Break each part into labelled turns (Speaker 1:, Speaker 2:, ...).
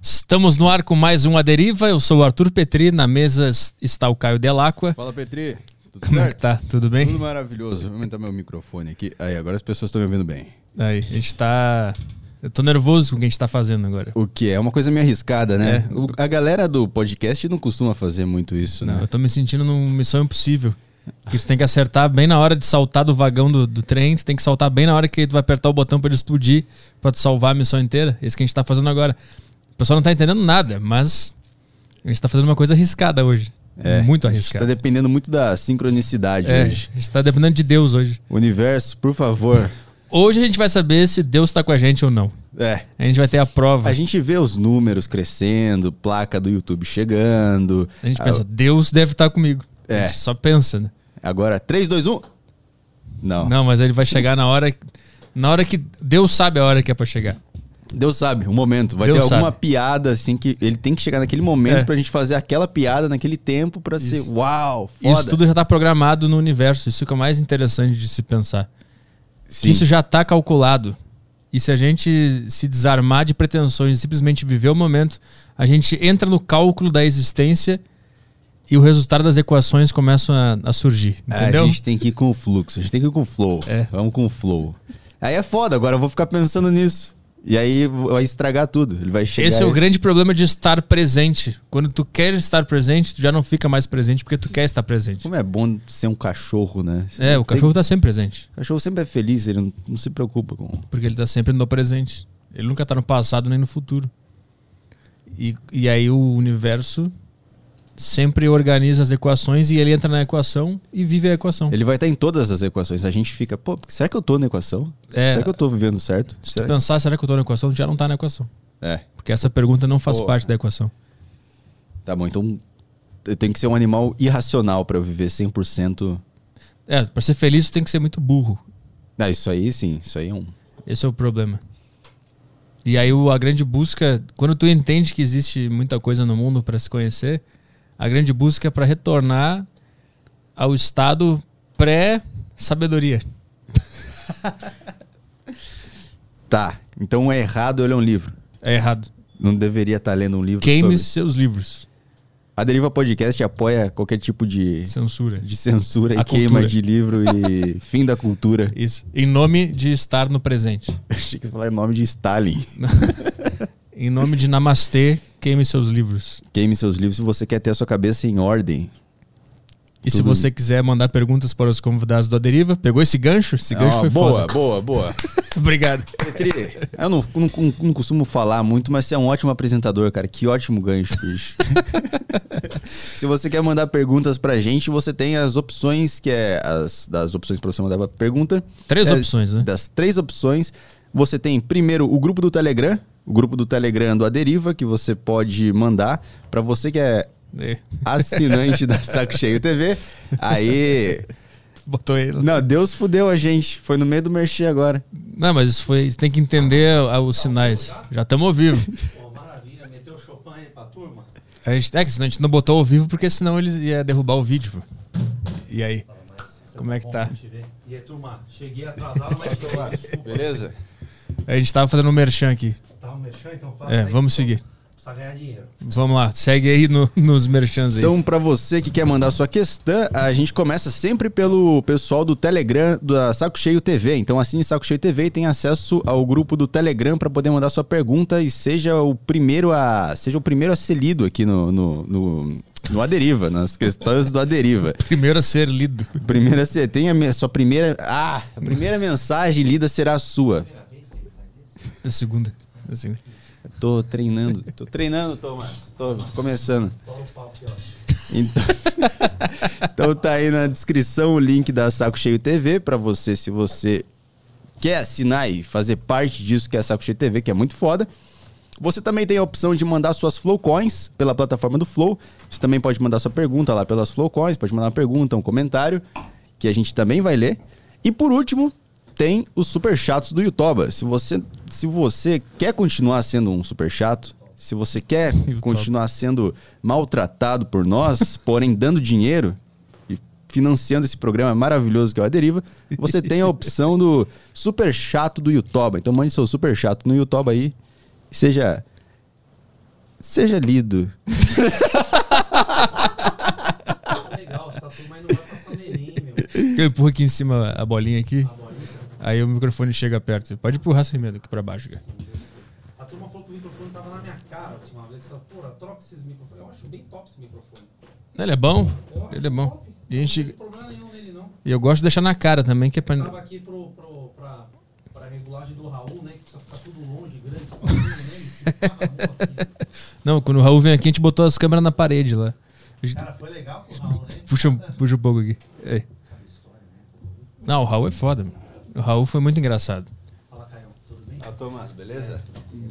Speaker 1: Estamos no ar com mais um A Deriva. Eu sou o Arthur Petri. Na mesa está o Caio Delacqua.
Speaker 2: Fala, Petri. Tudo
Speaker 1: Como é que
Speaker 2: certo?
Speaker 1: tá? Tudo
Speaker 2: Tudo
Speaker 1: bem?
Speaker 2: maravilhoso. Vou aumentar meu microfone aqui. Aí, agora as pessoas estão me ouvindo bem.
Speaker 1: Aí, a gente tá. Eu tô nervoso com o que a gente tá fazendo agora.
Speaker 2: O que é uma coisa meio arriscada, né?
Speaker 1: É.
Speaker 2: O- a galera do podcast não costuma fazer muito isso,
Speaker 1: Não,
Speaker 2: né?
Speaker 1: eu tô me sentindo numa missão impossível. Que tu tem que acertar bem na hora de saltar do vagão do, do trem. Tu tem que saltar bem na hora que tu vai apertar o botão pra ele explodir. Pra tu salvar a missão inteira. Isso que a gente tá fazendo agora. O pessoal não tá entendendo nada, mas. A gente tá fazendo uma coisa arriscada hoje. Muito
Speaker 2: Tá
Speaker 1: arriscada.
Speaker 2: dependendo muito da sincronicidade
Speaker 1: É, a
Speaker 2: hoje.
Speaker 1: gente tá dependendo de Deus hoje.
Speaker 2: Universo, por favor.
Speaker 1: Hoje a gente vai saber se Deus tá com a gente ou não.
Speaker 2: É.
Speaker 1: A gente vai ter a prova.
Speaker 2: A
Speaker 1: A gente,
Speaker 2: gente vê os números crescendo, placa do YouTube chegando. Ah,
Speaker 1: pensa, Deus deve estar comigo.
Speaker 2: É.
Speaker 1: A gente só pensa, né?
Speaker 2: Agora, um. 3, 2, 1. Não.
Speaker 1: Não, mas ele vai chegar na hora. Na hora que. Deus sabe a hora que é pra chegar.
Speaker 2: Deus sabe, o momento. Vai
Speaker 1: Deus
Speaker 2: ter alguma
Speaker 1: sabe.
Speaker 2: piada, assim, que ele tem que chegar naquele momento
Speaker 1: É.
Speaker 2: pra gente fazer aquela piada naquele tempo pra ser uau, foda.
Speaker 1: Isso tudo já tá programado no universo. Isso que é o mais interessante de se pensar.
Speaker 2: Sim.
Speaker 1: Que isso já tá calculado. E se a gente se desarmar de pretensões e simplesmente viver o momento, a gente entra no cálculo da existência e o resultado das equações começam a, a surgir. é, Entendeu?
Speaker 2: É, A gente tem que ir com o fluxo, a gente tem que ir com o flow.
Speaker 1: É.
Speaker 2: Vamos com o flow. Aí é foda, agora eu vou ficar pensando nisso. E aí vai estragar tudo. Ele vai chegar.
Speaker 1: Esse é o
Speaker 2: e-
Speaker 1: grande problema de estar presente. Quando tu quer estar presente, tu já não fica mais presente porque tu quer estar presente.
Speaker 2: Como é bom ser um cachorro, né? Você
Speaker 1: É,
Speaker 2: não
Speaker 1: o
Speaker 2: tem-
Speaker 1: cachorro tá sempre presente,
Speaker 2: O cachorro sempre é feliz, ele não, não se preocupa com.
Speaker 1: porque ele tá sempre no presente. Ele nunca tá no passado nem no futuro. E, e aí o universo sempre organiza as equações e ele entra na equação e vive a equação.
Speaker 2: Ele vai estar em todas as equações. A gente fica, pô, será que eu tô na equação?
Speaker 1: É.
Speaker 2: Será que eu tô vivendo certo?
Speaker 1: Se tu
Speaker 2: Será-
Speaker 1: pensar, será que eu tô na equação? Tu já não tá na equação.
Speaker 2: É.
Speaker 1: Porque essa pergunta não faz
Speaker 2: Pô.
Speaker 1: parte da equação.
Speaker 2: Tá bom, então eu tenho que ser um animal irracional pra eu viver 100%.
Speaker 1: É, pra ser feliz tu tem que ser muito burro.
Speaker 2: Ah, isso aí sim, isso aí é um.
Speaker 1: Esse é o problema. E aí o- a grande busca, quando tu entende que existe muita coisa no mundo para se conhecer, a grande busca é para retornar ao estado pré-sabedoria.
Speaker 2: Tá, então é errado eu ler um livro.
Speaker 1: É errado.
Speaker 2: Não deveria estar lendo um livro sobre.
Speaker 1: Queime seus livros.
Speaker 2: A Deriva Podcast apoia qualquer tipo de,
Speaker 1: Censura.
Speaker 2: de censura
Speaker 1: A
Speaker 2: e queima
Speaker 1: cultura.
Speaker 2: de livro e fim da cultura.
Speaker 1: Isso. Em nome de estar no presente.
Speaker 2: Achei que você falar em nome de Stalin.
Speaker 1: Em nome de Namastê, queime seus livros.
Speaker 2: Queime seus livros se você quer ter a sua cabeça em ordem.
Speaker 1: E se
Speaker 2: Tudo.
Speaker 1: você quiser mandar perguntas para os convidados do A Deriva, pegou esse gancho? Esse gancho
Speaker 2: Ah,
Speaker 1: foi
Speaker 2: boa,
Speaker 1: foda.
Speaker 2: boa, boa.
Speaker 1: Obrigado.
Speaker 2: Petri, eu não, não, não costumo falar muito, mas você é um ótimo apresentador, cara. Que ótimo gancho, bicho. Se você quer mandar perguntas pra gente, você tem as opções, que é as das opções pra você mandar a pergunta.
Speaker 1: Três
Speaker 2: É,
Speaker 1: opções, né?
Speaker 2: Das três opções, você tem primeiro o grupo do Telegram, o grupo do Telegram do A Deriva, que você pode mandar pra você que é
Speaker 1: É.
Speaker 2: assinante da Saco Cheio TV. Aí,
Speaker 1: Botou ele.
Speaker 2: não, Deus fudeu a gente. Foi no meio do merchan agora.
Speaker 1: Não, mas isso foi. Você tem que entender a- os sinais. Já estamos ao vivo.
Speaker 3: Pô, maravilha, meteu o Chopin aí pra turma.
Speaker 1: A gente, é que senão a gente não botou ao vivo porque senão eles ia derrubar o vídeo. pô. E aí? Como é que tá?
Speaker 3: Deixa eu ver. E aí, turma, cheguei atrasado, mas cheguei. Desculpa.
Speaker 2: Beleza?
Speaker 1: A gente tava fazendo um merchan aqui.
Speaker 3: Tá um merchan, então fala
Speaker 1: É,
Speaker 3: aí,
Speaker 1: vamos
Speaker 3: só
Speaker 1: seguir.
Speaker 3: Precisa ganhar dinheiro.
Speaker 1: Vamos lá, segue aí no- nos merchans aí.
Speaker 2: Então, pra você que quer mandar sua questão, a gente começa sempre pelo pessoal do Telegram da Saco Cheio TV. Então, assine Saco Cheio TV e tem acesso ao grupo do Telegram pra poder mandar sua pergunta e seja o primeiro a seja o primeiro a ser lido aqui no no, no, no Aderiva, nas questões do Aderiva.
Speaker 1: Primeiro a ser lido.
Speaker 2: Primeiro a ser, tem a minha- sua primeira, ah, a primeira mensagem lida será a sua.
Speaker 1: Na segunda. Na segunda.
Speaker 2: Tô treinando, tô treinando, Thomas. Tô começando.
Speaker 3: Fala o pau aqui, ó.
Speaker 2: Então, então tá aí na descrição o link da Saco Cheio TV pra você, se você quer assinar e fazer parte disso que é a Saco Cheio TV, que é muito foda. Você também tem a opção de mandar suas Flowcoins pela plataforma do Flow. Você também pode mandar sua pergunta lá pelas Flowcoins, pode mandar uma pergunta, um comentário, que a gente também vai ler. E por último, tem os super chatos do Yutoba. Se você, se você quer continuar sendo um super chato, se você quer continuar sendo maltratado por nós, porém dando dinheiro e financiando esse programa maravilhoso que é o A Deriva, você tem a opção do super chato do Yutoba. Então mande seu super chato no Yutoba aí. Seja seja lido.
Speaker 3: Tá Legal, essa turma aí não vai passar neném, meu.
Speaker 1: Eu empurro aqui em cima a bolinha aqui,
Speaker 3: A bolinha.
Speaker 1: aí o microfone chega perto. Pode empurrar sem medo aqui pra baixo, cara.
Speaker 3: A turma falou que o microfone tava na minha cara a última vez. Ela, porra, troca esses microfones. Eu acho bem top esse microfone.
Speaker 1: Ele é bom?
Speaker 3: Eu acho
Speaker 1: Ele é bom.
Speaker 3: top.
Speaker 1: E a
Speaker 3: Não
Speaker 1: gente-
Speaker 3: tem problema nenhum nele, não.
Speaker 1: E eu gosto de deixar na cara também, que é pra...
Speaker 3: Tava aqui pro, pro, pra, pra regulagem do Raul, né? Que precisa ficar tudo longe, grande. Só pra tudo nele. se amarrou aqui.
Speaker 1: Não, quando o Raul vem aqui, a gente botou as câmeras na parede lá. A gente-
Speaker 3: Cara, foi legal com o Raul, né?
Speaker 1: Puxa, um- puxa um pouco aqui. Ei. Não, o Raul é foda. meu. O Raul foi muito engraçado.
Speaker 3: Fala, Caio, tudo bem?
Speaker 2: Ah, Tomás, beleza?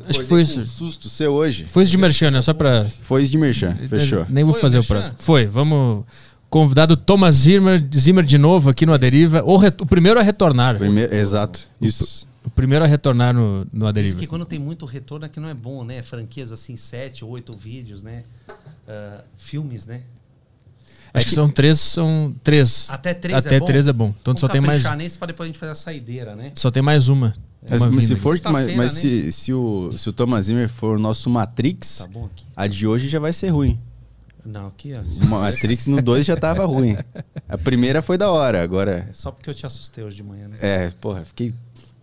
Speaker 1: Acho que foi isso.
Speaker 2: Um susto seu hoje.
Speaker 1: Foi isso de merchan, né? Só pra...
Speaker 2: Foi de merchan, fechou.
Speaker 1: Nem vou
Speaker 4: Foi,
Speaker 1: fazer o
Speaker 4: Merchan?
Speaker 1: próximo. Foi, vamos... Convidado Thomas Zimmer, Zimmer de novo aqui no Aderiva. O, re- o primeiro a retornar.
Speaker 2: Primeiro, exato. Isso.
Speaker 1: O primeiro a retornar no, no
Speaker 4: Diz
Speaker 1: Aderiva.
Speaker 4: que quando tem muito retorno é que não é bom, né? Franquias assim, sete, oito vídeos, né? Ah, filmes, né?
Speaker 1: Acho que são três, são três.
Speaker 4: é Até três
Speaker 1: Até
Speaker 4: é bom?
Speaker 1: três é bom. Então
Speaker 4: Vamos
Speaker 1: só tem mais,
Speaker 4: caprichar nesse pra depois a gente fazer a saideira, né?
Speaker 1: só tem mais uma.
Speaker 2: Mas,
Speaker 4: É
Speaker 1: Uma
Speaker 2: mas se
Speaker 1: vinda.
Speaker 2: for, mas,
Speaker 4: Sexta-feira,
Speaker 2: mas
Speaker 4: né?
Speaker 2: se, se o, se o Thomas Zimmer for o nosso Matrix,
Speaker 4: Tá bom aqui?
Speaker 2: a de hoje já vai ser ruim.
Speaker 4: Não, aqui, ó.
Speaker 2: Uma Matrix no 2 já tava ruim. A primeira foi da hora, agora.
Speaker 4: É só porque eu te assustei hoje de manhã, né?
Speaker 2: É, porra, fiquei.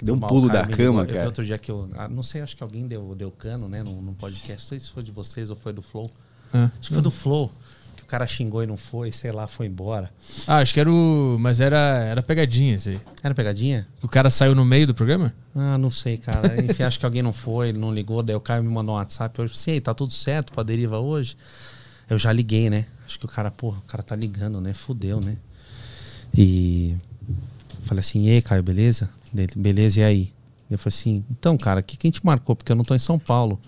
Speaker 2: Deu um
Speaker 4: Mal,
Speaker 2: pulo
Speaker 4: cara,
Speaker 2: da
Speaker 4: me
Speaker 2: cama,
Speaker 4: ligou. Eu vi
Speaker 2: cara.
Speaker 4: Outro dia que eu. ah, Não sei, acho que alguém deu, deu cano, né? Num, num podcast. Não sei se foi de vocês ou foi do Flow.
Speaker 1: Ah.
Speaker 4: Acho que foi do Flow. Que o cara xingou e não foi, sei lá, foi embora.
Speaker 1: Ah, acho que era o. Mas era, era pegadinha esse aí.
Speaker 4: Era pegadinha?
Speaker 1: O cara saiu no meio do programa?
Speaker 4: Ah, não sei, cara. Enfim, acho que alguém não foi, não ligou. Daí o cara me mandou um WhatsApp hoje. Sei, tá tudo certo pra deriva hoje? Eu já liguei, né? Acho que o cara, porra, o cara tá ligando, né? Fudeu, né? E falei assim, e aí, Caio, beleza? Dele, beleza, e aí? Eu falei assim, então, cara, o que, que a gente marcou? Porque eu não tô em São Paulo.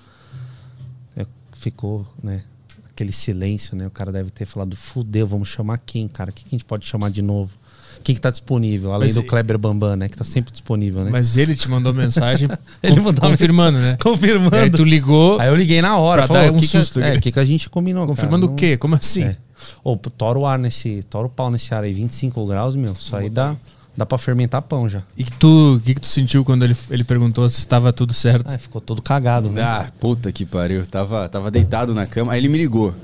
Speaker 4: É, ficou, né? Aquele silêncio, né? O cara deve ter falado, fudeu, vamos chamar quem, cara? O que, que a gente pode chamar de novo? Quem que tá disponível? Além
Speaker 1: Mas
Speaker 4: do
Speaker 1: e-
Speaker 4: Kleber Bambam, né? Que tá sempre disponível, né?
Speaker 1: Mas ele te mandou mensagem
Speaker 4: Ele
Speaker 1: conf-
Speaker 4: mandou uma
Speaker 1: confirmando,
Speaker 4: mensagem.
Speaker 1: né?
Speaker 4: Confirmando. É,
Speaker 1: E aí tu ligou.
Speaker 4: Aí eu liguei na hora.
Speaker 1: Pra
Speaker 4: falei,
Speaker 1: dar
Speaker 4: "Ô,
Speaker 1: um
Speaker 4: que que a-
Speaker 1: susto,
Speaker 4: é,
Speaker 1: cara."
Speaker 4: o que, que a gente combinou,
Speaker 1: confirmando
Speaker 4: cara?
Speaker 1: o quê? Como assim?
Speaker 4: Não- É. Ô, pô, tora o ar nesse... Tora o pau nesse ar aí. 25 graus, meu. Isso aí dá, dá pra fermentar pão já.
Speaker 1: E que tu, o que, que tu sentiu quando ele, ele perguntou se estava tudo certo?
Speaker 4: Ah, ficou todo cagado, né?
Speaker 2: Ah, puta que pariu. Tava, tava deitado na cama. Aí ele me ligou.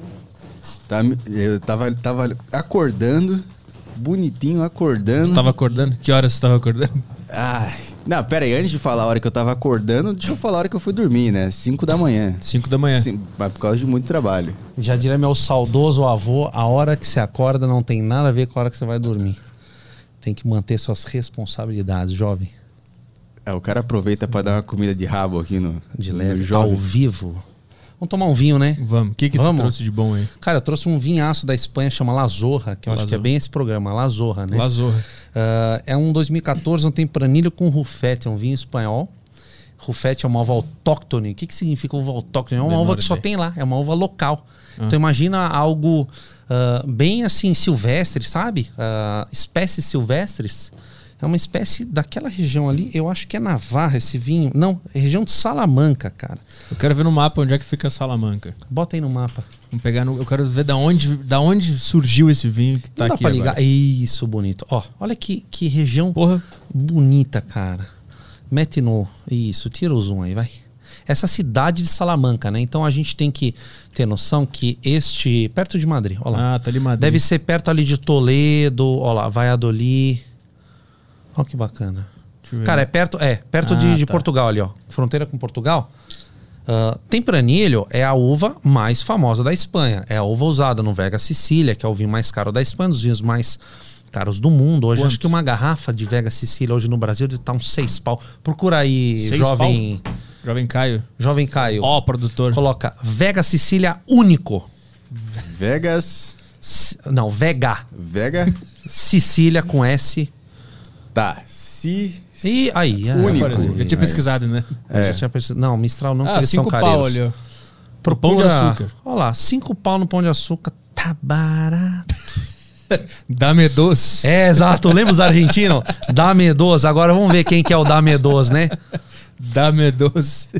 Speaker 2: Tá, eu tava, tava acordando, bonitinho, acordando.
Speaker 1: Tu tava acordando? Que horas tu tava acordando?
Speaker 2: Ai. Não, pera aí, antes de falar a hora que eu tava acordando, deixa eu falar a hora que eu fui dormir, né? 5 da manhã.
Speaker 1: Cinco da manhã.
Speaker 2: Sim, mas por causa de muito trabalho.
Speaker 4: Já diria é meu saudoso avô, a hora que você acorda não tem nada a ver com a hora que você vai dormir. Tem que manter suas responsabilidades, jovem.
Speaker 2: É, o cara aproveita pra dar uma comida de rabo aqui no.
Speaker 4: De
Speaker 2: no
Speaker 4: leve, ao
Speaker 2: jovem.
Speaker 4: vivo. Vamos tomar um vinho, né?
Speaker 1: Vamos. O que, que tu
Speaker 4: Vamos.
Speaker 1: trouxe de bom aí?
Speaker 4: Cara, eu trouxe um vinhaço da Espanha, chama Lazorra, que eu acho que é
Speaker 1: Lazorra.
Speaker 4: bem esse programa, Lazorra, né?
Speaker 1: Lazorra.
Speaker 4: Ah, é um 2014, um tempranilho com Rufete, é um vinho espanhol. Rufete é uma uva autóctone. O que, que significa uva autóctone? É uma
Speaker 1: Demora Ah.
Speaker 4: uva que só
Speaker 1: daí.
Speaker 4: tem lá, é uma uva local. Então imagina algo ah, bem assim silvestre, sabe? Ah, espécies silvestres. É uma espécie daquela região ali, eu acho que é Navarra esse vinho. Não, é região de Salamanca, Ah, cara.
Speaker 1: Eu quero ver no mapa onde é que fica Salamanca.
Speaker 4: Bota aí no mapa.
Speaker 1: Vamos pegar no, eu quero ver da onde, da onde surgiu esse vinho que tá
Speaker 4: Não dá
Speaker 1: aqui
Speaker 4: pra
Speaker 1: agora.
Speaker 4: ligar. Isso, bonito. Ó, olha que, que região
Speaker 1: Porra,
Speaker 4: bonita, cara. Mete no. Isso, tira o zoom aí, vai. Essa cidade de Salamanca, né? Então a gente tem que ter noção que este. Perto de Madrid, olha lá.
Speaker 1: Ah, tá ali em Madrid.
Speaker 4: Deve ser perto ali de Toledo, olha lá, Valladolid. Olha que bacana.
Speaker 1: Deixa eu ver.
Speaker 4: Cara, é perto, é, perto
Speaker 1: Ah,
Speaker 4: de, de
Speaker 1: tá.
Speaker 4: Portugal ali, ó. Fronteira com Portugal. Ah, Tempranilho é a uva mais famosa da Espanha. É a uva usada no Vega Sicília, que é o vinho mais caro da Espanha, um dos vinhos mais caros do mundo. Hoje,
Speaker 1: Quantos?
Speaker 4: acho que uma garrafa de Vega Sicília hoje no Brasil deve estar uns seis pau. Procura aí,
Speaker 1: Seis
Speaker 4: jovem,
Speaker 1: Jovem Caio.
Speaker 4: jovem Caio.
Speaker 1: Ó, produtor.
Speaker 4: Coloca Vega Sicília único.
Speaker 2: Vegas.
Speaker 4: Si- não, Vega.
Speaker 2: Vega.
Speaker 4: Sicília com S.
Speaker 2: Tá. Se.
Speaker 4: E aí, é,
Speaker 2: Único. É.
Speaker 4: apareceu.
Speaker 1: Eu tinha pesquisado, né?
Speaker 4: Eu já tinha percebido. Não, Mistral não, porque
Speaker 1: Ah,
Speaker 4: eles são
Speaker 1: cinco
Speaker 4: careiros.
Speaker 1: pau ali, ó.
Speaker 4: Procura...
Speaker 1: Pão de açúcar.
Speaker 4: Olha lá, cinco pau no pão de açúcar. Tá barato.
Speaker 1: Dame doce.
Speaker 4: É, exato. Lembra os argentinos? Dá medoso. Agora vamos ver quem que é o Dá medoso, né?
Speaker 1: Dame doce.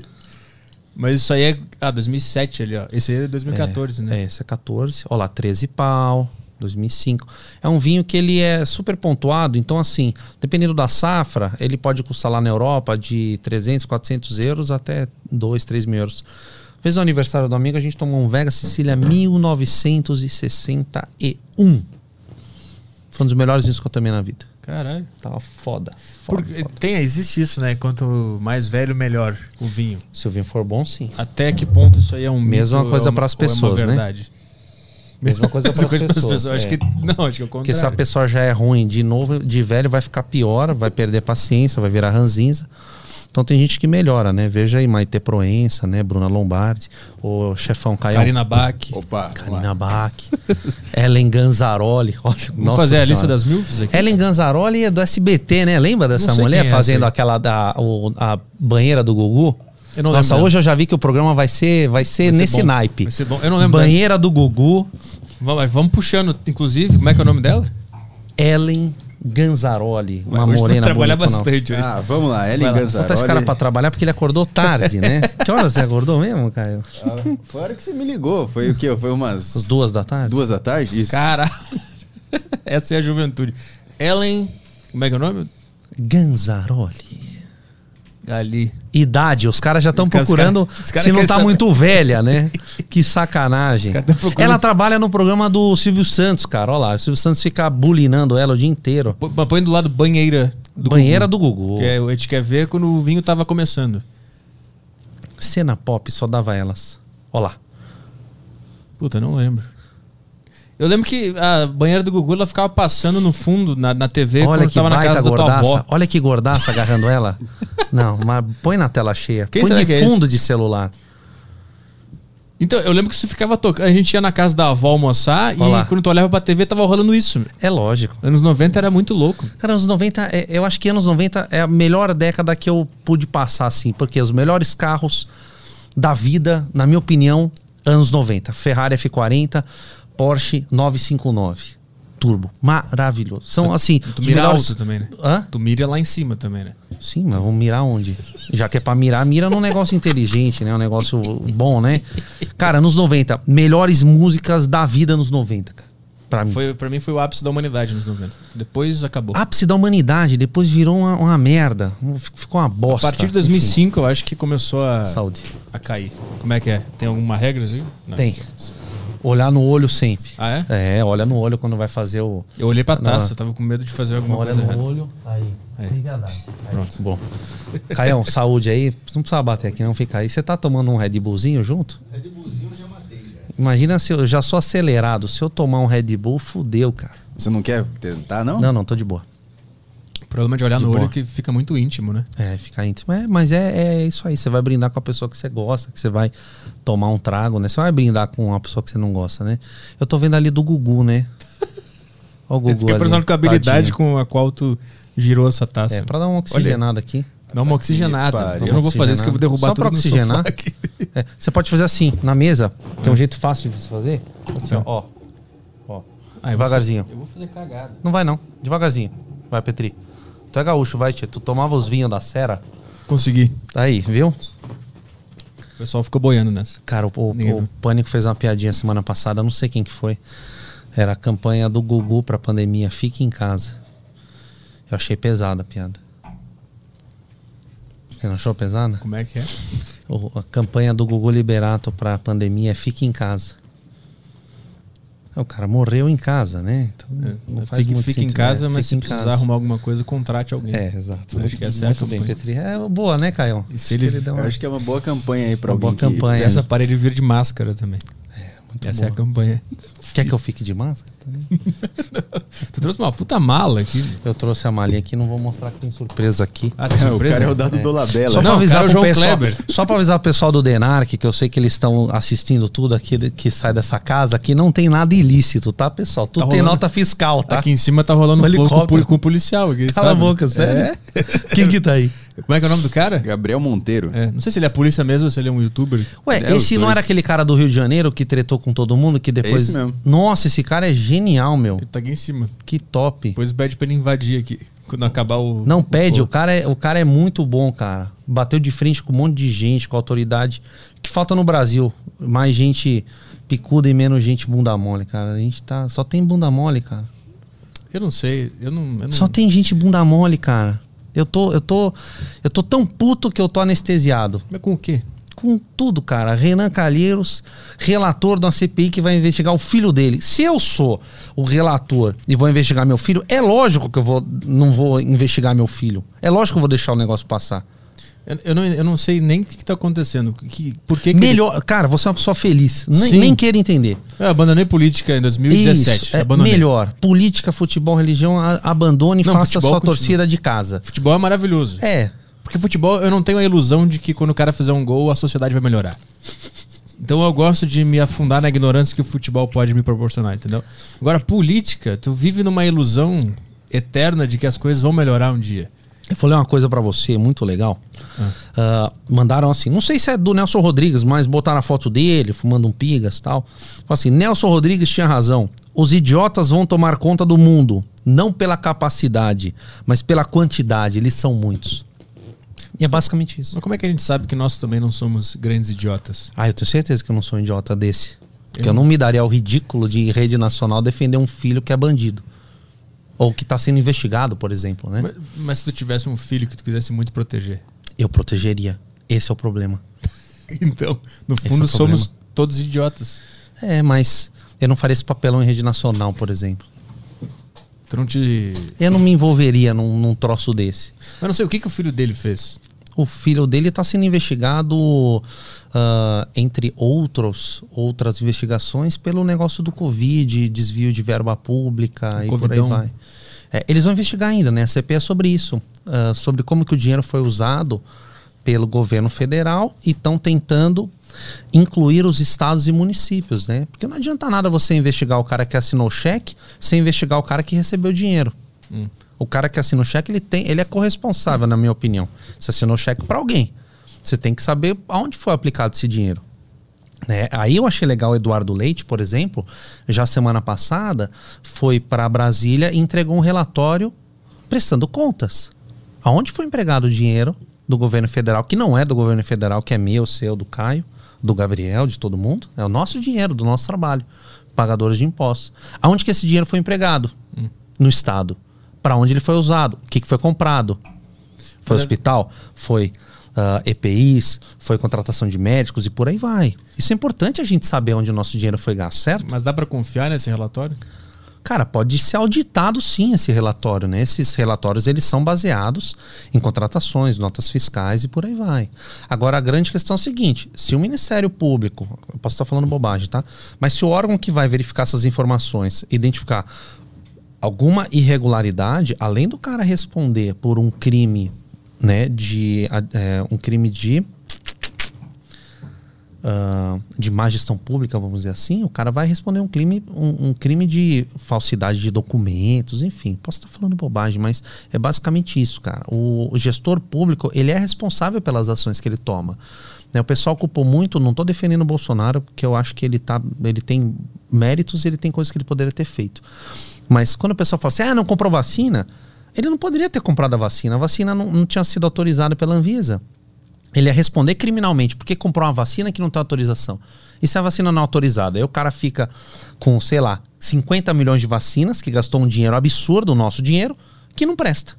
Speaker 1: Mas isso aí é. Ah, 2007 ali, ó. Esse aí é 2014, né?
Speaker 4: É, esse é 14. Olha lá, 13 pau. 2005. É um vinho que ele é super pontuado, então assim, dependendo da safra, ele pode custar lá na Europa de 300, 400 euros até 2, 3 mil euros. Fez o aniversário do amigo, a gente tomou um Vega Sicília 1961. Foi um dos melhores vinhos que eu tomei na vida.
Speaker 1: Caralho.
Speaker 4: Tava foda. foda,
Speaker 5: Porque
Speaker 4: foda.
Speaker 5: tem, existe isso, né? Quanto mais velho, melhor o vinho.
Speaker 4: Se o vinho for bom, sim.
Speaker 1: Até que ponto isso aí é um
Speaker 4: Mesma
Speaker 1: mito,
Speaker 4: coisa
Speaker 1: é uma-
Speaker 4: pras
Speaker 1: ou é uma
Speaker 4: pessoas, né?
Speaker 1: verdade?
Speaker 4: Mesma coisa para
Speaker 1: Mesma
Speaker 4: as
Speaker 1: coisa
Speaker 4: pessoas.
Speaker 1: pras pessoas. Acho
Speaker 4: é.
Speaker 1: que, não, acho que é o contrário.
Speaker 4: Porque se a pessoa já é ruim de novo, de velho, vai ficar pior, vai perder paciência, vai virar ranzinza. Então tem gente que melhora, né? Veja aí Maite Proença, né? Bruna Lombardi, o chefão Caio.
Speaker 1: Karina Bach.
Speaker 2: Opa,
Speaker 4: Karina Bach. Ellen Ganzaroli. Olha,
Speaker 1: Vamos fazer a lista das milfs aqui?
Speaker 4: Ellen Ganzaroli é do SBT, né? Lembra dessa
Speaker 1: Não sei
Speaker 4: mulher
Speaker 1: quem é
Speaker 4: fazendo
Speaker 1: essa aí.
Speaker 4: aquela da o- a banheira do Gugu?
Speaker 1: Eu não
Speaker 4: Nossa,
Speaker 1: lembro
Speaker 4: hoje eu já vi que o programa vai ser, vai ser
Speaker 1: Vai ser
Speaker 4: nesse
Speaker 1: bom.
Speaker 4: naipe.
Speaker 1: Vai ser bom. Eu não lembro
Speaker 4: Banheira do Gugu,
Speaker 1: Vamos, vamos puxando, inclusive, como é que é o nome dela?
Speaker 4: Ellen Ganzaroli. Uma
Speaker 1: Hoje tu
Speaker 4: morena
Speaker 1: trabalha
Speaker 4: bonitona.
Speaker 1: bastante né? hoje.
Speaker 2: Ah, vamos lá, Ellen
Speaker 4: Botar esse cara pra
Speaker 2: Ganzaroli.
Speaker 4: trabalhar porque ele acordou tarde, né? Que horas você acordou mesmo, Caio?
Speaker 2: Ah, Foi a hora que você me ligou, foi o quê? Foi umas
Speaker 4: As duas da tarde?
Speaker 2: duas da tarde? Isso.
Speaker 1: Caralho. Essa é a juventude. Ellen. Como é que é o nome?
Speaker 4: Ganzaroli.
Speaker 1: Ali.
Speaker 4: Idade, os caras já estão
Speaker 1: Os caras-
Speaker 4: procurando
Speaker 1: os caras
Speaker 4: se não
Speaker 1: querem
Speaker 4: tá
Speaker 1: saber.
Speaker 4: muito velha, né? Que sacanagem.
Speaker 1: Os caras tão procurando-
Speaker 4: Ela trabalha no programa do Silvio Santos, cara. Olha lá, o Silvio Santos fica bulinando ela o dia inteiro.
Speaker 1: Pô- Põe do lado banheira. Do
Speaker 4: Banheira
Speaker 1: Gugu,
Speaker 4: do Gugu.
Speaker 1: Que é, a gente quer ver quando o vinho tava começando.
Speaker 4: Cena pop só dava elas. Olha lá.
Speaker 1: Puta, não lembro. Eu lembro que a banheira do Gugu ela ficava passando no fundo na, na TV
Speaker 4: Olha
Speaker 1: quando
Speaker 4: que
Speaker 1: tava na
Speaker 4: baita
Speaker 1: casa da tua
Speaker 4: gordaça.
Speaker 1: avó.
Speaker 4: Olha que gordaça agarrando ela. Não, mas põe na tela cheia.
Speaker 1: Quem
Speaker 4: põe
Speaker 1: será
Speaker 4: de
Speaker 1: que é
Speaker 4: fundo de celular.
Speaker 1: Então, eu lembro que isso ficava tocando. A gente ia na casa da avó almoçar
Speaker 4: Olha
Speaker 1: e
Speaker 4: lá.
Speaker 1: quando tu olhava pra TV tava rolando isso. meu.
Speaker 4: É lógico.
Speaker 1: Anos 90 era muito louco.
Speaker 4: Cara, anos 90, é- eu acho que anos 90 é a melhor década que eu pude passar, assim, porque os melhores carros da vida, na minha opinião, anos 90. Ferrari F40, Porsche 959 Turbo. Maravilhoso. São, assim,
Speaker 1: Tu
Speaker 4: os
Speaker 1: mira
Speaker 4: melhores...
Speaker 1: alto também, né?
Speaker 4: Hã?
Speaker 1: Tu mira lá em cima também, né?
Speaker 4: Sim, mas vamos mirar onde? Já que é pra mirar, mira num negócio inteligente, né? Um negócio bom, né? Cara, nos 90, melhores músicas da vida nos 90, cara. Pra mim.
Speaker 1: Foi, pra mim foi o ápice da humanidade nos 90. Depois acabou.
Speaker 4: ápice da humanidade, depois virou uma, uma merda. Ficou uma
Speaker 1: a
Speaker 4: bosta.
Speaker 1: partir de 2005, eu acho que começou a,
Speaker 4: Saúde.
Speaker 1: a cair. Como é que é? Tem alguma regra? assim? Não.
Speaker 4: Tem. Olhar no olho sempre.
Speaker 1: Ah, é?
Speaker 4: É, olha no olho quando vai fazer o.
Speaker 1: Eu olhei pra
Speaker 4: Não.
Speaker 1: taça, Ah, tá, tava com medo de fazer alguma
Speaker 4: olha
Speaker 1: coisa
Speaker 4: no
Speaker 1: errada.
Speaker 4: olho. Aí.
Speaker 1: Pronto.
Speaker 4: Bom. Caião, saúde aí. Não precisa bater aqui, não fica aí. Você tá tomando um Red Bullzinho junto?
Speaker 3: É de buzinho, eu já matei. Já.
Speaker 4: Imagina se eu eu já sou acelerado. Se eu tomar um Red Bull, fudeu, cara.
Speaker 2: Você não quer tentar, não?
Speaker 4: Não, não, tô de boa.
Speaker 1: O problema de olhar
Speaker 4: De
Speaker 1: no olho
Speaker 4: boa.
Speaker 1: é que fica muito íntimo, né?
Speaker 4: É, fica íntimo. É, mas é, é isso aí. Você vai brindar com a pessoa que você gosta, que você vai tomar um trago, né? Você vai brindar com uma pessoa que você não gosta, né? Eu tô vendo ali do Gugu, né? Olha o
Speaker 1: Eu
Speaker 4: Gugu.
Speaker 1: É, fiquei impressionado
Speaker 4: ali,
Speaker 1: com a habilidade
Speaker 4: tadinho.
Speaker 1: com a qual tu girou essa taça.
Speaker 4: É, pra dar uma oxigenada aqui.
Speaker 1: Dá uma oxigenada.
Speaker 2: Que pariu.
Speaker 1: Eu não vou fazer isso que eu vou derrubar
Speaker 4: Só
Speaker 1: tudo
Speaker 4: pra
Speaker 1: no
Speaker 4: oxigenar?
Speaker 1: sofá aqui. Hum.
Speaker 4: É, você pode fazer assim, na mesa. Tem um jeito fácil de você fazer. Assim,
Speaker 1: Então.
Speaker 4: ó. ó. Ó.
Speaker 1: Ah, eu vou
Speaker 4: Devagarzinho.
Speaker 1: fazer- Eu vou fazer cagada.
Speaker 4: Não vai não. Devagarzinho. Vai, Petri. Tu é gaúcho, vai, tia. Tu tomava os vinhos da Serra.
Speaker 1: Consegui.
Speaker 4: Aí, viu?
Speaker 1: O pessoal ficou boiando nessa.
Speaker 4: Cara, o, o-
Speaker 1: Ninguém
Speaker 4: o
Speaker 1: viu.
Speaker 4: Pânico fez uma piadinha semana passada, eu não sei quem que foi. Era a campanha do Gugu pra pandemia, fique em casa. Eu achei pesada a piada. Você não achou pesada?
Speaker 1: Como é que é?
Speaker 4: O- a campanha do Gugu Liberato pra pandemia é fique em casa. É, O cara morreu em casa, né? Então, não faz
Speaker 1: É, fique
Speaker 4: muito
Speaker 1: fique em
Speaker 4: sentido,
Speaker 1: casa,
Speaker 4: né?
Speaker 1: mas
Speaker 4: Fique
Speaker 1: se
Speaker 4: em
Speaker 1: precisar
Speaker 4: casa.
Speaker 1: arrumar alguma coisa, contrate alguém.
Speaker 4: É, exato.
Speaker 1: Acho que essa é a
Speaker 4: muito bem,
Speaker 1: campanha.
Speaker 4: Petri. É boa, né, Caio?
Speaker 1: se ele-
Speaker 4: deu
Speaker 2: Eu
Speaker 4: uma-
Speaker 2: acho que é uma boa campanha aí pra
Speaker 4: Uma
Speaker 2: alguém.
Speaker 4: boa
Speaker 2: que- um
Speaker 4: campanha.
Speaker 1: E essa parede vir de máscara também.
Speaker 4: muito
Speaker 1: Essa é
Speaker 4: boa.
Speaker 1: a campanha.
Speaker 4: Quer que eu fique de máscara?
Speaker 1: Tu trouxe uma puta mala aqui.
Speaker 4: Eu trouxe a malinha aqui, não vou mostrar que tem surpresa aqui.
Speaker 1: Ah, tem
Speaker 2: É, o
Speaker 1: surpresa?
Speaker 2: cara é o dado Dolabella.
Speaker 4: Só
Speaker 1: Não,
Speaker 4: pra avisar
Speaker 1: cara, o
Speaker 4: pro
Speaker 1: João
Speaker 4: pessoal,
Speaker 1: Kleber.
Speaker 4: só para avisar o pessoal do Denarc, que eu sei que eles estão assistindo tudo aqui de- que sai dessa casa, que não tem nada ilícito, tá, pessoal? Tudo
Speaker 1: Tá
Speaker 4: tem
Speaker 1: rolando.
Speaker 4: nota fiscal, tá?
Speaker 1: Aqui em cima tá rolando
Speaker 4: Um
Speaker 1: um flow com o
Speaker 4: helicóptero.
Speaker 1: poli- com o policial. Aqui,
Speaker 4: Cala
Speaker 1: sabe?
Speaker 4: a boca, sério? Quem que tá aí?
Speaker 1: É. Como é que é o nome do cara?
Speaker 2: Gabriel Monteiro.
Speaker 1: É, Não sei se ele é polícia mesmo ou se ele é um youtuber.
Speaker 4: Ué,
Speaker 2: É, os
Speaker 4: esse não
Speaker 2: dois. É
Speaker 4: era aquele cara do Rio de Janeiro que tretou com todo mundo, que depois...
Speaker 2: esse mesmo.
Speaker 4: Nossa, esse cara é genial, meu.
Speaker 1: Ele tá aqui em cima.
Speaker 4: Que top.
Speaker 1: Depois pede pra ele invadir aqui. Quando acabar o.
Speaker 4: Não
Speaker 1: o
Speaker 4: pede, o
Speaker 1: flow.
Speaker 4: cara, é, o cara é muito bom, cara. Bateu de frente com um monte de gente, com autoridade. O que falta no Brasil? Mais gente picuda e menos gente bunda mole, cara. A gente tá. Só tem bunda mole, cara.
Speaker 1: Eu não sei. Eu não. eu não-
Speaker 4: Só tem gente bunda mole, cara. Eu tô, eu tô. Eu tô tão puto que eu tô anestesiado.
Speaker 1: Mas com o quê?
Speaker 4: Com com tudo, cara. Renan Calheiros, relator da CPI que vai investigar o filho dele. Se eu sou o relator e vou investigar meu filho, é lógico que eu vou, não vou investigar meu filho. É lógico que eu vou deixar o negócio passar.
Speaker 1: Eu, eu não, eu não sei nem o que, que tá acontecendo. Que, por que que
Speaker 4: Melhor, cara, você é uma pessoa feliz. Nem,
Speaker 1: Sim.
Speaker 4: nem quero entender.
Speaker 1: Eu abandonei política em 2017.
Speaker 4: Isso, é
Speaker 1: abandonei.
Speaker 4: melhor. Política, futebol, religião, a- abandone e
Speaker 1: Não,
Speaker 4: faça
Speaker 1: futebol
Speaker 4: sua
Speaker 1: continua.
Speaker 4: torcida de casa.
Speaker 1: Futebol é maravilhoso.
Speaker 4: É.
Speaker 1: Porque futebol, eu não tenho a ilusão de que quando o cara fizer um gol, a sociedade vai melhorar. Então eu gosto de me afundar na ignorância que o futebol pode me proporcionar, entendeu? Agora, política, tu vive numa ilusão eterna de que as coisas vão melhorar um dia.
Speaker 4: Eu vou ler uma coisa pra você, muito legal. Ah, mandaram assim, não sei se é do Nelson Rodrigues, mas botaram a foto dele, fumando um pigas e tal. Falaram assim, Nelson Rodrigues tinha razão. Os idiotas vão tomar conta do mundo, não pela capacidade, mas pela quantidade. Eles são muitos. E é basicamente isso.
Speaker 1: Mas como é que a gente sabe que nós também não somos grandes idiotas?
Speaker 4: Ah, eu tenho certeza que eu não sou um idiota desse. Porque eu, não me daria ao ridículo de em rede nacional defender um filho que é bandido. Ou que tá sendo investigado, por exemplo, né?
Speaker 1: Mas, mas se tu tivesse um filho que tu quisesse muito proteger.
Speaker 4: Eu protegeria. Esse é o problema.
Speaker 1: Então, no
Speaker 4: é
Speaker 1: fundo,
Speaker 4: o problema.
Speaker 1: somos todos idiotas.
Speaker 4: É, mas eu não faria esse papelão em rede nacional, por exemplo.
Speaker 1: Tu não te.
Speaker 4: Eu não me envolveria num, num troço desse.
Speaker 1: Eu não sei o que, que o filho dele fez.
Speaker 4: O filho dele tá sendo investigado, ah, entre outros, outras investigações, pelo negócio do Covid, desvio de verba pública e
Speaker 1: Covidão.
Speaker 4: por aí vai. É, eles vão investigar ainda, né? A CP é sobre isso, ah, sobre como que o dinheiro foi usado pelo governo federal e estão tentando incluir os estados e municípios, né? Porque não adianta nada você investigar o cara que assinou o cheque sem investigar o cara que recebeu o dinheiro. O cara que assina o cheque, ele, tem, ele é corresponsável, na minha opinião. Você assinou o cheque para alguém. Você tem que saber aonde foi aplicado esse dinheiro. Né? Aí eu achei legal o Eduardo Leite, por exemplo, já semana passada foi para Brasília e entregou um relatório prestando contas. Aonde foi empregado o dinheiro do governo federal, que não é do governo federal, que é meu, seu, do Caio, do Gabriel, de todo mundo? É o nosso dinheiro, do nosso trabalho, pagadores de impostos. Aonde que esse dinheiro foi empregado? No Estado. Para onde ele foi usado? O que, que foi comprado?
Speaker 1: Né?
Speaker 4: Foi hospital? Foi ah, EPIs? Foi contratação de médicos e por aí vai. Isso é importante a gente saber onde o nosso dinheiro foi gasto, certo?
Speaker 1: Mas dá pra confiar nesse relatório?
Speaker 4: Cara, pode ser auditado sim esse relatório, né? Esses relatórios eles são baseados em contratações, notas fiscais e por aí vai. Agora a grande questão é a seguinte: se o Ministério Público, eu posso estar falando bobagem, tá? Mas se o órgão que vai verificar essas informações identificar alguma irregularidade, além do cara responder por um crime, né, de a- é, um crime de ah, de má gestão pública, vamos dizer assim, o cara vai responder um crime, um, um crime de falsidade de documentos, enfim. Posso estar falando bobagem, mas é basicamente isso, cara. O, o gestor público, ele é responsável pelas ações que ele toma. né? O pessoal culpou muito, não estou defendendo o Bolsonaro, porque eu acho que ele, tá, ele tem méritos ele tem coisas que ele poderia ter feito. Mas quando o pessoal fala assim, ah, não comprou vacina, ele não poderia ter comprado a vacina. A vacina não, não tinha sido autorizada pela Anvisa ele ia responder criminalmente, porque comprou uma vacina que não tem autorização. E se a vacina não é autorizada? Aí o cara fica com, sei lá, 50 milhões de vacinas, que gastou um dinheiro absurdo, o nosso dinheiro, que não presta.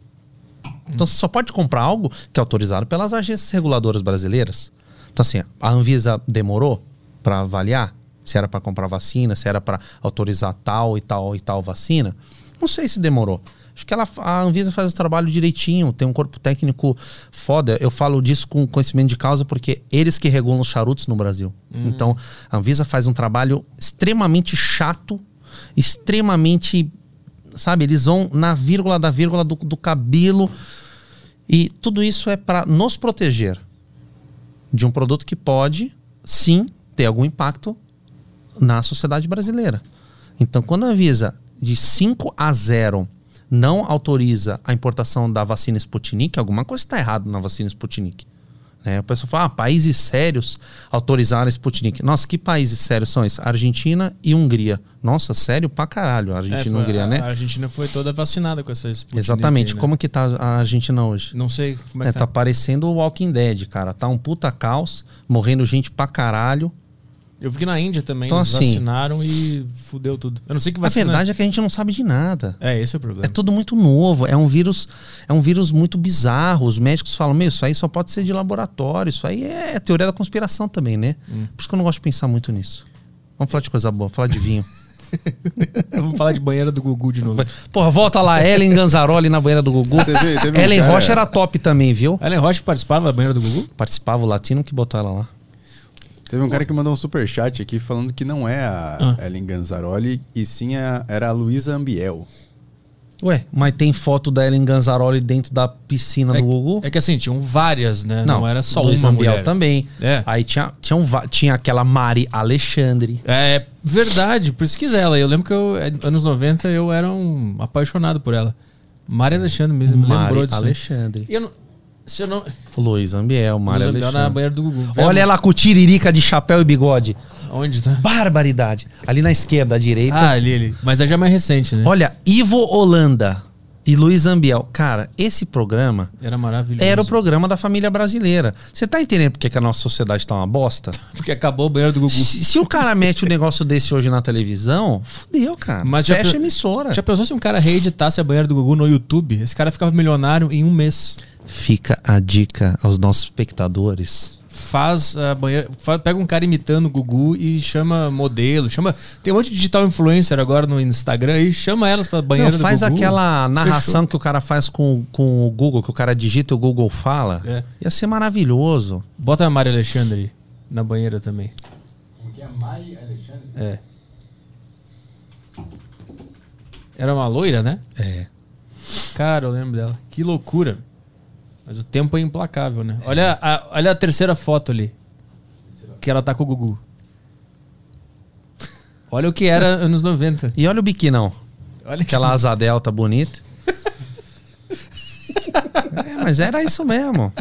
Speaker 4: Então você só pode comprar algo que é autorizado pelas agências reguladoras brasileiras. Então assim, a Anvisa demorou para avaliar se era para comprar vacina, se era para autorizar tal e tal e tal vacina. Não sei se demorou. Acho que ela, a Anvisa faz o trabalho direitinho, tem um corpo técnico foda. Eu falo disso com conhecimento de causa porque eles que regulam os charutos no Brasil. Então, a Anvisa faz um trabalho extremamente chato, extremamente sabe? Eles vão na vírgula da vírgula do, do cabelo. E tudo isso é para nos proteger de um produto que pode, sim, ter algum impacto na sociedade brasileira. Então, quando a Anvisa, de 5 a 0, não autoriza a importação da vacina Sputnik, alguma coisa está errada na vacina Sputnik. Né? O pessoal fala, ah, países sérios autorizaram a Sputnik. Nossa, que países sérios são esses? Argentina e Hungria. Nossa, sério pra caralho, Argentina e
Speaker 1: É, foi-
Speaker 4: Hungria,
Speaker 1: a,
Speaker 4: né?
Speaker 1: A Argentina foi toda vacinada com essa Sputnik
Speaker 4: Exatamente.
Speaker 1: aí, né?
Speaker 4: Como que tá a Argentina hoje?
Speaker 1: Não sei como é,
Speaker 4: É,
Speaker 1: que
Speaker 4: tá
Speaker 1: tá.
Speaker 4: parecendo o Walking Dead, cara. Tá um puta caos, morrendo gente pra caralho.
Speaker 1: Eu vi que na Índia também
Speaker 4: Então,
Speaker 1: eles
Speaker 4: assim-
Speaker 1: vacinaram e fudeu tudo. Eu não sei que
Speaker 4: A
Speaker 1: vacina.
Speaker 4: verdade é que a gente não sabe de nada.
Speaker 1: É, esse é o problema.
Speaker 4: É tudo muito novo, é um vírus, é um vírus muito bizarro. Os médicos falam, meu, isso aí só pode ser de laboratório, isso aí é teoria da conspiração também, né?
Speaker 1: Hum.
Speaker 4: Por isso que eu não gosto de pensar muito nisso. Vamos falar de coisa boa, falar de vinho.
Speaker 1: Vamos falar de banheira do Gugu de novo.
Speaker 4: Porra, volta lá, Ellen Ganzaroli na banheira do Gugu.
Speaker 2: Teve- teve um
Speaker 4: Ellen
Speaker 2: cara-
Speaker 4: Rocha era top também, viu?
Speaker 1: Ellen Rocha participava da banheira do Gugu?
Speaker 4: Participava o latino que botou ela lá.
Speaker 2: Teve um cara que mandou um superchat aqui falando que não é a
Speaker 1: Ah.
Speaker 2: Ellen Ganzaroli, e sim a, era a Luísa Ambiel.
Speaker 4: Ué, mas tem foto da Ellen Ganzaroli dentro da piscina
Speaker 1: É-
Speaker 4: do Gugu?
Speaker 1: É que assim, tinham várias, né? Não,
Speaker 4: não,
Speaker 1: era só
Speaker 4: Luiz
Speaker 1: uma
Speaker 4: Ambiel
Speaker 1: mulher.
Speaker 4: também.
Speaker 1: É.
Speaker 4: Aí tinha, tinha, um va- tinha aquela Mari Alexandre.
Speaker 1: É verdade, por isso quis ela. Eu lembro que eu, eh, anos 90 eu era um apaixonado por ela. Maria Alexandre me, me lembrou
Speaker 4: Mari
Speaker 1: disso. aí.
Speaker 4: Alexandre.
Speaker 1: E eu não. Se eu não.
Speaker 4: Luiz Ambiel, Mari
Speaker 1: Mas eu melhor
Speaker 4: Alexandre.
Speaker 1: na banheira do Gugu.
Speaker 4: Olha ela com tiririca de chapéu e bigode.
Speaker 1: Onde tá?
Speaker 4: Barbaridade. Ali na esquerda, à direita.
Speaker 1: Ah, ali, ali. Mas é já mais recente, né?
Speaker 4: Olha, Ivo Holanda e Luiz Ambiel. Cara, esse programa
Speaker 1: Era maravilhoso.
Speaker 4: era o programa da família brasileira. Você tá entendendo por que que a nossa sociedade tá uma bosta?
Speaker 1: Porque acabou o banheiro do Gugu.
Speaker 4: Se, se o cara mete um negócio desse hoje na televisão, fudeu, cara.
Speaker 1: Mas já
Speaker 4: Fecha
Speaker 1: pe-
Speaker 4: a emissora.
Speaker 1: Já pensou se um cara reeditasse a banheira do Gugu no YouTube? Esse cara ficava milionário em um mês.
Speaker 4: Fica a dica aos nossos espectadores.
Speaker 1: Faz a banheira. fa- pega um cara imitando o Gugu e chama modelo. Chama. Tem um monte de digital influencer agora no Instagram e chama elas pra banheira
Speaker 4: Não, faz
Speaker 1: do Gugu.
Speaker 4: aquela narração que o cara faz com, com o Google, que o cara digita e o Google fala.
Speaker 1: É.
Speaker 4: Ia ser maravilhoso.
Speaker 1: Bota a Mari Alexandre na banheira também.
Speaker 2: Como que é Mari Alexandre?
Speaker 1: É. Era uma loira, né?
Speaker 4: É.
Speaker 1: Cara, eu lembro dela. Que loucura. Mas o tempo é implacável, né? Olha a, olha a terceira foto ali. Que ela tá com o Gugu. Olha o que era anos 90.
Speaker 4: E olha o biquinão.
Speaker 1: Olha que
Speaker 4: Aquela asa delta bonita. é, mas era isso mesmo.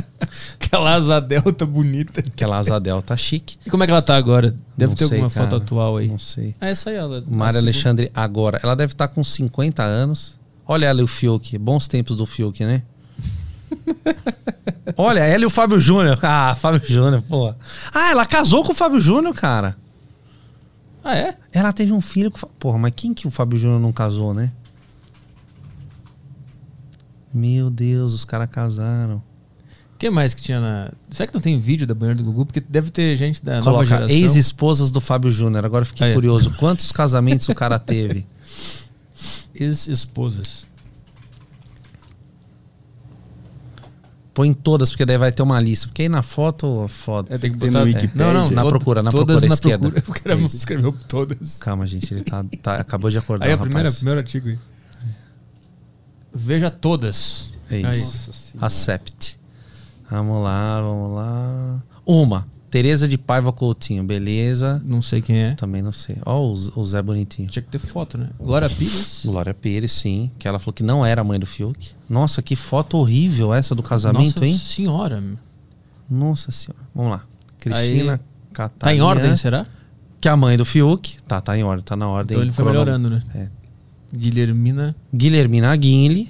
Speaker 1: aquela asa delta bonita.
Speaker 4: Aquela asa delta chique.
Speaker 1: E como é que ela tá agora? Deve
Speaker 4: Não
Speaker 1: ter
Speaker 4: sei,
Speaker 1: alguma
Speaker 4: cara.
Speaker 1: foto atual aí.
Speaker 4: Não sei.
Speaker 1: É essa aí, ela.
Speaker 4: Mária
Speaker 1: Nossa,
Speaker 4: Alexandre agora. Ela deve estar com 50 anos. Olha ela e o Fiuk. Bons tempos do Fiuk, né? Olha, ela e o Fábio Júnior. Ah, Fábio Júnior, pô. Ah, ela casou com o Fábio Júnior, cara.
Speaker 1: Ah, é?
Speaker 4: Ela teve um filho com. o Fa- Porra, mas quem que o Fábio Júnior não casou, né? Meu Deus, os caras casaram.
Speaker 1: O que mais que tinha na. Será que não tem vídeo da banheira do Gugu? Porque deve ter gente da É nova
Speaker 4: Coloca
Speaker 1: geração.
Speaker 4: ex-esposas do Fábio Júnior. Agora eu fiquei
Speaker 1: Aí.
Speaker 4: curioso. Quantos casamentos o cara teve?
Speaker 1: Ex-esposas.
Speaker 4: Põe todas, porque daí vai ter uma lista. Porque aí na foto, foda.
Speaker 1: É, tem que
Speaker 2: Tem
Speaker 1: botar
Speaker 2: no Wikipedia.
Speaker 1: Não, não,
Speaker 4: Na procura, na
Speaker 1: todas
Speaker 4: procura,
Speaker 1: na
Speaker 4: esquerda.
Speaker 1: procura. O cara
Speaker 4: É
Speaker 1: não
Speaker 4: isso.
Speaker 1: escreveu todas.
Speaker 4: Calma, gente. Ele tá, tá- acabou de acordar,
Speaker 1: aí a
Speaker 4: rapaz.
Speaker 1: primeira, primeiro artigo aí. Veja todas.
Speaker 4: É
Speaker 1: Aí.
Speaker 4: isso. Accept. Vamos lá, vamos lá. Uma. Tereza de Paiva Coutinho. Beleza.
Speaker 1: Não sei quem é.
Speaker 4: Também não sei. Ó o Z- o Zé Bonitinho.
Speaker 1: Tinha que ter foto, né? Glória Pires.
Speaker 4: Glória Pires, sim. Que ela falou que não era a mãe do Fiuk. Nossa, que foto horrível essa do casamento,
Speaker 1: Nossa
Speaker 4: hein?
Speaker 1: senhora. meu. Então
Speaker 4: Nossa senhora. Vamos lá. Cristina
Speaker 1: Aí,
Speaker 4: Catarina.
Speaker 1: Tá em ordem, será?
Speaker 4: Que é a mãe do Fiuk. Tá, tá em ordem, tá na ordem.
Speaker 1: Então ele foi
Speaker 4: crono-
Speaker 1: melhorando, né?
Speaker 4: É.
Speaker 1: Guilhermina.
Speaker 4: Guilhermina Aguinle.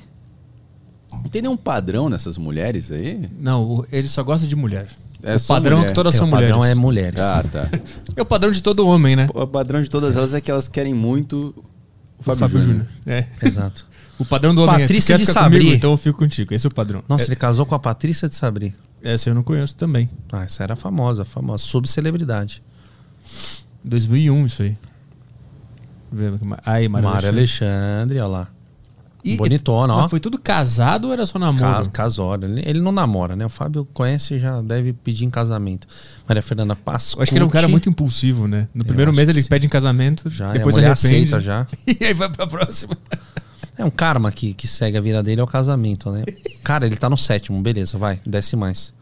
Speaker 2: Não tem nenhum padrão nessas mulheres aí?
Speaker 1: Não, o- ele só gosta de mulher.
Speaker 2: É
Speaker 1: o
Speaker 2: só
Speaker 1: padrão é
Speaker 2: mulher.
Speaker 1: que todas
Speaker 4: É,
Speaker 1: são
Speaker 4: o padrão
Speaker 1: mulheres.
Speaker 4: é mulheres.
Speaker 2: Ah, tá.
Speaker 1: É... o padrão de todo homem, né?
Speaker 2: O padrão de todas elas é que elas querem muito o
Speaker 1: O
Speaker 2: Fábio, Júnior.
Speaker 1: É.
Speaker 4: Exato.
Speaker 1: O padrão do homem
Speaker 4: Patrícia
Speaker 1: é, tu quer
Speaker 4: de
Speaker 1: ficar comigo,
Speaker 4: Sabri.
Speaker 1: então eu fico contigo. Esse é o padrão.
Speaker 4: Nossa, ele casou com a Patrícia de Sabri.
Speaker 1: É- Essa eu não conheço também.
Speaker 4: Ah, essa era famosa, famosa. Subcelebridade.
Speaker 1: 2001 isso aí. Vê, Aí, Maria
Speaker 4: Mário
Speaker 1: Alexandre.
Speaker 4: Alexandre, olha lá.
Speaker 1: E-
Speaker 4: Bonitona,
Speaker 1: Mas
Speaker 4: ó.
Speaker 1: Foi tudo casado ou era só namoro?
Speaker 4: Ca- Casório. Ele, ele não namora, né? O Fábio conhece e já deve pedir em casamento. Maria Fernanda Pascoal.
Speaker 1: Eu acho que ele é um cara muito impulsivo, né? No primeiro
Speaker 4: acho
Speaker 1: mês
Speaker 4: que
Speaker 1: ele
Speaker 4: sim.
Speaker 1: pede em casamento,
Speaker 4: Já,
Speaker 1: depois
Speaker 4: e a
Speaker 1: se
Speaker 4: mulher
Speaker 1: arrepende.
Speaker 4: aceita já.
Speaker 1: E aí vai pra próxima.
Speaker 4: É um karma que, que segue a vida dele, é o casamento, né? Cara, ele tá no sétimo, beleza, vai, desce mais.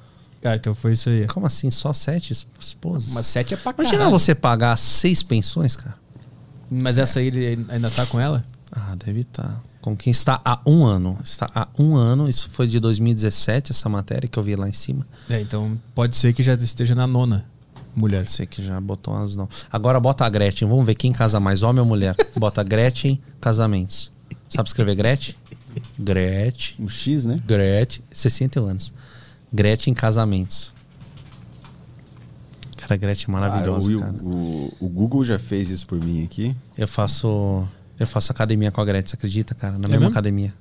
Speaker 1: Ah, então foi isso aí.
Speaker 4: Como assim? Só sete es- esposas?
Speaker 1: Mas sete é pra
Speaker 4: Imagina
Speaker 1: caralho.
Speaker 4: você pagar seis pensões, cara.
Speaker 1: Mas essa aí ele ainda tá com ela?
Speaker 4: Ah, deve estar. Com quem está há um ano. Está há um ano. Isso foi de 2017, essa matéria que eu vi lá em cima.
Speaker 1: É, então pode ser que já esteja na nona mulher.
Speaker 4: Você que já botou umas não. Agora bota a Gretchen. Vamos ver quem casa mais, homem ou mulher. Bota Gretchen, casamentos. Sabe escrever Gretchen? Gretchen.
Speaker 2: Um X, né?
Speaker 4: um Gretchen. 61 anos. Gretchen, casamentos. Cara, a Gretchen é
Speaker 2: Cara, Ah, o,
Speaker 4: maravilhosa,
Speaker 2: Will-
Speaker 4: cara.
Speaker 2: o- o Google já fez isso por mim aqui.
Speaker 4: Eu faço. Eu faço academia com a Gretchen, você acredita, cara? Na
Speaker 1: É
Speaker 4: mesma
Speaker 1: mesmo?
Speaker 4: academia.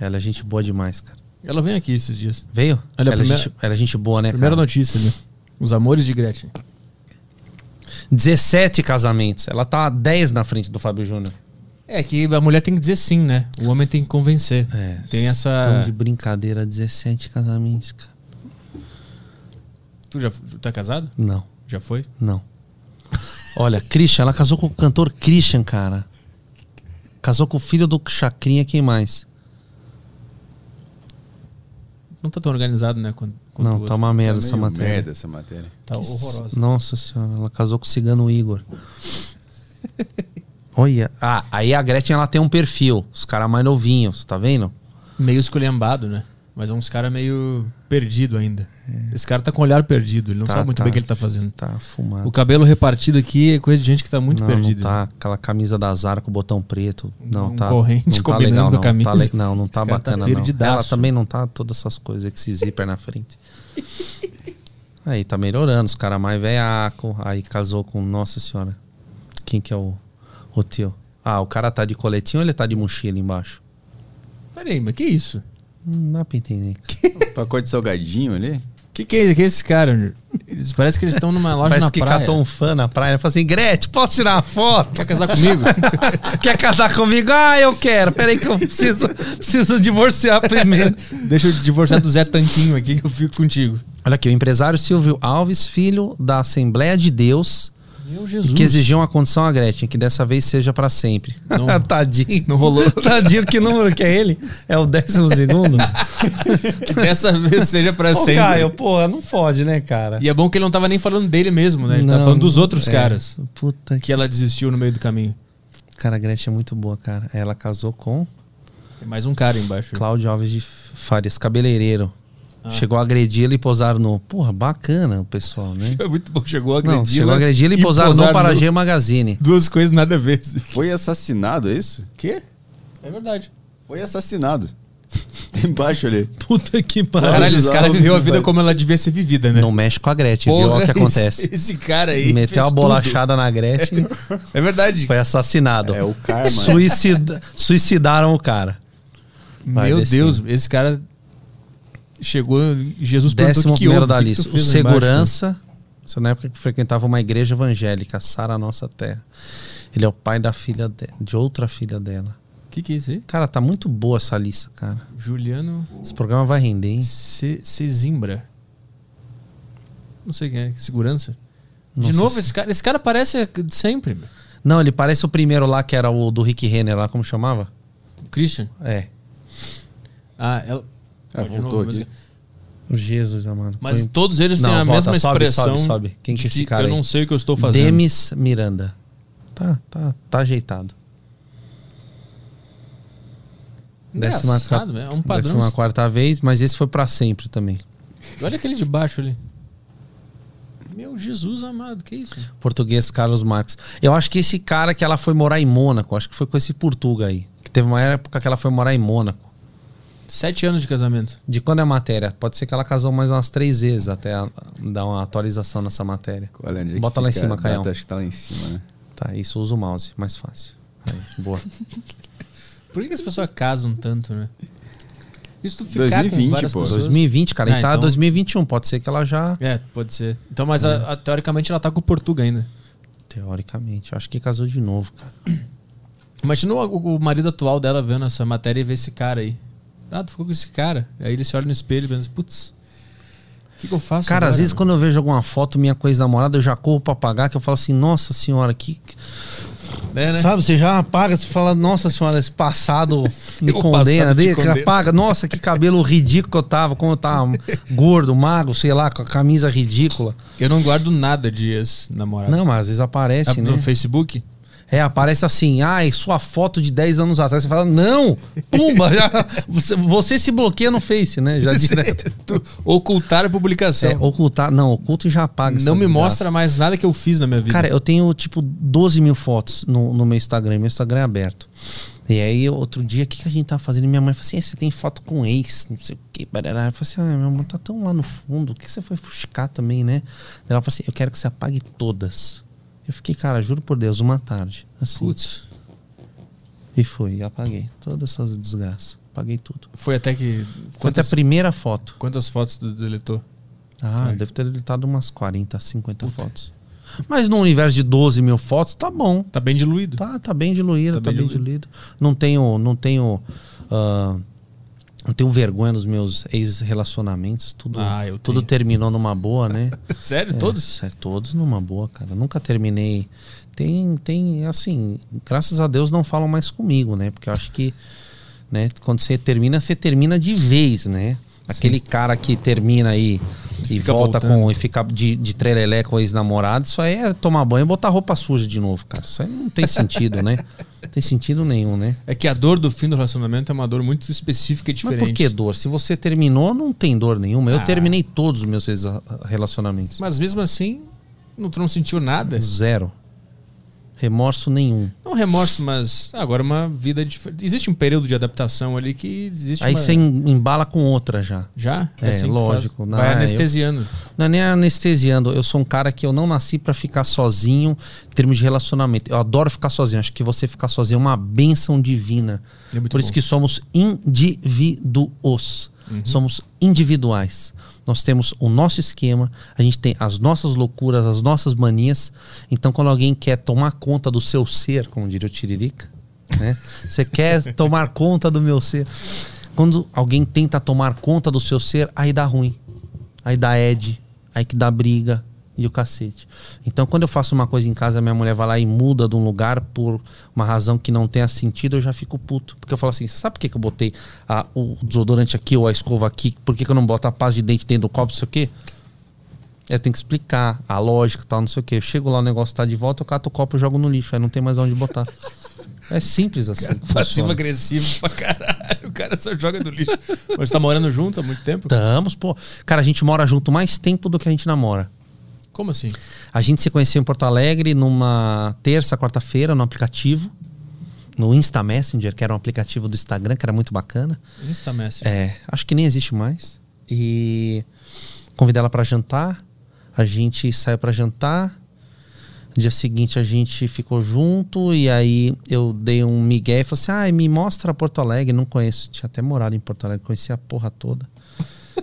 Speaker 4: Ela é gente boa demais, cara.
Speaker 1: Ela vem aqui esses dias.
Speaker 4: Veio?
Speaker 1: Olha, a
Speaker 4: ela, é
Speaker 1: primeira-
Speaker 4: gente, ela é gente boa, né,
Speaker 1: Primeira
Speaker 4: cara?
Speaker 1: notícia ali. Os amores de Gretchen.
Speaker 4: 17 casamentos. Ela tá 10 na frente do Fábio Júnior.
Speaker 1: É que a mulher tem que dizer sim, né? O homem tem que convencer. Tem
Speaker 4: Tão
Speaker 1: essa.
Speaker 4: É, de brincadeira, 17 casamentos, cara.
Speaker 1: Tu já tu tá casado?
Speaker 4: Não,
Speaker 1: Já foi?
Speaker 4: não. Olha, Christian, ela casou com o cantor Christian, cara. Casou com o filho do Chacrinha, quem mais?
Speaker 1: Não tá tão organizado, né? Quanto, quanto o
Speaker 4: não,
Speaker 1: outro.
Speaker 4: tá uma merda
Speaker 2: Meio
Speaker 4: essa matéria.
Speaker 2: Merda essa matéria.
Speaker 1: Tá horrorosa.
Speaker 4: Nossa senhora, ela casou com o cigano Igor. Olha. Ah, aí a Gretchen ela tem um perfil. Os caras mais novinhos, tá vendo?
Speaker 1: Meio esculhambado, né? Mas é uns cara meio perdido ainda. Esse cara tá com o olhar perdido, ele não
Speaker 4: É. Tá,
Speaker 1: sabe muito
Speaker 4: tá.
Speaker 1: bem o que ele tá fazendo.
Speaker 4: Tá fumado.
Speaker 1: O cabelo repartido aqui é coisa de gente que tá muito
Speaker 4: não,
Speaker 1: perdida.
Speaker 4: Não tá aquela camisa da Zara com o botão preto. Não,
Speaker 1: Um
Speaker 4: tá.
Speaker 1: corrente
Speaker 4: não tá legal,
Speaker 1: combinando com a
Speaker 4: não. Tá
Speaker 1: camisa.
Speaker 4: le- não, não tá
Speaker 1: Esse cara tá
Speaker 4: bacana, não.
Speaker 1: perdidaço.
Speaker 4: Ela também não tá todas essas coisas, que esse zíper na frente. Aí tá melhorando, os caras mais veiaco. Aí casou com, nossa senhora. Quem que é o, o tio? Ah, o cara tá de coletinho ou ele tá de mochila embaixo?
Speaker 1: Peraí, mas que isso?
Speaker 4: Hum, Não dá pra entender.
Speaker 2: Pacote de salgadinho ali.
Speaker 1: Que que é, que é esse cara? Júnior? Eles, parece que eles estão numa loja
Speaker 4: Parece
Speaker 1: na
Speaker 4: que
Speaker 1: praia.
Speaker 4: catou um fã na praia. Ele falou assim: Gretchen, posso tirar uma foto?
Speaker 1: Quer casar comigo?
Speaker 4: Quer casar comigo? Ah, eu quero. Peraí, que eu preciso, preciso divorciar primeiro.
Speaker 1: Deixa eu divorciar do Zé Tanquinho aqui que eu fico contigo.
Speaker 4: Olha aqui, o empresário Silvio Alves, filho da Assembleia de Deus,
Speaker 1: Meu Jesus.
Speaker 4: que exigiu uma condição a Gretchen, que dessa vez seja pra sempre.
Speaker 1: Não.
Speaker 4: Tadinho.
Speaker 1: Não rolou.
Speaker 4: Tadinho, que número que é ele? É o décimo segundo?
Speaker 1: Que dessa vez seja pra
Speaker 4: Ô,
Speaker 1: sempre.
Speaker 4: Caio, porra, não fode, né, cara?
Speaker 1: E é bom que ele não tava nem falando dele mesmo, né? Ele
Speaker 4: Não,
Speaker 1: tava falando dos outros
Speaker 4: é.
Speaker 1: caras.
Speaker 4: Puta que...
Speaker 1: Que ela desistiu no meio do caminho.
Speaker 4: Cara, a Gretchen é muito boa, cara. Ela casou com
Speaker 1: Tem mais um cara embaixo. Ah.
Speaker 4: Cláudio Alves de Fares, cabeleireiro. Chegou a agredir ele e pousar no... Porra, bacana o pessoal, né?
Speaker 1: É muito bom. Chegou a agredir.
Speaker 4: Não, chegou a agredir ele e pousar no para G Magazine.
Speaker 1: Duas coisas nada a ver.
Speaker 2: Foi assassinado, é isso?
Speaker 1: Quê? É verdade.
Speaker 2: Foi assassinado. Tem embaixo ali.
Speaker 4: Puta que
Speaker 1: Caralho, esse cara
Speaker 2: Alves,
Speaker 1: viveu a vida
Speaker 2: velho.
Speaker 1: como ela devia ser vivida, né?
Speaker 4: Não mexe com a Gretchen, viu? Olha o que
Speaker 1: esse-
Speaker 4: acontece.
Speaker 1: Esse, cara aí.
Speaker 4: Meteu
Speaker 1: fez
Speaker 4: uma bolachada na Gretchen,
Speaker 1: tudo. É verdade.
Speaker 4: foi assassinado.
Speaker 2: É o karma.
Speaker 4: Suicida- suicidaram o cara. Vai
Speaker 1: Meu
Speaker 4: descer.
Speaker 1: Deus, esse cara chegou. Jesus
Speaker 4: Décimo
Speaker 1: perguntou o que, que
Speaker 4: primeiro
Speaker 1: houve.
Speaker 4: da
Speaker 1: o que que
Speaker 4: lista.
Speaker 1: tu
Speaker 4: O
Speaker 1: fez lá embaixo,
Speaker 4: segurança. Isso na época que frequentava uma igreja evangélica, Sara Nossa Terra. Ele é o pai da filha de, de outra filha dela.
Speaker 1: né? O que, que é isso aí?
Speaker 4: Cara, tá muito boa essa lista, cara.
Speaker 1: Juliano
Speaker 4: Esse programa vai render, hein?
Speaker 1: Ce- Cezimbra. Não sei quem é. Segurança.
Speaker 4: Nossa,
Speaker 1: De novo,
Speaker 4: se-
Speaker 1: esse cara, esse cara parece de sempre. meu.
Speaker 4: Não, ele parece o primeiro lá que era o do Rick Renner lá, como chamava?
Speaker 1: O Christian.
Speaker 4: É.
Speaker 1: Ah, ela.
Speaker 2: Ah,
Speaker 1: Ó, de
Speaker 2: voltou
Speaker 1: novo, mas-
Speaker 2: aqui.
Speaker 4: O Jesus, amado.
Speaker 1: Mas
Speaker 4: Põe-
Speaker 1: todos eles têm
Speaker 4: Não,
Speaker 1: a
Speaker 4: volta,
Speaker 1: mesma
Speaker 4: sobe,
Speaker 1: expressão.
Speaker 4: sobe, sobe. Quem que é
Speaker 1: de
Speaker 4: esse cara
Speaker 1: Eu
Speaker 4: aí?
Speaker 1: não sei o que eu estou fazendo.
Speaker 4: Demis Miranda. Tá, tá, tá ajeitado. Décima, ca-
Speaker 1: Engraçado, né? É um padrão.
Speaker 4: décima
Speaker 1: est-
Speaker 4: quarta vez, mas esse foi pra sempre também.
Speaker 1: Olha aquele de baixo ali. Meu Jesus amado, que isso?
Speaker 4: Português Carlos Marques. Eu acho que esse cara que ela foi morar em Mônaco, acho que foi com esse Portuga aí. Que teve uma época que ela foi morar em Mônaco.
Speaker 1: Sete anos de casamento.
Speaker 4: De quando é a matéria? Pode ser que ela casou mais umas três vezes até a- dar uma atualização nessa matéria.
Speaker 2: Olha, onde é que
Speaker 4: Bota lá em
Speaker 2: fica a
Speaker 4: cima,
Speaker 2: data?
Speaker 4: Caião.
Speaker 2: Acho que tá lá em cima, né?
Speaker 4: Tá, isso usa o mouse, mais fácil. Aí, boa.
Speaker 1: Por que, que as pessoas casam tanto, né? Isso tu ficar
Speaker 2: 2020,
Speaker 1: com várias
Speaker 2: pô.
Speaker 1: pessoas...
Speaker 4: 2020, cara,
Speaker 1: Ah,
Speaker 4: e tá
Speaker 1: então-
Speaker 4: 2021, pode ser que ela já É.
Speaker 1: É, pode ser. Então, mas a- a- teoricamente ela tá com o Portuga ainda.
Speaker 4: Teoricamente, acho que casou de novo, cara.
Speaker 1: Imagina o, o marido atual dela vendo essa matéria e vê esse cara aí. Ah, tu ficou com esse cara. Aí ele se olha no espelho e pensa, putz, o que, que eu faço?
Speaker 4: Cara,
Speaker 1: agora,
Speaker 4: às vezes
Speaker 1: meu?
Speaker 4: quando eu vejo alguma foto minha com a ex-namorada, eu já corro pra apagar, que eu falo assim, nossa senhora, que.
Speaker 1: É, né?
Speaker 4: Sabe, você já apaga, você fala, nossa senhora, esse passado me
Speaker 1: O
Speaker 4: condena,
Speaker 1: passado te
Speaker 4: dele,
Speaker 1: condena.
Speaker 4: apaga, nossa, que cabelo ridículo que eu tava, como eu tava gordo, magro, sei lá, com a camisa ridícula.
Speaker 1: Eu não guardo nada de ex-namorado.
Speaker 4: Não, mas às vezes aparece,
Speaker 1: Ah,
Speaker 4: né?
Speaker 1: No Facebook?
Speaker 4: É, aparece assim, ai, sua foto de 10 anos atrás. Você fala, não! Pumba! já- você, você se bloqueia no Face, né? Já direto.
Speaker 1: Ocultar a publicação.
Speaker 4: É, ocultar. Não, oculto e já apaga. essa
Speaker 1: não me
Speaker 4: desgraça.
Speaker 1: mostra mais nada que eu fiz na minha vida.
Speaker 4: Cara, eu tenho tipo 12 mil fotos no, no meu Instagram. Meu Instagram é aberto. E aí, outro dia, o que, que a gente tava fazendo? E Minha mãe falou assim: "É, você tem foto com ex, não sei o que, barará. Eu falei assim: ah, meu amor, tá tão lá no fundo, o que você foi fuscar também, né? Ela falou assim: eu quero que você apague todas. Eu fiquei, cara, juro por Deus, uma tarde. Assim.
Speaker 1: Putz,
Speaker 4: E fui, e apaguei todas essas desgraças. Apaguei tudo.
Speaker 1: foi até que.
Speaker 4: Quanto a
Speaker 1: Quantas,
Speaker 4: primeira foto?
Speaker 1: quantas fotos tu deletou?
Speaker 4: Ah, deve ter deletado umas 40, 50 fotos. Mas num universo de 12 mil fotos, tá bom.
Speaker 1: Tá bem diluído.
Speaker 4: Tá, tá bem diluído, tá, bem, diluído. Não tenho, não tenho, ah, não tenho vergonha dos meus ex-relacionamentos. Tudo,
Speaker 1: Ah, eu
Speaker 4: tudo
Speaker 1: tenho.
Speaker 4: terminou numa boa, né?
Speaker 1: Sério?
Speaker 4: É,
Speaker 1: Todos?
Speaker 4: isso é, todos numa boa, cara. Nunca terminei. Tem, tem, assim, graças a Deus não falam mais comigo, né? Porque eu acho que, né, quando você termina, você termina de vez, né? Aquele cara que termina aí e
Speaker 1: Fica
Speaker 4: volta
Speaker 1: voltando.
Speaker 4: com e fica de, de trelelé com o ex-namorado, isso aí é tomar banho e botar roupa suja de novo, cara. Isso aí não tem sentido, né? Não tem sentido nenhum, né?
Speaker 1: É que a dor do fim do relacionamento é uma dor muito específica e diferente.
Speaker 4: Mas por que dor? Se você terminou, não tem dor nenhuma. Eu
Speaker 1: Ah.
Speaker 4: terminei todos os meus ex- relacionamentos.
Speaker 1: Mas mesmo assim, não, tu não sentiu nada.
Speaker 4: Zero. Remorso nenhum.
Speaker 1: Não remorso, mas agora uma vida diferente. Existe um período de adaptação ali que existe
Speaker 4: Aí
Speaker 1: uma...
Speaker 4: você em- embala com outra já.
Speaker 1: Já? assim
Speaker 4: É,
Speaker 1: que tu faz?
Speaker 4: lógico. Não,
Speaker 1: Vai
Speaker 4: é,
Speaker 1: anestesiando.
Speaker 4: Não é nem anestesiando. Eu sou um cara que eu não nasci pra ficar sozinho em termos de relacionamento. Eu adoro ficar sozinho. Acho que você ficar sozinho é uma bênção divina.
Speaker 1: É muito
Speaker 4: Por isso
Speaker 1: bom. Uhum.
Speaker 4: que somos indivíduos. Somos individuais. Nós temos o nosso esquema, a gente tem as nossas loucuras, as nossas manias. Então, quando alguém quer tomar conta do seu ser, como diria o Tiririca, né? Você quer tomar conta do meu ser. Quando alguém tenta tomar conta do seu ser, aí dá ruim. Aí dá Ed, aí que dá briga e o cacete. Então, quando eu faço uma coisa em casa, minha mulher vai lá e muda de um lugar por uma razão que não tenha sentido, eu já fico puto. Porque eu falo assim: sabe por que, que eu botei a- o desodorante aqui ou a escova aqui? Por que, que eu não boto a pasta de dente dentro do copo, não sei o quê? Eu tenho que explicar a lógica e tal, não sei o quê. Eu chego lá, o negócio tá de volta, eu cato o copo e jogo no lixo. Aí não tem mais onde botar. É simples assim. que funciona.
Speaker 1: Passivo-agressivo pra caralho. O cara só joga do lixo. Mas tá morando junto há muito tempo?
Speaker 4: Estamos, pô. Cara, a gente mora junto mais tempo do que a gente namora.
Speaker 1: Como assim?
Speaker 4: A gente se conheceu em Porto Alegre numa terça, quarta-feira, no aplicativo. No Insta Messenger, que era um aplicativo do Instagram, que era muito bacana.
Speaker 1: Insta Messenger.
Speaker 4: É, acho que nem existe mais. E convidei ela pra jantar. A gente saiu pra jantar. No Dia seguinte a gente ficou junto e aí eu dei um migué e falei assim: "Ah, me mostra Porto Alegre, não conheço, tinha até morado em Porto Alegre, conhecia a porra toda".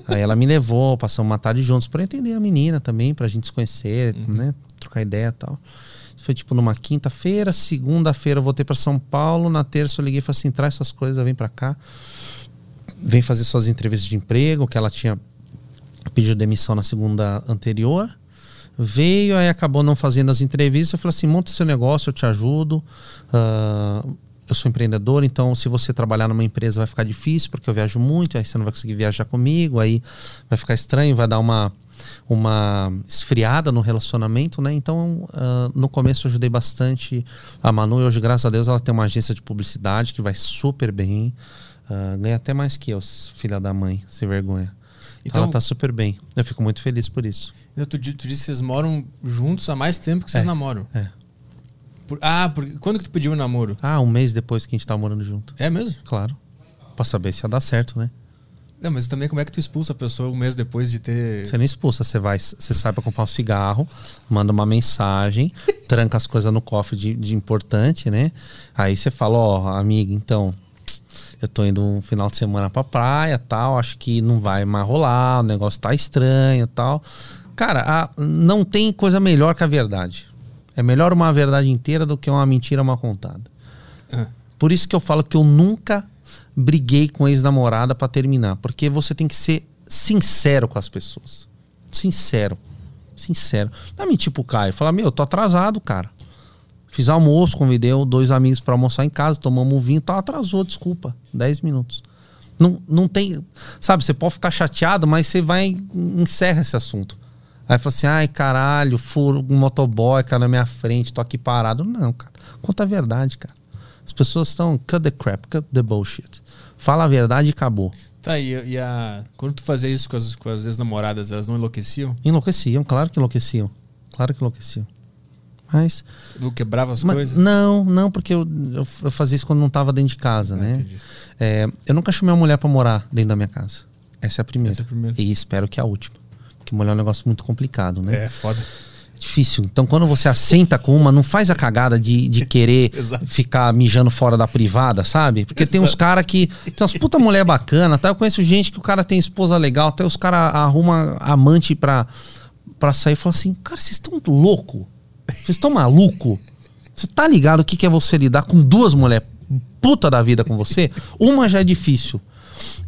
Speaker 4: aí ela me levou, passamos uma tarde juntos pra entender a menina também, pra gente se conhecer, né, trocar ideia e tal. Isso Foi tipo numa quinta-feira, segunda-feira eu voltei pra São Paulo, na terça eu liguei e falei assim: "Traz suas coisas, vem pra cá" vem fazer suas entrevistas de emprego, que ela tinha pedido demissão na segunda anterior. Veio, aí acabou não fazendo as entrevistas. Eu falei assim: monta seu negócio, eu te ajudo. Ah, eu sou empreendedor, então se você trabalhar numa empresa vai ficar difícil, porque eu viajo muito, aí você não vai conseguir viajar comigo, aí vai ficar estranho, vai dar uma, uma esfriada no relacionamento, né? Então, ah, no começo eu ajudei bastante a Manu, e hoje, graças a Deus, ela tem uma agência de publicidade que vai super bem. Ah, ganha até mais que eu, filha da mãe, sem vergonha.
Speaker 1: Então-
Speaker 4: Então, ela tá super bem. Eu fico muito feliz por isso.
Speaker 1: Eu, tu, di- tu disse que vocês moram juntos há mais tempo que vocês
Speaker 4: É.
Speaker 1: namoram.
Speaker 4: É.
Speaker 1: Por- ah, por, quando que tu pediu o namoro?
Speaker 4: Ah, um mês depois que a gente tá morando junto.
Speaker 1: É mesmo?
Speaker 4: Claro. Pra saber se ia dar certo, né?
Speaker 1: Não, mas também como é que tu expulsa a pessoa um mês depois de ter...
Speaker 4: Você não expulsa, você vai, você sai pra comprar um cigarro, manda uma mensagem, tranca as coisas no cofre de, de importante, né? Aí você fala, ó, amiga, então, eu tô indo um final de semana pra praia tal, acho que não vai mais rolar, o negócio tá estranho tal. Cara, a- não tem coisa melhor que a verdade. É melhor uma verdade inteira do que uma mentira mal contada.
Speaker 1: Ah.
Speaker 4: Por isso que eu falo que eu nunca briguei com ex-namorada pra terminar. Porque você tem que ser sincero com as pessoas. Sincero. Sincero. Não é mentir pro Caio. Falar, meu, eu tô atrasado, cara. Fiz almoço, convidei dois amigos pra almoçar em casa, tomamos um vinho e tal. Atrasou, desculpa. 10 minutos. Não, não tem. Sabe, você pode ficar chateado, mas você vai e encerra esse assunto. Aí fala assim, ai caralho, furo um motoboy, cara, na minha frente, tô aqui parado. Não, cara. Conta a verdade, cara. As pessoas estão cut the crap, cut the bullshit. Fala a verdade e acabou.
Speaker 1: Tá, e, e a... quando tu fazia isso com as, com as ex-namoradas, elas não enlouqueciam?
Speaker 4: Enlouqueciam, claro que enlouqueciam. Claro que enlouqueciam. Mas
Speaker 1: Tu quebrava as
Speaker 4: Mas-
Speaker 1: coisas?
Speaker 4: Não, não, porque eu, eu, eu fazia isso quando não tava dentro de casa, né?
Speaker 1: Ah, entendi.
Speaker 4: É, eu nunca chamei uma mulher pra morar dentro da minha casa. Essa é a primeira.
Speaker 1: Essa é a primeira.
Speaker 4: E espero que a última. Porque mulher é um negócio muito complicado, né?
Speaker 1: É, foda.
Speaker 4: Difícil. Então, quando você assenta com uma, não faz a cagada de, de querer
Speaker 1: Exato.
Speaker 4: ficar mijando fora da privada, sabe? Porque tem uns caras que. Tem umas puta mulher bacana, tá? Eu conheço gente que o cara tem esposa legal, até os caras arrumam amante pra, pra sair e falam assim: cara, vocês estão louco? Vocês estão maluco? Você tá ligado o que, que é você lidar com duas mulheres puta da vida com você? Uma já é difícil.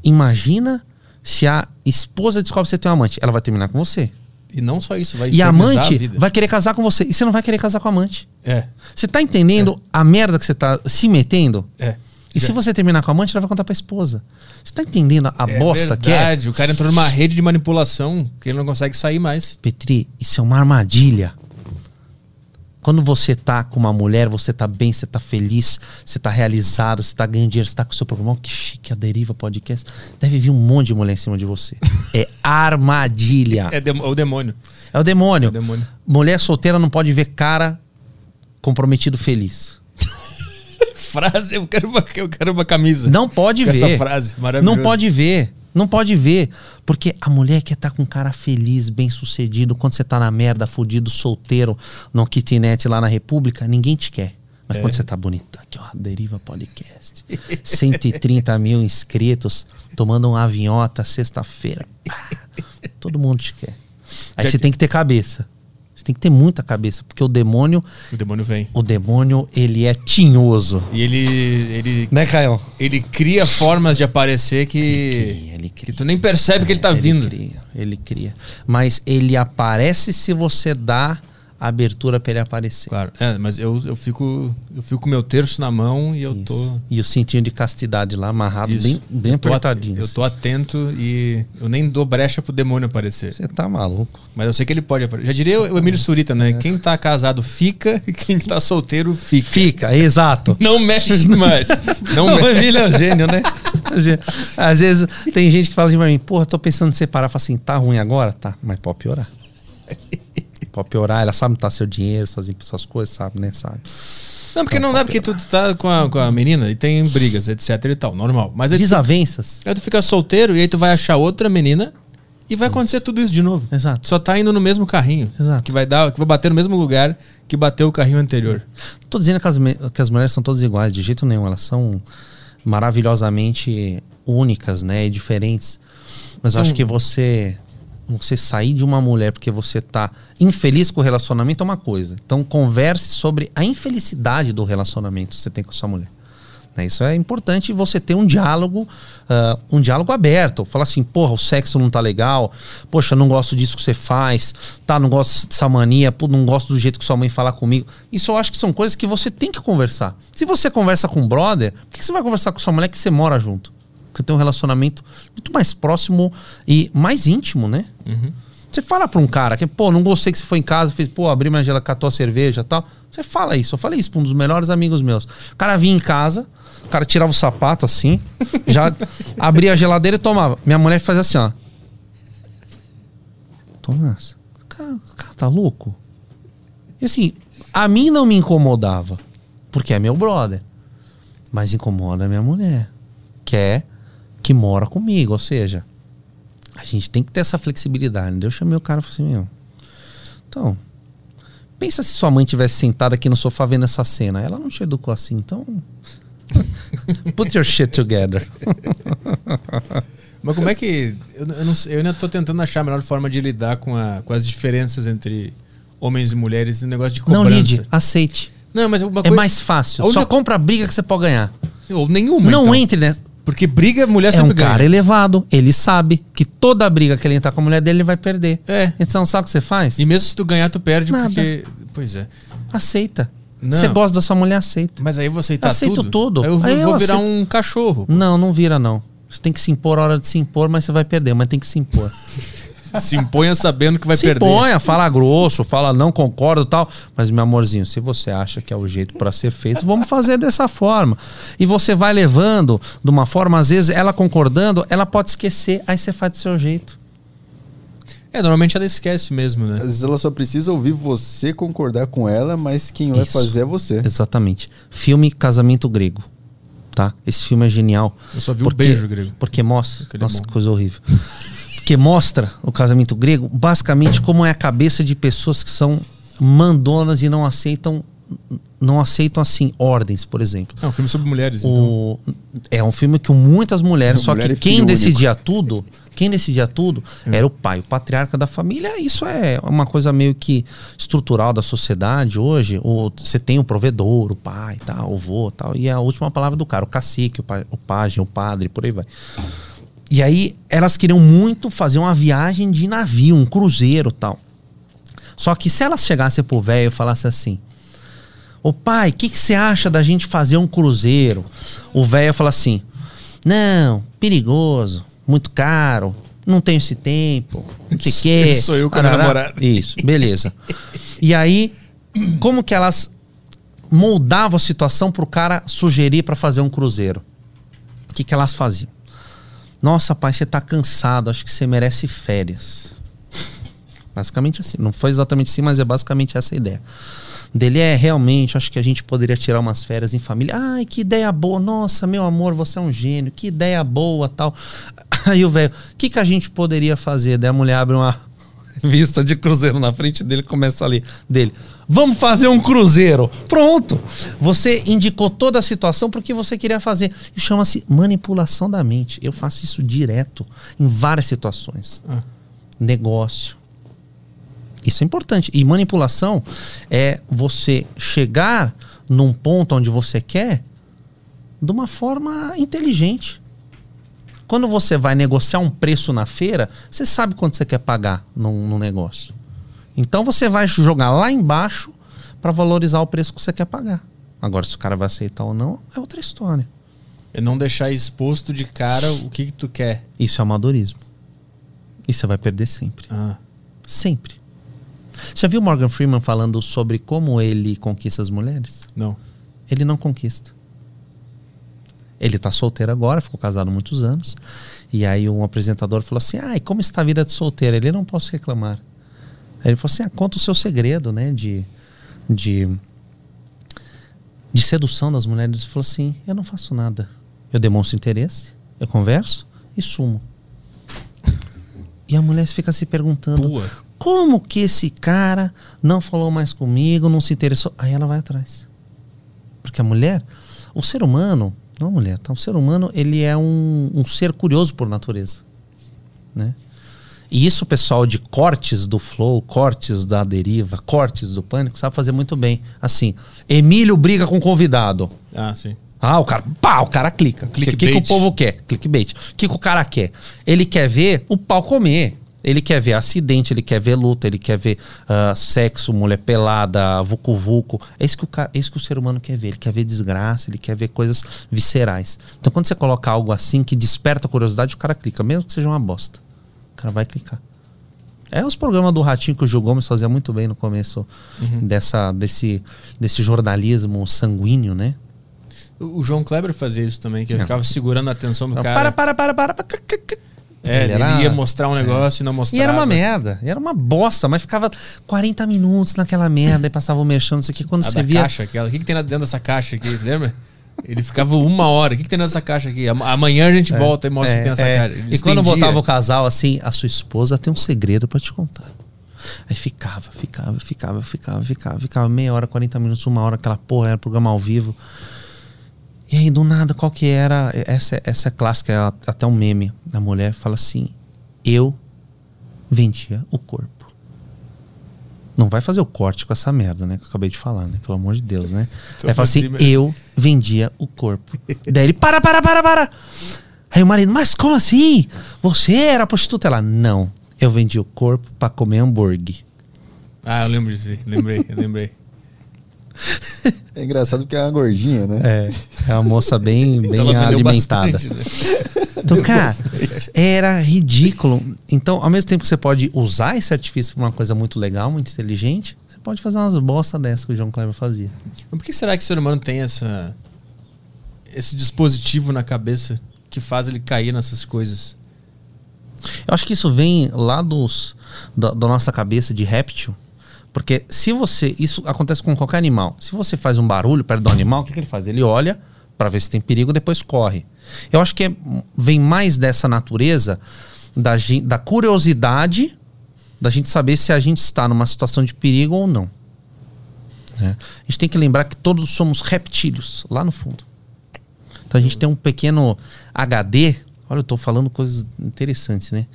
Speaker 4: Imagina se a esposa descobre que você tem um amante. Ela vai terminar com você.
Speaker 1: E não só isso, vai
Speaker 4: E a
Speaker 1: infernizar a
Speaker 4: amante
Speaker 1: vida.
Speaker 4: vai querer casar com você. E você não vai querer casar com a amante.
Speaker 1: É,
Speaker 4: Você tá entendendo a merda que você tá se metendo?
Speaker 1: é.
Speaker 4: E se você terminar com a amante, ela vai contar pra esposa. Você tá entendendo a bosta que é?
Speaker 1: verdade, o cara entrou numa rede de manipulação que ele não consegue sair mais.
Speaker 4: Petri, isso é uma armadilha. Quando você tá com uma mulher, você tá bem, você tá feliz, você tá realizado, você tá ganhando dinheiro, você tá com o seu problema. Que chique, a deriva podcast. Deve vir um monte de mulher em cima de você. É armadilha.
Speaker 1: É, dem- é o demônio.
Speaker 4: É o demônio.
Speaker 1: É o demônio.
Speaker 4: Mulher solteira não pode ver cara comprometido feliz.
Speaker 1: Frase, eu quero uma, eu quero uma camisa.
Speaker 4: Não pode
Speaker 1: Com
Speaker 4: ver.
Speaker 1: essa frase maravilhosa.
Speaker 4: Não pode ver. Não pode ver. Porque a mulher quer estar com um cara feliz, bem sucedido. Quando você tá na merda, fudido, solteiro, no kitnet lá na República, ninguém te quer. Mas
Speaker 1: É.
Speaker 4: quando você tá bonitão, aqui ó, Deriva Podcast. 130 mil inscritos, tomando um avinhota sexta-feira. Pá. Todo mundo te quer. Aí você tem que ter cabeça. Você tem que ter muita cabeça, porque o demônio,
Speaker 1: O demônio vem.
Speaker 4: o demônio, ele é tinhoso.
Speaker 1: E ele, ele,
Speaker 4: Né, Caio?
Speaker 1: ele cria formas de aparecer que,
Speaker 4: cria, ele cria.
Speaker 1: que tu nem percebe que ele tá
Speaker 4: ele
Speaker 1: vindo.
Speaker 4: Cria, ele cria. Mas ele aparece se você dá a abertura pra ele aparecer.
Speaker 1: Claro, é, mas eu, eu fico eu fico com meu terço na mão e eu tô
Speaker 4: E o cintinho de castidade lá amarrado,
Speaker 1: isso.
Speaker 4: bem, bem
Speaker 1: eu tô,
Speaker 4: apertadinho. assim.
Speaker 1: eu tô atento e eu nem dou brecha pro demônio aparecer.
Speaker 4: Você tá maluco. É.
Speaker 1: Mas eu sei que ele pode aparecer. Já diria o o Emílio Surita, né? Quem tá casado fica e quem tá solteiro fica.
Speaker 4: Fica, exato.
Speaker 1: Não mexe mais. Não,
Speaker 4: Não,
Speaker 1: mexe.
Speaker 4: ele é um gênio, né? É um gênio. Às vezes tem gente que fala assim pra mim, porra, tô pensando em separar. Fala assim, tá ruim agora? Tá, mas pode piorar. Pode piorar, ela sabe tá seu dinheiro, suas, suas coisas, sabe, né? Sabe.
Speaker 1: Não, porque não dá, porque tu tu tá com a, com a menina e tem brigas, etc e tal, normal. Mas aí,
Speaker 4: Desavenças.
Speaker 1: aí tu fica solteiro e aí tu vai achar outra menina e vai acontecer tudo isso de novo.
Speaker 4: Exato.
Speaker 1: Tu Só tá indo no mesmo carrinho.
Speaker 4: Exato.
Speaker 1: Que vai dar, que vai bater no mesmo lugar que bateu o carrinho anterior.
Speaker 4: Não É. tô dizendo que as, me- que as mulheres são todas iguais, de jeito nenhum. Elas são maravilhosamente únicas, né? E diferentes. Mas eu
Speaker 1: Então
Speaker 4: acho que você. Você sair de uma mulher porque você tá infeliz com o relacionamento é uma coisa. Então converse sobre a infelicidade do relacionamento que você tem com sua mulher. né? Isso é importante você ter um diálogo, ah, um diálogo aberto. Falar assim, porra, o sexo não tá legal, poxa, não gosto disso que você faz, tá, não gosto dessa mania, pô, não gosto do jeito que sua mãe fala comigo. Isso eu acho que são coisas que você tem que conversar. Se você conversa com um brother, por que você vai conversar com sua mulher que você mora junto? Que Você tem um relacionamento muito mais próximo e mais íntimo, né? Você fala pra um cara que, pô, não gostei que você foi em casa, fez, pô, abri minha geladeira, catou a cerveja e tal. Você fala isso. Eu falei isso pra um dos melhores amigos meus. O cara vinha em casa, o cara tirava o sapato assim, já abria a geladeira e tomava. Minha mulher fazia assim, ó. Tomás, o cara, o cara tá louco? E assim, a mim não me incomodava, porque é meu brother. Mas incomoda a minha mulher, que é que mora comigo, ou seja, a gente tem que ter essa flexibilidade. né? Eu chamei o cara e falei assim, meu. Então, pensa se sua mãe tivesse sentada aqui no sofá vendo essa cena. Ela não te educou assim, então. Put your shit together.
Speaker 1: Mas como é que. Eu, eu não sei, eu ainda tô tentando achar a melhor forma de lidar com, a- com as diferenças entre homens e mulheres no negócio de
Speaker 4: Não
Speaker 1: cobrança.
Speaker 4: lide, aceite.
Speaker 1: Não, mas uma
Speaker 4: É
Speaker 1: coisa-
Speaker 4: mais fácil.
Speaker 1: A única-
Speaker 4: Só compra a briga que você pode ganhar.
Speaker 1: Ou nenhuma.
Speaker 4: não
Speaker 1: então.
Speaker 4: entre nessa.
Speaker 1: Porque briga, mulher
Speaker 4: é
Speaker 1: sempre
Speaker 4: um
Speaker 1: ganha.
Speaker 4: cara elevado, ele sabe que toda briga que ele entrar com a mulher dele, ele vai perder.
Speaker 1: É.
Speaker 4: Então sabe o que você faz?
Speaker 1: E mesmo se tu ganhar, tu perde,
Speaker 4: Nada.
Speaker 1: porque. Pois é.
Speaker 4: Aceita.
Speaker 1: Não.
Speaker 4: Você gosta da sua mulher, aceita.
Speaker 1: Mas aí eu vou aceitar
Speaker 4: Aceito
Speaker 1: tudo.
Speaker 4: tudo.
Speaker 1: Aí eu vou,
Speaker 4: Aí eu
Speaker 1: vou virar
Speaker 4: aceito.
Speaker 1: um cachorro.
Speaker 4: Não, não vira, não. Você tem que se impor a hora de se impor, mas você vai perder, mas tem que se impor.
Speaker 1: Se imponha sabendo que vai
Speaker 4: se
Speaker 1: perder.
Speaker 4: ponha, fala grosso, fala não concordo e tal. Mas, meu amorzinho, se você acha que é o jeito pra ser feito, vamos fazer dessa forma. E você vai levando de uma forma, às vezes, ela concordando, ela pode esquecer, aí você faz do seu jeito.
Speaker 1: É, normalmente ela esquece mesmo, né?
Speaker 2: Às vezes ela só precisa ouvir você concordar com ela, mas quem vai
Speaker 4: Isso.
Speaker 2: fazer é você.
Speaker 4: Exatamente. Filme Casamento Grego. Tá? Esse filme é genial.
Speaker 1: Eu só vi o beijo grego.
Speaker 4: Porque mostra.
Speaker 1: Aquele
Speaker 4: Nossa,
Speaker 1: bom.
Speaker 4: que coisa horrível. Porque mostra o casamento grego basicamente como é a cabeça de pessoas que são mandonas e não aceitam não aceitam assim ordens, por exemplo.
Speaker 1: É um filme sobre mulheres, então.
Speaker 4: O- é um filme que muitas mulheres,
Speaker 2: Não,
Speaker 4: só
Speaker 2: mulher
Speaker 4: que
Speaker 2: é
Speaker 4: quem
Speaker 2: filho É.
Speaker 4: decidia tudo, quem decidia tudo era o pai, o patriarca da família. Isso é uma coisa meio que estrutural da sociedade hoje. O, você tem o provedor, o pai, tal, o vô, tal, e a última palavra do cara, o cacique, o, pa, o pajem, o padre, por aí vai. E aí elas queriam muito fazer uma viagem de navio, um cruzeiro, tal. Só que se elas chegassem pro velho e falassem assim: Ô pai, o que que você acha da gente fazer um cruzeiro? O velho fala assim: Não, perigoso, muito caro, não tenho esse tempo, não sei o quê.
Speaker 1: Sou eu com a minha
Speaker 4: arará."
Speaker 1: namorada.
Speaker 4: Isso, beleza. e aí, como que elas moldavam a situação pro cara sugerir para fazer um cruzeiro? O que, que elas faziam? Nossa, pai, você tá cansado, acho que você merece férias. Basicamente assim. Não foi exatamente assim, mas é basicamente essa a ideia. Dele é realmente, acho que a gente poderia tirar umas férias em família. Ai, que ideia boa. Nossa, meu amor, você é um gênio. Que ideia boa, tal. Aí o velho, o que, que a gente poderia fazer? Daí a mulher abre uma vista de cruzeiro na frente dele e começa ali dele. Vamos fazer um cruzeiro. Pronto. Você indicou toda a situação porque você queria fazer. E chama-se manipulação da mente. Eu faço isso direto em várias situações. Negócio. Isso é importante. E manipulação é você chegar num ponto onde você quer de uma forma inteligente. Quando você vai negociar um preço na feira, você sabe quanto você quer pagar num, num negócio. Então você vai jogar lá embaixo para valorizar o preço que você quer pagar. Agora, se o cara vai aceitar ou não, é outra história.
Speaker 1: É não deixar exposto de cara o que, que tu quer.
Speaker 4: Isso é amadorismo. E você vai perder sempre.
Speaker 1: Ah.
Speaker 4: Sempre. Você já viu Morgan Freeman falando sobre como ele conquista as mulheres?
Speaker 1: Não.
Speaker 4: Ele não conquista. Ele tá solteiro agora, ficou casado há muitos anos. E aí um apresentador falou assim: "Ai, como está a vida de solteiro?" Ele não posso reclamar. Aí ele falou assim: ah, "Conta o seu segredo, né, de de de sedução das mulheres". Ele falou assim: "Eu não faço nada. Eu demonstro interesse, eu converso e sumo". E a mulher fica se perguntando:
Speaker 1: Pua.
Speaker 4: como que esse cara não falou mais comigo, não se interessou? Aí ela vai atrás. Porque a mulher, o ser humano, não a mulher, tá? o ser humano, ele é um, um ser curioso por natureza. Né? E isso o pessoal de cortes do Flow, cortes da Deriva, cortes do Pânico, sabe fazer muito bem. Assim, Emílio briga com um convidado.
Speaker 1: Ah, sim.
Speaker 4: Ah, o cara, pá, o cara clica. O que, que o
Speaker 1: Clickbait.
Speaker 4: povo quer? Clickbait. O que, que o cara quer? Ele quer ver o pau comer. Ele quer ver acidente, ele quer ver luta, ele quer ver ah, sexo, mulher pelada, vucu-vucu. É isso, que o cara, é isso que o ser humano quer ver. Ele quer ver desgraça, ele quer ver coisas viscerais. Então, quando você coloca algo assim que desperta a curiosidade, o cara clica, mesmo que seja uma bosta. O cara vai clicar. É os programas do Ratinho que o Gil Gomes fazia muito bem no começo dessa, desse, desse jornalismo sanguíneo, né?
Speaker 1: O o João Kleber fazia isso também, que ele ficava segurando a atenção do
Speaker 4: Não,
Speaker 1: cara.
Speaker 4: Para, para, para, para.
Speaker 1: É,
Speaker 4: Ele
Speaker 1: ele,
Speaker 4: era-
Speaker 1: ia mostrar um negócio e não
Speaker 4: E
Speaker 1: mostrava.
Speaker 4: era uma merda, e era uma bosta, mas ficava 40 minutos naquela merda e passava o merchan, não sei o que. Quando
Speaker 1: A
Speaker 4: você
Speaker 1: da
Speaker 4: via.
Speaker 1: caixa, aquela. O que, que tem dentro dessa caixa aqui, lembra? Ele ficava uma hora. O que, que tem nessa caixa aqui? Am- Amanhã a gente volta e mostra o que tem nessa
Speaker 4: É,
Speaker 1: caixa. Ele
Speaker 4: E quando
Speaker 1: estendia.
Speaker 4: botava o casal assim, a sua esposa tem um segredo pra te contar. Aí ficava, ficava, ficava, ficava, ficava, ficava meia hora, 40 minutos, uma hora, aquela porra, era programa ao vivo. E aí, do nada, qual que era? Essa, essa é clássica, é até um meme. A mulher fala assim: Eu vendia o corpo. Não vai fazer o corte com essa merda, né? Que eu acabei de falar, né? Pelo amor de Deus, né?
Speaker 1: Tô
Speaker 4: Aí fala assim:
Speaker 1: fazendo-
Speaker 4: Eu vendia o corpo. Daí ele: Para, para, para, para. Aí o marido: Mas como assim? Você era prostituta? Ela: Não. Eu vendi o corpo pra comer hambúrguer.
Speaker 1: Ah, eu lembro disso. aí. Lembrei, eu lembrei.
Speaker 2: É engraçado porque é uma gordinha, né?
Speaker 4: É, é uma moça bem, bem
Speaker 1: Então ela vendeu
Speaker 4: alimentada.
Speaker 1: bastante, né?
Speaker 4: Então, cara, Era ridículo. Então, ao mesmo tempo que você pode usar esse artifício pra uma coisa muito legal, muito inteligente, você pode fazer umas bosta dessas que o João Kleber fazia.
Speaker 1: Mas por que será que o ser humano tem essa esse dispositivo na cabeça que faz ele cair nessas coisas?
Speaker 4: Eu acho que isso vem lá dos, da, da nossa cabeça de réptil. Porque se você. Isso acontece com qualquer animal. Se você faz um barulho perto do animal, o que, que ele faz? Ele olha para ver se tem perigo, depois corre. Eu acho que é- vem mais dessa natureza da, gen- da curiosidade da gente saber se a gente está numa situação de perigo ou não. né? A gente tem que lembrar que todos somos reptílios, lá no fundo. Então a gente tem um pequeno HD. Olha, eu tô falando coisas interessantes, né?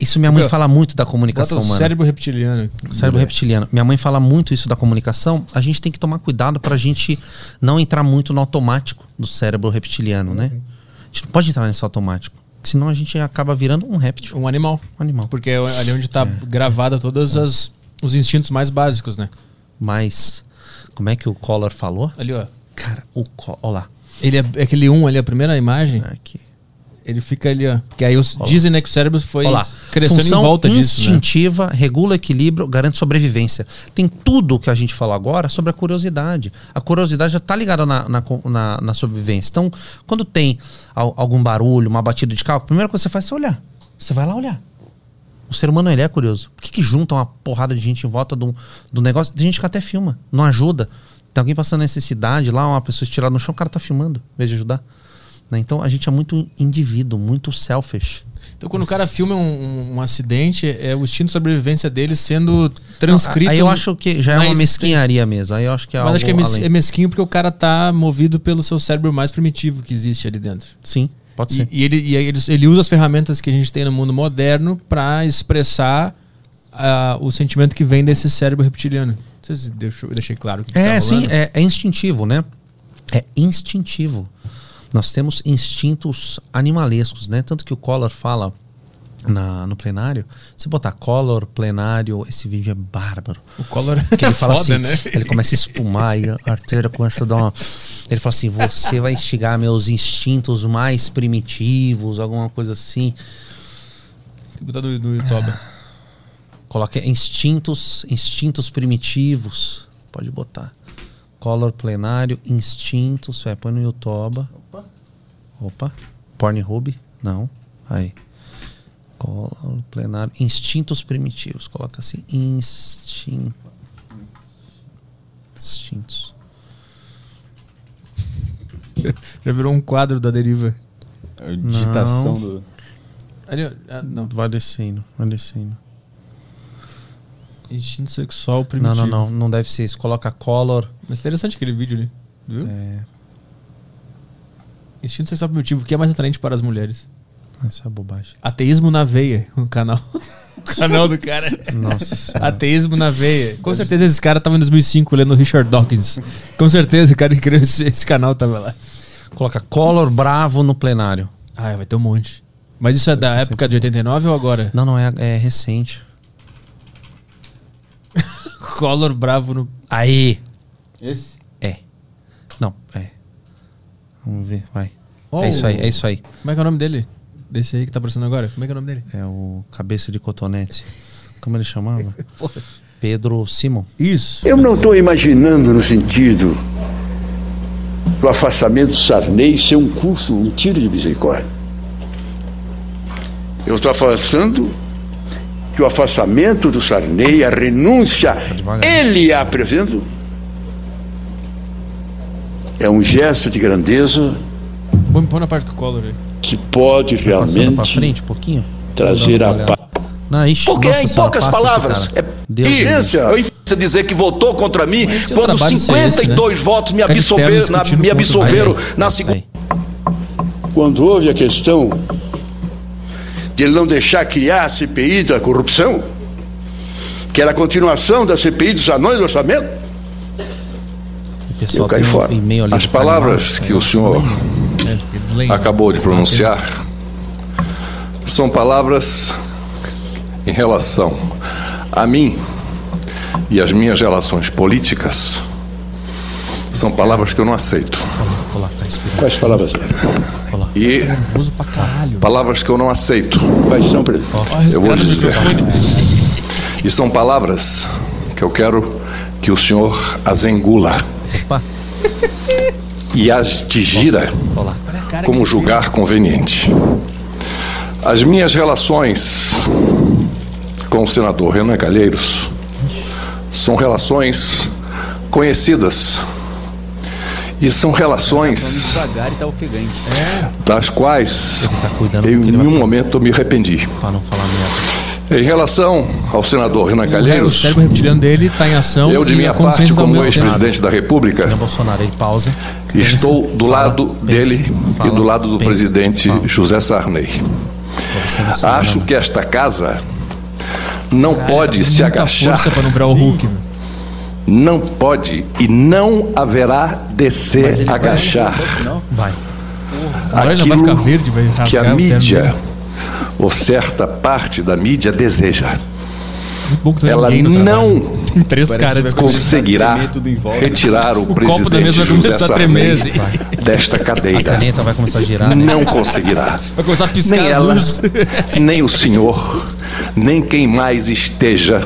Speaker 4: Isso minha mãe
Speaker 1: Meu,
Speaker 4: fala muito da
Speaker 1: Bota
Speaker 4: comunicação
Speaker 1: o
Speaker 4: humana.
Speaker 1: cérebro reptiliano.
Speaker 4: Cérebro
Speaker 2: É.
Speaker 4: reptiliano. Minha mãe fala muito isso da comunicação. A gente tem que tomar cuidado pra gente não entrar muito no automático do cérebro reptiliano, né?
Speaker 1: Uhum.
Speaker 4: A gente não pode entrar nesse automático. Senão a gente acaba virando um réptil,
Speaker 1: Um animal.
Speaker 4: um animal.
Speaker 1: Porque é ali onde tá gravada todas as os instintos mais básicos, né?
Speaker 4: Mas, como é que o Collor falou?
Speaker 1: Ali, ó.
Speaker 4: Cara, o Collor. Olha lá.
Speaker 1: Ele é é aquele um ali, a primeira imagem,
Speaker 4: Ah, Aqui.
Speaker 1: ele fica ali, ó. Porque aí os, dizem né, que o cérebro foi
Speaker 4: Olha lá.
Speaker 1: crescendo
Speaker 4: Função
Speaker 1: em volta disso, né?
Speaker 4: instintiva, regula o equilíbrio, garante sobrevivência. Tem tudo o que a gente falou agora sobre a curiosidade. A curiosidade já está ligada na, na, co- na- na sobrevivência. Então, quando tem al- algum barulho, uma batida de carro, a primeira coisa que você faz é olhar. Você vai lá olhar. O ser humano ele é curioso. Por que, que junta uma porrada de gente em volta do, do negócio? Tem gente que até filma, não ajuda. Tem alguém passando necessidade lá, uma pessoa estirada no chão, o cara tá filmando, em vez de ajudar. Né? Então a gente é muito indivíduo, muito selfish.
Speaker 1: Então quando o cara filma um- um, um acidente, é o instinto de sobrevivência dele sendo transcrito.
Speaker 4: Aí eu acho que já é
Speaker 1: na
Speaker 4: uma
Speaker 1: existência.
Speaker 4: mesquinharia mesmo. Aí eu acho que é
Speaker 1: Mas acho que é, mes-
Speaker 4: além.
Speaker 1: é mesquinho porque o cara tá movido pelo seu cérebro mais primitivo que existe ali dentro.
Speaker 4: Sim, pode
Speaker 1: E,
Speaker 4: ser.
Speaker 1: e ele, e aí ele, ele usa as ferramentas que a gente tem no mundo moderno pra expressar ah, o sentimento que vem desse cérebro reptiliano. Não sei se deixou- eu deixei claro o que que
Speaker 4: É,
Speaker 1: tá
Speaker 4: sim,
Speaker 1: rolando.
Speaker 4: é, é instintivo, né? É instintivo. Nós temos instintos animalescos, né? Tanto que o Collor fala na, no plenário. Se botar Collor, plenário, esse vídeo é bárbaro.
Speaker 1: O Collor é
Speaker 4: Porque ele fala
Speaker 1: foda, né?
Speaker 4: assim, ele começa a espumar e a arteira começa a dar uma. Ele fala assim: você vai instigar meus instintos mais primitivos, alguma coisa assim.
Speaker 1: Tem que botar do, do Toba.
Speaker 4: Coloque instintos, instintos primitivos. Pode botar. Color plenário, instintos. É, põe no Yotoba. Opa. Pornhub? Não. Aí. Color plenário, instintos primitivos. Coloca assim. Instin... Instintos.
Speaker 1: Já virou um quadro da deriva.
Speaker 2: A digitação
Speaker 4: Não.
Speaker 2: do.
Speaker 1: Ali, ó, ah, não.
Speaker 4: Vai descendo, vai descendo.
Speaker 1: Instinto sexual
Speaker 4: Não,
Speaker 1: primitivo.
Speaker 4: não, não. Não deve ser isso. Coloca color.
Speaker 1: Mas interessante aquele vídeo ali. Viu?
Speaker 4: É,
Speaker 1: Instinto sexual primitivo, o que é mais atraente para as mulheres?
Speaker 4: essa é bobagem.
Speaker 1: Ateísmo na veia, o canal. o canal do cara.
Speaker 4: Nossa senhora.
Speaker 1: Ateísmo na veia. Com certeza esse cara tava em 2005 lendo Richard Dawkins. Com certeza o cara que criou esse, esse canal tava lá.
Speaker 4: Coloca color bravo no plenário.
Speaker 1: Ah, vai ter um monte. Mas isso é da época de 89 ou agora?
Speaker 4: Não, não, é, é recente.
Speaker 1: Color bravo no...
Speaker 4: Aí.
Speaker 2: Esse?
Speaker 4: É. Não, é. Vamos ver, vai.
Speaker 1: Oh,
Speaker 4: É isso aí, é isso aí.
Speaker 1: Como é que é o nome dele? Desse aí que tá aparecendo agora? Como é que é o nome dele?
Speaker 4: É o cabeça de cotonete. Como ele chamava? Pedro Simon.
Speaker 1: Isso.
Speaker 6: Eu não estou imaginando no sentido do afastamento do Sarney ser um curso, um tiro de misericórdia. Eu estou afastando que o afastamento do Sarney, a renúncia,
Speaker 4: devagar.
Speaker 6: ele a apresenta, é um gesto de grandeza
Speaker 1: Põe põe na parte do Collor aí.
Speaker 6: que pode
Speaker 4: Tá Passando pra
Speaker 6: realmente
Speaker 4: frente um pouquinho.
Speaker 6: trazer
Speaker 4: Dando
Speaker 6: a
Speaker 4: uma
Speaker 6: paz.
Speaker 4: Não, ixi,
Speaker 6: Porque
Speaker 4: nossa
Speaker 6: é, em
Speaker 4: senhora,
Speaker 6: poucas
Speaker 4: passa isso,
Speaker 6: palavras,
Speaker 4: cara.
Speaker 6: é
Speaker 4: Deus me livre.
Speaker 6: inferência, é inferência dizer que votou contra mim
Speaker 1: teu
Speaker 6: quando
Speaker 1: trabalho isso é esse,
Speaker 6: 52 votos me,
Speaker 1: Ficar de terno
Speaker 6: absolver, na, me
Speaker 1: discutindo com outro né? É,
Speaker 6: absolveram
Speaker 4: Aí,
Speaker 6: na
Speaker 4: aí.
Speaker 6: segunda. Quando houve a questão de ele não deixar criar a CPI da corrupção, que era a continuação da CPI dos anões do orçamento,
Speaker 4: E pessoal,
Speaker 6: eu caí
Speaker 4: tem um
Speaker 6: fora.
Speaker 4: e-mail ali
Speaker 7: As
Speaker 4: do cara
Speaker 7: palavras
Speaker 4: embaixo,
Speaker 7: que
Speaker 4: aí.
Speaker 7: o senhor
Speaker 1: É, eles né? leem.
Speaker 7: acabou de pronunciar são palavras em relação a mim e as minhas relações políticas. São palavras que eu não aceito.
Speaker 4: Vou lá, tá esperando.
Speaker 6: quais palavras?
Speaker 4: Vou falar.
Speaker 7: E
Speaker 4: Tá Nervoso pra caralho.
Speaker 7: palavras que eu não aceito.
Speaker 6: Quais são, presidente?
Speaker 7: Eu vou lhes dizer. E são palavras que eu quero que o senhor as engula e as digira
Speaker 4: Olha lá.
Speaker 7: como julgar conveniente. As minhas relações com o senador Renan Calheiros são relações conhecidas e são relações
Speaker 2: Devagar e tá ofegante.
Speaker 1: É.
Speaker 7: das quais
Speaker 4: Tá cuidando
Speaker 7: eu
Speaker 4: do
Speaker 7: em
Speaker 4: que ele vai
Speaker 7: nenhum momento eu me arrependi.
Speaker 4: falar pra não falar merda.
Speaker 7: Em relação ao senador Renan
Speaker 1: O
Speaker 7: Calheiros,
Speaker 1: cérebro reptiliano dele está em ação.
Speaker 7: eu de
Speaker 1: e a
Speaker 7: minha parte
Speaker 1: consciência tá ao
Speaker 7: como
Speaker 1: mesmo tempo.
Speaker 7: ex-presidente da República
Speaker 4: Não, Bolsonaro, aí pausa. Pensa,
Speaker 7: Estou do
Speaker 4: fala,
Speaker 7: lado
Speaker 4: pensa,
Speaker 7: dele
Speaker 4: fala,
Speaker 7: e do lado do
Speaker 4: pensa,
Speaker 7: presidente
Speaker 4: fala.
Speaker 7: José Sarney.
Speaker 4: Pra você não ser
Speaker 7: Acho
Speaker 4: nada.
Speaker 7: que esta casa não
Speaker 4: tá
Speaker 7: pode se
Speaker 1: Muita
Speaker 7: agachar,
Speaker 1: força pra não virar o Hulk. meu.
Speaker 7: não pode e não haverá descer agachar
Speaker 4: Vai.
Speaker 1: Agora ele não
Speaker 7: aquilo
Speaker 1: vai ficar verde, vai rasgar
Speaker 7: que a
Speaker 1: o terno
Speaker 7: mídia
Speaker 1: dele.
Speaker 7: ou certa parte da mídia deseja.
Speaker 1: Muito bom que não é
Speaker 7: Ela
Speaker 1: ninguém no trabalho.
Speaker 7: não
Speaker 1: Tem três caras
Speaker 2: vai
Speaker 1: desconfiados.
Speaker 7: conseguirá
Speaker 2: Tremer tudo em volta.
Speaker 7: retirar o,
Speaker 1: O copo da
Speaker 7: presidente
Speaker 1: mesa vai
Speaker 7: José
Speaker 1: começar a tremer.
Speaker 7: Sarney
Speaker 1: assim.
Speaker 7: desta
Speaker 4: A
Speaker 7: cadeira.
Speaker 4: caneta vai começar a girar, né?
Speaker 7: Não conseguirá.
Speaker 1: Vai começar a piscar
Speaker 7: nem
Speaker 1: as
Speaker 7: ela,
Speaker 1: luzes.
Speaker 7: nem o senhor, nem quem mais esteja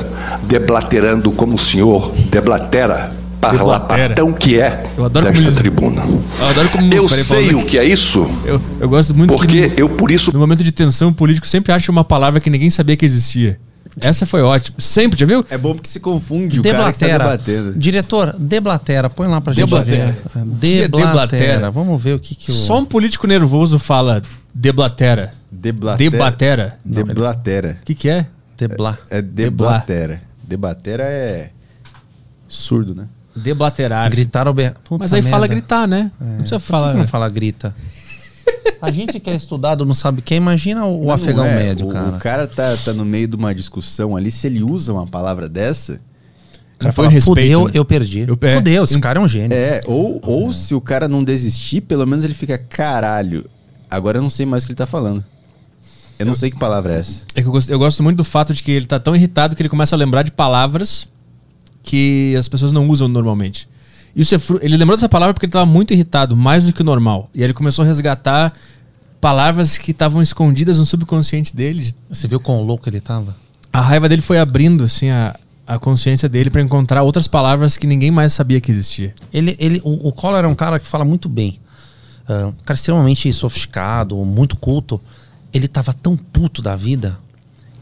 Speaker 7: deblaterando como o senhor deblatera, parlapatão que é
Speaker 1: Eu adoro como
Speaker 7: desta
Speaker 1: eles-
Speaker 7: tribuna.
Speaker 1: Eu adoro como...
Speaker 7: Eu
Speaker 1: Peraí, pausa
Speaker 7: sei
Speaker 1: aqui.
Speaker 7: o que é isso,
Speaker 1: Eu, eu gosto muito
Speaker 7: porque
Speaker 1: que
Speaker 7: eu por isso
Speaker 1: no, no momento de tensão o político sempre acha uma palavra que ninguém sabia que existia. Essa foi ótima. Sempre, já viu?
Speaker 2: É bom porque se confunde o cara que tá
Speaker 4: Deblatera.
Speaker 2: debatendo.
Speaker 4: Diretor, Deblatera, põe lá pra gente
Speaker 1: Deblatera.
Speaker 4: ver. É,
Speaker 1: Que é Deblatera?
Speaker 4: Deblatera. Vamos ver o que que o...
Speaker 1: Só um político nervoso fala deblatera.
Speaker 2: Deblatera.
Speaker 1: Debatera. é
Speaker 2: Deblatera.
Speaker 1: O que que é?
Speaker 4: Debla.
Speaker 2: É deblatera. Debatera é surdo, né?
Speaker 1: Deblaterar.
Speaker 4: Gritar ao berro.
Speaker 1: Mas aí fala gritar, né? Não
Speaker 4: Por É.
Speaker 1: precisa
Speaker 4: que
Speaker 1: falar.
Speaker 4: que não fala grita? A gente que é estudado não sabe quem. Imagina o
Speaker 2: Não
Speaker 4: Um afegão
Speaker 2: é.
Speaker 4: médio,
Speaker 2: o,
Speaker 4: cara.
Speaker 2: O cara tá, tá no meio de uma discussão ali, se ele usa uma palavra dessa,
Speaker 1: Cara,
Speaker 4: Fala,
Speaker 1: põe respeito,
Speaker 4: Fudeu,
Speaker 1: né?
Speaker 4: eu perdi.
Speaker 1: Eu- é.
Speaker 4: Fudeu, esse cara é um gênio.
Speaker 2: é, ou, ou se o cara não desistir, pelo menos ele fica, caralho, agora eu não sei mais o que ele tá falando. Eu não sei que palavra é essa.
Speaker 1: É que eu gosto, eu gosto muito do fato de que ele tá tão irritado que ele começa a lembrar de palavras que as pessoas não usam normalmente. Isso é fru- ele lembrou dessa palavra porque ele tava muito irritado, mais do que o normal. E aí ele começou a resgatar palavras que estavam escondidas no subconsciente dele.
Speaker 4: Você viu quão louco ele tava?
Speaker 1: A raiva dele foi abrindo assim a, a consciência dele pra encontrar outras palavras que ninguém mais sabia que existia.
Speaker 4: Ele, ele, o, o Collor é um cara que fala muito bem. Ah, um cara extremamente sofisticado, muito culto. Ele tava tão puto da vida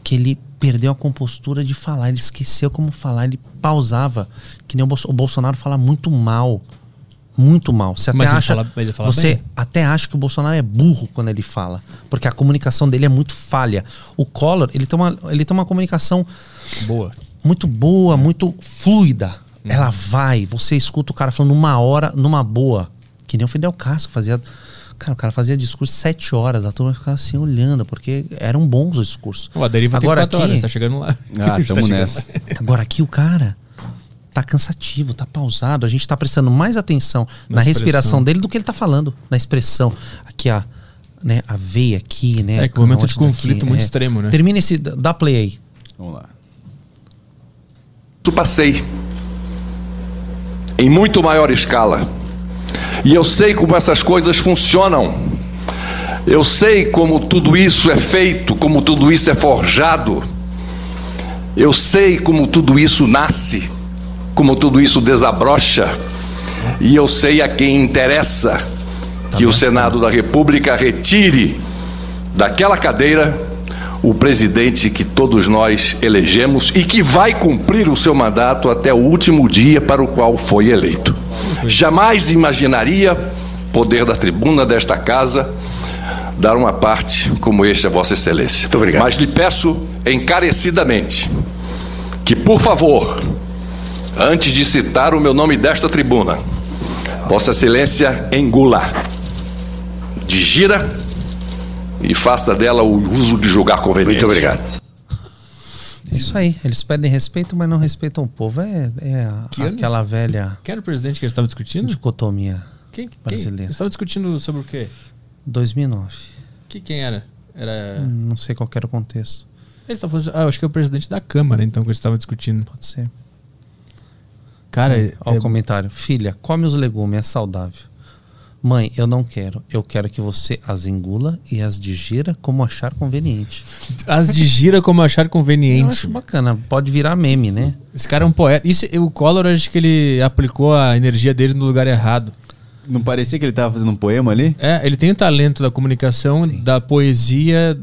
Speaker 4: que ele perdeu a compostura de falar. Ele esqueceu como falar. Ele pausava. Que nem o, Bolso- o Bolsonaro fala muito mal. Muito mal. Você até
Speaker 1: Mas ele
Speaker 4: acha.
Speaker 1: fala- ele fala
Speaker 4: você
Speaker 1: bem.
Speaker 4: até acha que o Bolsonaro é burro quando ele fala. Porque a comunicação dele é muito falha. O Collor, ele tem uma, ele tem uma comunicação
Speaker 1: Boa.
Speaker 4: muito boa, muito fluida. Ela vai, você escuta o cara falando uma hora, numa boa. Que nem o Fidel Castro fazia. Cara, o cara fazia discurso sete horas, a turma ficava assim olhando, porque eram bons os discursos.
Speaker 1: Ó, a deriva
Speaker 4: agora
Speaker 1: tem quatro
Speaker 4: aqui,
Speaker 1: horas, tá chegando lá.
Speaker 2: Ah,
Speaker 1: Já tá
Speaker 2: tamo
Speaker 1: chegando
Speaker 2: nessa.
Speaker 1: lá.
Speaker 4: Agora aqui o cara tá cansativo, tá pausado, a gente tá prestando mais atenção na,
Speaker 1: expressão.
Speaker 4: respiração dele do que ele tá falando, na expressão. Aqui a, né, a veia aqui, né?
Speaker 1: É que o momento
Speaker 4: carótida
Speaker 1: de
Speaker 4: aqui, é.
Speaker 1: conflito muito extremo, né?
Speaker 4: Termina esse, dá play aí.
Speaker 2: Vamos lá.
Speaker 7: isso passei em muito maior escala. E eu sei como essas coisas funcionam. Eu sei como tudo isso é feito, como tudo isso é forjado. Eu sei como tudo isso nasce, como tudo isso desabrocha. E eu sei a quem interessa que o Senado da República retire daquela cadeira o presidente que todos nós elegemos e que vai cumprir o seu mandato até o último dia para o qual foi eleito. Jamais imaginaria poder da tribuna desta casa dar uma parte como este a Vossa Excelência. Muito obrigado. Mas lhe peço encarecidamente que, por favor, antes de citar o meu nome desta tribuna, Vossa Excelência engula, digira e faça dela o uso de julgar conveniente. Muito obrigado.
Speaker 4: É Isso aí, eles pedem respeito, mas não respeitam o povo. É, é a-
Speaker 1: Que ano?
Speaker 4: aquela velha
Speaker 1: Quem era o presidente que eles estavam
Speaker 4: Tipo,
Speaker 1: discutindo?
Speaker 4: dicotomia.
Speaker 1: Quem? quem?
Speaker 4: Brasileiro.
Speaker 1: Eles estavam discutindo sobre o quê?
Speaker 4: 2009.
Speaker 1: Que quem era? Era...
Speaker 4: Não sei qual que era o contexto.
Speaker 1: É. Eles estavam falando. Ah, eu acho que é o presidente da Câmara, então, que eles estavam discutindo.
Speaker 4: Pode ser.
Speaker 1: Cara, é,
Speaker 4: Olha o comentário. Filha, come os legumes, é saudável. Mãe, eu não quero. Eu quero que você as engula e as digira como achar conveniente.
Speaker 1: As de gira como achar
Speaker 4: Eu
Speaker 1: conveniente.
Speaker 4: acho bacana. Pode virar meme, né?
Speaker 1: Esse cara é um poeta. Isso, o Collor, acho que ele aplicou a energia dele no lugar errado.
Speaker 2: Não parecia que ele tava fazendo um poema ali?
Speaker 1: É, ele tem o talento da comunicação, da poesia,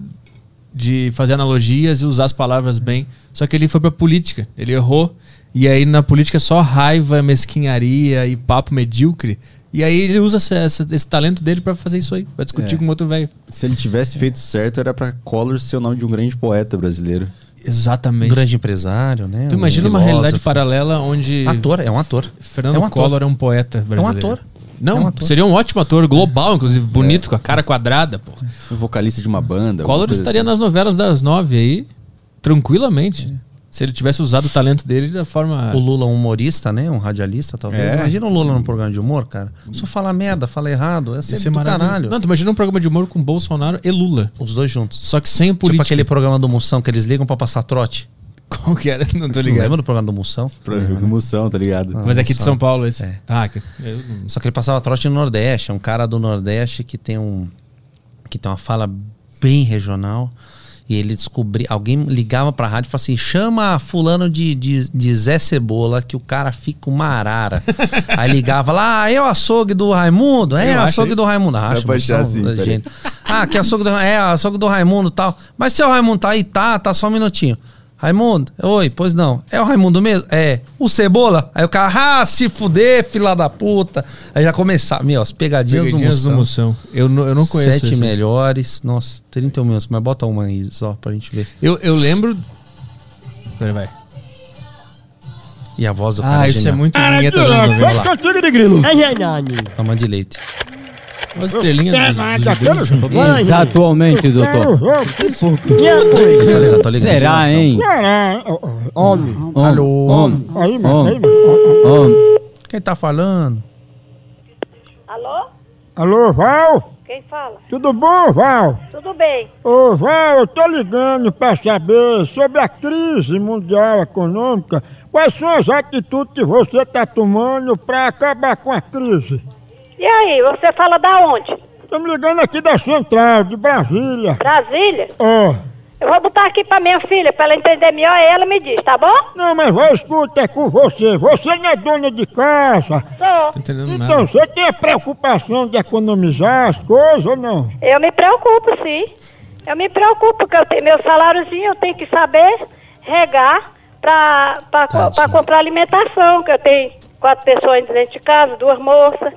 Speaker 1: de fazer analogias e usar as palavras bem. Só que ele foi pra política, ele errou. E aí na política é só raiva, mesquinharia e papo medíocre. E aí ele usa essa- essa- esse, talento dele pra fazer isso aí, pra
Speaker 4: É.
Speaker 1: discutir com outro velho.
Speaker 2: Se ele tivesse feito certo, era pra Collor ser o nome de um grande poeta brasileiro.
Speaker 4: Um
Speaker 1: Exatamente.
Speaker 4: grande empresário, né?
Speaker 1: Tu
Speaker 4: Um
Speaker 1: imagina uma
Speaker 4: filósofo.
Speaker 1: realidade paralela onde
Speaker 4: Ator, é um ator.
Speaker 1: Fernando
Speaker 4: é um ator.
Speaker 1: Collor é um poeta brasileiro.
Speaker 4: ator.
Speaker 1: Não,
Speaker 4: É um ator.
Speaker 1: seria um ótimo ator, global, inclusive, bonito, com a cara quadrada, porra.
Speaker 2: Um vocalista de uma banda. alguma
Speaker 1: Collor
Speaker 2: coisa
Speaker 4: assim.
Speaker 2: assim.
Speaker 1: estaria nas novelas das nove aí, tranquilamente. Se ele tivesse usado o talento dele da forma.
Speaker 4: É. O Lula é um humorista, né? Um radialista, talvez.
Speaker 2: É.
Speaker 4: Imagina o Lula num programa de humor, cara. Só fala merda, fala errado. É sempre
Speaker 1: Isso é
Speaker 4: do
Speaker 1: maravilhoso.
Speaker 4: caralho.
Speaker 1: Não, tu imagina um programa de humor com Bolsonaro e Lula.
Speaker 4: Os dois juntos.
Speaker 1: Só que sem política.
Speaker 4: Tipo aquele programa do Moção que eles ligam pra passar trote.
Speaker 1: Qual que era? Não tô
Speaker 4: Lembra
Speaker 1: ligado.
Speaker 4: do programa do Moção? né? Ah,
Speaker 2: assim. Pro- Remoção, tá ligado?
Speaker 1: Mas é aqui de
Speaker 4: Só.
Speaker 1: São Paulo esse.
Speaker 4: É.
Speaker 1: Ah, que... eu-
Speaker 4: Só que ele passava trote no Nordeste. É um cara do Nordeste que tem um que tem uma fala bem regional. E ele descobriu. Alguém ligava pra rádio e falava assim: chama fulano de, de, de Zé Cebola, que o cara fica uma arara. Aí ligava lá, ah, é o açougue do Raimundo? É, o
Speaker 1: Eu acho,
Speaker 4: açougue
Speaker 1: hein?
Speaker 4: do Raimundo. Ah,
Speaker 2: Dá pra achar assim, peraí.
Speaker 4: Ah, que açougue do, é, açougue do Raimundo e tal. Mas seu Raimundo tá aí, tá, tá só um minutinho. Raimundo, oi, pois não. É o Raimundo mesmo? É. O Cebola? Aí o cara, ah, se fuder, fila da puta. Aí já começava, meu, as pegadinhas,
Speaker 1: Pegadinhas
Speaker 4: do
Speaker 1: do
Speaker 4: Moção.
Speaker 1: Moção. Eu, não- eu não conheço.
Speaker 4: Sete
Speaker 1: esse.
Speaker 4: melhores, nossa, 31 minutos, mas bota uma aí só pra gente ver.
Speaker 1: Eu, eu lembro. Peraí, vai.
Speaker 4: E a voz do cara
Speaker 1: Ah, isso é
Speaker 4: genial.
Speaker 1: muito vinheta dos anos 90. lá.
Speaker 4: Calma de leite.
Speaker 1: Uma estrelinha do, dos gringos, todo mundo.
Speaker 8: Exatamente, doutor.
Speaker 4: Tô ligado, tô ligado.
Speaker 8: é Será, hein?
Speaker 4: Homem.
Speaker 8: Homem,
Speaker 4: Hum. Alô.
Speaker 8: homem, homem, homem.
Speaker 4: Quem tá falando?
Speaker 9: Alô?
Speaker 8: Alô, Val?
Speaker 9: Quem fala?
Speaker 8: Tudo bom, Val?
Speaker 9: Tudo bem.
Speaker 8: Ô, Val, eu tô ligando pra saber sobre a crise mundial econômica. Quais são as atitudes que você tá tomando pra acabar com a crise?
Speaker 9: E aí, você fala da onde?
Speaker 8: Estamos ligando aqui da Central, de Brasília.
Speaker 9: Brasília?
Speaker 8: Ó.
Speaker 9: Eu vou botar aqui pra minha filha, pra ela entender melhor, e ela me diz, tá bom?
Speaker 8: Não, mas vai, escuta, é com você. Você não é dona de casa.
Speaker 1: Não
Speaker 9: Sou.
Speaker 1: tô entendendo
Speaker 8: Então,
Speaker 1: nada.
Speaker 8: você tem a preocupação de economizar as coisas ou não?
Speaker 9: Eu me preocupo, sim. Eu me preocupo, porque eu tenho meu saláriozinho, eu tenho que saber regar pra, pra, co-
Speaker 1: Tá,
Speaker 4: Tadinha.
Speaker 9: pra comprar alimentação, que eu tenho quatro pessoas dentro de casa, duas moças.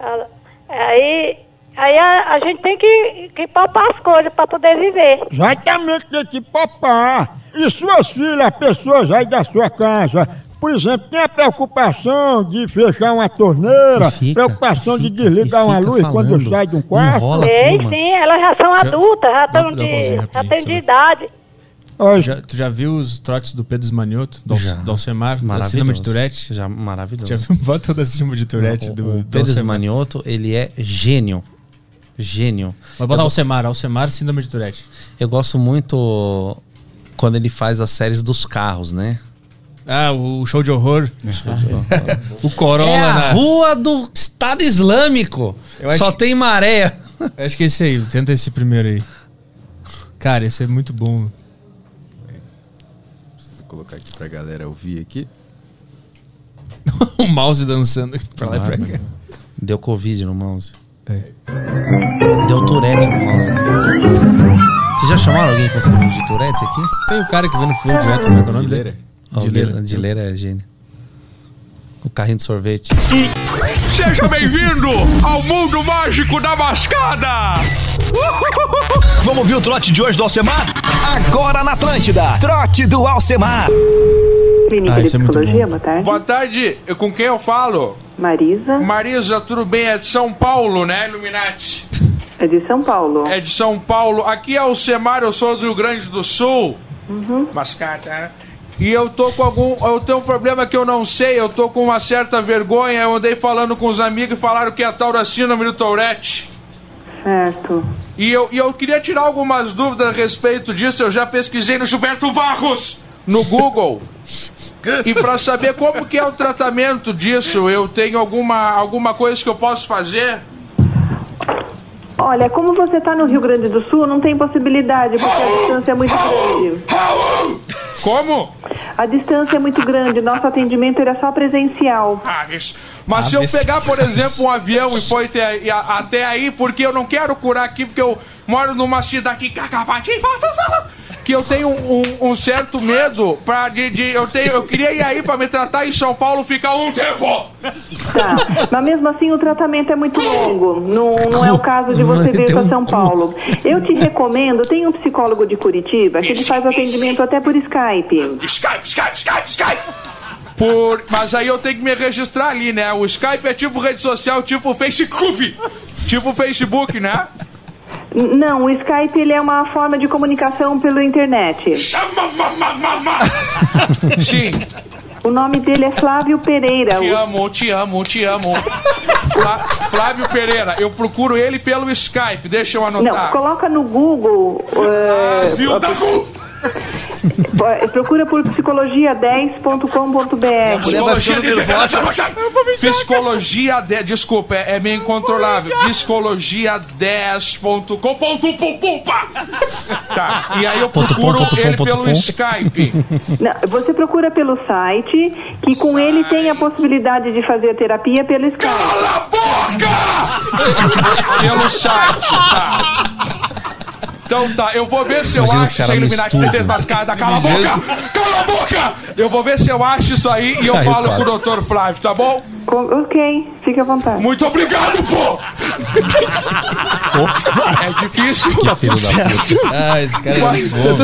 Speaker 9: Ah, Aí, aí a, a gente tem que, que poupar as coisas pra poder viver.
Speaker 8: Exatamente, tem que papar. E suas filhas, pessoas aí da sua casa, por exemplo, tem a preocupação de fechar uma torneira,
Speaker 4: E fica,
Speaker 8: preocupação
Speaker 4: e
Speaker 8: de
Speaker 4: fica,
Speaker 8: desligar
Speaker 4: e
Speaker 8: uma
Speaker 4: fica
Speaker 8: luz quando
Speaker 4: falando.
Speaker 8: sai de um quarto.
Speaker 4: Enrola
Speaker 9: Tem,
Speaker 4: turma.
Speaker 9: sim, elas já são adultas,
Speaker 1: dá-
Speaker 9: já estão
Speaker 1: dá uma
Speaker 9: de,
Speaker 1: pausinha
Speaker 9: já
Speaker 1: rapidinho,
Speaker 9: têm
Speaker 1: só
Speaker 9: de
Speaker 1: ver.
Speaker 9: idade.
Speaker 8: Ó,
Speaker 1: Já, tu já viu os trotes do Pedro Esmanioto, do, Al-
Speaker 4: Ah, Já.
Speaker 1: do Alcemar, da
Speaker 4: Maravilhoso.
Speaker 1: Cinema de Tourette?
Speaker 4: Já, maravilhoso.
Speaker 1: Já viu bota da Cinema de Tourette
Speaker 4: O-
Speaker 1: do,
Speaker 4: o
Speaker 1: do
Speaker 4: Pedro
Speaker 1: Alcemar?
Speaker 4: Manioto, ele é gênio. Gênio.
Speaker 1: Vai botar um Alcemar, Alcemar, Síndrome de Tourette.
Speaker 4: Eu gosto muito quando ele faz as séries dos carros, né?
Speaker 1: Ah, o show de horror. o Corolla.
Speaker 4: é a
Speaker 1: na-
Speaker 4: rua do Estado Islâmico.
Speaker 1: Eu acho
Speaker 4: Só
Speaker 1: que-
Speaker 4: tem maré.
Speaker 1: Acho que é esse aí, tenta esse primeiro aí. Cara, esse é muito bom.
Speaker 2: Preciso colocar aqui pra galera ouvir aqui.
Speaker 1: o mouse dançando pra lá e pra cá.
Speaker 4: Deu Covid no mouse.
Speaker 1: É.
Speaker 4: Deu Tourette no mouse. Vocês já chamaram alguém com síndrome de Tourette aqui?
Speaker 1: Tem o cara que vem no Flow direto, como é que é o nome
Speaker 2: Guilherme.
Speaker 1: dele?
Speaker 4: Ó, o
Speaker 1: Dileira.
Speaker 4: Dileira. Dileira é gênio. O carrinho de sorvete.
Speaker 10: Seja bem-vindo ao mundo mágico da mascada! Vamos ver o trote de hoje do Alcemar? Agora na Atlântida! Trote do Alcemar!
Speaker 1: Ah, isso é muito bom.
Speaker 10: Boa tarde, eu- com quem eu falo? Marisa. Marisa, tudo bem? É de São Paulo, né, Illuminati?
Speaker 11: É de São Paulo.
Speaker 10: É de São Paulo. Aqui é o Semar, eu sou do Rio Grande do Sul. Mascata. né? E eu tô com algum. Eu tenho um problema que eu não sei, eu tô com uma certa vergonha. Eu andei falando com os amigos e falaram que é a tal da síndrome do Tourette.
Speaker 11: Certo.
Speaker 10: E eu, e eu queria tirar algumas dúvidas a respeito disso. Eu já pesquisei no Gilberto Barros no Google. e pra saber como que é o tratamento disso, eu tenho alguma, alguma coisa que eu posso fazer?
Speaker 11: Olha, como você está no Rio Grande do Sul, não tem possibilidade, porque a distância é muito grande.
Speaker 10: Como?
Speaker 11: A distância é muito grande, nosso atendimento era só presencial.
Speaker 10: Ah, isso. Mas se eu pegar, por exemplo, um avião e for até, e a- até aí, porque eu não quero curar aqui, porque eu moro numa cidade que que eu tenho um, um- um certo medo pra de, de- eu tenho eu queria ir aí pra me tratar em São Paulo ficar um tempo.
Speaker 11: Tá. Mas mesmo assim o tratamento é muito longo. Não, não é o caso de você vir para São Paulo. Eu te recomendo, tem um psicólogo de Curitiba que ele faz atendimento até por Skype.
Speaker 10: Skype, Skype, Skype, Skype. Por, mas aí eu tenho que me registrar ali, né? O Skype é tipo rede social, tipo Facebook, tipo Facebook, né?
Speaker 11: N- Não, o Skype ele é uma forma de comunicação pela internet.
Speaker 10: Sim.
Speaker 11: O nome dele é Flávio Pereira.
Speaker 10: Te
Speaker 11: O-
Speaker 10: amo, te amo, te amo. Flá- Flávio Pereira, eu procuro ele pelo Skype, deixa eu
Speaker 11: Não,
Speaker 10: anotar.
Speaker 11: coloca no Google. eh,
Speaker 10: Viu, tá com-
Speaker 11: po- procura por psicologia10.com.br.
Speaker 10: Psicologia de- Psicologia 10. Desculpa, é, é meio incontrolável. Psicologia 10.com.pupa. Tá, e aí eu
Speaker 12: Ponto,
Speaker 10: procuro
Speaker 12: ponto, ponto,
Speaker 10: ele
Speaker 12: ponto,
Speaker 10: pelo
Speaker 12: ponto.
Speaker 10: Skype.
Speaker 11: Não, você procura pelo site, que com ele tem a possibilidade de fazer a terapia pelo Skype.
Speaker 10: pelo site, tá. Então tá, eu vou ver se eu
Speaker 12: Imagina os
Speaker 10: acho essa
Speaker 12: caras no
Speaker 10: iluminati
Speaker 12: estúdio.
Speaker 4: né?
Speaker 10: desmascarada. Cala a boca! Cala a boca! Eu vou ver se eu acho isso aí e eu
Speaker 12: Caiu
Speaker 10: falo
Speaker 12: quase.
Speaker 10: com o doutor Flávio, tá bom?
Speaker 11: Com- ok, fique à vontade.
Speaker 10: Muito obrigado, pô! É difícil. Que
Speaker 12: filho da puta.
Speaker 1: Ah, esse cara é
Speaker 12: Vai,
Speaker 1: muito bom.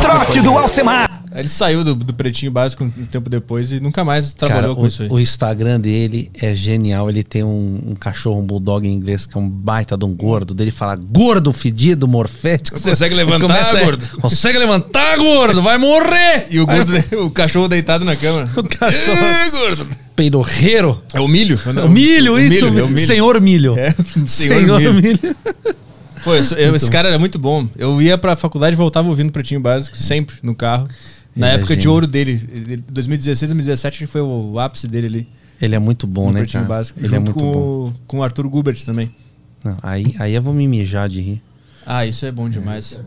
Speaker 12: Trote do Alcemar.
Speaker 1: Ele saiu do, do pretinho básico um tempo depois e nunca mais trabalhou
Speaker 4: Cara,
Speaker 1: com
Speaker 4: o,
Speaker 1: isso aí.
Speaker 4: o Instagram dele é genial. Ele tem um, um cachorro, um bulldog em inglês, que é um baita de um gordo. Dele fala, gordo, fedido, morfético.
Speaker 1: Consegue levantar,
Speaker 4: Começa a-
Speaker 1: gordo?
Speaker 4: Consegue levantar, gordo? Vai morrer!
Speaker 1: E o, gordo, o cachorro deitado na cama.
Speaker 4: O cachorro.
Speaker 1: Ê, gordo.
Speaker 4: Peidorreiro.
Speaker 1: É o milho?
Speaker 4: O milho,
Speaker 1: O
Speaker 4: isso.
Speaker 1: milho, é o milho.
Speaker 4: Senhor milho.
Speaker 1: É, senhor milho. Pô, eu sou- eu-
Speaker 4: Então.
Speaker 1: esse cara era muito bom. Eu ia pra faculdade e voltava ouvindo Pretinho Básico, sempre, no carro. Na
Speaker 4: Ele é
Speaker 1: época de
Speaker 4: gênio.
Speaker 1: ouro dele, ele- 2016, 2017 foi o ápice dele ali.
Speaker 4: Ele é muito bom,
Speaker 1: no
Speaker 4: né,
Speaker 1: Pretinho
Speaker 4: cara?
Speaker 1: Básico.
Speaker 4: Ele é
Speaker 1: junto
Speaker 4: muito
Speaker 1: com,
Speaker 4: bom.
Speaker 1: o- com o Arthur Gubert também.
Speaker 4: Não, aí, aí eu vou me mijar de rir.
Speaker 1: Ah, isso é bom demais.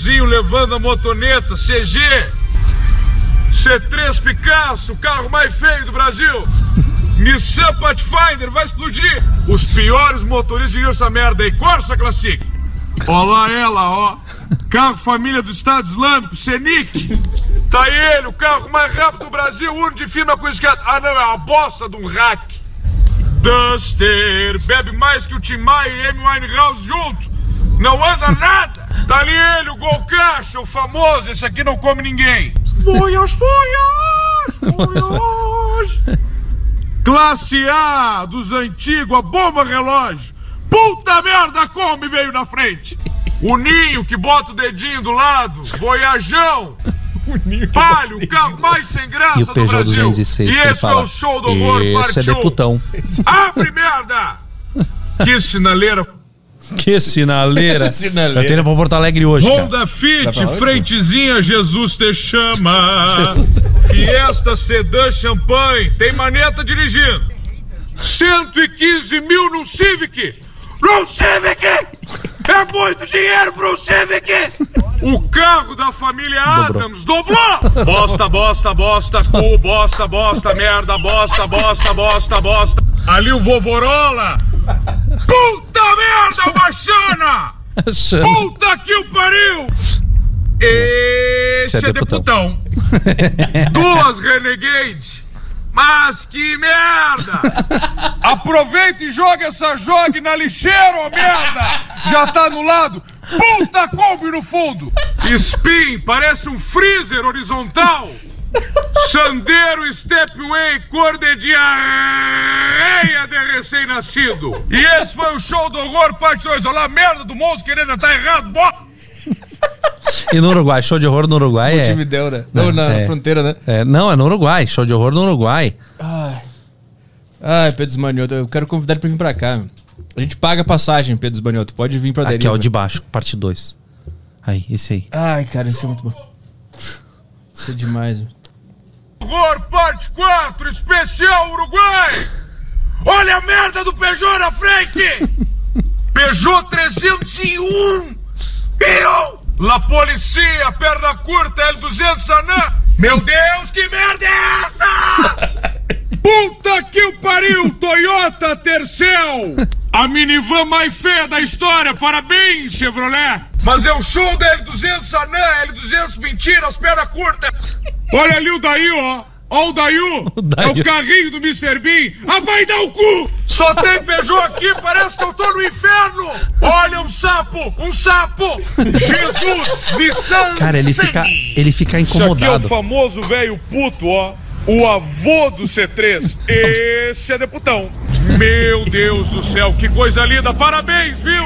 Speaker 10: Zinho levando a motoneta, CG. C3 Picasso, o carro mais feio do Brasil. Nissan Pathfinder vai explodir. Os piores motoristas diriam essa merda aí. Corsa Classic. Ó lá ela, ó. Carro família do Estado Islâmico, Senic. Tá ele, o carro mais rápido do Brasil, o único de firma com escada. Ah, não, é a bosta de um hack. Duster, bebe mais que o Tim Maia e M. Winehouse junto. Não anda nada. Tá ali ele, o Gol Caixa, o famoso. Esse aqui não come ninguém. Foias, foias, foias. Classe A dos antigos, a bomba relógio. Puta merda, a Kombi veio na frente. O Ninho que bota o dedinho do lado. Voyajão. Palio, o carro mais sem graça
Speaker 4: E o
Speaker 10: do
Speaker 4: Peugeot
Speaker 10: Brasil.
Speaker 4: 206
Speaker 10: e
Speaker 4: que ele
Speaker 10: esse é
Speaker 4: fala.
Speaker 10: o show do horror,
Speaker 4: Esse é
Speaker 10: partiu.
Speaker 4: deputão.
Speaker 10: Abre, merda! Que sinaleira.
Speaker 4: Que sinaleira.
Speaker 1: Sinaleira.
Speaker 4: Eu tenho pra Porto Alegre hoje, cara.
Speaker 10: Honda
Speaker 4: Dá pra
Speaker 10: Fit,
Speaker 4: lá, cara?
Speaker 10: frentezinha, Jesus te chama.
Speaker 4: Jesus.
Speaker 10: Fiesta Sedan Champanhe, tem maneta dirigindo. 115 mil no Civic. No Civic! É muito dinheiro pro Civic! O carro da família Adams dobrou! Bosta, bosta, bosta, cu, bosta, bosta, merda, bosta, bosta, bosta, bosta. Ali o Vovorola. Puta merda, Baixana! Puta que o pariu! Esse
Speaker 12: Esse é
Speaker 10: é deputão. Um, Duas Renegade. Mas que merda! Aproveita e joga essa jogue na lixeira, ô merda! Já tá anulado. Puta Kombi no fundo. Spin, parece um freezer horizontal. Sandeiro Stepway, cor de diarreia de recém-nascido. E esse foi o show do horror, parte 2. Olha lá, merda do monstro querendo tá errado, bota!
Speaker 4: E no Uruguai, show de horror no Uruguai é...
Speaker 1: Montevidéu, né? Ou na- na fronteira, né?
Speaker 4: É, não, é no Uruguai. Show de horror no Uruguai.
Speaker 1: Ai, Ai, Pedro Smanioto, eu quero convidar ele pra vir pra cá. meu. A gente paga a passagem, Pedro Smanioto. Pode vir pra deriva.
Speaker 4: Aqui é o de baixo, parte 2. Aí, esse aí.
Speaker 1: Ai, cara, isso é muito bom. Isso é demais. meu.
Speaker 10: Horror Parte 4, especial Uruguai! Olha a merda do Peugeot na frente! Peugeot 301! Eu! La Policia, perna curta, L200 anã! Meu Deus, que merda é essa? Puta que o pariu, Toyota Tercel! A minivan mais feia da história, parabéns, Chevrolet! Mas é o show da L200 anã, L200 mentiras, perna curta! Olha ali o Daí, ó! Ó o Dayu! É o carrinho do Mr. Bean! Ah, vai dar o cu! Só tem Peugeot aqui, parece que eu tô no inferno! Olha um sapo! Um sapo! Jesus! Nissan!
Speaker 4: Cara, ele fica,
Speaker 10: Senna.
Speaker 4: ele fica
Speaker 10: Isso aqui é o
Speaker 4: incomodado.
Speaker 10: famoso velho puto, ó. O avô do C3. Esse é deputão. Meu Deus do céu, que coisa linda. Parabéns, viu?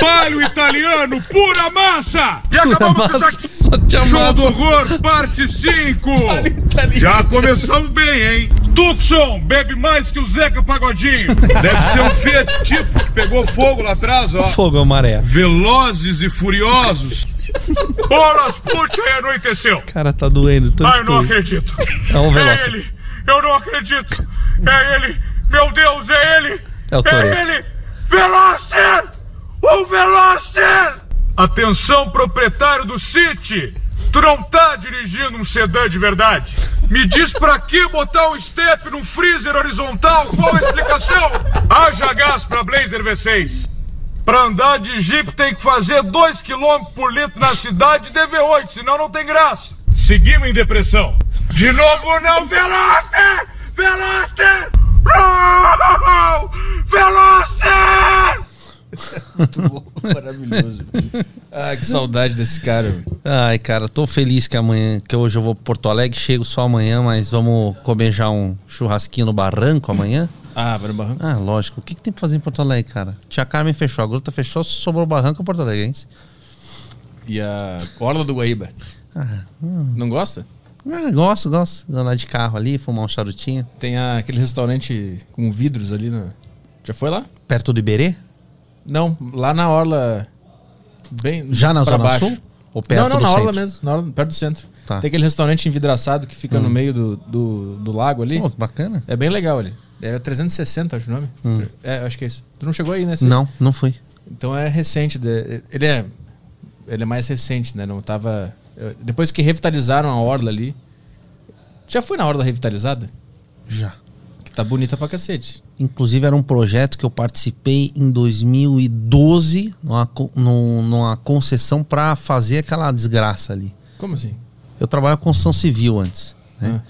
Speaker 10: Palio italiano, pura massa. E
Speaker 12: Pura
Speaker 10: acabamos com isso
Speaker 12: massa,
Speaker 10: aqui.
Speaker 12: só tinha
Speaker 10: Show
Speaker 12: massa.
Speaker 10: do horror, parte 5. Já começamos bem, hein? Tucson, bebe mais que o Zeca Pagodinho. Deve ser um Fiat tipo que pegou fogo lá atrás, ó.
Speaker 4: Fogo é maré.
Speaker 10: Velozes e furiosos. Bolas, pute, aí anoiteceu.
Speaker 4: O cara tá doendo tanto.
Speaker 10: Ah, eu não acredito.
Speaker 4: É um veloz.
Speaker 10: ele. Eu não acredito. É ele. Meu Deus, é ele.
Speaker 4: É o Toretto.
Speaker 10: ele. Veloster! O Veloster! Atenção, proprietário do City. Tu não tá dirigindo um sedã de verdade. Me diz pra que botar um step num freezer horizontal? Qual a explicação? Haja gás pra Blazer V6. Pra andar de Jeep tem que fazer 2 km por litro na cidade e DV8, senão não tem graça. Seguimos em depressão. De novo não, Veloster! Veloster! Não! Veloster!
Speaker 2: Muito bom, maravilhoso.
Speaker 4: Ah, que saudade desse cara. Ai, cara, tô feliz que amanhã, que hoje eu vou pro Porto Alegre, chego só amanhã, mas vamos comer já um churrasquinho no barranco amanhã.
Speaker 1: Ah, vai no barranco.
Speaker 4: Ah, lógico. O que, que tem pra fazer em Porto Alegre, cara? Tia Carmen fechou, a gruta fechou, sobrou o barranco em Porto Alegre, hein?
Speaker 1: E a Orla do Guaíba. Não gosta?
Speaker 4: hum. Ah, gosto, gosto. Andar de carro ali, fumar um charutinho.
Speaker 1: Tem a- aquele restaurante com vidros ali. Na... Já foi lá?
Speaker 4: Perto do Iberê?
Speaker 1: Não, lá na Orla. Bem
Speaker 4: Já na
Speaker 1: pra
Speaker 4: Zona
Speaker 1: baixo.
Speaker 4: Sul? Ou perto
Speaker 1: não, não,
Speaker 4: do
Speaker 1: na Orla
Speaker 4: centro?
Speaker 1: mesmo, na orla, perto do centro.
Speaker 4: Tá.
Speaker 1: Tem aquele restaurante envidraçado que fica
Speaker 4: Hum.
Speaker 1: no meio do, do, do lago ali.
Speaker 4: Pô, que bacana.
Speaker 1: É bem legal ali. É o 360, acho o nome.
Speaker 4: Hum.
Speaker 1: É, acho que é isso. Tu não chegou aí, né? Cê?
Speaker 4: Não, não fui.
Speaker 1: Então é recente. de- Ele é, ele é mais recente, né? Não tava. eu- Depois que revitalizaram a Orla ali. Já foi na Orla revitalizada?
Speaker 4: Já.
Speaker 1: Que tá bonita pra cacete.
Speaker 4: Inclusive, era um projeto que eu participei em 2012 numa, co- num- numa concessão para fazer aquela desgraça ali.
Speaker 1: Como assim?
Speaker 4: Eu trabalhava com construção civil antes.
Speaker 1: Ah.
Speaker 4: né?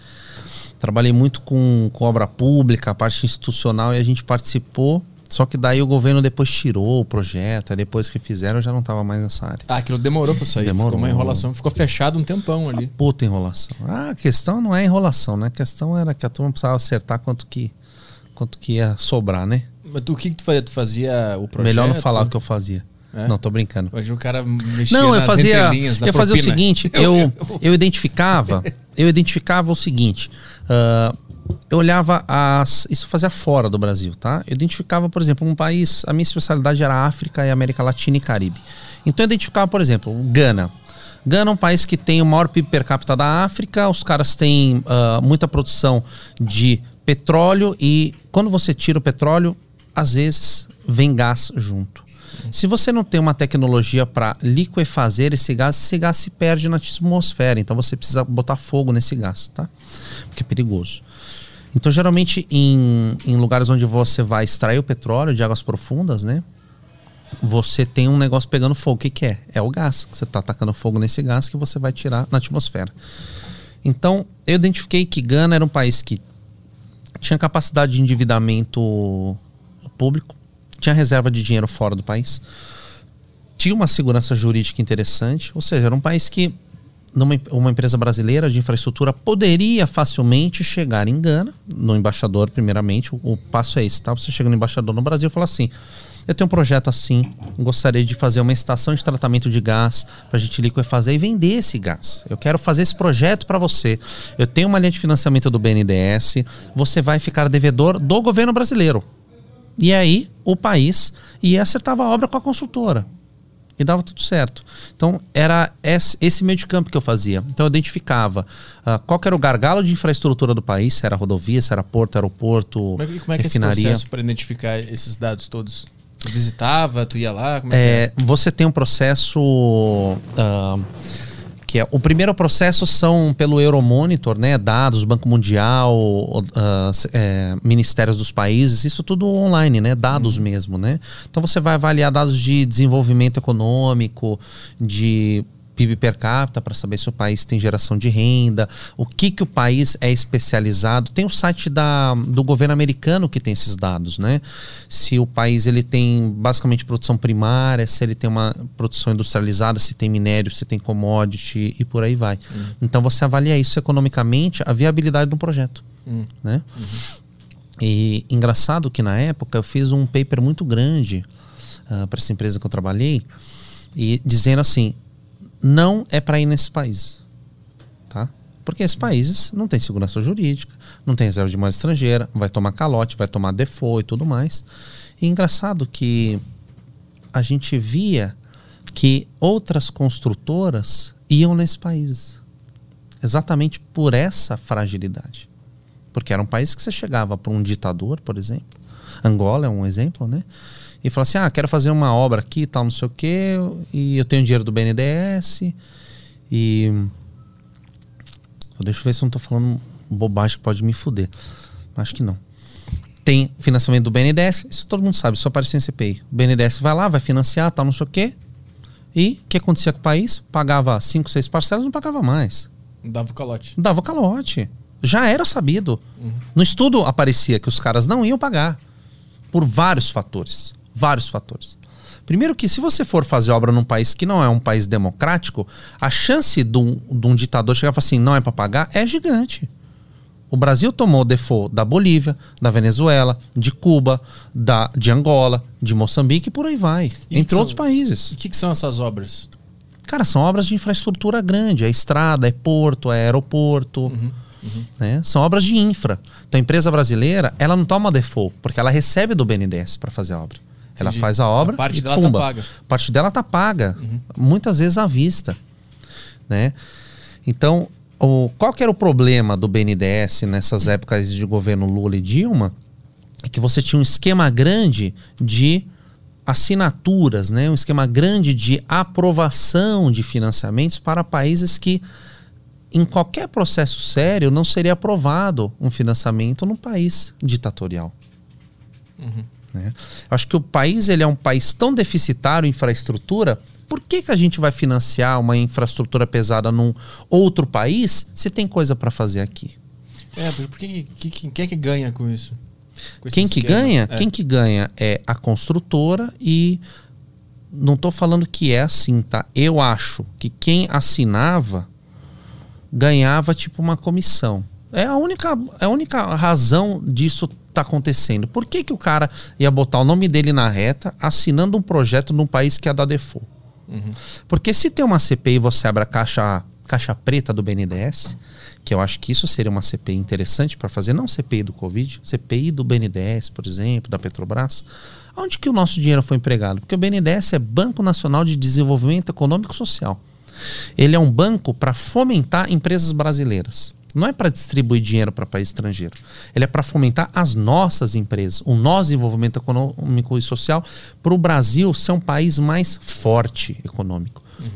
Speaker 4: Trabalhei muito com, com obra pública, a parte institucional, e a gente participou. Só que daí o governo depois tirou o projeto, aí depois que fizeram eu já não estava mais nessa área.
Speaker 1: Ah, aquilo demorou pra sair.
Speaker 4: Demorou.
Speaker 1: Ficou uma enrolação. Ficou fechado um tempão ali.
Speaker 4: Puta enrolação. Ah, a questão não é enrolação, né? A questão era que a turma precisava acertar quanto que, quanto que ia sobrar, né?
Speaker 1: Mas tu, o que, que tu fazia? Tu fazia o projeto?
Speaker 4: Melhor não falar o que eu fazia.
Speaker 1: É?
Speaker 4: Não, tô brincando.
Speaker 1: Hoje o cara mexia
Speaker 4: Não, eu
Speaker 1: nas
Speaker 4: fazia.
Speaker 1: entrelinhas da
Speaker 4: Eu fazia o
Speaker 1: propina.
Speaker 4: seguinte, eu, eu identificava, eu identificava o seguinte. ah, eu olhava as. Isso eu fazia fora do Brasil, tá? Eu identificava, por exemplo, um país. A minha especialidade era África e América Latina e Caribe. Então eu identificava, por exemplo, Gana. Gana é um país que tem o maior PIB per capita da África, os caras têm ah, muita produção de petróleo e quando você tira o petróleo, às vezes vem gás junto. Se você não tem uma tecnologia para liquefazer esse gás, esse gás se perde na atmosfera. Então você precisa botar fogo nesse gás, tá? Porque é perigoso. Então, geralmente, em, em lugares onde você vai extrair o petróleo de águas profundas, né? Você tem um negócio pegando fogo. O que, que é? É o gás. Você está atacando fogo nesse gás que você vai tirar na atmosfera. Então, eu identifiquei que Gana era um país que tinha capacidade de endividamento público, tinha reserva de dinheiro fora do país, tinha uma segurança jurídica interessante, ou seja, era um país que numa, em- uma empresa brasileira de infraestrutura poderia facilmente chegar em Gana, no embaixador primeiramente, o, o passo é esse, tá? Você chega no embaixador no Brasil e fala assim, eu tenho um projeto assim, gostaria de fazer uma estação de tratamento de gás para a gente liquefazer e vender esse gás. Eu quero fazer esse projeto para você. Eu tenho uma linha de financiamento do BNDES, você vai ficar devedor do governo brasileiro. E aí o país ia acertava a obra com a consultora. E dava tudo certo. Então, era esse esse meio de campo que eu fazia. Então, eu identificava ah, qual que era o gargalo de infraestrutura do país, se era rodovia, se era porto, aeroporto,
Speaker 1: Como é, que- como é que é esse
Speaker 4: refinaria.
Speaker 1: processo para identificar esses dados todos? Tu visitava, tu ia lá? Como é, que é?
Speaker 4: É, você tem um processo ah, que é o primeiro processo são pelo Euromonitor, né? Dados, Banco Mundial, ah, s- é, ministérios dos países, isso tudo online, né? Dados
Speaker 1: Uhum.
Speaker 4: mesmo, né? Então você vai avaliar dados de desenvolvimento econômico, de PIB per capita para saber se o país tem geração de renda, o que, que o país é especializado. Tem o site da, do governo americano que tem esses dados, né? Se o país ele tem basicamente produção primária, se ele tem uma produção industrializada, se tem minério, se tem commodity e por aí vai. Então você avalia isso economicamente, a viabilidade de um projeto,
Speaker 1: Hum.
Speaker 4: né? E engraçado que na época eu fiz um paper muito grande para essa empresa que eu trabalhei e dizendo assim, não é para ir nesse país, tá? Porque esses países não têm segurança jurídica, não tem reserva de moeda estrangeira, vai tomar calote, vai tomar default e tudo mais. E engraçado que a gente via que outras construtoras iam nesse país. Exatamente por essa fragilidade. Porque era um país que você chegava para um ditador, por exemplo. Angola é um exemplo, né? E falava assim: ah, quero fazer uma obra aqui, tal, não sei o quê, e eu tenho dinheiro do BNDES. E. Deixa eu ver se eu não tô falando bobagem que pode me fuder. Acho que não. Tem financiamento do BNDES, isso todo mundo sabe, só apareceu em CPI. O BNDES vai lá, vai financiar, tal, não sei o quê. E o que acontecia com o país? Pagava cinco, seis parcelas, não pagava mais.
Speaker 1: Dava o calote. Uhum.
Speaker 4: Dava calote. Já era sabido. No estudo aparecia que os caras não iam pagar. Por vários fatores. Vários fatores. Primeiro que se você for fazer obra num país que não é um país democrático, a chance de um, de um ditador chegar e falar assim, não é para pagar, é gigante. O Brasil tomou default da Bolívia, da Venezuela, de Cuba, da, de Angola, de Moçambique e por aí vai.
Speaker 1: E que
Speaker 4: entre
Speaker 1: são-
Speaker 4: outros países.
Speaker 1: E o que, que são essas obras?
Speaker 4: Cara, são obras de infraestrutura grande. É estrada, é porto, é aeroporto.
Speaker 1: Uhum,
Speaker 4: né? São obras de infra. Então a empresa brasileira, ela não toma default, porque ela recebe do BNDES para fazer a obra. Ela
Speaker 1: Entendi.
Speaker 4: faz a obra
Speaker 1: A parte
Speaker 4: e
Speaker 1: dela tá
Speaker 4: pumba.
Speaker 1: paga. Uhum.
Speaker 4: A parte dela tá paga, muitas vezes à vista. Né? Então, o, qual que era o problema do BNDES nessas épocas de governo Lula e Dilma? É que você tinha um esquema grande de assinaturas, né? um esquema grande de aprovação de financiamentos para países que, em qualquer processo sério, não seria aprovado um financiamento num país ditatorial. né? Eu acho que o país ele é um país tão deficitário em infraestrutura. Por que, que a gente vai financiar uma infraestrutura pesada num outro país se tem coisa para fazer aqui?
Speaker 1: É, por por que, que, que- quem é que ganha com isso? Com esse
Speaker 4: Quem que
Speaker 1: esquema?
Speaker 4: ganha?
Speaker 1: É.
Speaker 4: Quem que ganha é a construtora e não tô falando que é assim, tá? Eu acho que quem assinava ganhava tipo uma comissão. É a única, é a única razão disso tá acontecendo. Por que, que o cara ia botar o nome dele na reta assinando um projeto num país que ia dar default? Uhum. Porque se tem uma CPI e você abre a caixa, caixa preta do BNDES, que eu acho que isso seria uma CPI interessante para fazer, não CPI do Covid, CPI do BNDES, por exemplo, da Petrobras, onde que o nosso dinheiro foi empregado? Porque o BNDES é Banco Nacional de Desenvolvimento Econômico e Social. Ele é um banco para fomentar empresas brasileiras. Não é para distribuir dinheiro para país estrangeiro. Ele é para fomentar as nossas empresas, o nosso desenvolvimento econômico e social, para o Brasil ser um país mais forte econômico.
Speaker 1: Uhum.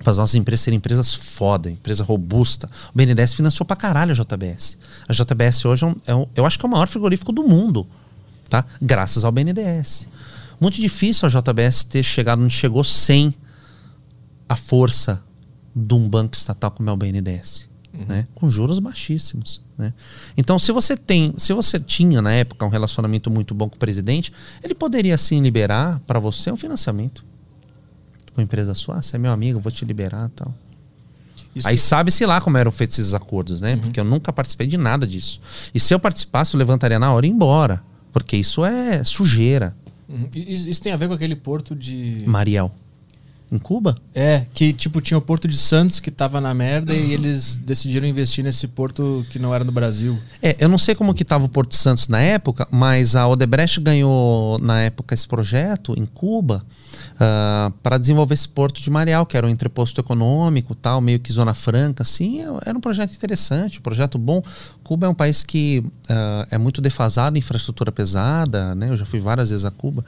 Speaker 4: Para as nossas empresas serem empresas foda, empresa robusta. O BNDES financiou pra caralho a JBS. A JBS hoje é, um- é um- eu acho que é o maior frigorífico do mundo, tá? Graças ao BNDES. Muito difícil a JBS ter chegado onde chegou sem a força de um banco estatal como é o BNDES, né? Com juros baixíssimos, né? Então, se você tem, se você tinha na época um relacionamento muito bom com o presidente, ele poderia sim liberar para você um financiamento. Tipo, uma empresa sua, ah, você é meu amigo, eu vou te liberar, tal.
Speaker 1: Isso
Speaker 4: Aí
Speaker 1: que- Uhum.
Speaker 4: sabe-se lá como eram feitos esses acordos, né? Porque eu nunca participei de nada disso. E se eu participasse, eu levantaria na hora e ia embora, porque isso é sujeira,
Speaker 1: Uhum. E- Isso isso tem a ver com aquele porto de.
Speaker 4: Mariel. Em Cuba?
Speaker 1: É, que tipo tinha o Porto de Santos que tava na merda e eles decidiram investir nesse porto que não era no Brasil.
Speaker 4: É, eu não sei como que tava o Porto Santos na época, mas a Odebrecht ganhou na época esse projeto em Cuba para desenvolver esse porto de Marial, que era um entreposto econômico, tal, meio que Zona Franca, assim, é- era um projeto interessante, um projeto bom. Cuba é um país que ah, é muito defasado em infraestrutura pesada, né? Eu já fui várias vezes a Cuba.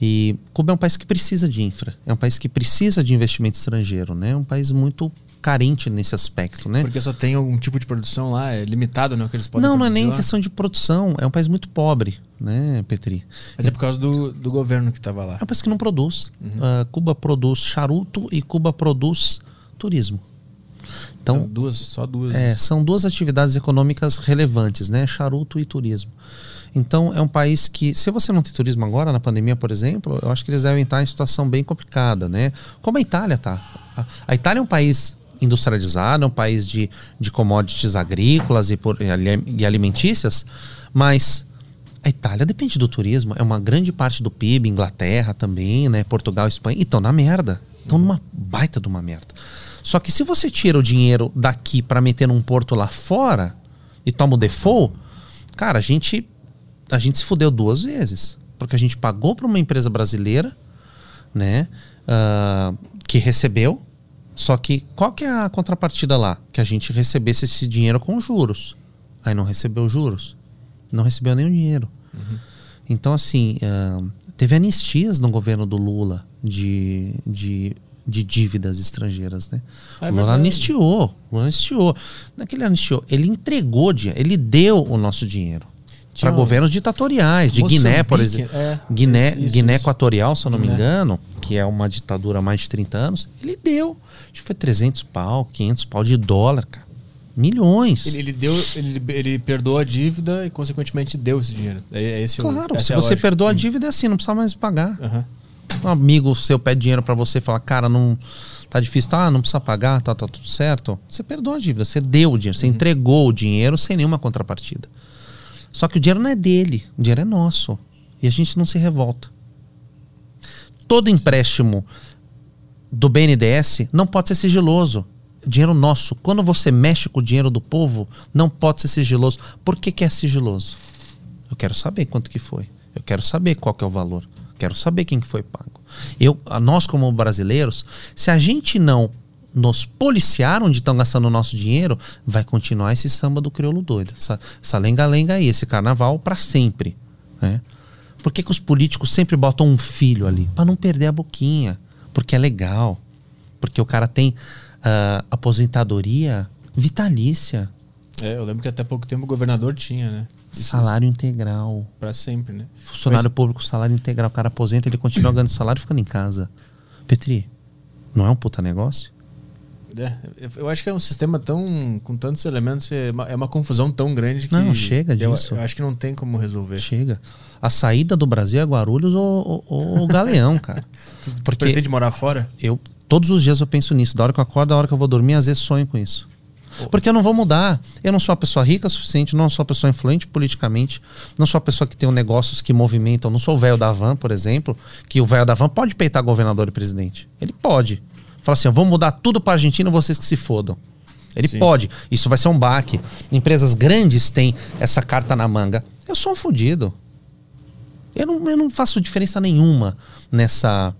Speaker 4: E Cuba é um país que precisa de infra, é um país que precisa de investimento estrangeiro, né? É um país muito carente nesse aspecto, né?
Speaker 1: Porque só tem algum tipo de produção lá, é limitado, né? O que eles podem
Speaker 4: não, não é nem
Speaker 1: produzir lá.
Speaker 4: questão de produção, é um país muito pobre, né, Petri?
Speaker 1: Mas é por causa do, do governo que tava lá. Uhum.
Speaker 4: É um país que não produz. Ah, Cuba produz charuto e Cuba produz turismo. Então,
Speaker 1: Então, duas, só duas.
Speaker 4: é, são duas atividades econômicas relevantes, né? Charuto e turismo. Então, é um país que, se você não tem turismo agora, na pandemia, por exemplo, eu acho que eles devem estar em situação bem complicada, né? Como a Itália tá. A- A Itália é um país industrializado, é um país de, de commodities agrícolas e, por- e ali- e alimentícias, mas a Itália depende do turismo, é uma grande parte do PIB, Inglaterra também, né? Portugal, Espanha, e estão na merda. Estão numa baita de uma merda. Só que se você tira o dinheiro daqui para meter num porto lá fora e toma o default, cara, a gente a gente se fudeu duas vezes, porque a gente pagou para uma empresa brasileira, né, ah, que recebeu. Só que qual que é a contrapartida lá? Que a gente recebesse esse dinheiro com juros. Aí não recebeu juros. Não recebeu nenhum dinheiro.
Speaker 1: Uhum.
Speaker 4: Então, assim, ah, teve anistias no governo do Lula de, de, de dívidas estrangeiras, né?
Speaker 1: É
Speaker 4: o Lula
Speaker 1: verdade.
Speaker 4: anistiou, o Lula anistiou. Não é que ele anistiou, ele entregou dinheiro, ele deu o nosso dinheiro.
Speaker 1: Tinha
Speaker 4: Para
Speaker 1: um-
Speaker 4: governos ditatoriais, de Guiné, por
Speaker 1: Moçambique,
Speaker 4: exemplo.
Speaker 1: é,
Speaker 4: Guiné,
Speaker 1: isso, isso,
Speaker 4: Guiné
Speaker 1: isso.
Speaker 4: Equatorial, se eu não me
Speaker 1: Guiné.
Speaker 4: engano, que é uma ditadura há mais de 30 anos, ele deu. Acho que foi 300 pau, 500 pau de dólar, cara. Milhões.
Speaker 1: Ele, ele deu, ele, ele perdoou a dívida e, consequentemente, deu esse dinheiro. É, é esse o-
Speaker 4: Claro,
Speaker 1: essa
Speaker 4: se
Speaker 1: é a
Speaker 4: você
Speaker 1: lógica.
Speaker 4: perdoa a dívida é assim, não precisa mais pagar. Um amigo seu pede dinheiro pra você e fala, cara, não tá difícil, tá, não precisa pagar, tá, tá tudo certo. Você perdoa a dívida, você deu o dinheiro, você entregou o dinheiro sem nenhuma contrapartida. Só que o dinheiro não é dele, o dinheiro é nosso. E a gente não se revolta. Todo empréstimo do BNDES não pode ser sigiloso. Dinheiro nosso. Quando você mexe com o dinheiro do povo, não pode ser sigiloso. Por que, que é sigiloso? Eu quero saber quanto que foi. Eu quero saber qual que é o valor. Quero saber quem que foi pago. Eu, a- nós como brasileiros, se a gente não nos policiar onde estão gastando o nosso dinheiro, vai continuar esse samba do crioulo doido. Essa essa lenga-lenga aí, esse carnaval para sempre. Né? Por que, que os políticos sempre botam um filho ali? Para não perder a boquinha. Porque é legal. Porque o cara tem ah, aposentadoria vitalícia.
Speaker 1: É, eu lembro que até pouco tempo o governador tinha, né? Isso
Speaker 4: Salário integral.
Speaker 1: Pra sempre, né?
Speaker 4: Funcionário público, salário integral. O cara aposenta, ele continua ganhando salário e ficando em casa. Petri, não é um puta negócio?
Speaker 1: Mas, é, eu- eu acho que é um sistema tão. com tantos elementos, é uma, é uma confusão tão grande que.
Speaker 4: Não, chega
Speaker 1: eu-
Speaker 4: disso.
Speaker 1: Eu, acho que não tem como resolver.
Speaker 4: Chega. A saída do Brasil é Guarulhos ou, ou- ou Galeão, cara. Porque
Speaker 1: pretende morar fora?
Speaker 4: Eu, todos os dias eu penso nisso. Da hora que eu acordo, da hora que eu vou dormir, às vezes sonho com isso. Porque eu não vou mudar. Eu não sou uma pessoa rica o suficiente, não sou uma pessoa influente politicamente, não sou uma pessoa que tem um negócios que movimentam. Não sou o velho da van, por exemplo, que o velho da van pode peitar governador e presidente. Ele pode. Fala assim: eu vou mudar tudo para Argentina, vocês que se fodam. Ele
Speaker 1: Sim.
Speaker 4: pode. Isso vai ser um baque. Empresas grandes têm essa carta na manga. Eu sou um fudido. Eu não, eu não faço diferença nenhuma nessa.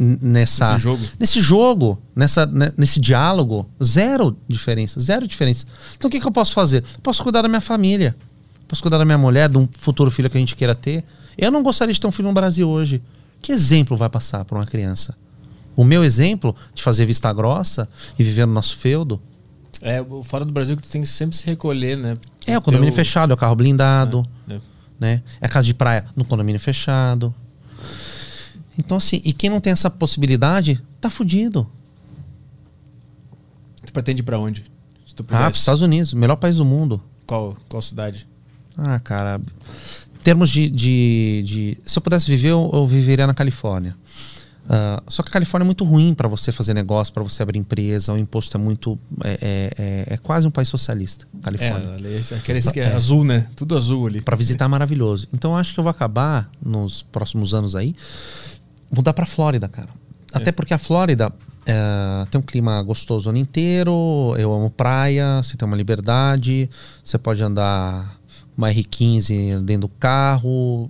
Speaker 4: n- nessa
Speaker 1: Nesse jogo.
Speaker 4: Nesse jogo, nessa, ne- nesse diálogo. Zero diferença. Zero diferença. Então o que, que eu posso fazer? Posso cuidar da minha família. Posso cuidar da minha mulher, de um futuro filho que a gente queira ter. Eu não gostaria de ter um filho no Brasil hoje. Que exemplo vai passar para uma criança? O meu exemplo de fazer vista grossa e viver no nosso feudo
Speaker 1: É, o fora do Brasil que tu tem que sempre se recolher, né?
Speaker 4: é o condomínio
Speaker 1: Teu-
Speaker 4: fechado, é o carro blindado,
Speaker 1: É, é.
Speaker 4: né? É a casa de praia no condomínio fechado. Então assim, e quem não tem essa possibilidade, tá fudido.
Speaker 1: Tu pretende ir pra onde? Se tu
Speaker 4: Ah, pros
Speaker 1: pudesse.
Speaker 4: Estados Unidos, melhor país do mundo.
Speaker 1: qual, qual cidade?
Speaker 4: Ah, cara. Em termos de, de, de- Se eu pudesse viver, eu, eu viveria na Califórnia. Ah, só que a Califórnia é muito ruim para você fazer negócio, para você abrir empresa. O imposto é muito. É, é, é- é quase um país socialista, a Califórnia.
Speaker 1: É, a lei- aquele que é
Speaker 4: É.
Speaker 1: azul, né? Tudo azul ali.
Speaker 4: Pra visitar é maravilhoso. Então eu acho que eu vou acabar nos próximos anos aí mudar pra Flórida, cara. Até porque a Flórida é, tem um clima gostoso o ano inteiro. Eu amo praia, você tem uma liberdade, você pode andar uma R15 dentro do carro.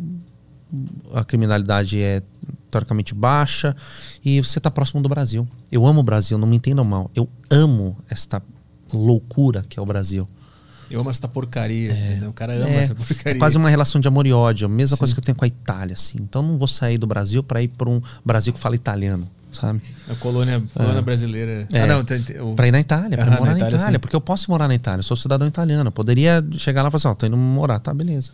Speaker 4: A criminalidade é historicamente baixa e você está próximo do Brasil. Eu amo o Brasil, não me entendam mal. Eu amo esta loucura que é o Brasil.
Speaker 1: Eu amo essa porcaria. entendeu? O cara ama
Speaker 4: É,
Speaker 1: essa porcaria.
Speaker 4: é quase uma relação de amor e ódio, a mesma coisa que eu tenho com a Itália, assim. Então eu não vou sair do Brasil para ir para um Brasil que fala italiano, sabe?
Speaker 1: A colônia- colônia brasileira.
Speaker 4: É,
Speaker 1: Ah, não, tem- tem- o-
Speaker 4: Pra ir na Itália, pra
Speaker 1: Aham,
Speaker 4: morar
Speaker 1: na
Speaker 4: na Itália,
Speaker 1: Itália, sim.
Speaker 4: porque eu posso morar na Itália, eu sou cidadão italiano. Eu poderia chegar lá e falar assim, ó, tô indo morar, tá, beleza.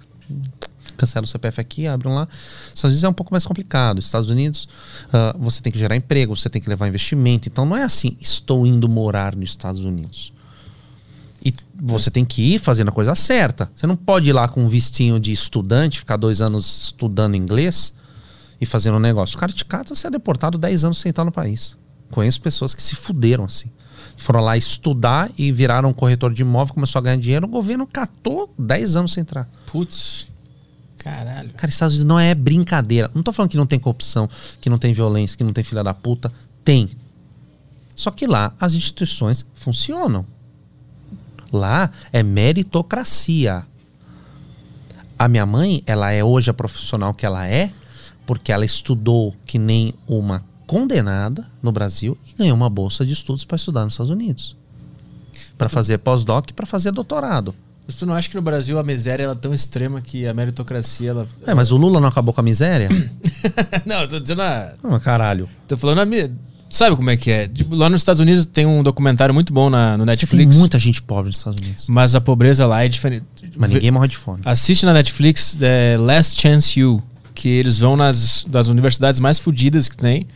Speaker 4: Cancela o CPF aqui, abre um lá. Às vezes é um pouco mais complicado. Estados Unidos, ah, você tem que gerar emprego, você tem que levar investimento. Então não é assim, estou indo morar nos Estados Unidos. E você tem que ir fazendo a coisa certa. Você não pode ir lá com um vistinho de estudante, ficar dois anos estudando inglês e fazendo um negócio. O cara te cata, você é deportado 10 anos sem estar no país. Conheço pessoas que se fuderam assim. Que Foram lá estudar e viraram um corretor de imóvel, começou a ganhar dinheiro. O governo catou 10 anos sem entrar. Putz. Caralho. Cara, Estados Unidos não é brincadeira. Não tô falando que não tem corrupção, que não tem violência, que não tem filha da puta. Tem. Só que lá as instituições funcionam. Lá é meritocracia. A minha mãe, ela é hoje a profissional que ela é, porque ela estudou que nem uma condenada no Brasil e ganhou uma bolsa de estudos para estudar nos Estados Unidos. Para fazer pós-doc, e para fazer doutorado.
Speaker 1: Mas tu não acha que no Brasil a miséria ela é tão extrema que a meritocracia ela.
Speaker 4: É, mas o Lula não acabou com a miséria?
Speaker 1: não, eu tô dizendo a.
Speaker 4: Ah, caralho.
Speaker 1: Tô falando a. mi- Tu sabe como é que é? Tipo, lá nos Estados Unidos tem um documentário muito bom na, no
Speaker 4: Tem
Speaker 1: Netflix.
Speaker 4: muita gente pobre nos Estados Unidos.
Speaker 1: Mas a pobreza lá é diferente.
Speaker 4: Mas ninguém morre de fome.
Speaker 1: Assiste na Netflix é, Last Chance You, que eles vão nas das universidades mais fodidas que tem.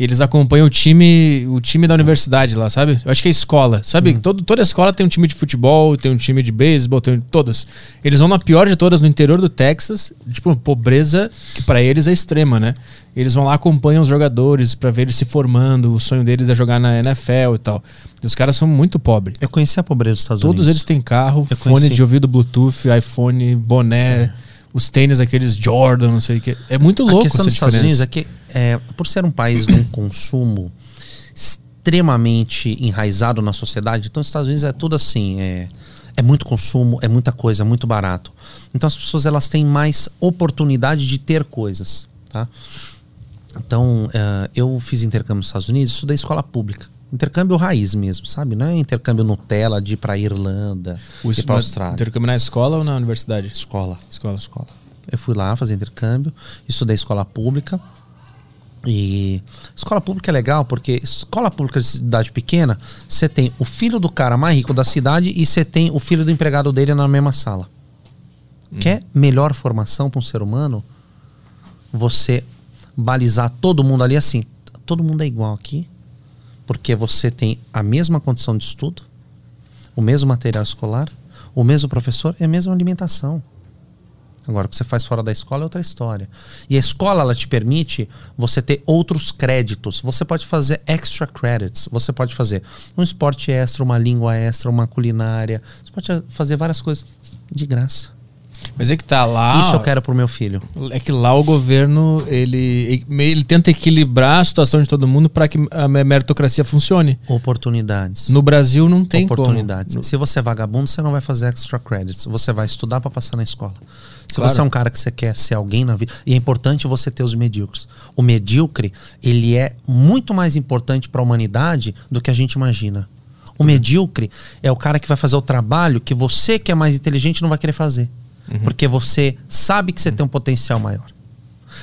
Speaker 1: E eles acompanham o time, o time da universidade lá, sabe? Eu acho que é escola. Sabe?
Speaker 4: Uhum.
Speaker 1: Todo, toda escola tem um time de futebol, tem um time de beisebol, tem um, todas. Eles vão na pior de todas, no interior do Texas, tipo, pobreza que pra eles é extrema, né? Eles vão lá, acompanham os jogadores pra ver eles se formando, o sonho deles é jogar na NFL e tal. E os caras são muito pobres.
Speaker 4: Eu conheci a pobreza dos Estados
Speaker 1: Todos
Speaker 4: Unidos.
Speaker 1: eles têm carro,
Speaker 4: Eu
Speaker 1: fone
Speaker 4: conheci.
Speaker 1: de ouvido Bluetooth, iPhone, boné, os tênis aqueles Jordan, não sei o que. É muito
Speaker 4: É. a
Speaker 1: louco
Speaker 4: questão
Speaker 1: essa
Speaker 4: dos Estados
Speaker 1: diferença.
Speaker 4: Unidos é que, é, por ser um país de um consumo extremamente enraizado na sociedade, então os Estados Unidos é tudo assim, é, é muito consumo, é muita coisa, é muito barato. Então as pessoas elas têm mais oportunidade de ter coisas, tá? Então, eh, eu fiz intercâmbio nos Estados Unidos, estudei escola pública. Intercâmbio raiz mesmo, sabe? Não é intercâmbio Nutella de ir pra Irlanda,
Speaker 1: O
Speaker 4: ir pra
Speaker 1: estu-
Speaker 4: Austrália.
Speaker 1: intercâmbio na escola ou na universidade?
Speaker 4: Escola.
Speaker 1: Escola.
Speaker 4: Escola. Eu fui lá fazer intercâmbio, estudei escola pública. E escola pública é legal porque escola pública de cidade pequena, você tem o filho do cara mais rico da cidade e você tem o filho do empregado dele na mesma sala.
Speaker 1: Hum.
Speaker 4: Quer melhor formação para um ser humano? Você balizar todo mundo ali assim. Todo mundo é igual aqui, porque você tem a mesma condição de estudo, o mesmo material escolar, o mesmo professor e a mesma alimentação. Agora, o que você faz fora da escola é outra história. E a escola, ela te permite você ter outros créditos. Você pode fazer extra credits. Você pode fazer um esporte extra, uma língua extra, uma culinária. Você pode fazer várias coisas de graça.
Speaker 1: Mas é que tá lá.
Speaker 4: Isso eu
Speaker 1: ó,
Speaker 4: quero pro meu filho.
Speaker 1: É que lá o governo ele, meio- ele tenta equilibrar a situação de todo mundo para que a me- meritocracia funcione.
Speaker 4: Oportunidades.
Speaker 1: No Brasil não tem
Speaker 4: oportunidades.
Speaker 1: como.
Speaker 4: Se você é vagabundo, você não vai fazer extra credits. Você vai estudar para passar na escola. Se
Speaker 1: Claro.
Speaker 4: você é um cara que você quer ser alguém na vida, e é importante você ter os medíocres. O medíocre, ele é muito mais importante para a humanidade do que a gente imagina. O medíocre é o cara que vai fazer o trabalho que você que é mais inteligente não vai querer fazer. Porque você sabe que você tem um potencial maior.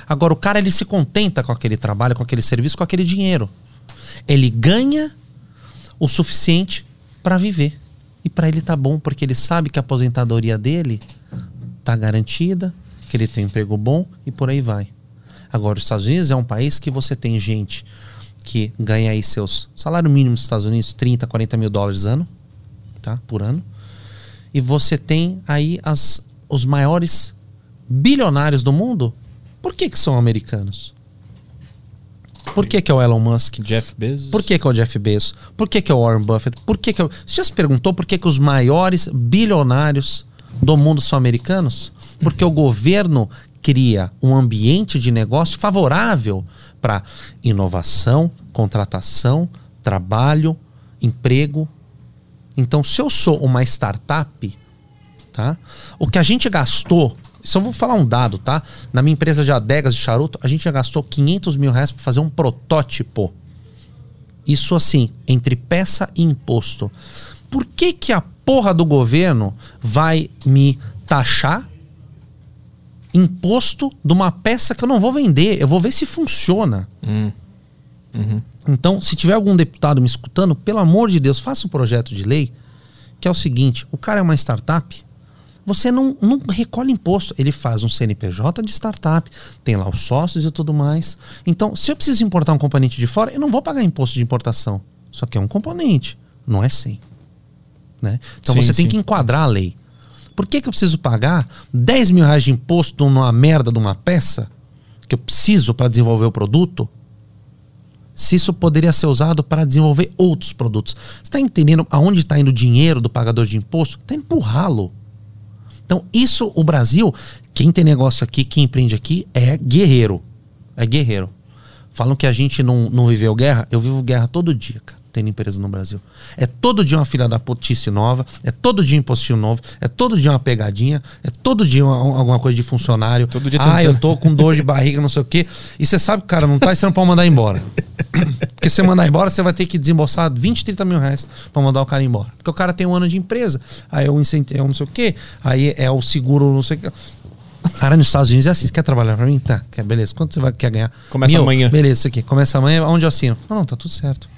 Speaker 4: Agora, o cara ele se contenta com aquele trabalho, com aquele serviço, com aquele dinheiro. Ele ganha o suficiente para viver. E para ele tá bom, porque ele sabe que a aposentadoria dele tá garantida, que ele tem um emprego bom e por aí vai. Agora, os Estados Unidos é um país que você tem gente que ganha aí seus salário mínimo nos Estados Unidos, 30, 40 mil dólares ano, tá? Por ano. E você tem aí as, os maiores bilionários do mundo. Por que, que são americanos? Por que, que é o Elon Musk?
Speaker 1: Jeff Bezos.
Speaker 4: Por que, que é o Jeff Bezos? Por que, que é o Warren Buffett? Por que, que é o... Você já se perguntou por que, que os maiores bilionários do mundo são americanos? Porque o governo cria um ambiente de negócio favorável para inovação, contratação, trabalho, emprego. Então, se eu sou uma startup, tá? O que a gente gastou, Só vou falar um dado, tá? Na minha empresa de adegas de charuto, a gente já gastou 500 mil reais pra fazer um protótipo. Isso assim, entre peça e imposto. Por que que a porra do governo vai me taxar imposto de uma peça que eu não vou vender? Eu vou ver se funciona. Então, se tiver algum deputado me escutando, pelo amor de Deus, faça um projeto de lei que é o seguinte: o cara é uma startup, você não, não recolhe imposto. Ele faz um CNPJ de startup, tem lá os sócios e tudo mais. Então, se eu preciso importar um componente de fora, eu não vou pagar imposto de importação. Só que é um componente, não é 100. Né? Então
Speaker 13: Sim,
Speaker 4: você tem
Speaker 13: sim.
Speaker 4: que enquadrar a lei. Por que, que eu preciso pagar 10 mil reais de imposto numa merda de uma peça que eu preciso para desenvolver o produto? se isso poderia ser usado para desenvolver outros produtos. Você está entendendo aonde está indo o dinheiro do pagador de imposto? Está empurrá-lo. Então, isso, o Brasil, quem tem negócio aqui, quem empreende aqui, é guerreiro. É guerreiro. Falam que a gente não, não viveu guerra. Eu vivo guerra todo dia, cara, tendo empresa no Brasil. É todo dia uma filha da putice nova, é todo dia um impostinho novo, é todo dia uma pegadinha, é todo dia uma- alguma coisa de funcionário. Todo
Speaker 13: dia
Speaker 4: Ah,
Speaker 13: tentando.
Speaker 4: eu tô com dor de barriga, não sei o quê. E você sabe que o cara não tá e você não pode mandar embora. Porque se você mandar embora, você vai ter que desembolsar 20, 30 mil reais pra mandar o cara embora. Porque o cara tem um ano de empresa, aí é o incentivo, é o não sei o quê, aí é o seguro, não sei o quê. O cara nos Estados Unidos é assim, você quer trabalhar pra mim? Tá, quer, beleza. Quanto você vai, quer ganhar?
Speaker 1: Começa amanhã.
Speaker 4: Beleza, isso aqui. Começa amanhã, onde eu assino? Não, não, tá tudo certo.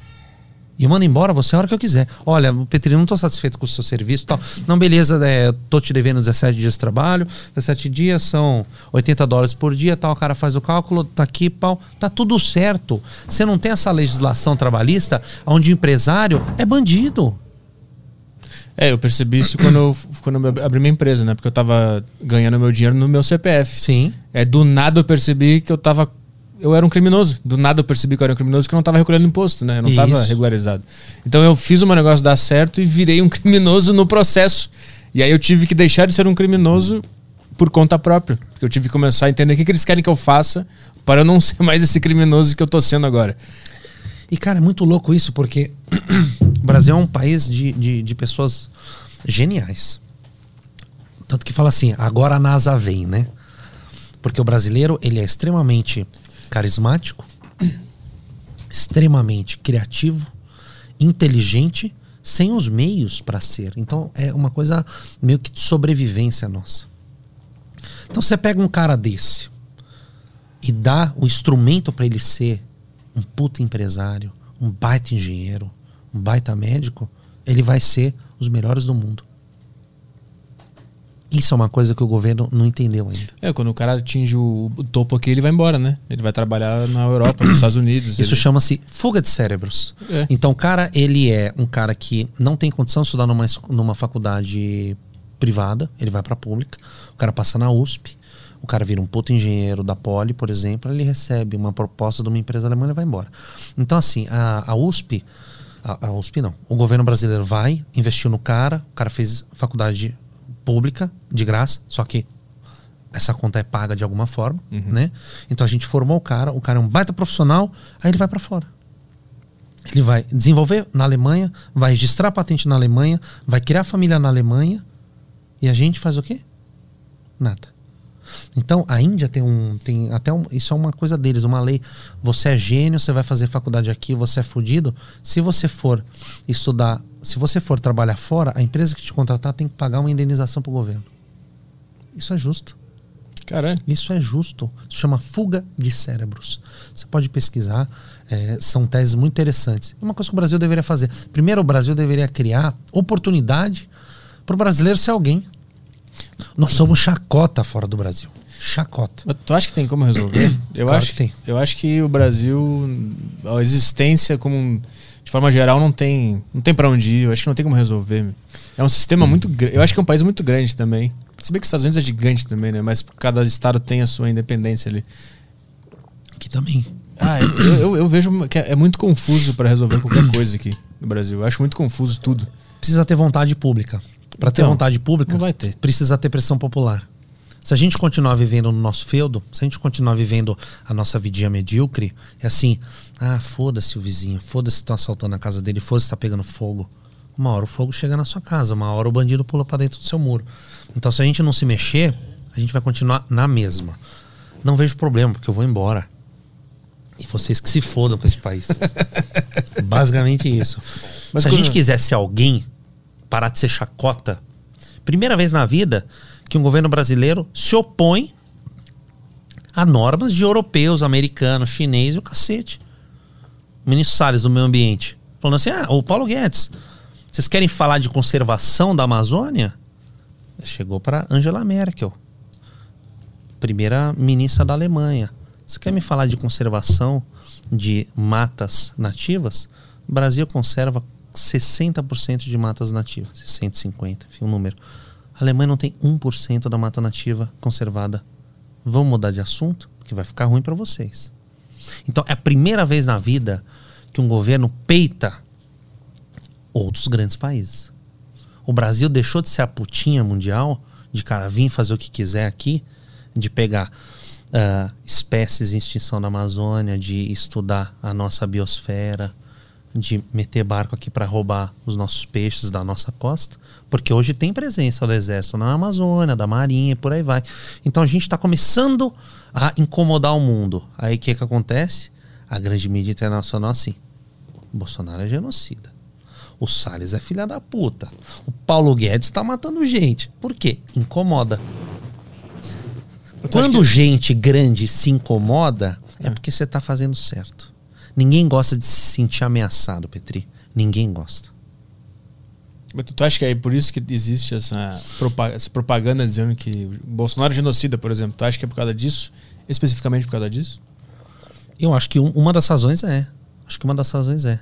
Speaker 4: E eu mando embora você a hora que eu quiser. Olha, Petrinho, não tô satisfeito com o seu serviço e tal. Não, beleza, é, tô te devendo 17 dias de trabalho. 17 dias são 80 dólares por dia, tal. O cara faz o cálculo, tá aqui, pau. Tá tudo certo. Você não tem essa legislação trabalhista onde o empresário é bandido.
Speaker 1: É, eu percebi isso quando eu, quando eu abri minha empresa, né? Porque eu tava ganhando meu dinheiro no meu CPF.
Speaker 4: Sim.
Speaker 1: É, do nada eu percebi que eu tava. Eu era um criminoso. Do nada eu percebi que eu era um criminoso que eu não tava recolhendo imposto, né? Eu não tava
Speaker 13: Isso.
Speaker 1: regularizado. Então eu fiz o meu negócio dar certo e virei um criminoso no processo. E aí eu tive que deixar de ser um criminoso por conta própria. Porque eu tive que começar a entender o que, que eles querem que eu faça para eu não ser mais esse criminoso que eu tô sendo agora.
Speaker 4: E, cara, é muito louco isso, porque o Brasil é um país de, de, de pessoas geniais. Tanto que fala assim, agora a NASA vem, né? Porque o brasileiro, ele é extremamente carismático, extremamente criativo, inteligente, sem os meios para ser. Então, é uma coisa meio que de sobrevivência nossa. Então, você pega um cara desse e dá o instrumento para ele ser um puta empresário, um baita engenheiro, um baita médico, ele vai ser os melhores do mundo. Isso é uma coisa que o governo não entendeu ainda.
Speaker 1: É, quando o cara atinge o o topo aqui, ele vai embora, né? Ele vai trabalhar na Europa, nos Estados Unidos.
Speaker 4: Isso
Speaker 1: ele-
Speaker 4: chama-se fuga de cérebros.
Speaker 1: É.
Speaker 4: Então, o cara, ele é um cara que não tem condição de estudar numa, es- numa faculdade privada, ele vai pra pública, o cara passa na USP, o cara vira um puto engenheiro da Poli, por exemplo, ele recebe uma proposta de uma empresa alemã e ele vai embora. Então, assim, a, a USP, a, a USP não, o governo brasileiro vai, investiu no cara, o cara fez faculdade pública, de graça, só que essa conta é paga de alguma forma, né? Então a gente formou o cara, o cara é um baita profissional, aí ele vai pra fora. Ele vai desenvolver na Alemanha, vai registrar a patente na Alemanha, vai criar família na Alemanha e a gente faz o quê? Nada. Então a Índia tem um, tem até um, isso é uma coisa deles, uma lei. Você é gênio, você vai fazer faculdade aqui, você é fudido. Se você for estudar, se você for trabalhar fora, a empresa que te contratar tem que pagar uma indenização pro governo. Isso é justo.
Speaker 1: Caralho.
Speaker 4: Isso é justo. Isso chama fuga de cérebros. Você pode pesquisar, é, são teses muito interessantes. Uma coisa que o Brasil deveria fazer. Primeiro, o Brasil deveria criar oportunidade para o brasileiro ser alguém. Nós somos chacota fora do Brasil. Chacota.
Speaker 1: Mas tu acha que tem como resolver? Eu
Speaker 4: Claro
Speaker 1: acho
Speaker 4: que tem.
Speaker 1: Eu acho que o Brasil, a existência como um- de forma geral não tem, não tem para onde ir. Eu acho que não tem como resolver. meu. É um sistema muito grande. Eu acho que é um país muito grande também. Se bem que os Estados Unidos é gigante também, né? Mas cada estado tem a sua independência ali.
Speaker 4: Aqui também.
Speaker 1: Ah, eu, eu- eu vejo que é muito confuso para resolver qualquer coisa aqui no Brasil. Eu acho muito confuso tudo.
Speaker 4: Precisa ter vontade pública. Para ter
Speaker 1: Então,
Speaker 4: vontade pública,
Speaker 1: não vai ter.
Speaker 4: precisa ter pressão popular. Se a gente continuar vivendo no nosso feudo, se a gente continuar vivendo a nossa vidinha medíocre, é assim, ah, foda-se o vizinho, foda-se estão assaltando a casa dele, foda-se tá pegando fogo. Uma hora o fogo chega na sua casa, uma hora o bandido pula para dentro do seu muro. Então se a gente não se mexer, a a gente vai continuar na mesma. Não vejo problema, porque eu vou embora. E vocês que se fodam com esse país. Basicamente isso.
Speaker 1: Mas
Speaker 4: se a
Speaker 1: quando-
Speaker 4: gente quisesse alguém parar de ser chacota, primeira vez na vida que um governo brasileiro se opõe a normas de europeus, americanos, chinês e o cacete. O ministro Salles do Meio Ambiente. Falando assim, ah, o Paulo Guedes, vocês querem falar de conservação da Amazônia? Chegou para Angela Merkel, primeira ministra da Alemanha. Você quer me falar de conservação de matas nativas? O Brasil conserva 60% de matas nativas, 650, enfim, um número. A Alemanha não tem 1% da mata nativa conservada. Vamos mudar de assunto, porque vai ficar ruim para vocês. Então, é a primeira vez na vida que um governo peita outros grandes países. O Brasil deixou de ser a putinha mundial, de cara vir fazer o que quiser aqui, de pegar ah, espécies em extinção na Amazônia, de estudar a nossa biosfera, de meter barco aqui para roubar os nossos peixes da nossa costa, porque hoje tem presença do exército na Amazônia, da Marinha e por aí vai. Então a gente está começando a incomodar o mundo. Aí o que, que acontece? A grande mídia internacional assim: Bolsonaro é genocida. O Salles é filha da puta. O Paulo Guedes tá matando gente. Por quê? Incomoda. Quando gente grande se incomoda, é porque você tá fazendo certo. Ninguém gosta de se sentir ameaçado, Petri. Ninguém gosta.
Speaker 1: Mas tu, tu acha que é por isso que existe essa, propa- essa propaganda dizendo que o Bolsonaro é genocida, por exemplo? Tu acha que é por causa disso? Especificamente por causa disso?
Speaker 4: Eu acho que um- uma das razões é. Acho que uma das razões é.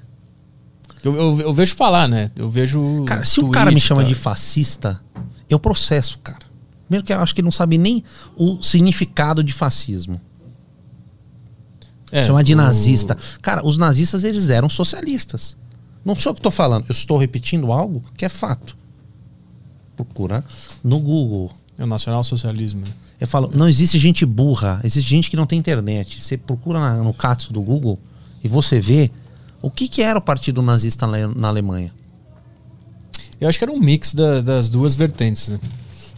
Speaker 1: Eu, eu, eu vejo falar, né? Eu vejo.
Speaker 4: Cara, se o
Speaker 1: tweet tá?
Speaker 4: cara me
Speaker 1: e
Speaker 4: chama
Speaker 1: tal.
Speaker 4: de fascista, eu processo, o cara. Primeiro que eu acho que ele não sabe nem o significado de fascismo.
Speaker 1: É,
Speaker 4: Chamar de
Speaker 1: o-
Speaker 4: nazista. Cara, os nazistas eles eram socialistas. Não sou eu que estou falando, eu estou repetindo algo que é fato. Procura no Google.
Speaker 1: É o nacionalsocialismo. né?
Speaker 4: Eu falo, não existe gente burra, existe gente que não tem internet. Você procura na- no catso do Google e você vê o que, que era o partido nazista na- na Alemanha.
Speaker 1: Eu acho que era um mix da- das duas vertentes. Né?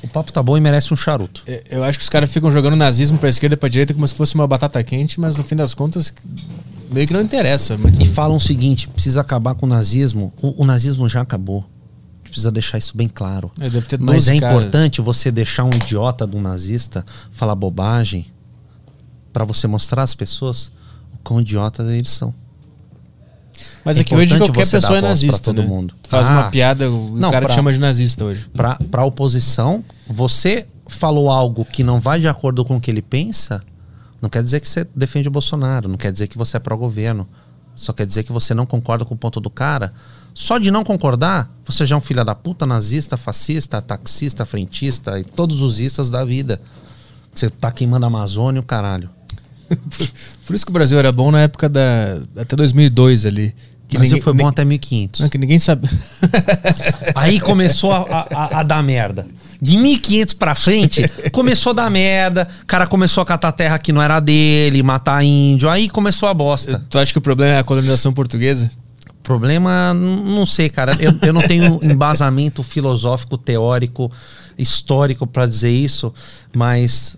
Speaker 1: É,
Speaker 4: O papo tá bom e merece um charuto.
Speaker 1: Eu acho que os caras ficam jogando nazismo pra esquerda e pra direita como se fosse uma batata quente, mas no fim das contas, meio que não interessa. Muito.
Speaker 4: E falam o seguinte: precisa acabar com o nazismo. O, o nazismo já acabou. A gente Precisa deixar isso bem claro.
Speaker 1: É, deve ter
Speaker 4: Mas
Speaker 1: 12
Speaker 4: é
Speaker 1: cara.
Speaker 4: importante você deixar um idiota de um nazista falar bobagem pra você mostrar às pessoas o quão idiotas eles são.
Speaker 1: Mas é que hoje
Speaker 4: importante
Speaker 1: qualquer
Speaker 4: você dar
Speaker 1: pessoa
Speaker 4: voz
Speaker 1: é
Speaker 4: pra
Speaker 1: nazista,
Speaker 4: todo
Speaker 1: né?
Speaker 4: mundo.
Speaker 1: Tu faz uma
Speaker 4: Ah,
Speaker 1: piada, o
Speaker 4: não,
Speaker 1: cara te
Speaker 4: pra-
Speaker 1: chama de nazista hoje.
Speaker 4: Pra, pra oposição, você falou algo que não vai de acordo com o que ele pensa, não quer dizer que você defende o Bolsonaro, não quer dizer que você é pró-governo. Só quer dizer que você não concorda com o ponto do cara. Só de não concordar, você já é um filho da puta, nazista, fascista, taxista, frentista e todos os istas da vida. Você tá queimando a Amazônia, o caralho.
Speaker 1: Por isso que o Brasil era bom na época da. até 2002 ali.
Speaker 4: O Brasil foi bom até 1500.
Speaker 1: Não, que ninguém sabe.
Speaker 4: Aí começou a, a- a- a dar merda. De 1500 pra frente, começou a dar merda. O cara começou a catar terra que não era dele, matar índio. Aí começou a bosta.
Speaker 1: Tu acha que o problema é a colonização portuguesa?
Speaker 4: Problema, n- não sei, cara. Eu, eu não tenho embasamento filosófico, teórico, histórico pra dizer isso, mas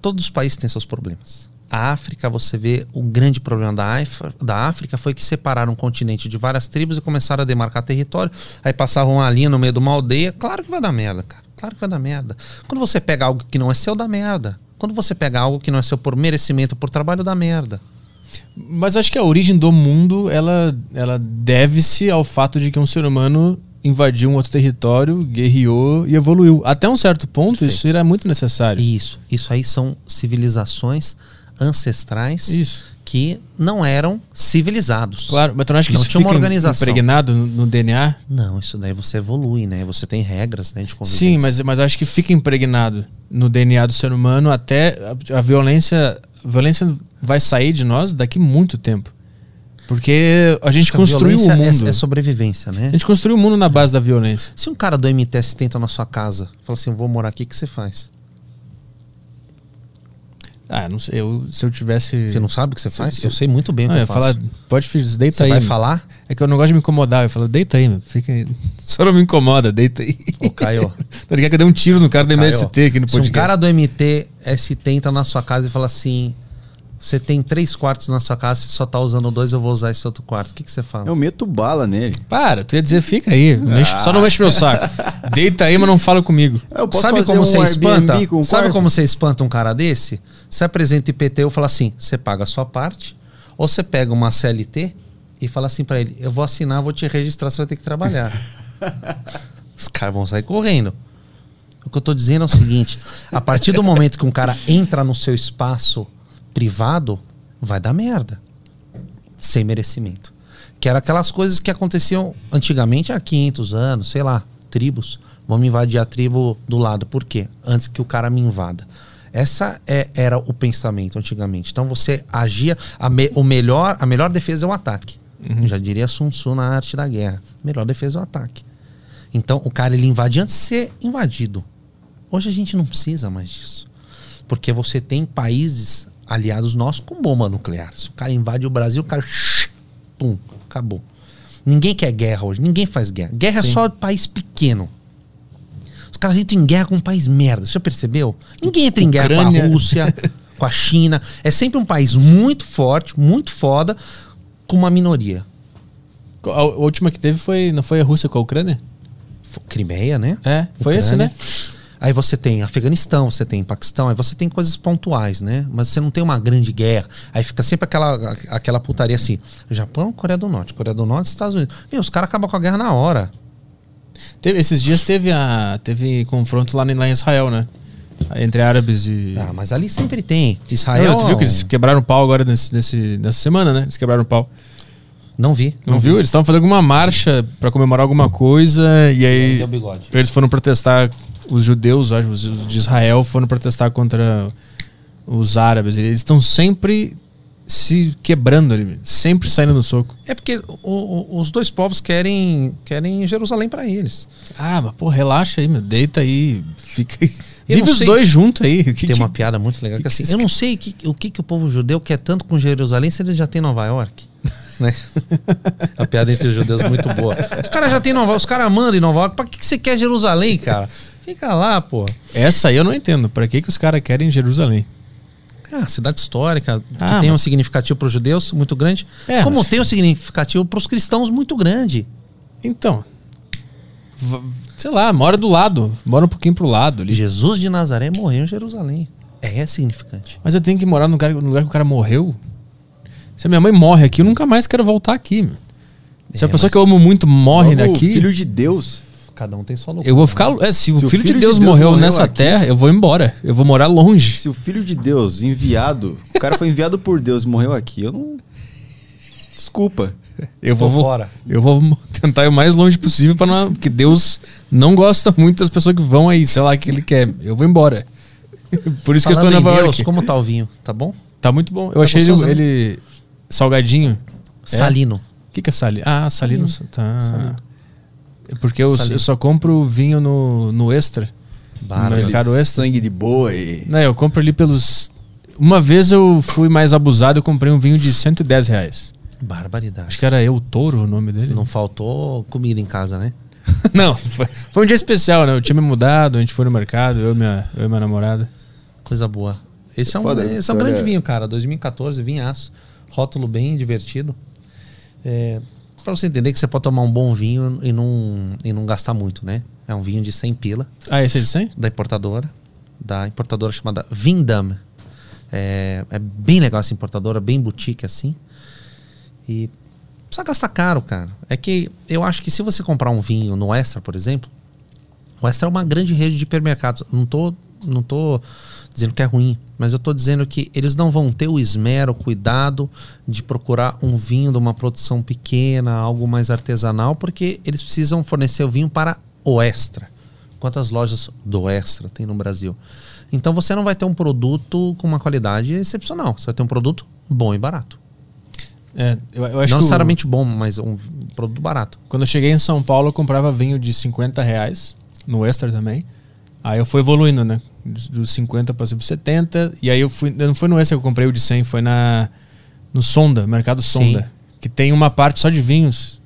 Speaker 4: todos os países têm seus problemas. A África, você vê, o grande problema da, África- da África foi que separaram um continente de várias tribos e começaram a demarcar território. Aí passavam uma linha no meio de uma aldeia. Claro que vai dar merda, cara. Claro que vai dar merda. Quando você pega algo que não é seu, dá merda. Quando você pega algo que não é seu por merecimento, por trabalho, dá merda.
Speaker 1: Mas acho que a origem do mundo ela, ela deve-se ao fato de que um ser humano invadiu um outro território, guerreou e evoluiu. Até um certo ponto, isso era muito necessário.
Speaker 4: Isso. Isso aí são civilizações ancestrais que não eram civilizados.
Speaker 1: Claro, mas tu não acha que
Speaker 4: não
Speaker 1: isso
Speaker 4: tinha uma
Speaker 1: fica
Speaker 4: organização.
Speaker 1: impregnado no- no DNA?
Speaker 4: Não, isso daí você evolui, né? Você tem regras, né, de convivência.
Speaker 1: Sim, mas, mas acho que fica impregnado no DNA do ser humano até a, a violência. A violência vai sair de nós daqui muito tempo. Porque a gente
Speaker 4: Acho que a
Speaker 1: construiu o
Speaker 4: violência é-
Speaker 1: mundo.
Speaker 4: É, sobrevivência, né?
Speaker 1: A gente construiu o mundo na base da violência.
Speaker 4: Se um cara do MTS tenta na sua casa, fala assim, vou morar aqui, o que você faz?
Speaker 1: Ah, não sei. Eu, se eu tivesse. Você
Speaker 4: não sabe o que você faz? Eu sei muito bem o
Speaker 1: não,
Speaker 4: que
Speaker 1: eu
Speaker 4: eu
Speaker 1: ia
Speaker 4: faço.
Speaker 1: falar, pode filho, deita
Speaker 4: Você
Speaker 1: aí.
Speaker 4: vai falar?
Speaker 1: É que eu não gosto de me incomodar. Eu falo, deita aí, meu. Fica aí. Só não me incomoda, deita aí.
Speaker 4: Ô, Caio.
Speaker 1: Tá ligado que eu dei um tiro no cara do
Speaker 4: Caio,
Speaker 1: MST aqui no podcast.
Speaker 4: Se um cara do MTST entra na sua casa e fala assim: você tem três quartos na sua casa, você só tá usando dois, eu vou usar esse outro quarto. O que, que você fala?
Speaker 2: Eu meto bala nele.
Speaker 1: Para, tu ia dizer, fica aí. não enche- Só não mexe meu saco. Deita aí, mas não fala comigo.
Speaker 4: Sabe como você espanta? Sabe como você espanta um cara desse? Você apresenta IPTU e fala assim: você paga a sua parte, ou você pega uma CLT e fala assim pra ele: eu vou assinar, vou te registrar, você vai ter que trabalhar. Os caras vão sair correndo. O que eu tô dizendo é o seguinte: a partir do momento que um cara entra no seu espaço privado, vai dar merda. Sem merecimento. Que era aquelas coisas que aconteciam antigamente há 500 anos, sei lá, tribos. Vamos invadir a tribo do lado. Por quê? Antes que o cara me invada. Essa é- era o pensamento antigamente. Então você agia. A, me- o melhor, a melhor defesa é o ataque. Já diria Sun Tzu na arte da guerra. Melhor defesa é o ataque. Então o cara ele invade antes de ser invadido. Hoje a gente não precisa mais disso. Porque você tem países aliados nossos com bomba nuclear. Se o cara invade o Brasil, o cara. shh, Pum, acabou. Ninguém quer guerra hoje, ninguém faz guerra. Guerra é só país pequeno. Os caras entram em guerra com um país merda, você já percebeu? Ninguém entra em guerra com a
Speaker 1: Ucrânia.
Speaker 4: Rússia, com a China. É sempre um país muito forte, muito foda, com uma minoria.
Speaker 1: A a última que teve foi. Não foi a Rússia com a Ucrânia?
Speaker 4: Crimeia, né?
Speaker 1: É, foi esse, né?
Speaker 4: Aí você tem Afeganistão, você tem Paquistão, aí você tem coisas pontuais, né? Mas você não tem uma grande guerra. Aí fica sempre aquela, aquela putaria assim: Japão, Coreia do Norte, Coreia do Norte, Estados Unidos. Meu, os caras acabam com a guerra na hora.
Speaker 1: Teve- esses dias teve, a, teve confronto lá, em- lá em Israel, né? Entre árabes e. Ah,
Speaker 4: mas ali sempre tem. Israel.
Speaker 1: Israel. tu viu que eles quebraram o pau agora nesse, nesse- nessa semana, né? Eles quebraram o pau.
Speaker 4: Não vi.
Speaker 1: Não,
Speaker 4: não
Speaker 1: viu?
Speaker 4: vi.
Speaker 1: Eles estavam fazendo alguma marcha pra comemorar alguma coisa e aí.
Speaker 4: deu bigode.
Speaker 1: Eles foram protestar, os judeus, acho, os os de Israel foram protestar contra os árabes. Eles estão sempre se quebrando ali, sempre saindo no soco.
Speaker 4: É porque o- o- os dois povos querem, querem Jerusalém pra eles.
Speaker 1: Ah, mas pô, relaxa aí, meu. Deita aí, fica aí.
Speaker 4: Eu
Speaker 1: Vive
Speaker 4: não
Speaker 1: os
Speaker 4: sei-
Speaker 1: dois juntos aí.
Speaker 4: Tem uma piada muito legal que, assim, eu não sei que- o que, que o povo judeu quer tanto com Jerusalém se eles já têm Nova York. Né? A piada entre os judeus é muito boa. Os caras já têm Nova os caras mandam em Nova York. Pra que, que você quer Jerusalém, cara? Fica lá, pô.
Speaker 1: Essa aí eu não entendo. Pra que, que os caras querem Jerusalém?
Speaker 4: Ah, cidade histórica,
Speaker 1: Ah,
Speaker 4: que tem
Speaker 1: mas-
Speaker 4: um significativo para os judeus muito grande.
Speaker 1: É,
Speaker 4: como
Speaker 1: mas-
Speaker 4: tem um significativo para os cristãos muito grande.
Speaker 1: Então. V- Sei lá, mora do lado. Mora um pouquinho pro lado ali.
Speaker 4: Jesus de Nazaré morreu em Jerusalém. É significante.
Speaker 1: Mas eu tenho que morar no lugar, no lugar que o cara morreu. Se a minha mãe morre aqui, eu nunca mais quero voltar aqui. meu. Se a
Speaker 4: É,
Speaker 1: pessoa
Speaker 4: mas-
Speaker 1: que eu amo muito morre
Speaker 4: Logo,
Speaker 1: daqui.
Speaker 4: filho
Speaker 2: de Deus.
Speaker 4: Cada um tem sua loucura.
Speaker 1: Eu vou ficar. é, se, o filho, de Deus, morreu, nessa
Speaker 2: aqui-
Speaker 1: terra, eu vou embora. Eu vou morar longe.
Speaker 2: Se o filho de Deus, enviado, o cara foi enviado por Deus e morreu aqui, eu não. Desculpa.
Speaker 1: Eu
Speaker 2: Tô
Speaker 1: vou,
Speaker 2: fora.
Speaker 1: Eu vou tentar ir o mais longe possível para não. Porque Deus não gosta muito das pessoas que vão aí, sei lá, que ele quer. Eu vou embora. Por isso que eu estou
Speaker 4: Falando
Speaker 1: em Nova
Speaker 4: em Deus,
Speaker 1: York.
Speaker 4: Como tá o vinho? Tá bom?
Speaker 1: Tá muito bom. Eu
Speaker 4: Tá
Speaker 1: achei ele,
Speaker 4: gostosão.
Speaker 1: ele salgadinho.
Speaker 4: Salino.
Speaker 1: O que, que é salino? Ah, salino.
Speaker 4: Salino.
Speaker 1: Tá.
Speaker 4: Salino.
Speaker 1: É Porque eu,
Speaker 4: Salino.
Speaker 1: eu só compro vinho no, no Extra.
Speaker 4: Bárbaro.
Speaker 1: No mercado
Speaker 2: Aquele
Speaker 1: Extra.
Speaker 2: é sangue de boi.
Speaker 1: Não, eu compro ali pelos... Uma vez eu fui mais abusado, eu comprei um vinho de 110 reais.
Speaker 4: Barbaridade.
Speaker 1: Acho que era eu, Touro, o nome dele.
Speaker 4: Não faltou comida em casa, né?
Speaker 1: Não, foi, foi um dia especial, né? Eu tinha me mudado, a gente foi no mercado, eu e minha, eu e minha namorada.
Speaker 4: Coisa boa. Esse é um,
Speaker 1: Foda,
Speaker 4: esse é um
Speaker 1: cara.
Speaker 4: grande vinho, cara. 2014, vinhaço. Rótulo bem divertido. É, pra você entender que você pode tomar um bom vinho e não, e não gastar muito, né? É um vinho de 100 pila.
Speaker 1: Ah, esse é de 100?
Speaker 4: Da importadora. Da importadora chamada Vindam. É, é bem legal essa importadora, bem boutique assim. E não precisa gastar caro, cara. É que eu acho que se você comprar um vinho no Extra, por exemplo, o Extra é uma grande rede de hipermercados. Não tô, não tô dizendo que é ruim, mas eu tô dizendo que eles não vão ter o esmero, o cuidado de procurar um vinho de uma produção pequena, algo mais artesanal, porque eles precisam fornecer o vinho para o Extra. Quantas lojas do Extra tem no Brasil? Então você não vai ter um produto com uma qualidade excepcional. Você vai ter um produto bom e barato.
Speaker 1: É, eu, eu acho
Speaker 4: não
Speaker 1: que o-
Speaker 4: necessariamente bom, mas um produto barato.
Speaker 1: Quando eu cheguei em São Paulo, eu comprava vinho de 50 reais, no Extra também. Aí eu fui evoluindo, né? dos dos 50 passei para 70. E aí eu fui. Não foi no esse que eu comprei o de 100, foi na no Sonda, Mercado Sonda.
Speaker 4: Sim.
Speaker 1: Que tem uma parte só de vinhos.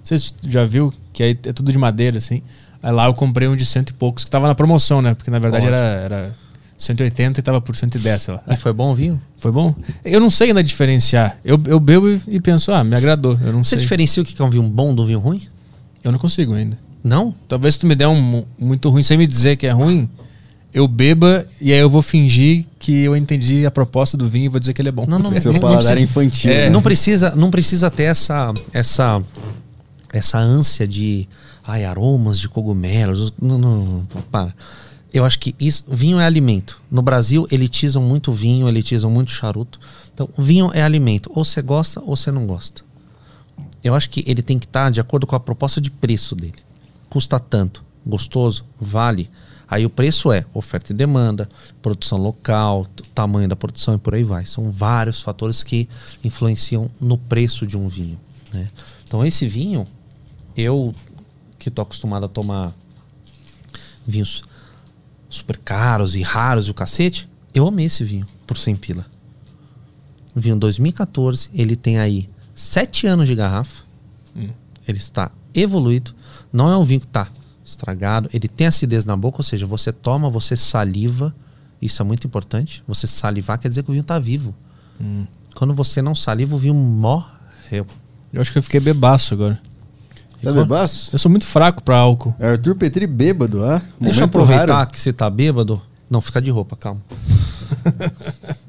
Speaker 1: Não sei se tu já viu, que aí é tudo de madeira, assim. Aí lá eu comprei um de cento e poucos, que tava na promoção, né? Porque na verdade era,
Speaker 4: Ótimo.
Speaker 1: era 180 e tava por 110, sei lá.
Speaker 4: E foi bom o vinho?
Speaker 1: Foi bom? Eu não sei ainda diferenciar. Eu, eu bebo e, e penso, ah, me agradou. Eu não
Speaker 4: Você
Speaker 1: sei.
Speaker 4: diferencia o que é um vinho bom do vinho ruim?
Speaker 1: Eu não consigo ainda.
Speaker 4: Não?
Speaker 1: Talvez tu me der um mu- muito ruim sem me dizer que é ruim, eu beba e aí eu vou fingir que eu entendi a proposta do vinho e vou dizer que ele é bom.
Speaker 4: Não, não, não, não precisa-
Speaker 2: né?
Speaker 1: É.
Speaker 4: Não precisa, não precisa ter essa, essa, essa ânsia de ai, aromas de cogumelos. Não, não, não, para. Eu acho que isso, vinho é alimento. No Brasil, elitizam muito vinho, elitizam muito charuto. Então, vinho é alimento. Ou você gosta ou você não gosta. Eu acho que ele tem que estar de acordo com a proposta de preço dele. Custa tanto, gostoso, vale. Aí o preço é oferta e demanda, produção local, t- tamanho da produção e por aí vai. São vários fatores que influenciam no preço de um vinho. né? Então esse vinho, eu que estou acostumado a tomar vinhos super caros e raros e o cacete, eu amei esse vinho por 100 pila. Vinho 2014, ele tem aí 7 anos de garrafa.
Speaker 1: Hum.
Speaker 2: Tá
Speaker 4: Ele está evoluído. Não é um vinho que está estragado. Ele tem acidez na boca, ou seja, você toma, você saliva. Isso é muito importante. Você salivar quer dizer que o vinho está vivo.
Speaker 1: Hum.
Speaker 4: Quando você não saliva, o vinho morreu.
Speaker 1: Eu acho que eu fiquei bebaço agora.
Speaker 2: Tá bebaço?
Speaker 1: Eu sou muito fraco pra álcool.
Speaker 2: É Arthur Petri bêbado, ah?
Speaker 4: Deixa eu
Speaker 2: Momento
Speaker 4: aproveitar
Speaker 2: raro.
Speaker 4: que você tá bêbado. Não, fica de roupa, calma.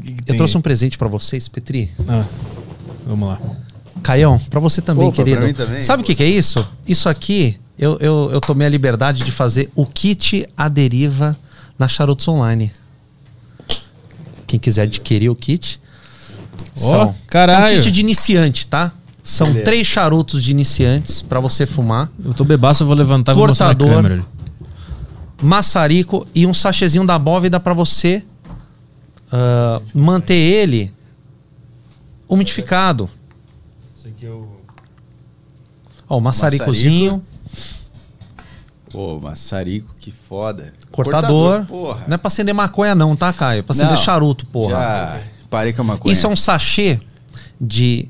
Speaker 1: tem
Speaker 4: eu trouxe
Speaker 1: aí?
Speaker 4: um presente pra vocês, Petri.
Speaker 1: Ah, vamos lá.
Speaker 4: Caião, pra você também,
Speaker 1: Opa, pra
Speaker 4: querido.
Speaker 1: mim também.
Speaker 4: Sabe o que, que é isso? Isso aqui, eu, eu, eu tomei a liberdade de fazer o kit à deriva na Charutos Online. Quem quiser adquirir o kit.
Speaker 1: Ó,
Speaker 4: são-
Speaker 1: caralho.
Speaker 4: É um kit de iniciante, tá? São
Speaker 1: Beleza.
Speaker 4: três charutos de iniciantes pra você fumar.
Speaker 1: Eu tô bebaço, eu vou levantar e vou mostrar na
Speaker 4: cortador,
Speaker 1: câmera. ali.
Speaker 4: maçarico e um sachezinho da bóveda para você ah, manter ele umidificado.
Speaker 5: é
Speaker 4: Ó, o maçaricozinho,
Speaker 2: Pô, maçarico, que foda.
Speaker 4: cortador.
Speaker 2: porra.
Speaker 4: Não é pra acender maconha não, tá, Caio? É pra acender
Speaker 2: Não,
Speaker 4: charuto, porra.
Speaker 2: Já parei com a maconha.
Speaker 4: Isso é um sachê de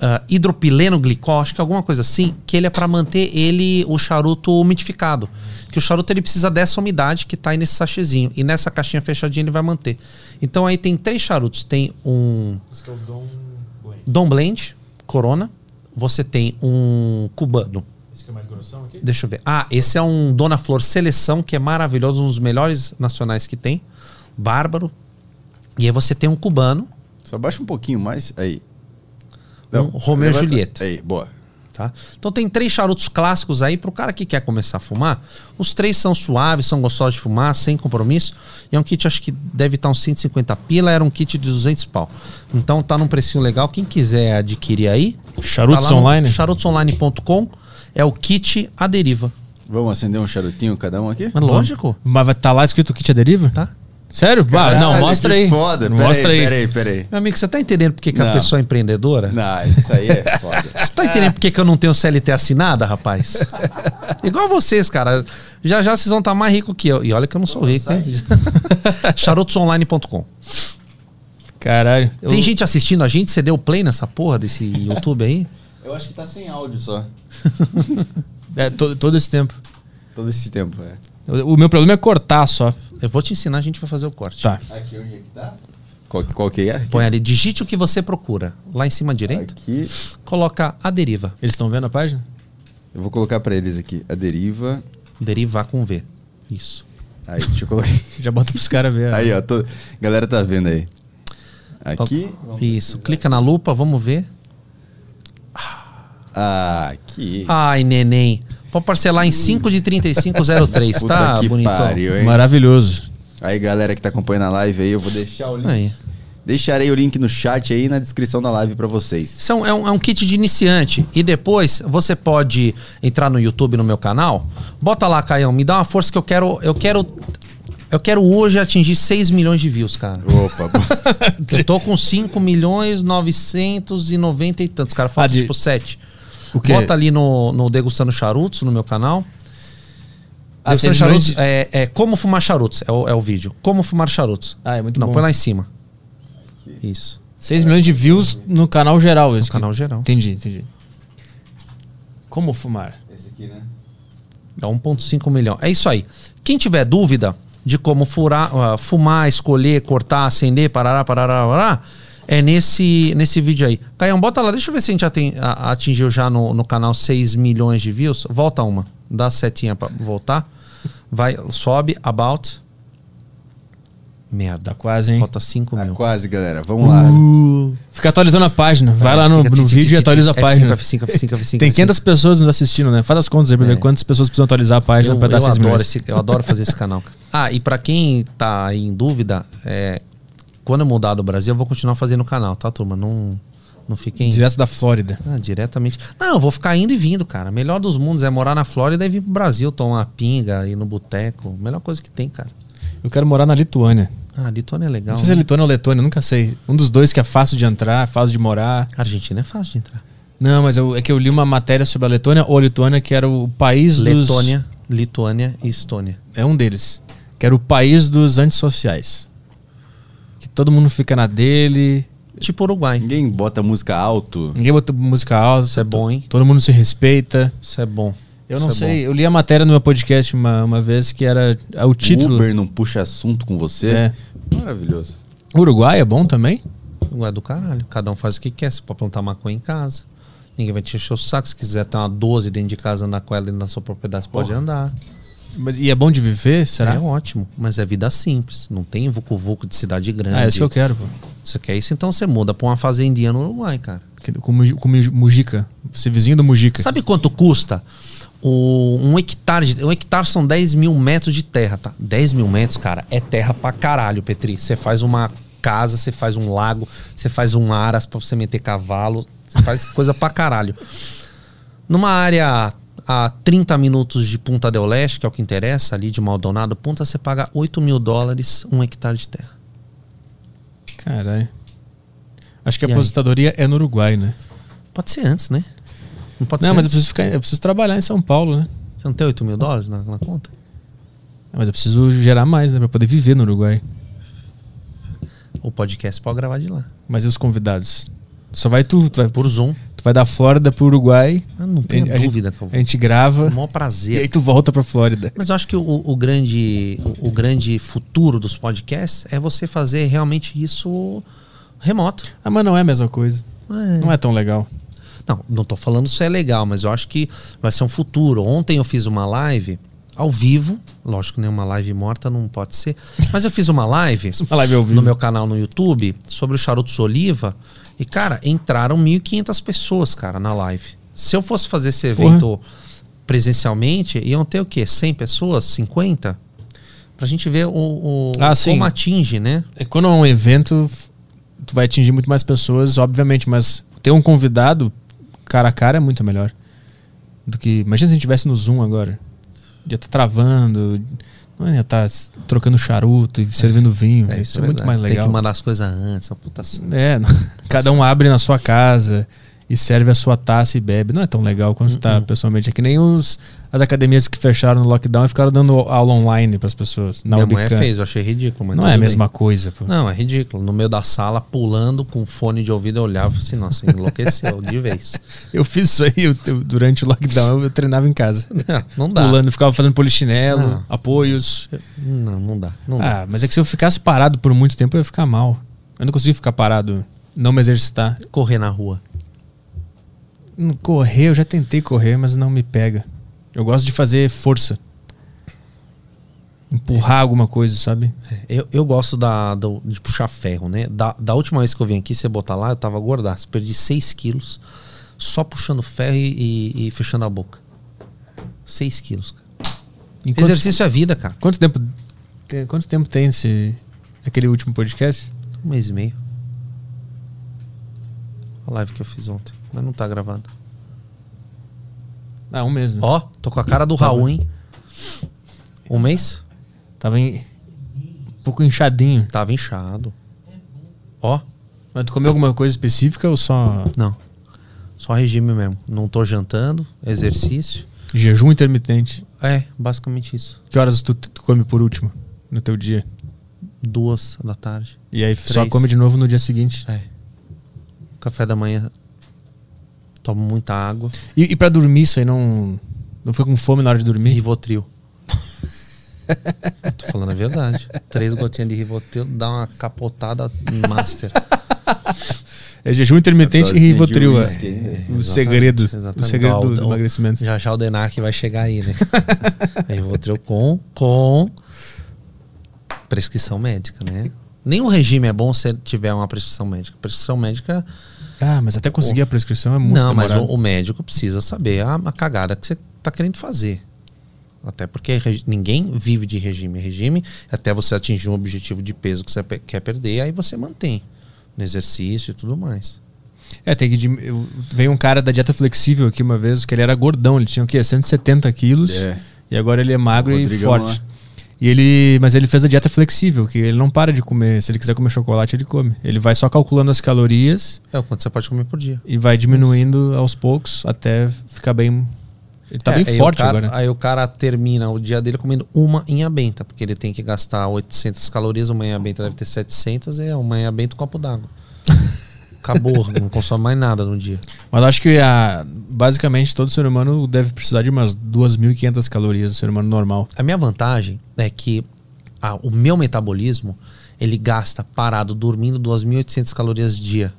Speaker 4: ah, hidropileno glicol, acho que alguma coisa assim, que ele é para manter ele o charuto umidificado. Que o charuto ele precisa dessa umidade que tá aí nesse sachêzinho. E nessa caixinha fechadinha ele vai manter. Então aí tem três charutos. Tem um Dom Blend, Corona. Você tem um cubano.
Speaker 5: Esse que é mais grossão aqui?
Speaker 4: Deixa eu ver. Ah, esse é um Dona Flor Seleção, que é maravilhoso, um dos melhores nacionais que tem. Bárbaro. E aí você tem um cubano.
Speaker 2: Só baixa um pouquinho mais. Aí.
Speaker 4: Um Romeu e
Speaker 2: levanta.
Speaker 4: Julieta.
Speaker 2: Aí, boa.
Speaker 4: Tá? Então tem três charutos clássicos aí pro cara que quer começar a fumar. Os três são suaves, são gostosos de fumar, sem compromisso. E é um kit, acho que deve estar uns 150 pila, era um kit de 200 pau. Então tá num precinho legal. Quem quiser adquirir aí...
Speaker 1: Charutos
Speaker 4: tá lá no
Speaker 1: Online?
Speaker 4: Charutosonline.com é o kit à deriva.
Speaker 2: Vamos acender um charutinho cada um aqui?
Speaker 4: Mas lógico.
Speaker 1: Mas vai tá lá escrito kit à deriva?
Speaker 4: Tá.
Speaker 1: Sério? Bah,
Speaker 2: Caralho,
Speaker 1: não, mostra
Speaker 2: que
Speaker 1: aí.
Speaker 2: é foda.
Speaker 1: Não
Speaker 2: Pera
Speaker 1: mostra
Speaker 2: aí,
Speaker 1: aí.
Speaker 2: pera aí, pera aí.
Speaker 4: Meu amigo, você tá entendendo por que que a
Speaker 2: Não.
Speaker 4: pessoa é empreendedora?
Speaker 2: Não, isso aí é foda.
Speaker 4: Você tá entendendo por que que eu não tenho CLT assinada, rapaz? Igual vocês, cara. Já já vocês vão estar mais ricos que eu. E olha que eu não sou rico, hein? charutosonline.com.
Speaker 1: Caralho. Eu-
Speaker 4: Tem gente assistindo a gente? Você deu play nessa porra desse YouTube aí?
Speaker 2: Eu acho que tá sem áudio só.
Speaker 1: É, todo, todo esse tempo.
Speaker 2: Todo esse tempo, é.
Speaker 1: O o meu problema é cortar só.
Speaker 4: Eu vou te ensinar, a gente vai fazer o corte.
Speaker 1: Tá.
Speaker 2: Aqui onde é que tá? Qual, qual que é?
Speaker 4: Põe ali, digite o que você procura. Lá em cima à direita,
Speaker 2: Aqui.
Speaker 4: coloca a deriva.
Speaker 1: Eles estão vendo a página?
Speaker 2: Eu vou colocar pra eles aqui. A deriva.
Speaker 4: Derivar com V. Isso.
Speaker 2: Aí, deixa eu colocar.
Speaker 1: Já bota pros caras ver.
Speaker 2: Aí, ó. tô- Galera tá vendo aí. Aqui.
Speaker 4: Isso. Clica na lupa, vamos ver.
Speaker 2: Aqui.
Speaker 4: Ai, neném. Pode parcelar em 5 de 3503,
Speaker 2: Puta
Speaker 4: tá,
Speaker 2: que
Speaker 4: bonitão?
Speaker 2: pariu, hein?
Speaker 1: Maravilhoso.
Speaker 2: Aí, galera que tá acompanhando a live aí, eu vou deixar o link.
Speaker 4: Aí.
Speaker 2: Deixarei o link no chat aí e na descrição da live pra vocês.
Speaker 4: São, é, um, é um kit de iniciante. E depois você pode entrar no YouTube, no meu canal. Bota lá, Caião, me dá uma força que eu quero. Eu quero. Eu quero hoje atingir 6 milhões de views, cara.
Speaker 2: Opa,
Speaker 4: Eu tô com 5 milhões 990 e tantos. Cara, falta
Speaker 1: Ah, de-
Speaker 4: tipo 7.
Speaker 1: O quê?
Speaker 4: Bota ali no, no Degustando Charutos, no meu canal.
Speaker 1: Ah,
Speaker 4: Deve ser
Speaker 1: vocês
Speaker 4: charutos,
Speaker 1: não-
Speaker 4: é, é Como Fumar Charutos, é o, é o vídeo. Como Fumar Charutos.
Speaker 1: Ah, é muito
Speaker 4: Não,
Speaker 1: bom.
Speaker 4: põe lá em cima. Isso.
Speaker 1: 6 milhões de views no canal geral. No
Speaker 4: canal geral.
Speaker 1: Entendi, entendi. Como fumar?
Speaker 2: Esse aqui, né?
Speaker 4: Dá 1,5 milhão. É isso aí. Quem tiver dúvida de como furar, ah, fumar, escolher, cortar, acender, parará, parará, parará, é nesse, nesse vídeo aí. Caião, bota lá. Deixa eu ver se a gente aten- a- atingiu já no, no canal 6 milhões de views. Volta uma. Dá a setinha pra voltar. Vai, sobe, about. Merda.
Speaker 1: Quase, hein?
Speaker 4: Falta 5 mil.
Speaker 2: Tá Quase, galera. Vamos lá.
Speaker 1: Uh, fica atualizando a página. Vai lá no,
Speaker 4: fica
Speaker 1: no
Speaker 4: ti, ti,
Speaker 1: vídeo
Speaker 4: ti, ti,
Speaker 1: e atualiza a
Speaker 4: F5,
Speaker 1: página.
Speaker 4: F5, F5, F5.
Speaker 1: Tem 500 pessoas nos assistindo, né? Faz as contas aí pra ver quantas pessoas precisam atualizar a página
Speaker 4: É. Eu,
Speaker 1: pra dar
Speaker 4: eu
Speaker 1: 6
Speaker 4: adoro
Speaker 1: milhões.
Speaker 4: esse, eu adoro fazer esse canal. cara. Ah, e pra quem tá aí em dúvida, é, quando eu mudar do Brasil, eu vou continuar fazendo o canal, tá, turma? Não, não fiquem.
Speaker 1: Direto da Flórida.
Speaker 4: Ah, diretamente. Não, eu vou ficar indo e vindo, cara. Melhor dos mundos é morar na Flórida e vir pro Brasil tomar pinga, ir no boteco. Melhor coisa que tem, cara.
Speaker 1: Eu quero morar na Lituânia.
Speaker 4: Ah, Lituânia é
Speaker 1: Não,
Speaker 4: legal.
Speaker 1: sei se é
Speaker 4: né?
Speaker 1: Lituânia ou Letônia, nunca sei. Um dos dois que é fácil de entrar, fácil de morar.
Speaker 4: Argentina é fácil de entrar.
Speaker 1: Não, mas eu- é que eu li uma matéria sobre a Letônia ou a Lituânia, que era o país dos...
Speaker 4: Letônia, Lituânia e Estônia.
Speaker 1: É um deles. Que era o país dos antissociais. Que todo mundo fica na dele.
Speaker 4: Tipo Uruguai.
Speaker 2: Ninguém bota música alto.
Speaker 1: Ninguém bota música alta. Isso
Speaker 4: é bom, hein?
Speaker 1: Todo mundo se respeita.
Speaker 4: Isso é bom.
Speaker 1: Eu não
Speaker 4: Isso é
Speaker 1: sei. Eu li a matéria no meu podcast uma, uma vez que era ah, o título.
Speaker 2: Uber não puxa assunto com você.
Speaker 1: É.
Speaker 2: Maravilhoso.
Speaker 1: Uruguai é bom também?
Speaker 4: Ué, do caralho. Cada um faz o que quer. Você pode plantar maconha em casa. Ninguém vai te encher o saco. Se quiser ter uma 12 dentro de casa, andar com ela dentro da sua propriedade, você pode andar.
Speaker 1: Mas- e é bom de viver? Será?
Speaker 4: É ótimo. Mas é vida simples. Não tem vucu-vucu de cidade grande.
Speaker 1: Ah, é isso que eu quero, pô.
Speaker 4: Você quer isso? Então você muda pra uma fazendinha no Uruguai, cara.
Speaker 1: Que- Com, Muji- com Muji- Mujica. Ser vizinho do Mujica.
Speaker 4: Sabe quanto custa? O, um hectare de- um hectare são 10 mil metros de terra, tá? 10 mil metros, cara, é terra pra caralho, Petri. Você faz uma casa, você faz um lago, você faz um aras pra você meter cavalo, você faz coisa pra caralho. Numa área a 30 minutos de Punta del Leste, que é o que interessa, ali de Maldonado, Punta, você paga 8 mil dólares um hectare de terra.
Speaker 1: Caralho. Acho que a
Speaker 4: E aí?
Speaker 1: aposentadoria é no Uruguai, né?
Speaker 4: Pode ser antes, né? Não pode
Speaker 1: não,
Speaker 4: ser
Speaker 1: mas eu
Speaker 4: antes.
Speaker 1: preciso, ficar, eu preciso trabalhar em São Paulo, né?
Speaker 4: Você não tem 8 mil dólares na, na conta?
Speaker 1: Mas eu preciso gerar mais, né? Pra poder viver no Uruguai.
Speaker 4: O podcast pode gravar de lá.
Speaker 1: Mas e os convidados? Só vai tu. Tu vai,
Speaker 4: Por Zoom.
Speaker 1: tu vai da Flórida pro Uruguai.
Speaker 4: Eu não tenho
Speaker 1: a gente-
Speaker 4: dúvida que eu
Speaker 1: A
Speaker 4: vou.
Speaker 1: gente grava.
Speaker 4: O maior prazer.
Speaker 1: E aí tu volta pra Flórida.
Speaker 4: Mas eu acho que o, o grande, o, o grande futuro dos podcasts é você fazer realmente isso remoto.
Speaker 1: Ah, mas não é a mesma coisa.
Speaker 4: É.
Speaker 1: Não é tão legal.
Speaker 4: Não, não tô falando se é legal, mas eu acho que vai ser um futuro. Ontem eu fiz uma live ao vivo, lógico, nenhuma live morta não pode ser, mas eu fiz uma live,
Speaker 1: uma live ao vivo.
Speaker 4: no meu canal no YouTube sobre o charutos Oliva e cara, entraram 1500 pessoas, cara, na live. Se eu fosse fazer esse evento presencialmente, iam ter o quê? 100 pessoas, 50? Pra gente ver o, o-
Speaker 1: Ah,
Speaker 4: como
Speaker 1: sim.
Speaker 4: atinge, né?
Speaker 1: É, Quando é um evento, tu vai atingir muito mais pessoas, obviamente, mas ter um convidado cara a cara é muito melhor. Do que. Imagina se a gente estivesse no Zoom agora. Ia tá travando, não ia tá s- trocando charuto e servindo vinho. isso é, muito
Speaker 4: verdade.
Speaker 1: mais
Speaker 4: Tem
Speaker 1: legal.
Speaker 4: que mandar as coisas antes, uma puta
Speaker 1: É, não- cada um abre na sua casa e serve a sua taça e bebe. Não é tão legal quando você
Speaker 4: Uhum.
Speaker 1: tá pessoalmente. É que nem os, as academias que fecharam no lockdown e ficaram dando aula online pras pessoas. Na
Speaker 4: Minha mulher
Speaker 1: webcam.
Speaker 4: fez, eu achei ridículo. Mas
Speaker 1: Não
Speaker 4: tudo
Speaker 1: é a
Speaker 4: bem.
Speaker 1: mesma coisa, pô.
Speaker 4: Não, é ridículo. No meio da sala, pulando com fone de ouvido, eu olhava e falei assim, nossa, enlouqueceu de vez.
Speaker 1: Eu fiz isso aí eu- eu- durante o lockdown, eu treinava em casa.
Speaker 4: Não, não dá.
Speaker 1: Pulando, ficava fazendo polichinelo,
Speaker 4: Não.
Speaker 1: apoios.
Speaker 4: Ah. Não, não dá. Não dá.
Speaker 1: Ah, mas é que se eu ficasse parado por muito tempo, eu ia ficar mal. Eu não consigo ficar parado, não me exercitar.
Speaker 4: Correr na rua.
Speaker 1: Hum, Correr, eu já tentei correr, mas não me pega. Eu gosto de fazer força. Empurrar alguma coisa, sabe?
Speaker 4: É, Eu, eu gosto da, do- de puxar ferro, né? Da, da última vez que eu vim aqui, você botar lá, eu tava gordaço. Perdi 6 quilos só puxando ferro e, e- e fechando a boca. 6 quilos. cara.
Speaker 1: Em quanto-
Speaker 4: Exercício é vida, cara.
Speaker 1: Quanto tempo, tem, quanto tempo tem esse, aquele último podcast?
Speaker 4: Um mês e meio. A live que eu fiz ontem. Mas não tá gravada.
Speaker 1: Ah, um mês. né?
Speaker 4: Ó, tô com a cara do Raul, hein? Um mês?
Speaker 1: Tava em- um pouco inchadinho.
Speaker 4: Tava inchado. Ó,
Speaker 1: Mas tu comeu alguma coisa específica ou só
Speaker 4: não. Só regime mesmo. Não tô jantando, exercício.
Speaker 1: Jejum intermitente.
Speaker 4: É, basicamente isso.
Speaker 1: Que horas tu, tu come por último no teu dia?
Speaker 4: Duas da tarde.
Speaker 1: E aí só
Speaker 4: Três.
Speaker 1: come de novo no dia seguinte.
Speaker 4: É. Café da manhã. Tomo muita água.
Speaker 1: E, e pra dormir, isso aí não. Não fica com fome na hora de dormir?
Speaker 4: Rivotril. Tô falando a verdade. Três gotinhas de Rivotril dá uma capotada master.
Speaker 1: É jejum intermitente e
Speaker 4: Dosinha de
Speaker 1: Rivotril. É.
Speaker 4: uísque, né?
Speaker 1: O
Speaker 4: Exatamente,
Speaker 1: segredo. O
Speaker 4: exatamente.
Speaker 1: segredo do,
Speaker 4: Então,
Speaker 1: do emagrecimento.
Speaker 4: Já já o Denark vai chegar aí, né? Rivotril com, com prescrição médica, né? Nenhum regime é bom se tiver uma prescrição médica. Prescrição médica
Speaker 1: Ah, mas até conseguir a prescrição é muito
Speaker 4: não, mas o,
Speaker 1: demorado.
Speaker 4: o médico precisa saber a, a cagada que você está querendo fazer. Até porque regi- ninguém vive de regime. Regime, até você atingir um objetivo de peso que você pe- quer perder, aí você mantém no exercício e tudo mais.
Speaker 1: É, tem que. dim- eu- Veio um cara da dieta flexível aqui uma vez, que ele era gordão, ele tinha o quê? 170 quilos.
Speaker 2: É.
Speaker 1: E agora ele é magro e
Speaker 2: Rodrigão né?
Speaker 1: forte.
Speaker 2: lá.
Speaker 1: E ele, mas ele fez a dieta flexível, que ele não para de comer. Se ele quiser comer chocolate, ele come. Ele vai só calculando as calorias
Speaker 4: É o quanto você pode comer por dia.
Speaker 1: e vai diminuindo aos poucos até ficar bem. Ele tá
Speaker 4: É,
Speaker 1: bem
Speaker 4: aí
Speaker 1: forte
Speaker 4: o cara-
Speaker 1: agora.
Speaker 4: Aí o cara termina o dia dele comendo uma inha benta, porque ele tem que gastar 800 calorias, uma inha benta deve ter 700, é uma inha benta e um copo d'água. Acabou, não consome mais nada no dia.
Speaker 1: Mas eu acho que a, basicamente todo ser humano deve precisar de umas 2.500 calorias, o ser humano normal.
Speaker 4: A minha vantagem é que a- o meu metabolismo ele gasta parado dormindo 2.800 calorias dia.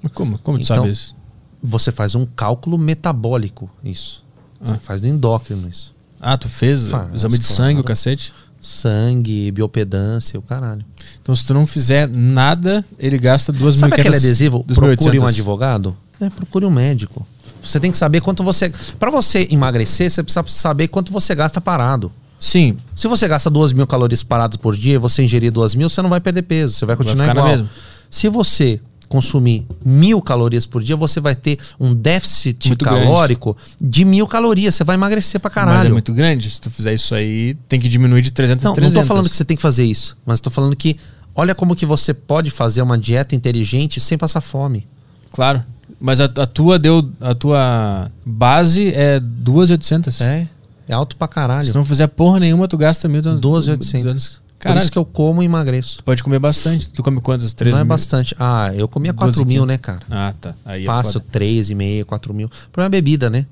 Speaker 4: Então,
Speaker 1: Mas como? Como tu sabe isso?
Speaker 4: Você faz um cálculo metabólico, isso. Você
Speaker 1: Ah.
Speaker 4: faz no endócrino isso.
Speaker 1: Ah, tu fez
Speaker 4: Faz,
Speaker 1: exame de
Speaker 4: claro.
Speaker 1: sangue, o cacete?
Speaker 4: Sangue, biopedância, o caralho.
Speaker 1: Então, se tu não fizer nada, ele gasta 2.500.
Speaker 4: Sabe aquele adesivo?
Speaker 1: 2.800.
Speaker 4: Procure um advogado. É, procure um médico. Você tem que saber quanto você. Pra você emagrecer, você precisa saber quanto você gasta parado.
Speaker 1: Sim.
Speaker 4: Se você gasta 2 mil calorias paradas por dia e você ingerir 2 mil, você não vai perder peso, você vai continuar
Speaker 1: ficar na
Speaker 4: igual.
Speaker 1: mesma.
Speaker 4: Se você consumir mil calorias por dia, você vai ter um déficit
Speaker 1: Muito grande.
Speaker 4: calórico de mil calorias. Você vai emagrecer pra caralho.
Speaker 1: Mas é muito grande. Se tu fizer isso aí, tem que diminuir de 300
Speaker 4: Não,
Speaker 1: a 300.
Speaker 4: não tô falando que você tem que fazer isso, mas tô falando que olha como que você pode fazer uma dieta inteligente sem passar fome.
Speaker 1: Claro. Mas a, a tua deu... A tua base é 2.800.
Speaker 4: É. É alto pra caralho.
Speaker 1: Se tu não fizer porra nenhuma, tu gasta 1.200.
Speaker 4: 2.800. Por
Speaker 1: Caralho,
Speaker 4: isso que eu como e emagreço.
Speaker 1: tu pode comer bastante. Tu come quantas? 3
Speaker 4: Não é
Speaker 1: mil?
Speaker 4: bastante. Ah, eu comia 4
Speaker 1: 12
Speaker 4: mil,
Speaker 1: quilos.
Speaker 4: né, cara?
Speaker 1: Ah, tá. Aí é
Speaker 4: Fácil,
Speaker 1: foda.
Speaker 4: 3,5, 4 mil. O problema é bebida, né?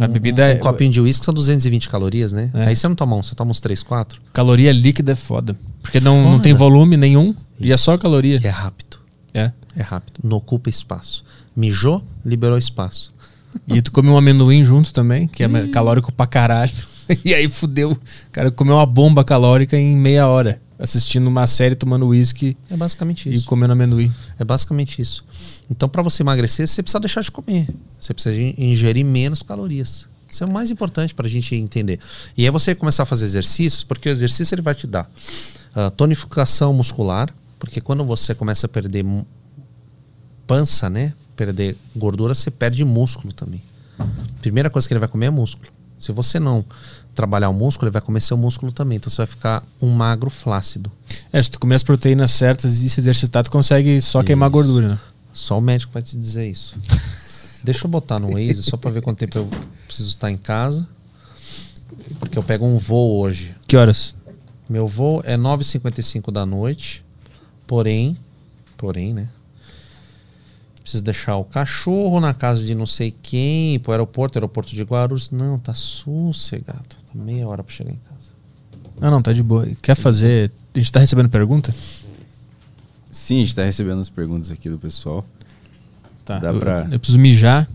Speaker 1: A bebida é-
Speaker 4: Um copinho de uísque são 220 calorias, né?
Speaker 1: É.
Speaker 4: Aí você não toma um, você toma uns 3, 4.
Speaker 1: Caloria líquida é foda. Porque não, não
Speaker 4: Foda.
Speaker 1: tem volume nenhum e é só caloria.
Speaker 4: É rápido.
Speaker 1: É.
Speaker 4: É rápido. Não ocupa espaço. Mijou, liberou espaço.
Speaker 1: E tu come um amendoim junto também, que é calórico pra caralho. E aí fudeu. O cara comeu uma bomba calórica em meia hora, assistindo uma série, tomando uísque
Speaker 4: É basicamente
Speaker 1: e
Speaker 4: isso.
Speaker 1: comendo amendoim.
Speaker 4: É basicamente isso. Então, pra você emagrecer, você precisa deixar de comer. Você precisa in- ingerir menos calorias. Isso é o mais importante pra gente entender. E aí você começar a fazer exercícios, porque o exercício ele vai te dar ah, tonificação muscular, porque quando você começa a perder mu- pança, né? Perder gordura, você perde músculo também. Primeira coisa que ele vai comer é músculo. Se você não trabalhar o músculo, ele vai comer seu músculo também. Então você vai ficar um magro flácido.
Speaker 1: É, se tu comer as proteínas certas e se exercitar, tu consegue só queimar
Speaker 4: Isso.
Speaker 1: gordura, né?
Speaker 4: Só o médico vai te dizer isso. Deixa eu botar no Waze só pra ver quanto tempo eu preciso estar em casa. Porque eu pego um voo hoje.
Speaker 1: Que horas?
Speaker 4: Meu voo é 9h55 da noite. Porém, porém, né? Preciso deixar o cachorro na casa de não sei quem, ir pro aeroporto, aeroporto de Guarulhos. Não, tá sossegado. Tá meia hora pra chegar em casa.
Speaker 1: Ah, não, tá de boa. Quer fazer. A gente tá recebendo pergunta?
Speaker 2: Sim, a gente tá recebendo as perguntas aqui do pessoal.
Speaker 1: Tá.
Speaker 2: Dá
Speaker 1: eu,
Speaker 2: pra-
Speaker 1: eu preciso mijar.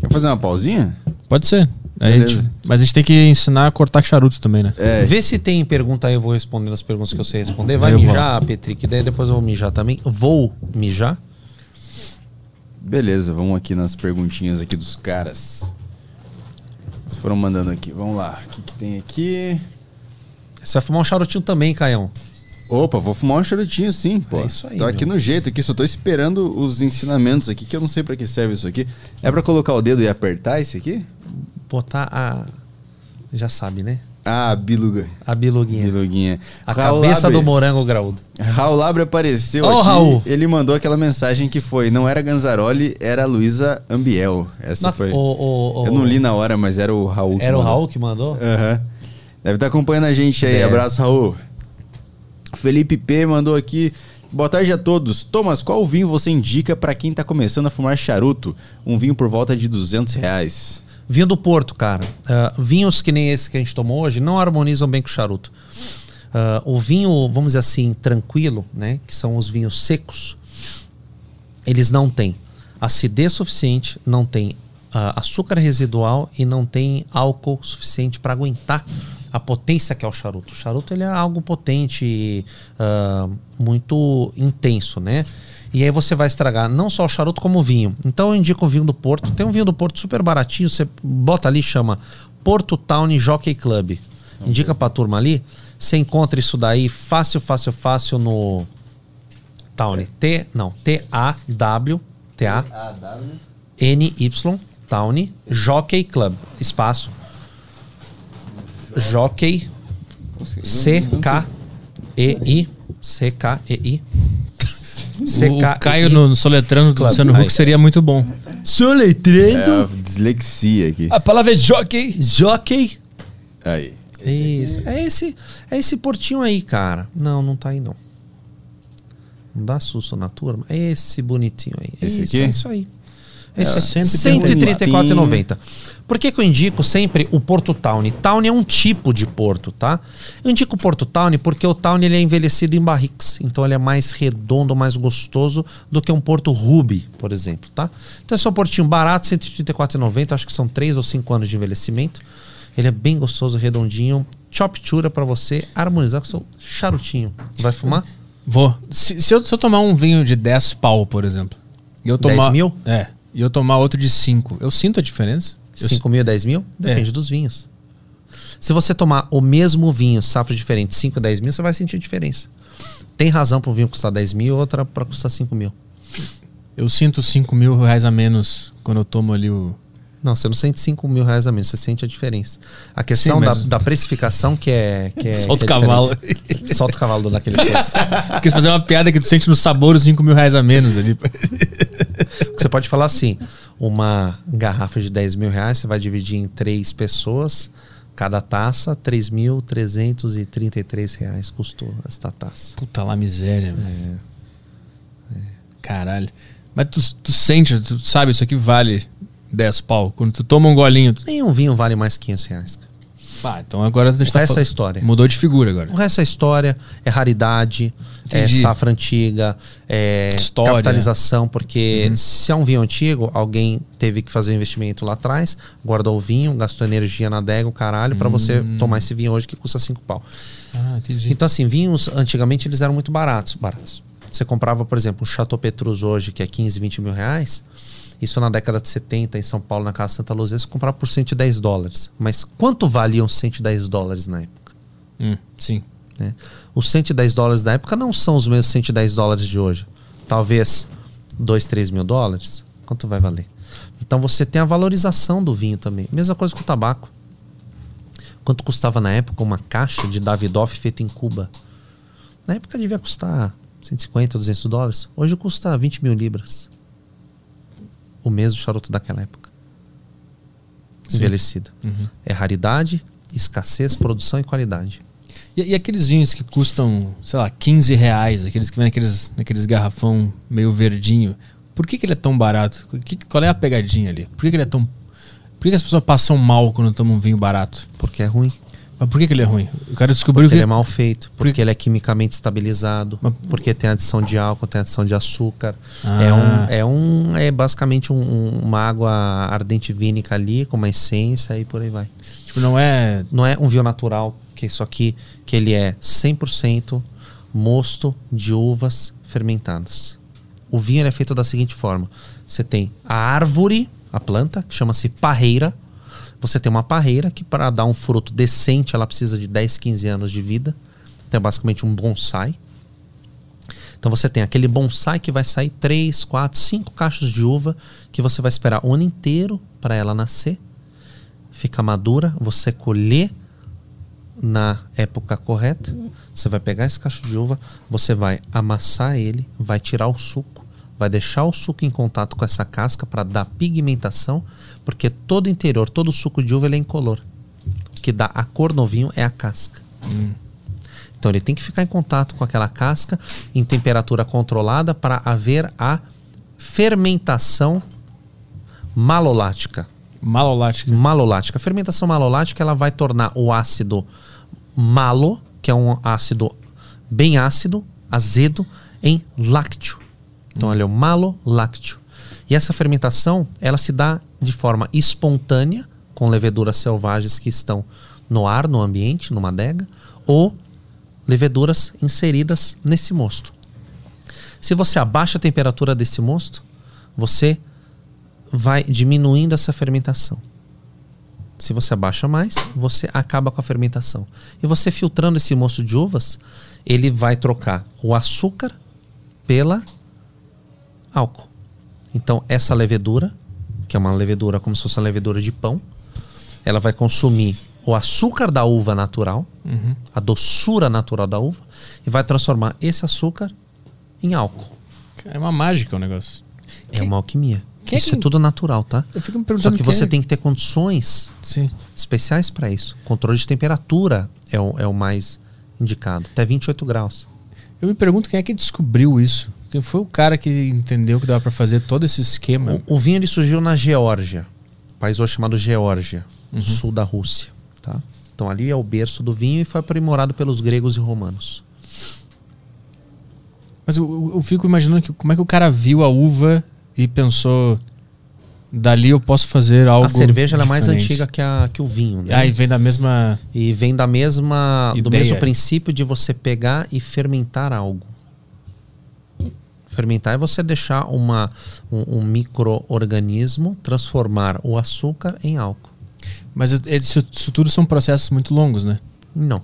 Speaker 2: Quer fazer uma pausinha?
Speaker 1: Pode ser. Aí a gente-
Speaker 2: Beleza.
Speaker 1: Mas a gente tem que ensinar a cortar charutos também, né?
Speaker 2: É.
Speaker 4: Vê se tem pergunta aí, eu vou respondendo as perguntas que eu sei responder. Vai
Speaker 1: Eu vou.
Speaker 4: mijar, Petri, que daí depois eu vou mijar também. Vou mijar.
Speaker 2: Beleza, vamos aqui nas perguntinhas aqui dos caras. Eles foram mandando aqui. Vamos lá. O que, que tem aqui?
Speaker 4: Você vai fumar um charutinho também, Caião.
Speaker 2: Opa, vou fumar um charutinho sim, pô.
Speaker 4: É isso aí,
Speaker 2: Tô aqui
Speaker 4: meu.
Speaker 2: no jeito aqui, só tô esperando os ensinamentos aqui, que eu não sei pra que serve isso aqui. É pra colocar o dedo e apertar esse aqui?
Speaker 4: Botar a. Já sabe, né?
Speaker 2: Ah, biluga.
Speaker 4: A biluguinha.
Speaker 2: Biluguinha.
Speaker 4: A cabeça do morango graúdo.
Speaker 2: Raul Labre apareceu
Speaker 4: Ô,
Speaker 2: aqui.
Speaker 4: Raul.
Speaker 2: Ele mandou aquela mensagem que foi, não era Ganzaroli, era Luísa Ambiel. Essa
Speaker 4: Na-
Speaker 2: foi.
Speaker 4: o- o- o-
Speaker 2: Eu não li na hora, mas era o Raul. que
Speaker 4: Era o
Speaker 2: mandou.
Speaker 4: Raul que mandou? É.
Speaker 2: Aham. Deve estar acompanhando a gente aí.
Speaker 4: Deve.
Speaker 2: Abraço, Raul. Felipe P mandou aqui. Boa tarde a todos. Thomas, qual vinho você indica pra quem tá começando a fumar charuto? Um vinho por volta de 200 reais.
Speaker 4: Vinho do Porto, cara. Ah, vinhos que nem esse que a gente tomou hoje não harmonizam bem com o charuto. Ah, o vinho, vamos dizer assim, tranquilo, né? Que são os vinhos secos, eles não têm acidez suficiente, não têm ah, açúcar residual e não têm álcool suficiente para aguentar a potência que é o charuto. O charuto ele é algo potente, ah, muito intenso, né? E aí você vai estragar não só o charuto como o vinho. Então eu indico o vinho do Porto. Tem um vinho do Porto super baratinho, você bota ali chama Porto Town Jockey Club. Indica pra turma ali. Você encontra isso daí fácil, fácil, fácil no Tawny. T, não, T-A-W, T-A-N-Y, Tawny, Jockey Club, espaço. Jockey, C-K-E-I, C-K-E-I.
Speaker 1: O Caio tá no, no soletrando do
Speaker 4: Claro.
Speaker 1: Luciano
Speaker 4: Aí.
Speaker 1: Huck seria muito bom.
Speaker 2: É a
Speaker 1: Soletrando?
Speaker 2: dislexia aqui.
Speaker 1: A palavra é jockey.
Speaker 4: Jockey.
Speaker 2: Aí.
Speaker 4: Isso. É esse, é esse portinho aí, cara. Não, não tá aí não. Não dá susto na turma. É esse bonitinho aí. É
Speaker 2: Esse
Speaker 4: isso,
Speaker 2: aqui?
Speaker 4: É isso aí. É isso aí.
Speaker 1: É,
Speaker 4: 134,90. Por que, que eu indico sempre o Porto Town? Town é um tipo de porto, tá? Eu indico o Porto Town porque o Town ele é envelhecido em barricas. Então ele é mais redondo, mais gostoso do que um Porto Ruby, por exemplo, tá? Então esse é um portinho barato, 134,90. Acho que são 3 ou 5 anos de envelhecimento. Ele é bem gostoso, redondinho. Choptura pra você harmonizar com o seu charutinho. Vai fumar?
Speaker 1: Vou. Se, se eu, se eu tomar um vinho de 10 pau, por exemplo. E eu
Speaker 4: 10
Speaker 1: tomar,
Speaker 4: mil?
Speaker 1: É. E eu tomar outro de 5. Eu sinto a diferença? Eu
Speaker 4: 5 mil, 10 mil? Depende
Speaker 1: É.
Speaker 4: dos vinhos. Se você tomar o mesmo vinho, safra diferente, 5, 10 mil, você vai sentir a diferença. Tem razão para um vinho custar 10 mil, outra para custar 5 mil.
Speaker 1: Eu sinto 5 mil reais a menos quando eu tomo ali o.
Speaker 4: Não, você não sente 5 mil reais a menos, você sente a diferença. A questão
Speaker 1: Sim,
Speaker 4: da,
Speaker 1: mas-
Speaker 4: da precificação que é. Que é
Speaker 1: Solta
Speaker 4: que é
Speaker 1: o cavalo.
Speaker 4: diferente. Solta o cavalo daquele preço.
Speaker 1: Eu Quis fazer uma piada que tu sente no sabor os 5 mil reais a menos ali.
Speaker 4: Você pode falar assim: uma garrafa de 10 mil reais, você vai dividir em três pessoas, cada taça, 3.333 reais custou esta taça.
Speaker 1: Puta lá, miséria. velho. Caralho. Mas tu, tu sente, tu sabe, isso aqui vale 10 pal. Quando tu toma um golinho. Tu...
Speaker 4: Nenhum vinho vale mais 500 reais. cara.
Speaker 1: Pá, então agora tu
Speaker 4: O resto é história.
Speaker 1: Mudou de figura agora.
Speaker 4: O resto é história, é raridade,
Speaker 1: Entendi.
Speaker 4: é safra antiga, é
Speaker 1: História. Uhum.
Speaker 4: capitalização, porque se é um vinho antigo, alguém teve que fazer um investimento lá atrás, guardou o vinho, gastou energia na adega, o caralho, pra você tomar esse vinho hoje que custa 5 pau.
Speaker 1: Hum. Ah, entendi.
Speaker 4: Então, assim, vinhos antigamente eles eram muito baratos. baratos. Você comprava, por exemplo, um Chateau Petrus hoje, que é 15, 20 mil reais. Isso na década de 70, em São Paulo, na Casa Santa Luzia, você comprava por 110 dólares. Mas quanto valiam 110 dólares na época?
Speaker 1: Hum, sim.
Speaker 4: né? Os 110 dólares da época não são os mesmos 110 dólares de hoje. Talvez 2, 3 mil dólares. Quanto vai valer? Então você tem a valorização do vinho também. Mesma coisa com o tabaco. Quanto custava na época uma caixa de Davidoff feita em Cuba? Na época devia custar 150, 200 dólares. Hoje custa 20 mil libras. O mesmo charuto daquela época.
Speaker 1: Sim.
Speaker 4: Envelhecido.
Speaker 1: Uhum.
Speaker 4: É raridade, escassez, produção e qualidade.
Speaker 1: E, e aqueles vinhos que custam, sei lá, 15 reais, aqueles que vêm naqueles, naqueles garrafão meio verdinho, por que, que ele é tão barato? Que- qual é a pegadinha ali? Por que, que ele é tão. Por que, que as pessoas passam mal quando tomam um vinho barato?
Speaker 4: Porque é ruim.
Speaker 1: Mas por que, que ele é ruim? O cara descobriu
Speaker 4: Porque
Speaker 1: que.
Speaker 4: ele é mal feito, porque ele é quimicamente estabilizado, porque tem adição de álcool, tem adição de açúcar.
Speaker 1: Ah.
Speaker 4: É, um, é um. É basicamente um- um- uma água ardente vínica ali, com uma essência e por aí vai.
Speaker 1: Tipo, não é.
Speaker 4: Não é um vinho natural, que é isso aqui, que ele é 100% mosto de uvas fermentadas. O vinho ele é feito da seguinte forma: você tem a árvore, a planta, que chama-se parreira. Você tem uma parreira que, para dar um fruto decente, ela precisa de 10, 15 anos de vida. Então, é basicamente um bonsai. Então, você tem aquele bonsai que vai sair 3, 4, 5 cachos de uva que você vai esperar o ano inteiro para ela nascer, ficar madura, você colher na época correta. Você vai pegar esse cacho de uva, você vai amassar ele, vai tirar o suco, vai deixar o suco em contato com essa casca para dar pigmentação, porque todo interior, todo suco de uva ele é incolor. O que dá a cor no vinho é a casca.
Speaker 1: Hum.
Speaker 4: Então ele tem que ficar em contato com aquela casca em temperatura controlada para haver a fermentação malolática.
Speaker 1: Malolática.
Speaker 4: Malolática. A fermentação malolática ela vai tornar o ácido malo, que é um ácido bem ácido, azedo, em lácteo. Então olha, o malolácteo. E essa fermentação ela se dá de forma espontânea com leveduras selvagens que estão no ar, no ambiente, numa adega, ou leveduras inseridas nesse mosto. Se você abaixa a temperatura desse mosto, você vai diminuindo essa fermentação. Se você abaixa mais, você acaba com a fermentação. E você filtrando esse mosto de uvas, ele vai trocar o açúcar pela álcool. Então, essa levedura, que é uma levedura como se fosse uma levedura de pão, ela vai consumir o açúcar da uva natural,
Speaker 1: Uhum.
Speaker 4: a doçura natural da uva, e vai transformar esse açúcar em álcool.
Speaker 1: É uma mágica o negócio.
Speaker 4: É uma alquimia.
Speaker 1: quem é
Speaker 4: isso
Speaker 1: que-
Speaker 4: é tudo natural, tá?
Speaker 1: Eu fico me perguntando
Speaker 4: Só que
Speaker 1: quem
Speaker 4: você
Speaker 1: é-
Speaker 4: tem que ter condições especiais para isso. Controle de temperatura é o, é o mais indicado. Até 28 graus.
Speaker 1: Eu me pergunto quem é que descobriu isso. Quem foi o cara que entendeu que dava pra fazer todo esse esquema?
Speaker 4: O vinho ele surgiu na Geórgia, Um país hoje chamado Geórgia,
Speaker 1: Uhum.
Speaker 4: sul da Rússia. Tá? Então ali é o berço do vinho e foi aprimorado pelos gregos e romanos.
Speaker 1: Mas eu- eu, eu fico imaginando que, como é que o cara viu a uva e pensou: dali eu posso fazer algo.
Speaker 4: a cerveja ela é mais
Speaker 1: diferente."
Speaker 4: antiga que, a, que o vinho. Né?
Speaker 1: Ah, e vem da mesma.
Speaker 4: E vem da mesma. do
Speaker 1: Ideia.
Speaker 4: mesmo princípio de você pegar e fermentar algo. Fermentar é você deixar uma, um, um micro-organismo transformar o açúcar em álcool.
Speaker 1: Mas é- isso, isso tudo são processos muito longos, né?
Speaker 4: Não.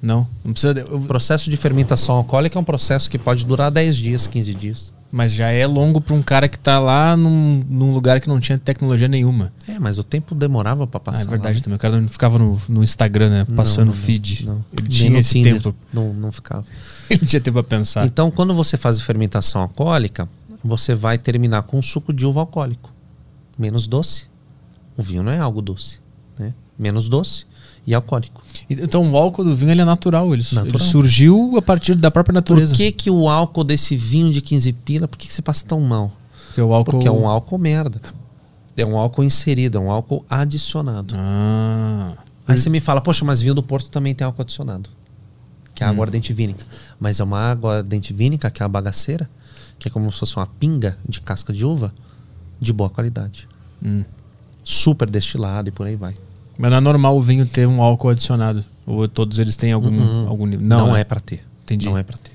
Speaker 1: Não. Não precisa. de-
Speaker 4: O processo de fermentação alcoólica é um processo que pode durar 10 dias, 15 dias.
Speaker 1: Mas já é longo pra um cara que tá lá num, num lugar que não tinha tecnologia nenhuma.
Speaker 4: É, mas o tempo demorava pra
Speaker 1: Ah,
Speaker 4: passar.
Speaker 1: é
Speaker 4: lá,
Speaker 1: verdade
Speaker 4: né?
Speaker 1: também. O cara não ficava no, no Instagram, né?
Speaker 4: Não,
Speaker 1: Passando
Speaker 4: não,
Speaker 1: feed.
Speaker 4: não.
Speaker 1: Ele
Speaker 4: Nem
Speaker 1: tinha
Speaker 4: no
Speaker 1: esse
Speaker 4: Tinder.
Speaker 1: tempo.
Speaker 4: Não, não ficava.
Speaker 1: Ele tinha tempo pra pensar.
Speaker 4: Então, quando você faz a fermentação alcoólica, você vai terminar com um suco de uva alcoólico. Menos doce. O vinho não é algo doce. Né? Menos doce e alcoólico.
Speaker 1: E- Então o álcool do vinho ele é natural. Ele, su- ele
Speaker 4: Natural.
Speaker 1: surgiu a partir da própria
Speaker 4: Por
Speaker 1: natureza.
Speaker 4: que, que o álcool desse vinho de 15 pila, por que, que você passa tão mal?
Speaker 1: Porque o álcool.
Speaker 4: Porque é um álcool merda. É um álcool inserido, é um álcool adicionado.
Speaker 1: Ah.
Speaker 4: Aí você me fala, poxa, mas vinho do Porto também tem álcool adicionado. Que é a água ardente vínica. Mas é uma água ardente vínica, que é a bagaceira, que é como se fosse uma pinga de casca de uva, de boa qualidade.
Speaker 1: Hum.
Speaker 4: Super destilado e por aí vai.
Speaker 1: Mas não é normal o vinho ter um álcool adicionado. Ou todos eles têm algum,
Speaker 4: Uhum.
Speaker 1: algum nível.
Speaker 4: Não,
Speaker 1: né?
Speaker 4: é pra ter.
Speaker 1: Entendi.
Speaker 4: Não é pra ter.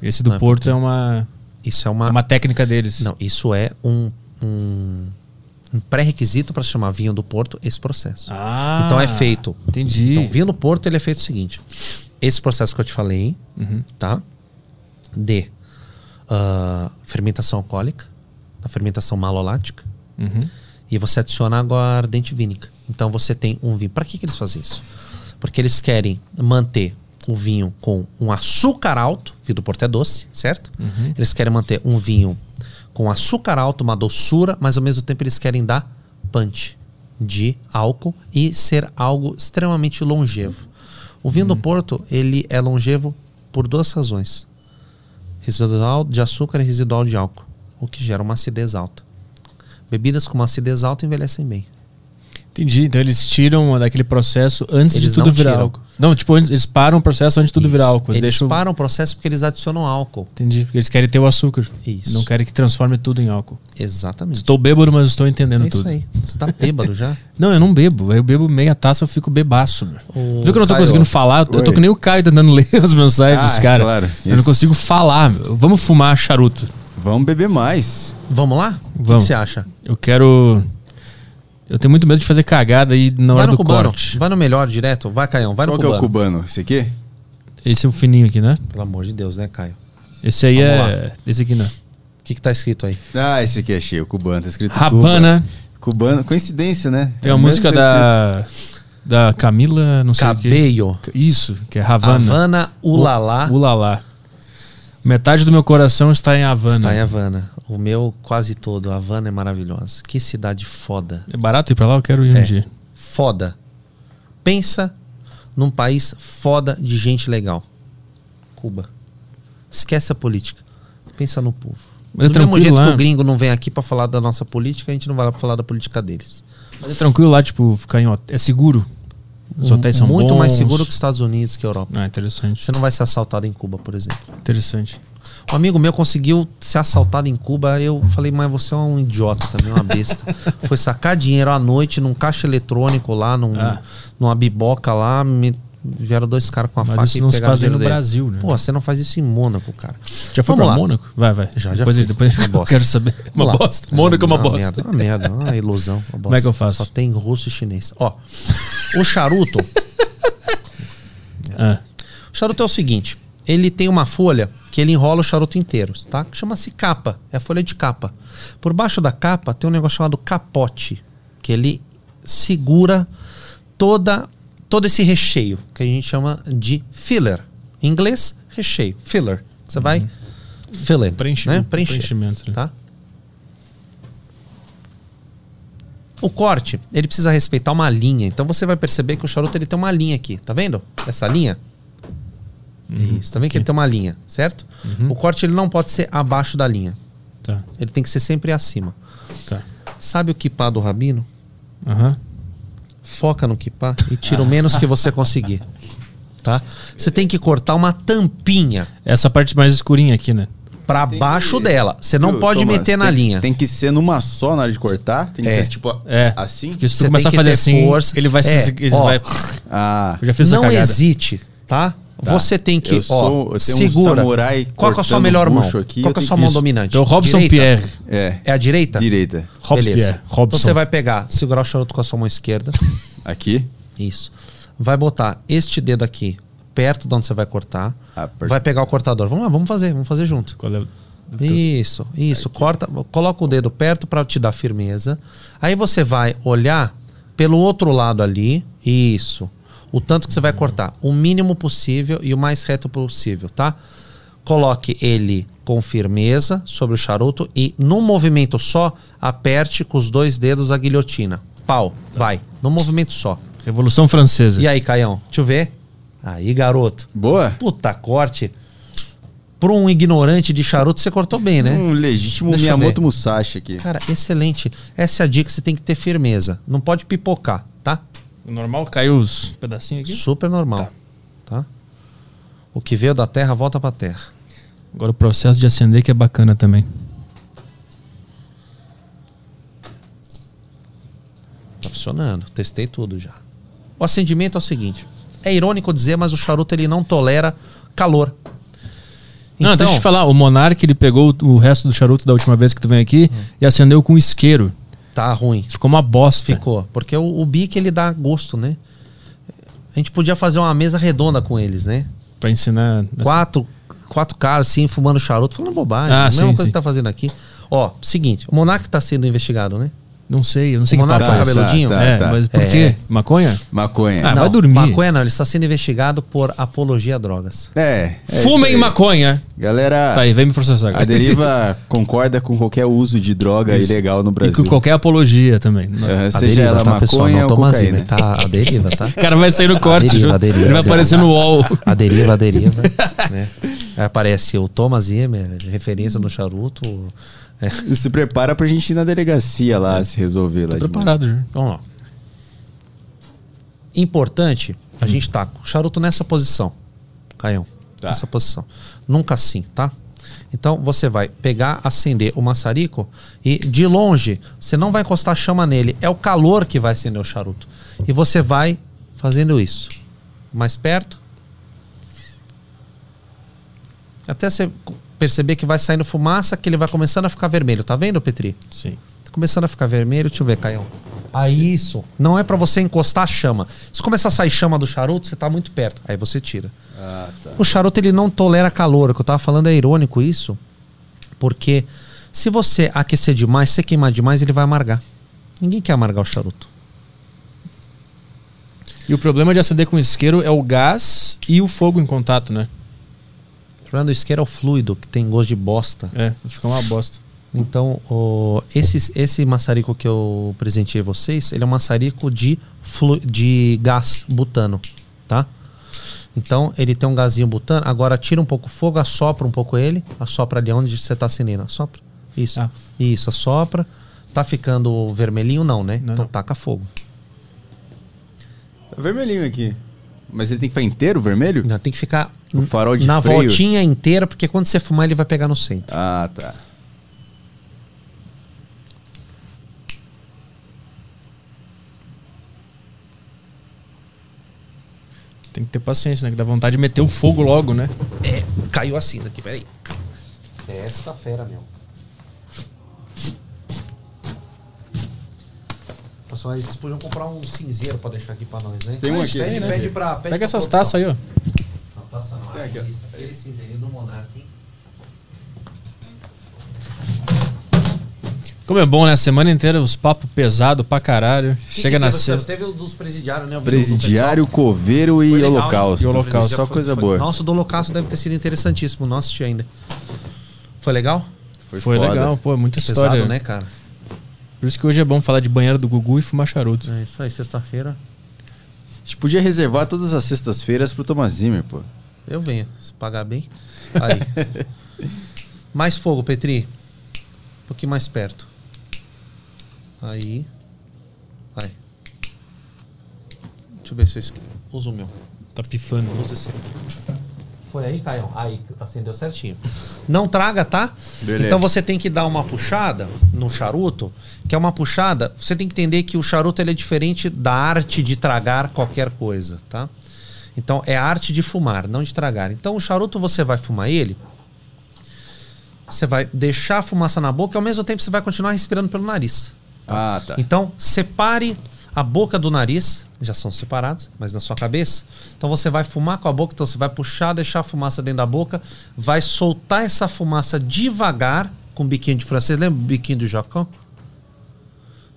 Speaker 1: Esse do
Speaker 4: Não é pra
Speaker 1: Porto
Speaker 4: ter.
Speaker 1: é uma.
Speaker 4: Isso é uma.
Speaker 1: É uma técnica deles.
Speaker 4: Não, isso é um, um, um pré-requisito para chamar vinho do Porto esse processo.
Speaker 1: Ah,
Speaker 4: então é feito.
Speaker 1: entendi.
Speaker 4: Então, vinho do Porto ele é feito o seguinte: esse processo que eu te falei,
Speaker 1: Uhum.
Speaker 4: tá? De ah, fermentação alcoólica, a fermentação malolática,
Speaker 1: Uhum.
Speaker 4: e você adiciona água ardente vínica. Então você tem um vinho. Para que, que eles fazem isso? Porque eles querem manter o vinho com um açúcar alto, vinho do Porto é doce, certo?
Speaker 1: Uhum.
Speaker 4: Eles querem manter um vinho com açúcar alto, uma doçura, mas ao mesmo tempo eles querem dar punch de álcool e ser algo extremamente longevo. O vinho
Speaker 1: Hum.
Speaker 4: do Porto, ele é longevo por duas razões. Residual de açúcar e residual de álcool, o que gera uma acidez alta. Bebidas com uma acidez alta envelhecem bem.
Speaker 1: Entendi. Então eles tiram daquele processo antes
Speaker 4: Eles
Speaker 1: de tudo
Speaker 4: não
Speaker 1: virar
Speaker 4: tiram.
Speaker 1: álcool. Não, tipo, antes- eles param o processo antes de tudo virar
Speaker 4: Isso.
Speaker 1: álcool.
Speaker 4: Eles
Speaker 1: Eles deixam...
Speaker 4: param o processo porque eles adicionam álcool.
Speaker 1: Entendi. Porque eles querem ter o açúcar.
Speaker 4: Isso.
Speaker 1: Não querem que transforme tudo em álcool.
Speaker 4: Exatamente.
Speaker 1: Estou bêbado, mas estou entendendo
Speaker 4: é isso
Speaker 1: tudo.
Speaker 4: aí. Você tá bêbado já?
Speaker 1: Não, eu não bebo. Eu bebo meia taça, eu fico bebaço. meu.
Speaker 4: Ô,
Speaker 1: Viu que eu não tô
Speaker 4: Caio.
Speaker 1: conseguindo falar? Eu tô
Speaker 4: Oi.
Speaker 1: que nem o Caio tentando ler as mensagens
Speaker 2: Ah,
Speaker 1: dos caras.
Speaker 2: claro.
Speaker 1: Eu não
Speaker 2: Isso.
Speaker 1: consigo falar. meu. Vamos fumar charuto.
Speaker 2: Vamos beber mais.
Speaker 4: Vamos lá?
Speaker 1: Vamos.
Speaker 4: O que você acha?
Speaker 1: Eu quero. Eu tenho muito medo de fazer cagada aí na
Speaker 4: vai
Speaker 1: hora
Speaker 4: no
Speaker 1: do
Speaker 4: cubano.
Speaker 1: corte.
Speaker 4: Vai no melhor direto. Vai, Caião. Vai
Speaker 2: Qual
Speaker 4: no
Speaker 2: que é
Speaker 4: cubano.
Speaker 2: o cubano? Esse aqui?
Speaker 1: Esse é o fininho aqui, né?
Speaker 4: Pelo amor de Deus, né, Caio?
Speaker 1: Esse aí
Speaker 4: Vamos
Speaker 1: é. Esse aqui não.
Speaker 4: O que, que tá escrito aí?
Speaker 2: Ah, esse aqui achei, o cubano. Tá escrito
Speaker 1: Habana.
Speaker 2: Cuba. Cubano. Coincidência, né?
Speaker 1: Tem
Speaker 2: É
Speaker 1: uma
Speaker 2: o mesmo
Speaker 1: música
Speaker 2: que tá
Speaker 1: da. da Camila, não sei o quê.
Speaker 4: Cabello.
Speaker 1: Isso, que é Havana.
Speaker 4: Havana Ulalá.
Speaker 1: U- Ulalá. Metade do meu coração está em Havana.
Speaker 4: Está em Havana. O meu quase todo. A Havana é maravilhosa. Que cidade foda.
Speaker 1: É barato ir pra lá? Eu quero ir um
Speaker 4: É.
Speaker 1: dia.
Speaker 4: Foda. Pensa num país foda de gente legal. Cuba. Esquece a política. Pensa no povo.
Speaker 1: Mas é
Speaker 4: do mesmo
Speaker 1: tranquilo
Speaker 4: jeito
Speaker 1: lá.
Speaker 4: que o gringo não vem aqui pra falar da nossa política, a gente não vai lá pra falar da política deles.
Speaker 1: Mas é tranquilo lá, tipo, ficar em hotel. É seguro. Os hotéis são
Speaker 4: Um muito
Speaker 1: bons.
Speaker 4: mais seguro que os Estados Unidos, que a Europa.
Speaker 1: Ah, interessante.
Speaker 4: Você não vai ser assaltado em Cuba, por exemplo.
Speaker 1: Interessante.
Speaker 4: Um amigo meu conseguiu ser assaltado em Cuba. Eu falei, mas você é um idiota também, uma besta. Foi sacar dinheiro à noite num caixa eletrônico lá, num,
Speaker 1: Ah.
Speaker 4: numa biboca lá. Me... Vieram dois caras com a
Speaker 1: Mas
Speaker 4: faca
Speaker 1: isso
Speaker 4: e
Speaker 1: não se
Speaker 4: pegaram o
Speaker 1: faz
Speaker 4: dinheiro
Speaker 1: nem no
Speaker 4: dele.
Speaker 1: Brasil, né?
Speaker 4: Pô, você não faz isso em Mônaco, cara.
Speaker 1: Já foi
Speaker 4: Vamos
Speaker 1: pra
Speaker 4: lá.
Speaker 1: Mônaco? Vai, vai.
Speaker 4: Já, já
Speaker 1: Depois,
Speaker 4: fui.
Speaker 1: depois
Speaker 4: Uma
Speaker 1: eu
Speaker 4: bosta.
Speaker 1: quero saber. Uma
Speaker 4: Vamos lá.
Speaker 1: bosta. Mônaco é uma bosta.
Speaker 4: merda, Uma merda, uma ilusão. Uma bosta.
Speaker 1: Como é que eu faço?
Speaker 4: Só tem russo e chinês. Ó, o charuto.
Speaker 1: Ah.
Speaker 4: O charuto é o seguinte: ele tem uma folha que ele enrola o charuto inteiro, tá? Que Chama-se capa. É a folha de capa. Por baixo da capa tem um negócio chamado capote, que ele segura toda todo esse recheio, que a gente chama de filler. Em inglês, recheio, filler. Você vai filler,
Speaker 1: Preenchimento,
Speaker 4: né? Preencher,
Speaker 1: Uhum. um preenchimento, né?
Speaker 4: tá? O corte, ele precisa respeitar uma linha. Então você vai perceber que o charuto ele tem uma linha aqui, tá vendo? Essa linha?
Speaker 1: Uhum.
Speaker 4: Isso, tá vendo que ele tem uma linha, certo? O corte ele não pode ser abaixo da linha.
Speaker 1: Tá.
Speaker 4: Ele tem que ser sempre acima.
Speaker 1: Tá.
Speaker 4: Sabe o kipá do rabino?
Speaker 1: Aham.
Speaker 4: Foca no kipá e tira o menos que você conseguir. Tá? Você tem que cortar uma tampinha
Speaker 1: Essa parte mais escurinha aqui, né?
Speaker 4: pra baixo dela. Você não
Speaker 2: Viu,
Speaker 4: pode
Speaker 2: Thomas?
Speaker 4: meter na
Speaker 2: Tem-
Speaker 4: linha.
Speaker 2: Tem que ser numa só na hora de cortar? Tem que
Speaker 4: É.
Speaker 2: ser tipo a-
Speaker 1: É.
Speaker 2: assim?
Speaker 1: Porque se tu
Speaker 4: Você
Speaker 1: começar
Speaker 4: tem
Speaker 1: a
Speaker 4: que
Speaker 1: fazer
Speaker 4: ter
Speaker 1: assim,
Speaker 4: força.
Speaker 1: ele vai se.
Speaker 4: É,
Speaker 1: Ele
Speaker 4: ó.
Speaker 1: vai...
Speaker 2: Ah.
Speaker 1: Eu já fiz essa
Speaker 4: não
Speaker 1: cagada.
Speaker 4: hesite, tá?
Speaker 2: Tá.
Speaker 4: Você tem que,
Speaker 2: Eu sou-
Speaker 4: ó,
Speaker 2: eu tenho um
Speaker 4: segura.
Speaker 2: samurai
Speaker 4: Qual que é a sua
Speaker 2: cortando
Speaker 4: melhor mão?
Speaker 2: bucho aqui,
Speaker 4: Qual
Speaker 2: eu
Speaker 4: que é a
Speaker 2: tenho
Speaker 4: sua
Speaker 2: que-
Speaker 4: mão
Speaker 2: Isso.
Speaker 4: dominante?
Speaker 1: Então, Robson
Speaker 4: Direita?
Speaker 1: Pierre.
Speaker 2: É.
Speaker 4: É a direita?
Speaker 2: Direita.
Speaker 1: Robson
Speaker 4: Beleza.
Speaker 1: Pierre. Robson.
Speaker 4: Então você vai pegar, segurar o charuto com a sua mão esquerda.
Speaker 2: Aqui?
Speaker 4: Isso. Vai botar este dedo aqui perto de onde você vai cortar.
Speaker 2: Ah, per-
Speaker 4: Vai pegar o cortador. Vamos lá, vamos fazer, vamos fazer junto.
Speaker 1: Qual é o-
Speaker 4: Isso, isso. Corta, coloca o dedo perto para te dar firmeza. Aí você vai olhar pelo outro lado ali. Isso. O tanto que você vai cortar, o mínimo possível e o mais reto possível, tá? Coloque ele com firmeza sobre o charuto e num movimento só aperte com os dois dedos a guilhotina. Pau, vai. Num movimento só.
Speaker 1: Tá. Revolução Francesa.
Speaker 4: E aí, Caião? Deixa eu ver. Aí, garoto.
Speaker 2: Boa.
Speaker 4: Puta corte. Pra um ignorante de charuto, você cortou bem, né?
Speaker 2: Um legítimo
Speaker 4: Deixa eu
Speaker 2: Miyamoto
Speaker 4: ver.
Speaker 2: Musashi aqui.
Speaker 4: Cara, excelente. Essa é a dica, você tem que ter firmeza. Não pode pipocar, tá?
Speaker 1: O normal caiu os pedacinhos aqui.
Speaker 4: Super normal. Tá. O que veio da terra, volta pra terra.
Speaker 1: Agora o processo de acender que é bacana também.
Speaker 4: Tá funcionando. Testei tudo já. O acendimento é o seguinte. É irônico dizer, mas o charuto ele não tolera calor.
Speaker 1: não,
Speaker 4: Então-
Speaker 1: deixa eu te falar. O Monark, ele pegou o- o resto do charuto da última vez que tu vem aqui e acendeu com isqueiro.
Speaker 4: Hum. Tá ruim.
Speaker 1: Ficou uma bosta.
Speaker 4: Ficou. Porque o, o bique ele dá gosto, né? A gente podia fazer uma mesa redonda com eles, né?
Speaker 1: Pra ensinar... assim.
Speaker 4: Quatro, quatro caras assim, fumando charuto, falando bobagem.
Speaker 1: Ah,
Speaker 4: a
Speaker 1: sim,
Speaker 4: mesma coisa
Speaker 1: sim.
Speaker 4: que tá fazendo aqui. Ó, seguinte, o Monark tá sendo investigado, né?
Speaker 1: Não sei, eu não sei
Speaker 4: O
Speaker 1: que papo
Speaker 4: Monarca
Speaker 1: é esse.
Speaker 4: cabeludinho?
Speaker 2: Tá,
Speaker 1: É,
Speaker 2: tá. É.
Speaker 1: mas por
Speaker 4: É.
Speaker 1: quê? Maconha?
Speaker 2: Maconha.
Speaker 1: Ah, vai dormir.
Speaker 4: Maconha não, ele está sendo investigado por apologia a drogas.
Speaker 2: É. é
Speaker 1: Fumem
Speaker 2: isso aí.
Speaker 1: maconha.
Speaker 2: Galera,
Speaker 1: Tá aí, vem me processar agora.
Speaker 2: a deriva concorda com qualquer uso de droga
Speaker 1: Isso.
Speaker 2: é ilegal no
Speaker 1: E
Speaker 2: Brasil.
Speaker 1: com qualquer apologia também.
Speaker 2: É,
Speaker 4: A
Speaker 2: seja ela
Speaker 1: tá,
Speaker 2: maconha ou
Speaker 4: Toma
Speaker 2: cocaína.
Speaker 4: zima, tá a deriva, tá?
Speaker 1: O cara vai sair no corte,
Speaker 4: deriva,
Speaker 1: Ju.
Speaker 4: a deriva,
Speaker 1: ele vai
Speaker 4: a deriva.
Speaker 1: aparecer no wall.
Speaker 4: A deriva, a deriva. né? Aí Aparece o Thomas Zimmer, referência no charuto. É.
Speaker 2: Se prepara pra gente ir na delegacia lá se resolver lá. de novo.
Speaker 1: Preparado, Ju.
Speaker 4: Vamos lá. Importante, a gente tá com o charuto nessa posição, Caião.
Speaker 2: Tá.
Speaker 4: Nessa posição. Nunca assim, tá? Então você vai pegar, acender o maçarico e de longe, você não vai encostar a chama nele, é o calor que vai acender o charuto. E você vai fazendo isso. Mais perto. Até você perceber que vai saindo fumaça, que ele vai começando a ficar vermelho. Tá vendo, Petri?
Speaker 1: Sim.
Speaker 4: Tá começando a ficar vermelho. Deixa eu ver, Caião. Aí isso. Não é pra você encostar a chama. Se começar a sair chama do charuto, você tá muito perto. Aí você tira.
Speaker 2: Ah,
Speaker 4: O charuto ele não tolera calor. O que eu tava falando é irônico isso. Porque se você aquecer demais, se queimar demais, ele vai amargar. Ninguém quer amargar o charuto.
Speaker 1: E o problema de acender com isqueiro é o gás e o fogo em contato, né?
Speaker 4: O problema do isqueiro é o fluido, que tem gosto de bosta.
Speaker 1: É, fica uma bosta.
Speaker 4: Então, o, esse, esse maçarico que eu presenteei vocês, ele é um maçarico de, flu, de gás butano, tá? Então, ele tem um gazinho butano. Agora, tira um pouco o fogo, assopra um pouco ele. Assopra ali onde você tá acendendo. Assopra. Isso.
Speaker 1: Ah.
Speaker 4: Isso, assopra. Tá ficando vermelhinho? Não, né? então, taca fogo.
Speaker 2: Tá vermelhinho aqui. Mas ele tem que ficar inteiro vermelho?
Speaker 4: Não, tem que ficar
Speaker 2: o farol Tá de
Speaker 4: Na
Speaker 2: freio.
Speaker 4: voltinha inteira, porque quando você fumar, ele vai pegar no centro.
Speaker 2: Ah, tá.
Speaker 1: Tem que ter paciência, né? Que dá vontade de meter o fogo logo, né?
Speaker 4: É, caiu assim daqui, peraí. É esta fera, meu. Pessoal, Tá, eles podiam comprar um cinzeiro pra deixar aqui pra nós, né?
Speaker 1: Tem um
Speaker 4: Mas
Speaker 1: aqui,
Speaker 4: Pede,
Speaker 1: né?
Speaker 4: pede pra, pede
Speaker 1: Pega
Speaker 4: pra
Speaker 1: essas
Speaker 4: produção.
Speaker 1: taças aí, ó.
Speaker 4: Não, taça não. Aqui, aquele cinzeirinho do Monark, hein?
Speaker 1: Como é bom, né? A semana inteira os papos pesados pra caralho.
Speaker 4: Que
Speaker 1: Chega
Speaker 4: que
Speaker 1: na
Speaker 4: teve, Santos?
Speaker 1: sexta.
Speaker 4: Teve o dos presidiários, né? O vídeo do
Speaker 2: Presidiário, coveiro
Speaker 4: Foi
Speaker 2: e
Speaker 4: legal, né?
Speaker 2: holocausto.
Speaker 4: E
Speaker 2: Só
Speaker 4: Foi-
Speaker 2: coisa
Speaker 4: foi-
Speaker 2: boa.
Speaker 4: Nossa, o do holocausto deve ter sido interessantíssimo. Não assisti ainda. Foi legal?
Speaker 2: Foi,
Speaker 1: Foi legal, pô, é muita
Speaker 4: Pesado,
Speaker 1: história.
Speaker 4: né, cara?
Speaker 1: Por isso que hoje é bom falar de banheiro do Gugu e fumar charuto.
Speaker 4: É isso aí, sexta-feira.
Speaker 2: A gente podia reservar todas as sextas-feiras pro Thomas Zimmer, pô.
Speaker 4: Eu venho, se pagar bem. Aí. mais fogo, Petri. Um pouquinho mais perto. Aí. Vai. Deixa eu ver se eu esque- uso o meu.
Speaker 1: Tá pifando.
Speaker 4: Usa esse aqui. Foi aí, Caio? Aí, acendeu certinho. Não traga, tá?
Speaker 2: Beleza.
Speaker 4: Então você tem que dar uma puxada no charuto, que é uma puxada. Você tem que entender que o charuto ele é diferente da arte de tragar qualquer coisa, tá? Então é a arte de fumar, não de tragar. Então o charuto você vai fumar ele, você vai deixar a fumaça na boca e ao mesmo tempo você vai continuar respirando pelo nariz.
Speaker 2: Ah, tá.
Speaker 4: Então, separe a boca do nariz, já são separados, mas na sua cabeça. Então você vai fumar com a boca, então você vai puxar, deixar a fumaça dentro da boca, vai soltar essa fumaça devagar com o biquinho de francês, lembra o biquinho do Jacquin?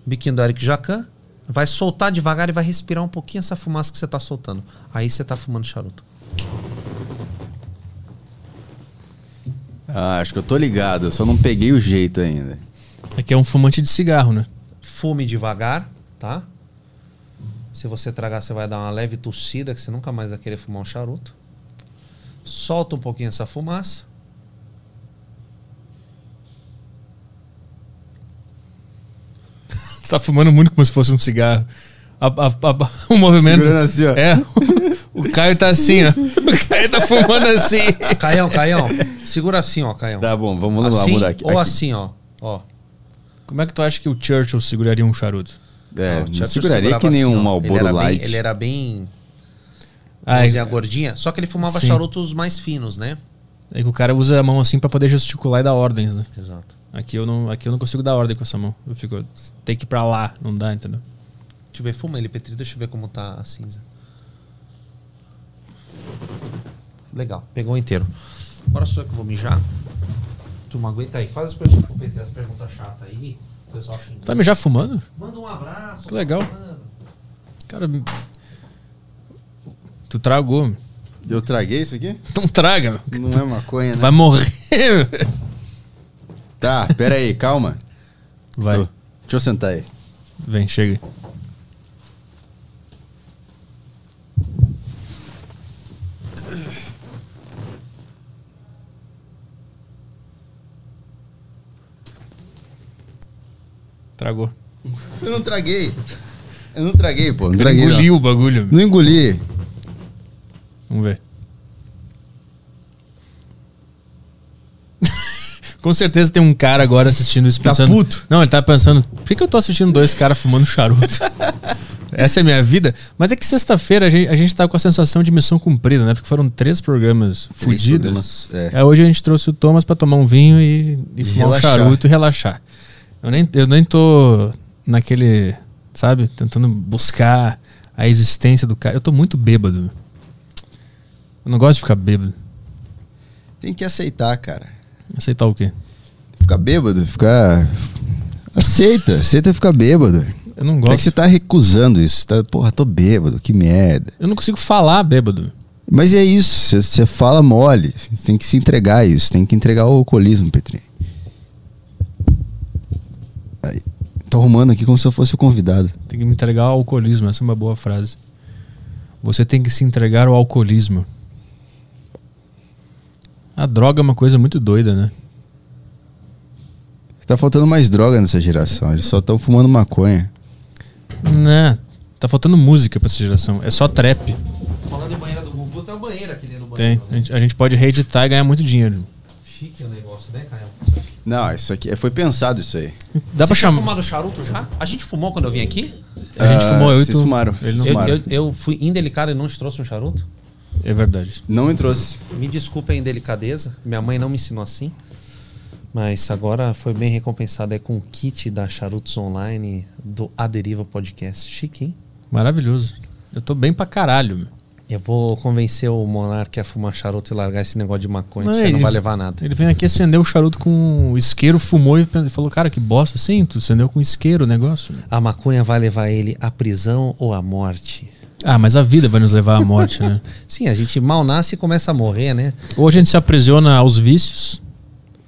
Speaker 4: Biquinho do Eric Jacquin. Vai soltar devagar e vai respirar um pouquinho essa fumaça que você está soltando. Aí você está fumando charuto.
Speaker 2: Ah, acho que eu tô ligado, eu só não peguei o jeito ainda.
Speaker 1: Aqui é um fumante de cigarro, né?
Speaker 4: Fume devagar, tá? Se você tragar, você vai dar uma leve tossida, que você nunca mais vai querer fumar um charuto. Solta um pouquinho essa fumaça.
Speaker 1: Você tá fumando muito como se fosse um cigarro. A- a- a- o movimento.
Speaker 2: Segurando assim, ó.
Speaker 1: É. O, o Caio tá assim, ó. O Caio tá fumando assim.
Speaker 4: Caião, Caião, segura assim, ó, Caião.
Speaker 2: Tá bom, vamos lá,
Speaker 4: assim,
Speaker 2: vamos mudar aqui.
Speaker 4: Ou
Speaker 2: Aqui.
Speaker 4: assim, ó. ó.
Speaker 1: Como é que tu acha que o Churchill seguraria um charuto?
Speaker 2: É,
Speaker 4: Ó,
Speaker 2: não
Speaker 4: Churchill
Speaker 2: seguraria
Speaker 4: segurava
Speaker 2: que nem
Speaker 4: assim,
Speaker 2: um
Speaker 4: ó. Ele
Speaker 2: Marlboro
Speaker 4: era
Speaker 2: Light.
Speaker 4: Bem, ele era bem.
Speaker 1: Ah,
Speaker 4: mãozinha
Speaker 1: é-
Speaker 4: gordinha. Só que ele fumava
Speaker 1: Sim.
Speaker 4: charutos mais finos, né?
Speaker 1: É que o cara usa a mão assim pra poder gesticular e dar ordens, né?
Speaker 4: Exato.
Speaker 1: Aqui eu não, aqui eu não consigo dar ordem com essa mão. Eu fico, tem que ir pra lá, não dá, entendeu?
Speaker 4: Deixa eu ver, fuma ele, Petri. Deixa eu ver como tá a cinza. Legal, pegou inteiro. Agora sou eu que vou mijar. Tu não aguenta aí. Faz as perguntas pro Petri, as perguntas chatas aí. O pessoal xingando.
Speaker 1: Tá me já fumando?
Speaker 4: Manda um abraço.
Speaker 1: Que legal. Cara, me- tu tragou. meu.
Speaker 2: Eu traguei isso aqui?
Speaker 1: Então traga, meu.
Speaker 2: Não é maconha, né?
Speaker 1: Vai morrer. meu.
Speaker 2: Tá, pera aí, calma.
Speaker 1: Vai.
Speaker 2: Tô. Deixa eu sentar aí.
Speaker 1: Vem, chega. Tragou.
Speaker 2: Eu não traguei. Eu não traguei, pô. Não
Speaker 1: Ele
Speaker 2: traguei.
Speaker 1: engoliu o bagulho.
Speaker 2: Não, não engoli.
Speaker 1: Vamos ver. Com certeza tem um cara agora assistindo isso
Speaker 2: Tá
Speaker 1: pensando.
Speaker 2: puto?
Speaker 1: Não, ele tá pensando, por que, que eu tô assistindo dois caras fumando charuto? Essa é a minha vida. Mas é que sexta-feira a gente, a gente tá com a sensação de missão cumprida, né? Porque foram três programas fudidos.
Speaker 2: programas, é.
Speaker 1: Aí hoje a gente trouxe o Thomas pra tomar um vinho e, e fumar
Speaker 2: relaxar.
Speaker 1: um charuto e relaxar. Eu nem, eu nem tô naquele, sabe, tentando buscar a existência do cara. Eu tô muito bêbado. Eu não gosto de ficar bêbado.
Speaker 2: Tem que aceitar, cara.
Speaker 1: Aceitar o quê?
Speaker 2: Ficar bêbado, ficar. Aceita, aceita ficar bêbado.
Speaker 1: Eu não
Speaker 13: Como
Speaker 1: gosto.
Speaker 13: é que você tá recusando isso? Você Tá, porra, tô bêbado, que merda.
Speaker 1: Eu não consigo falar bêbado.
Speaker 13: Mas é isso, você- você fala mole. Você tem que se entregar a isso, tem que entregar o alcoolismo, Petri. Aí, tô arrumando aqui como se eu fosse o convidado.
Speaker 1: Tem que me entregar ao alcoolismo, essa é uma boa frase. Você tem que se entregar ao alcoolismo. A droga é uma coisa muito doida, né?
Speaker 13: Tá faltando mais droga nessa geração, eles só estão fumando maconha.
Speaker 1: Né? Tá faltando música pra essa geração. É só trap.
Speaker 3: Falando em banheira do Gugu,
Speaker 4: tá
Speaker 3: tem uma banheira aqui dentro do banheiro.
Speaker 1: Tem. A gente, a gente pode reeditar e ganhar muito dinheiro.
Speaker 3: Chique o negócio, né, Caio?
Speaker 2: Não, isso aqui foi pensado isso aí.
Speaker 1: Dá pra
Speaker 3: Vocês já
Speaker 1: chamar.
Speaker 3: fumaram charuto já?
Speaker 4: A gente fumou quando eu vim aqui?
Speaker 2: É,
Speaker 1: A gente Ah, fumou, eu e vocês tu. fumaram,
Speaker 4: Eu,
Speaker 1: eles não fumaram.
Speaker 4: eu- eu fui indelicado e não te trouxe um charuto?
Speaker 1: É verdade.
Speaker 2: Não me trouxe.
Speaker 4: Me desculpa a indelicadeza. Minha mãe não me ensinou assim. Mas agora foi bem recompensado é com o kit da Charutos Online do Aderiva Podcast. Chique, hein?
Speaker 1: Maravilhoso. Eu tô bem pra caralho, meu.
Speaker 4: Eu vou convencer o Monark a fumar charuto e largar esse negócio de maconha.
Speaker 1: Não,
Speaker 4: que você
Speaker 1: ele-
Speaker 4: não vai levar nada.
Speaker 1: Ele veio aqui, acendeu o charuto com o isqueiro, fumou e pen- falou, cara, que bosta, sim, tu acendeu com isqueiro o negócio.
Speaker 4: A maconha vai levar ele à prisão ou à morte?
Speaker 1: Ah, mas a vida vai nos levar à morte, né?
Speaker 4: Sim, a gente mal nasce e começa a morrer, né?
Speaker 1: Ou a gente se aprisiona aos vícios,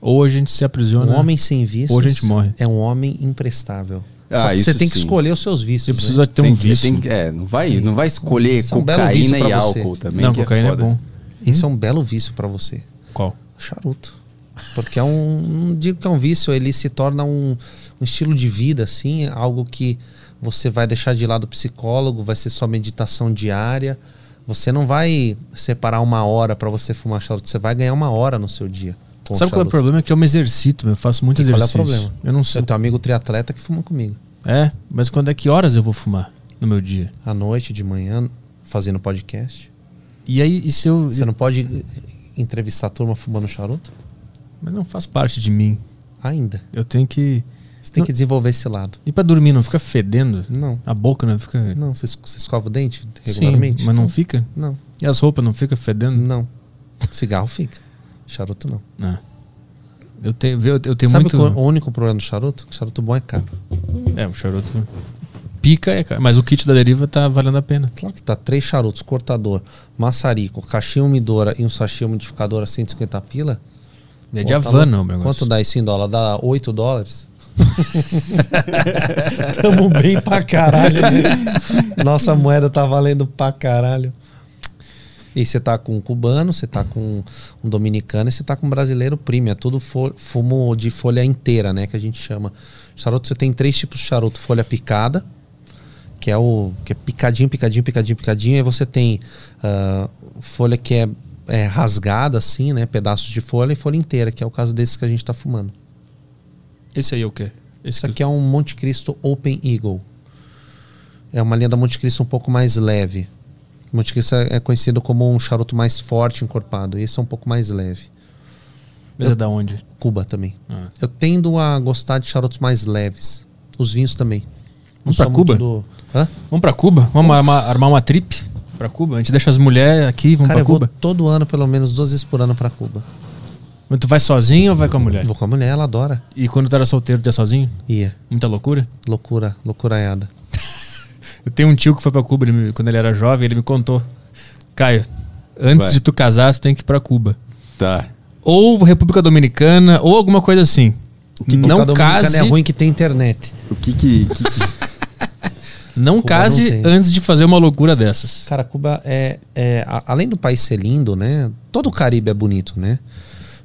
Speaker 1: ou a gente se aprisiona...
Speaker 4: Um homem sem vícios
Speaker 1: Ou a gente morre.
Speaker 4: é um homem imprestável.
Speaker 1: Ah,
Speaker 4: Só que você
Speaker 1: isso
Speaker 4: tem que
Speaker 1: sim.
Speaker 4: escolher os seus vícios.
Speaker 1: Você precisa
Speaker 4: né?
Speaker 1: ter um Tem que- vício. tem
Speaker 2: que- é, não vai- não vai escolher
Speaker 4: Isso é um belo
Speaker 2: cocaína
Speaker 4: vício pra
Speaker 2: e
Speaker 4: você.
Speaker 2: álcool também, Não, que é cocaína é foda. bom.
Speaker 4: Isso é um belo vício pra você.
Speaker 1: Qual?
Speaker 4: Charuto. Porque é um. Não digo que é um vício, ele se torna um, um estilo de vida, assim, algo que você vai deixar de lado o psicólogo, vai ser sua meditação diária. Você não vai separar uma hora pra você fumar charuto, você vai ganhar uma hora no seu dia. com
Speaker 1: Sabe qual é o
Speaker 4: charuto.
Speaker 1: problema? É que eu me exercito, meu, eu faço muito
Speaker 4: E qual é o
Speaker 1: exercício.
Speaker 4: problema?
Speaker 1: Eu não sei.
Speaker 4: Eu tenho um amigo triatleta que fuma comigo.
Speaker 1: É, mas quando é que horas eu vou fumar no meu dia?
Speaker 4: À noite, de manhã, fazendo podcast.
Speaker 1: E aí, e se eu.
Speaker 4: Você não pode entrevistar a turma fumando charuto?
Speaker 1: Mas não faz parte de mim.
Speaker 4: Ainda.
Speaker 1: Eu tenho que.
Speaker 4: Você tem que desenvolver esse lado.
Speaker 1: E pra dormir, não fica fedendo?
Speaker 4: Não.
Speaker 1: A boca não fica.
Speaker 4: Não, você, es- você escova o dente regularmente?
Speaker 1: Sim, mas não fica?
Speaker 4: Não.
Speaker 1: E as roupas não ficam fedendo?
Speaker 4: Não. Cigarro fica. Charuto não.
Speaker 1: Não. Eu tenho, eu eu tenho
Speaker 4: Sabe
Speaker 1: muito.
Speaker 4: qual é o único problema do charuto? Que charuto bom é caro.
Speaker 1: É, o charuto pica, é, cara. Mas o kit da deriva tá valendo a pena.
Speaker 4: Claro que tá. Três charutos, cortador, maçarico, caixinha umidora e um sachê umidificador a 150 pila.
Speaker 1: É
Speaker 4: Pô,
Speaker 1: de
Speaker 4: tá louco.
Speaker 1: Havana o negócio.
Speaker 4: Quanto dá isso em dólar? Dá 8 dólares? Tamo bem pra caralho. Né? Nossa moeda tá valendo pra caralho. E você tá com um cubano, você tá com um dominicano e você tá com um brasileiro premium. É tudo fo- fumo de folha inteira, né? Que a gente chama. Charuto, você tem três tipos de charuto: folha picada, que é o que é picadinho, picadinho, picadinho, picadinho. Aí você tem ah, folha que é, é rasgada, assim, né? Pedaços de folha e folha inteira, que é o caso desse que a gente tá fumando.
Speaker 1: Esse aí é o quê?
Speaker 4: Esse aqui é um Monte Cristo Open Eagle. É uma linha da Monte Cristo um pouco mais leve. Monte Cristo é é conhecido como um charuto mais forte encorpado. Esse é um pouco mais leve.
Speaker 1: Mas é da onde?
Speaker 4: Cuba também.
Speaker 1: Ah.
Speaker 4: Eu tendo a gostar de charutos mais leves. Os vinhos também. Não
Speaker 1: Vamos pra
Speaker 4: sou
Speaker 1: Cuba?
Speaker 4: muito do- Hã?
Speaker 1: Vamos pra Cuba? Vamos armar, armar uma trip pra Cuba? A gente deixa as mulheres aqui, vamos
Speaker 4: Cara, eu
Speaker 1: pra Cuba?
Speaker 4: vou todo ano, pelo menos duas vezes por ano pra Cuba.
Speaker 1: Mas tu vai sozinho ou vai com a mulher?
Speaker 4: Vou com a mulher, ela adora.
Speaker 1: E quando tu era solteiro, tu ia sozinho?
Speaker 4: Ia.
Speaker 1: Muita loucura?
Speaker 4: Loucura, loucuraiada.
Speaker 1: Eu tenho um tio que foi pra Cuba ele me- quando ele era jovem, ele me contou. Caio, antes
Speaker 2: Vai.
Speaker 1: de tu casar, tu tem que ir pra Cuba.
Speaker 2: Tá.
Speaker 1: Ou República Dominicana, ou alguma coisa assim. não
Speaker 4: Dominicana
Speaker 1: case,
Speaker 4: é ruim que tem internet.
Speaker 2: O que que...
Speaker 1: não
Speaker 4: Cuba
Speaker 1: case
Speaker 4: não tem.
Speaker 1: antes de fazer uma loucura dessas.
Speaker 4: Cara, Cuba é, é a- além do país ser lindo, né? Todo o Caribe é bonito, né?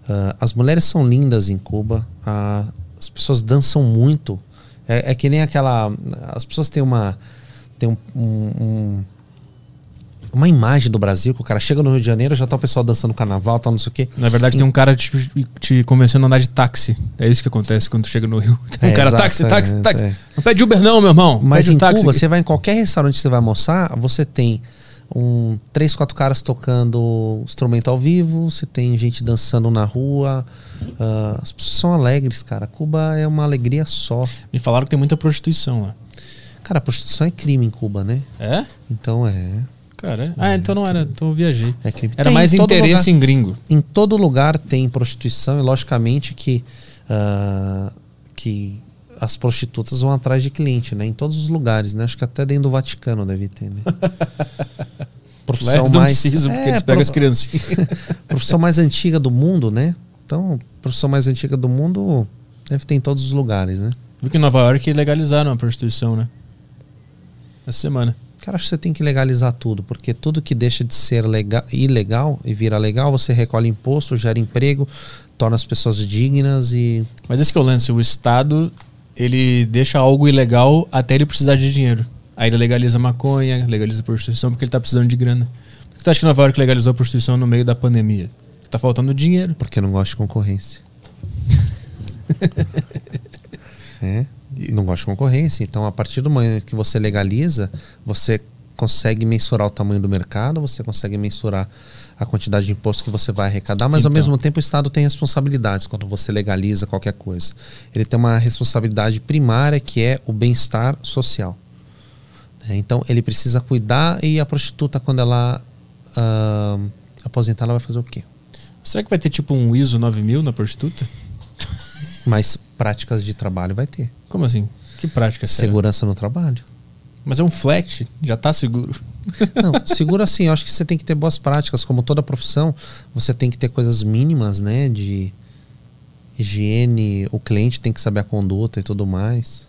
Speaker 4: Ah, as mulheres são lindas em Cuba. ah, as pessoas dançam muito. É, é que nem aquela. As pessoas têm uma tem um- um- um- uma imagem do Brasil que o cara chega no Rio de Janeiro já tá o pessoal dançando carnaval, tá não sei o quê.
Speaker 1: Na verdade, tem um cara te, te convencendo a andar de táxi. É isso que acontece quando tu chega no Rio. Tem um
Speaker 4: É,
Speaker 1: cara,
Speaker 4: exato,
Speaker 1: táxi,
Speaker 4: é,
Speaker 1: táxi,
Speaker 4: é,
Speaker 1: táxi.
Speaker 4: é.
Speaker 1: Não pede Uber não, meu irmão.
Speaker 4: Mas
Speaker 1: pede
Speaker 4: em
Speaker 1: táxi.
Speaker 4: Cuba,
Speaker 1: aqui.
Speaker 4: você vai em qualquer restaurante que você vai almoçar, você tem um três, quatro caras tocando instrumento ao vivo, você tem gente dançando na rua. ah, as pessoas são alegres, cara. Cuba é uma alegria só.
Speaker 1: Me falaram que tem muita prostituição lá.
Speaker 4: Cara, prostituição é crime em Cuba, né?
Speaker 1: É?
Speaker 4: Então é.
Speaker 1: Cara, é- ah, então não era, então eu viajei.
Speaker 4: É crime.
Speaker 1: Era
Speaker 4: Tem
Speaker 1: mais
Speaker 4: em todo
Speaker 1: interesse
Speaker 4: lugar.
Speaker 1: em gringo.
Speaker 4: Em todo lugar tem prostituição e logicamente que ah, que as prostitutas vão atrás de cliente, né? Em todos os lugares, né? Acho que até dentro do Vaticano deve ter, né? Profissão
Speaker 1: Lá eles não precisam, porque eles pegam as criancinhas.
Speaker 4: profissão mais antiga do mundo, né? Então, profissão mais antiga do mundo deve ter em todos os lugares, né?
Speaker 1: Viu que em Nova York legalizaram a prostituição, né? Essa semana.
Speaker 4: Cara, acho que você tem que legalizar tudo, porque tudo que deixa de ser lega- ilegal e vira legal, você recolhe imposto, gera emprego, torna as pessoas dignas e.
Speaker 1: Mas esse que é o lance, o Estado, ele deixa algo ilegal até ele precisar de dinheiro. Aí ele legaliza a maconha, legaliza a prostituição, porque ele tá precisando de grana. Por que tu acha que Nova York legalizou a prostituição no meio da pandemia? Tá faltando dinheiro.
Speaker 4: Porque não gosta de concorrência. É. E Não gosta de concorrência. Então, a partir do momento que você legaliza, você consegue mensurar o tamanho do mercado, você consegue mensurar a quantidade de imposto que você vai arrecadar, mas ao
Speaker 1: Então.
Speaker 4: mesmo tempo o Estado tem responsabilidades quando você legaliza qualquer coisa. Ele tem uma responsabilidade primária que é o bem-estar social. É, Então ele precisa cuidar e a prostituta, quando ela ah, aposentar, ela vai fazer o quê?
Speaker 1: Será que vai ter tipo um ISO 9000 na prostituta?
Speaker 4: Mas práticas de trabalho vai ter.
Speaker 1: Como assim? Que prática será?
Speaker 4: Segurança no trabalho.
Speaker 1: Mas é um flat, já tá seguro.
Speaker 4: Não, segura assim, eu acho que você tem que ter boas práticas, como toda profissão, você tem que ter coisas mínimas, né, de higiene, o cliente tem que saber a conduta e tudo mais.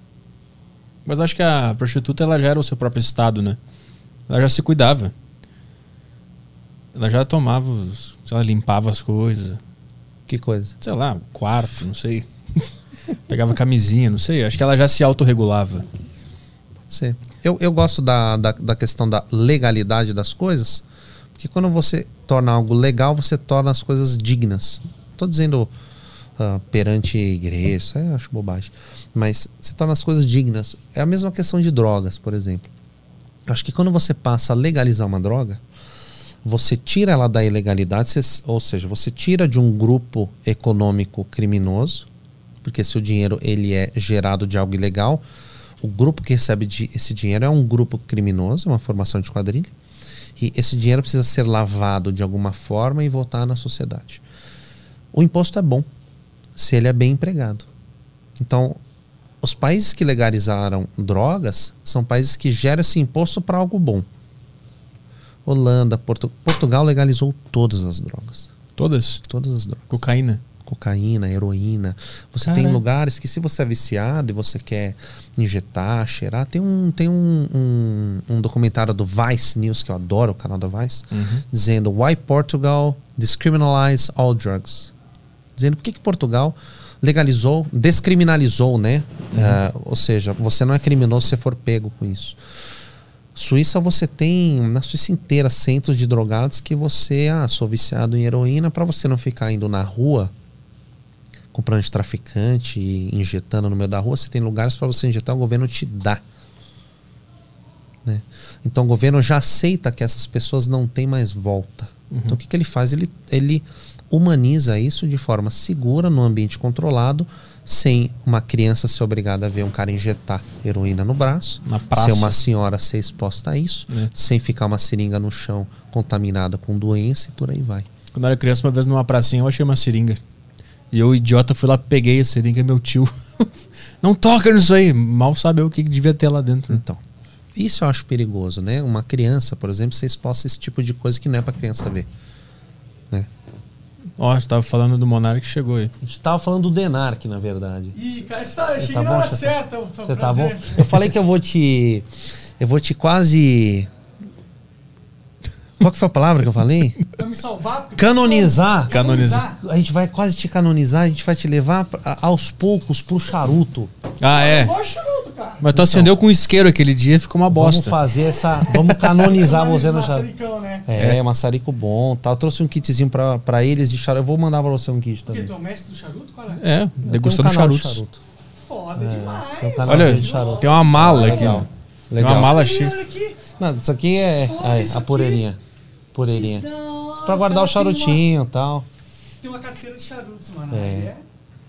Speaker 1: Mas acho que a prostituta ela já era o seu próprio estado, né? Ela já se cuidava. Ela já tomava, os, sei lá, limpava as coisas.
Speaker 4: Que coisa?
Speaker 1: Sei lá, o quarto, não sei. Pegava camisinha, não sei. Acho que ela já se autorregulava.
Speaker 4: Pode ser. Eu, eu gosto da, da, da questão da legalidade das coisas, porque quando você torna algo legal, você torna as coisas dignas. Tô dizendo ah, perante igreja, isso aí eu acho bobagem. Mas você torna as coisas dignas. É a mesma questão de drogas, por exemplo. Eu Acho que quando você passa a legalizar uma droga, você tira ela da ilegalidade, você- ou seja, você tira de um grupo econômico criminoso, porque se o dinheiro ele é gerado de algo ilegal, o grupo que recebe di- esse dinheiro é um grupo criminoso, é uma formação de quadrilha, e esse dinheiro precisa ser lavado de alguma forma e voltar na sociedade. O imposto é bom se ele é bem empregado. Então, os países que legalizaram drogas são países que geram esse imposto para algo bom. Holanda, Portu- Portugal legalizou todas as drogas.
Speaker 1: Todas?
Speaker 4: Todas as drogas.
Speaker 1: Cocaína?
Speaker 4: Cocaína, heroína. Você tem
Speaker 1: Caraca.
Speaker 4: lugares que se você é viciado e você quer injetar, cheirar, tem um, tem um, um, um documentário do Vice News, que eu adoro o canal da Vice,
Speaker 1: Uhum.
Speaker 4: dizendo Why Portugal Discriminalize All Drugs. Dizendo por que, que Portugal legalizou, descriminalizou, né? Ah, ou seja, você não é criminoso se você for pego com isso. Suíça você tem, na Suíça inteira, centros de drogados que você, ah, sou viciado em heroína, para você não ficar indo na rua comprando de traficante e injetando no meio da rua, você tem lugares para você injetar, o governo te dá. Né? Então o governo já aceita que essas pessoas não têm mais volta.
Speaker 1: Uhum.
Speaker 4: Então o que, que ele faz? Ele, ele humaniza isso de forma segura, num ambiente controlado, sem uma criança ser obrigada a ver um cara injetar heroína no braço,
Speaker 1: Na praça.
Speaker 4: sem uma senhora ser exposta a isso,
Speaker 1: É.
Speaker 4: sem ficar uma seringa no chão contaminada com doença e por aí vai.
Speaker 1: Quando eu era criança, uma vez numa pracinha, eu achei uma seringa. E eu, idiota, fui lá, peguei a seringa, meu tio. Não toca nisso aí. Mal sabe eu o que que devia ter lá dentro. né?
Speaker 4: Então. Isso eu acho perigoso, né? Uma criança, por exemplo, ser exposta a esse tipo de coisa que não é pra criança ver.
Speaker 1: Ó, você tava falando do Monark que chegou aí.
Speaker 4: A gente tava falando do Denark, na verdade.
Speaker 5: Ih, cara, você tá,
Speaker 4: Cê
Speaker 5: cheguei
Speaker 4: tá
Speaker 5: na
Speaker 4: bom,
Speaker 5: hora
Speaker 4: chefe?
Speaker 5: certa. é um
Speaker 4: Você tá bom?
Speaker 5: prazer.
Speaker 4: Eu falei que eu vou te. Eu vou te quase. Qual que foi a palavra que eu falei?
Speaker 5: Pra me salvar. porque-
Speaker 4: Canonizar.
Speaker 5: Canonizar.
Speaker 4: A gente vai quase te canonizar, a gente vai te levar pra- aos poucos pro charuto.
Speaker 1: Ah, é. Mas tu acendeu com isqueiro aquele dia, ficou uma bosta.
Speaker 4: Então. Vamos fazer essa. Vamos canonizar você no
Speaker 5: é Maçaricão,
Speaker 4: charuto.
Speaker 5: né?
Speaker 4: É, maçarico bom tal. Eu trouxe um kitzinho pra, pra eles de charuto. Eu vou mandar pra você um kit
Speaker 5: Porque
Speaker 4: também.
Speaker 5: tu é o mestre do charuto? Qual é?
Speaker 1: É, degustando
Speaker 4: Eu tenho um canal de
Speaker 1: charutos.
Speaker 4: charuto.
Speaker 5: Foda demais.
Speaker 4: Tem um canal
Speaker 1: Olha,
Speaker 4: de charuto. Ah,
Speaker 1: tem uma mala aqui.
Speaker 4: Legal.
Speaker 1: Tem uma
Speaker 4: Legal.
Speaker 1: mala cheia.
Speaker 4: Não, isso aqui é. aí, a poreirinha. Poreirinha. Pra guardar o charutinho e tal.
Speaker 5: Tem uma carteira de charutos, mano.
Speaker 4: É.
Speaker 5: Aí é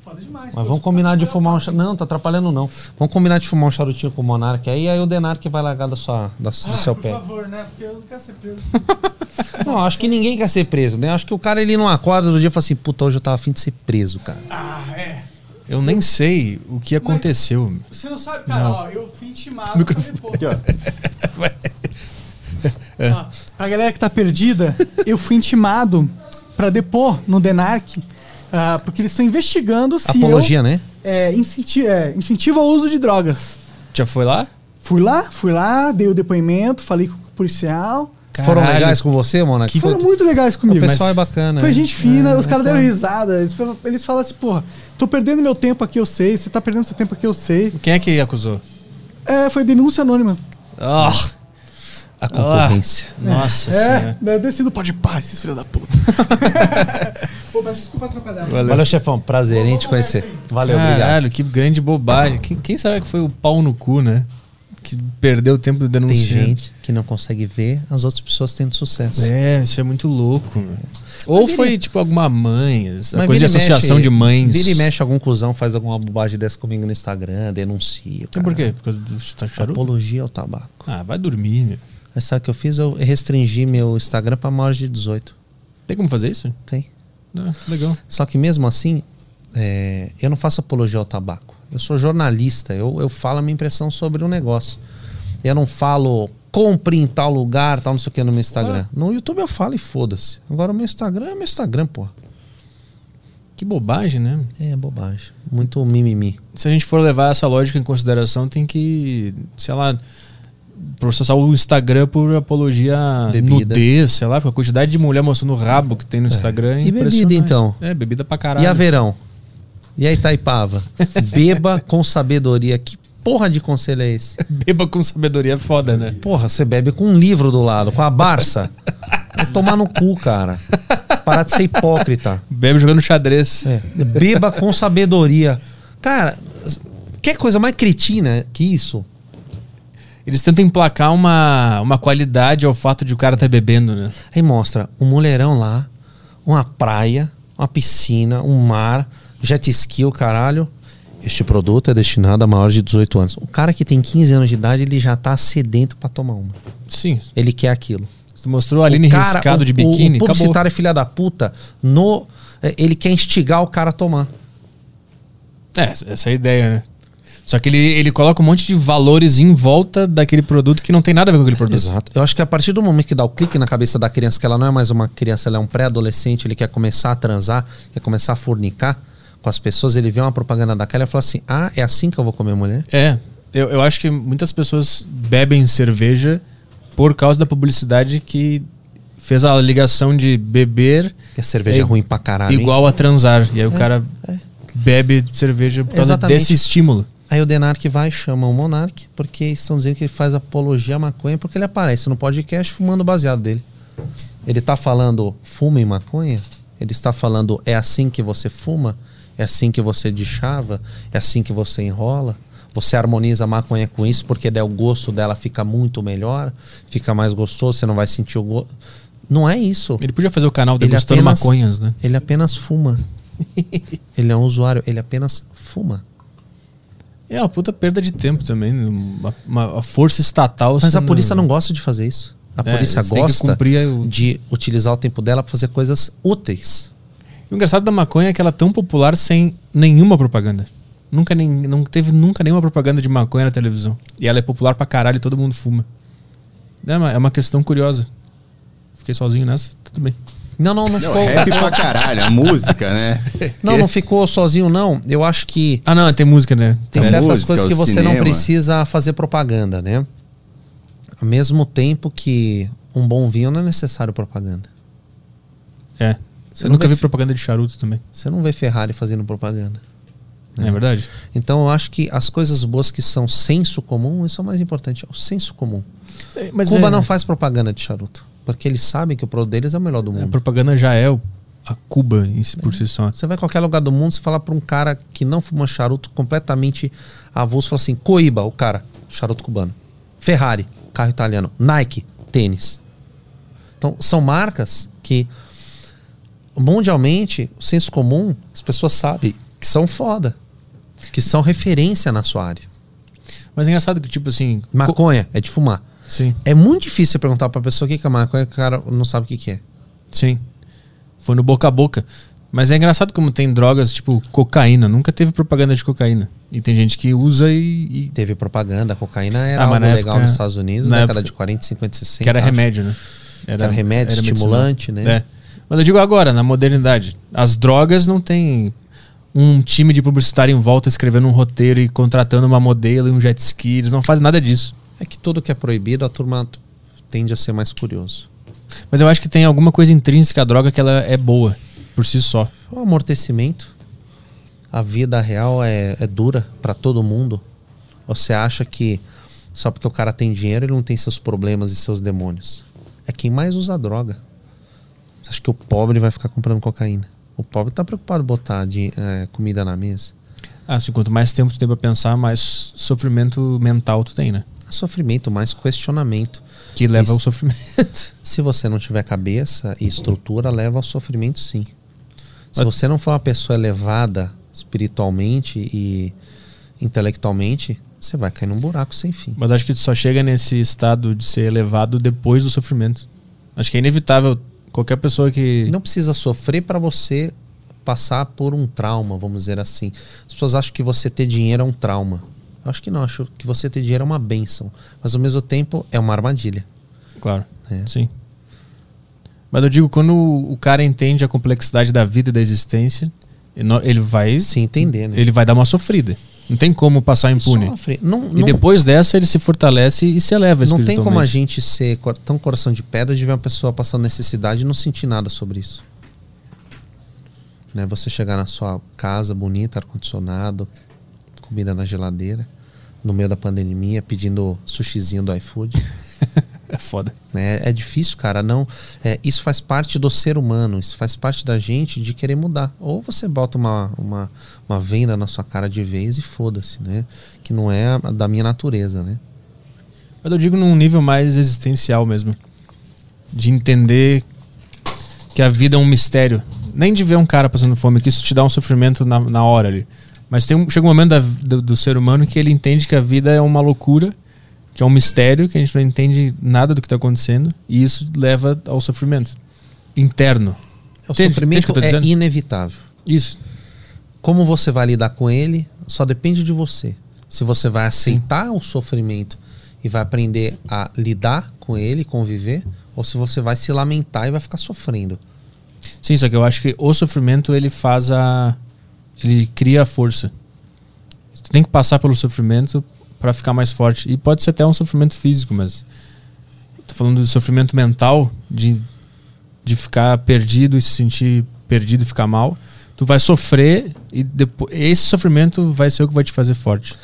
Speaker 5: foda demais.
Speaker 4: Mas vamos combinar de fumar um charutinho. Não, tá atrapalhando não. Vamos combinar de fumar um charutinho com o Monark aí, aí o Denark vai largar da sua, da, do
Speaker 5: Ah,
Speaker 4: seu
Speaker 5: por
Speaker 4: pé.
Speaker 5: favor, né? Porque eu não quero ser preso.
Speaker 4: Não, acho que ninguém quer ser preso, né? Acho que o cara ele não acorda do dia e fala assim, puta, hoje eu tava afim de ser preso, cara.
Speaker 5: Ah, é.
Speaker 1: Eu nem sei o que aconteceu.
Speaker 14: Você não sabe, cara,
Speaker 1: Não.
Speaker 14: ó, eu fui intimado pra
Speaker 1: Microfone.
Speaker 14: repor.
Speaker 1: É.
Speaker 14: Ó, pra galera que tá perdida, eu fui intimado pra depor no DENARC, ah, porque eles estão investigando se
Speaker 4: Apologia,
Speaker 14: eu,
Speaker 4: né?
Speaker 14: É, incenti é, incentivo ao uso de drogas.
Speaker 1: Já foi lá?
Speaker 14: Fui lá, fui lá, dei o depoimento, falei com o policial.
Speaker 4: Foram legais com você, Monark?
Speaker 14: Que foram muito legais comigo.
Speaker 4: O pessoal
Speaker 14: mas
Speaker 4: é bacana.
Speaker 14: Foi
Speaker 4: né?
Speaker 14: gente fina,
Speaker 4: É,
Speaker 14: os caras
Speaker 4: tá.
Speaker 14: deram risada. Eles, falam- eles falam assim, porra, tô perdendo meu tempo aqui, eu sei. Você tá perdendo seu tempo aqui, eu sei.
Speaker 1: Quem é que acusou?
Speaker 14: É, foi denúncia anônima.
Speaker 1: Ah,
Speaker 4: A concorrência.
Speaker 1: Nossa
Speaker 14: é,
Speaker 1: senhora.
Speaker 14: né, desci do pó de pá, esses filhos da puta. Pô, mas desculpa atrapalhar.
Speaker 4: Valeu, chefão. Prazer em te conhecer. Valeu, obrigado.
Speaker 1: Caralho, que grande bobagem. Quem, quem será que foi o pau no cu, né? Que perdeu o tempo do
Speaker 4: Tem
Speaker 1: denunciante.
Speaker 4: gente que não consegue ver né? as outras pessoas tendo sucesso.
Speaker 1: É, isso é muito louco. meu. Ou
Speaker 4: vira e-
Speaker 1: foi tipo alguma mãe, essa
Speaker 4: Mas
Speaker 1: coisa
Speaker 4: vira e
Speaker 1: de associação
Speaker 4: mexe-
Speaker 1: de mães.
Speaker 4: Vira e mexe, algum cuzão faz alguma bobagem dessa comigo no Instagram, denuncia.
Speaker 1: Mas por
Speaker 4: caralho.
Speaker 1: quê? Por causa do charuto?
Speaker 4: Apologia ao tabaco.
Speaker 1: Ah, vai dormir, meu.
Speaker 4: Mas sabe o que eu fiz? Eu restringi meu Instagram pra maiores de 18.
Speaker 1: Tem como fazer isso?
Speaker 4: Tem.
Speaker 1: Ah, legal.
Speaker 4: Só que mesmo assim, é, eu não faço apologia ao tabaco. Eu sou jornalista, eu, eu falo a minha impressão sobre um negócio. Eu não falo compre em tal lugar, tal, não sei o que no meu Instagram. No YouTube eu falo e foda-se. Agora o meu Instagram é meu Instagram, porra.
Speaker 1: Que bobagem, né?
Speaker 4: É bobagem. Muito mimimi.
Speaker 1: Se a gente for levar essa lógica em consideração, tem que, sei lá, processar o Instagram por apologia à
Speaker 4: Bebida.
Speaker 1: nudez, sei lá, porque a quantidade de mulher mostrando o rabo que tem no Instagram é
Speaker 4: E bebida
Speaker 1: impressionante.
Speaker 4: então?
Speaker 1: É, bebida pra caralho.
Speaker 4: E a verão? E a Itaipava? Beba com sabedoria. Que porra de conselho é esse?
Speaker 1: Beba com sabedoria é foda, né?
Speaker 4: Porra, você bebe com um livro do lado, com a Barça. Vai tomar no cu, cara. Parar de ser hipócrita. É,
Speaker 1: Bebe jogando xadrez.
Speaker 4: Beba com sabedoria. Cara, quer coisa mais cretina que isso?
Speaker 1: Eles tentam emplacar uma, uma qualidade ao fato de o cara tá bebendo, né?
Speaker 4: Aí mostra um mulherão lá, uma praia, uma piscina, um mar, jet ski, o caralho. Este produto é destinado a maiores de 18 anos. O cara que tem 15 anos de idade, ele já tá sedento pra tomar uma.
Speaker 1: Sim.
Speaker 4: Ele quer aquilo.
Speaker 1: Tu mostrou a Aline riscado de biquíni,
Speaker 4: O, o publicitário
Speaker 1: acabou.
Speaker 4: é filha da puta. No, eh, ele quer instigar o cara a tomar.
Speaker 1: É, essa é a ideia, né? Só que ele, ele coloca um monte de valores em volta daquele produto que não tem nada a ver com aquele produto.
Speaker 4: Exato. Eu acho que a partir do momento que dá o clique na cabeça da criança, que ela não é mais uma criança, ela é um pré-adolescente, ele quer começar a transar, quer começar a fornicar com as pessoas, ele vê uma propaganda daquela e fala assim: ah, é assim que eu vou comer mulher?
Speaker 1: É, eu, eu acho que muitas pessoas bebem cerveja por causa da publicidade que fez a ligação de beber.
Speaker 4: Que a cerveja é ruim pra caralho, hein?
Speaker 1: Igual a transar. E aí o
Speaker 4: É,
Speaker 1: cara bebe cerveja é por causa
Speaker 4: Exatamente.
Speaker 1: desse estímulo.
Speaker 4: Aí o Denark vai e chama o Monark, porque estão dizendo que ele faz apologia à maconha, porque ele aparece no podcast fumando o baseado dele. Ele tá falando fuma em maconha? Ele está falando é assim que você fuma? É assim que você deixava? É assim que você enrola? Você harmoniza a maconha com isso porque daí o gosto dela fica muito melhor, fica mais gostoso, você não vai sentir o gosto. Não é isso.
Speaker 1: Ele podia fazer o canal degustando maconhas, né?
Speaker 4: Ele apenas fuma. ele é um usuário, ele apenas fuma.
Speaker 1: É uma puta perda de tempo também. né? Uma, uma- a força estatal.
Speaker 4: Mas a polícia não gosta de fazer isso. A
Speaker 1: É,
Speaker 4: polícia
Speaker 1: eles têm que
Speaker 4: gosta
Speaker 1: cumprir
Speaker 4: de utilizar o tempo dela para fazer coisas úteis.
Speaker 1: O engraçado da maconha é que ela é tão popular sem nenhuma propaganda. Nunca nem, não teve nunca nenhuma propaganda de maconha na televisão. E ela é popular pra caralho e todo mundo fuma. É uma, é uma questão curiosa. Fiquei sozinho nessa, tudo bem.
Speaker 4: Não, não, não
Speaker 1: Não, é
Speaker 4: ficou.
Speaker 1: rap pra caralho, a música, né?
Speaker 4: Não, não ficou sozinho, não. Eu acho que.
Speaker 1: Ah, não, tem música, né?
Speaker 4: Tem
Speaker 1: É
Speaker 4: certas
Speaker 1: música,
Speaker 4: coisas
Speaker 1: é
Speaker 4: que
Speaker 1: o
Speaker 4: você não
Speaker 1: cinema.
Speaker 4: precisa fazer propaganda, né? Ao mesmo tempo que um bom vinho não é necessário propaganda.
Speaker 1: É.
Speaker 4: Você
Speaker 1: eu
Speaker 4: não
Speaker 1: nunca
Speaker 4: vê
Speaker 1: vi
Speaker 4: fi-
Speaker 1: propaganda de charuto também.
Speaker 4: Você não vê Ferrari fazendo propaganda.
Speaker 1: É verdade.
Speaker 4: Então eu acho que as coisas boas que são senso comum, isso é o mais importante, é o senso comum.
Speaker 1: É, mas
Speaker 4: Cuba
Speaker 1: é-
Speaker 4: não faz propaganda de charuto, porque eles sabem que o produto deles é o melhor do
Speaker 1: A
Speaker 4: mundo. É.
Speaker 1: propaganda já é o- a Cuba em si, por si só.
Speaker 4: Você vai a qualquer lugar do mundo, você fala pra um cara que não fuma charuto completamente avulso, fala assim, Coiba, o cara, charuto cubano. Ferrari, carro italiano. Nike, tênis. Então, são marcas que mundialmente, o senso comum, as pessoas sabem que são foda. Que são referência na sua área.
Speaker 1: Mas é engraçado que, tipo assim.
Speaker 4: Maconha é de fumar.
Speaker 1: Sim.
Speaker 4: É muito difícil você perguntar pra pessoa o que que é maconha, que o cara não sabe o que, que é.
Speaker 1: Sim. Foi no boca a boca. Mas é engraçado como tem drogas tipo cocaína. Nunca teve propaganda de cocaína. E tem gente que usa e.
Speaker 4: Teve propaganda, a cocaína era
Speaker 1: Ah, mas
Speaker 4: algo
Speaker 1: na
Speaker 4: legal
Speaker 1: época-
Speaker 4: nos Estados Unidos,
Speaker 1: na
Speaker 4: na década
Speaker 1: época-
Speaker 4: de 40, 50, 60.
Speaker 1: Que era
Speaker 4: acho.
Speaker 1: remédio, né?
Speaker 4: Que era remédio, estimulante,
Speaker 1: medicina.
Speaker 4: né?
Speaker 1: É. Mas eu digo agora, na modernidade. As drogas não tem um time de publicitário em volta escrevendo um roteiro e contratando uma modelo e um jet ski. Eles não fazem nada disso.
Speaker 4: É que tudo que é proibido, a turma t- tende a ser mais curioso.
Speaker 1: Mas eu acho que tem alguma coisa intrínseca à droga que ela é boa, por si só.
Speaker 4: O amortecimento, a vida real é, é dura pra todo mundo. Você acha que só porque o cara tem dinheiro, ele não tem seus problemas e seus demônios. É quem mais usa droga. Você acha que o pobre vai ficar comprando cocaína? O pobre tá preocupado em botar de, eh, comida na mesa.
Speaker 1: Ah, assim, quanto mais tempo tu tem pra pensar, mais sofrimento mental tu tem, né?
Speaker 4: Sofrimento, mais questionamento.
Speaker 1: Que leva
Speaker 4: Isso.
Speaker 1: ao sofrimento.
Speaker 4: Se você não tiver cabeça e estrutura, leva ao sofrimento, sim. Se
Speaker 1: Mas-
Speaker 4: você não for uma pessoa elevada espiritualmente e intelectualmente, você vai cair num buraco sem fim.
Speaker 1: Mas acho que tu só chega nesse estado de ser elevado depois do sofrimento. Acho que é inevitável qualquer pessoa que.
Speaker 4: Não precisa sofrer para você passar por um trauma, vamos dizer assim. As pessoas acham que você ter dinheiro é um trauma. Eu acho que não, acho que você ter dinheiro é uma bênção. Mas ao mesmo tempo é uma armadilha.
Speaker 1: Claro.
Speaker 4: É.
Speaker 1: Sim. Mas eu digo, quando o cara entende a complexidade da vida e da existência, ele não- ele vai.
Speaker 4: Se entender, né?
Speaker 1: Ele vai dar uma sofrida. Não tem como passar impune.
Speaker 4: Sofre. Não-
Speaker 1: e
Speaker 4: não-
Speaker 1: depois dessa, ele se fortalece e se eleva
Speaker 4: Não tem como a
Speaker 1: espiritualmente.
Speaker 4: gente ser cor- tão coração de pedra de ver uma pessoa passando necessidade e não sentir nada sobre isso. Né? Você chegar na sua casa bonita, ar-condicionado, comida na geladeira, no meio da pandemia, pedindo sushizinho do iFood.
Speaker 1: é foda.
Speaker 4: Né? É difícil, cara. Não, é, isso faz parte do ser humano, isso faz parte da gente de querer mudar. Ou você bota uma, uma, uma venda na sua cara de vez e foda-se, né? Que não é a- da minha natureza, né?
Speaker 1: Mas eu digo num nível mais existencial mesmo. De entender que a vida é um mistério. Nem de ver um cara passando fome, que isso te dá um sofrimento na, na hora ali. Mas tem um, chega um momento da- do, do ser humano que ele entende que a vida é uma loucura, que é um mistério, que a gente não entende nada do que está acontecendo. E isso leva ao sofrimento interno.
Speaker 4: O
Speaker 1: Entende- entende o que
Speaker 4: sofrimento
Speaker 1: eu tô
Speaker 4: é
Speaker 1: dizendo?
Speaker 4: inevitável.
Speaker 1: Isso.
Speaker 4: Como você vai lidar com ele só depende de você. Se você vai aceitar o sofrimento e vai aprender a lidar com ele, conviver, ou se você vai se lamentar e vai ficar sofrendo.
Speaker 1: Sim, só que eu acho que o sofrimento ele faz a. Ele cria a força. Tu tem que passar pelo sofrimento para ficar mais forte. E pode ser até um sofrimento físico, mas. Tô falando de sofrimento mental, de, de ficar perdido e se sentir perdido e ficar mal. Tu vai sofrer e depois, esse sofrimento vai ser o que vai te fazer forte.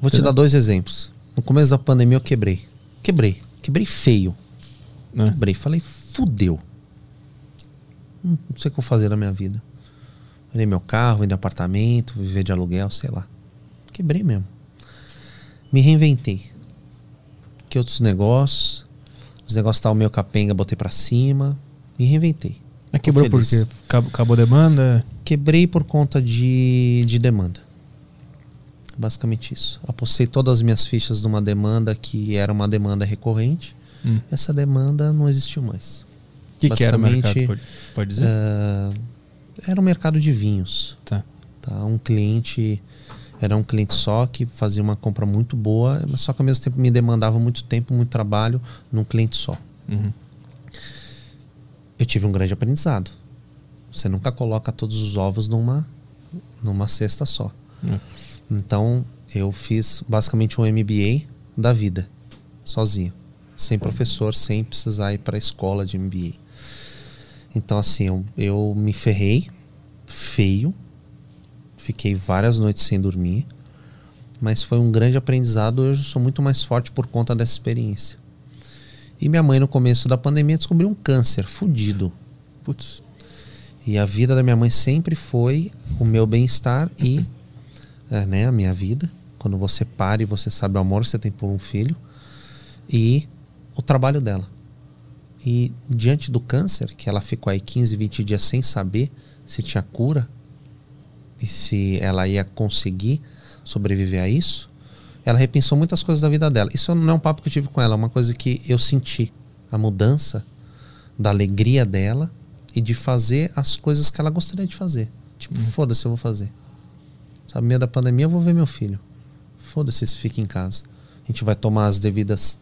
Speaker 4: Vou te dar dois exemplos. No começo da pandemia eu quebrei. Quebrei. Quebrei feio. Quebrei. Falei, fudeu. Hum, Não sei o que eu vou fazer na minha vida. Vendei meu carro, vendi apartamento, viver de aluguel, sei lá. Quebrei mesmo. Me reinventei. Que outros negócios. Os negócios estavam meio capenga, botei pra cima. Me reinventei.
Speaker 1: Mas quebrou por quê? Acabou, acabou a demanda?
Speaker 4: Quebrei por conta de, de demanda. Basicamente isso. Apostei todas as minhas fichas numa demanda que era uma demanda recorrente.
Speaker 1: Hum.
Speaker 4: Essa demanda não existiu mais.
Speaker 1: O que que era o mercado?
Speaker 4: Basicamente,
Speaker 1: Pode- pode dizer?
Speaker 4: ah, era um mercado de vinhos.
Speaker 1: Tá.
Speaker 4: Um cliente. Era um cliente só que fazia uma compra muito boa, mas só que ao mesmo tempo me demandava muito tempo, muito trabalho num cliente só.
Speaker 1: Uhum.
Speaker 4: Eu tive um grande aprendizado. Você nunca coloca todos os ovos numa, numa cesta só.
Speaker 1: É.
Speaker 4: Então, eu fiz basicamente um MBA da vida, sozinho. Sem professor, sem precisar ir para a escola de MBA. Então, assim, eu, eu me ferrei, feio. Fiquei várias noites sem dormir. Mas foi um grande aprendizado. Hoje eu sou muito mais forte por conta dessa experiência. E minha mãe, no começo da pandemia, descobriu um câncer fudido.
Speaker 1: Putz.
Speaker 4: E a vida da minha mãe sempre foi o meu bem-estar e é, né, a minha vida. Quando você para e você sabe o amor que você tem por um filho. E o trabalho dela. E diante do câncer, que ela ficou aí 15, 20 dias sem saber se tinha cura e se ela ia conseguir sobreviver a isso, ela repensou muitas coisas da vida dela. Isso não é um papo que eu tive com ela, é uma coisa que eu senti. A mudança da alegria dela e e de fazer as coisas que ela gostaria de fazer. Tipo, foda-se, eu vou fazer. Sabe, meio da pandemia eu vou ver meu filho. Foda-se se fica em casa. A gente vai tomar as devidas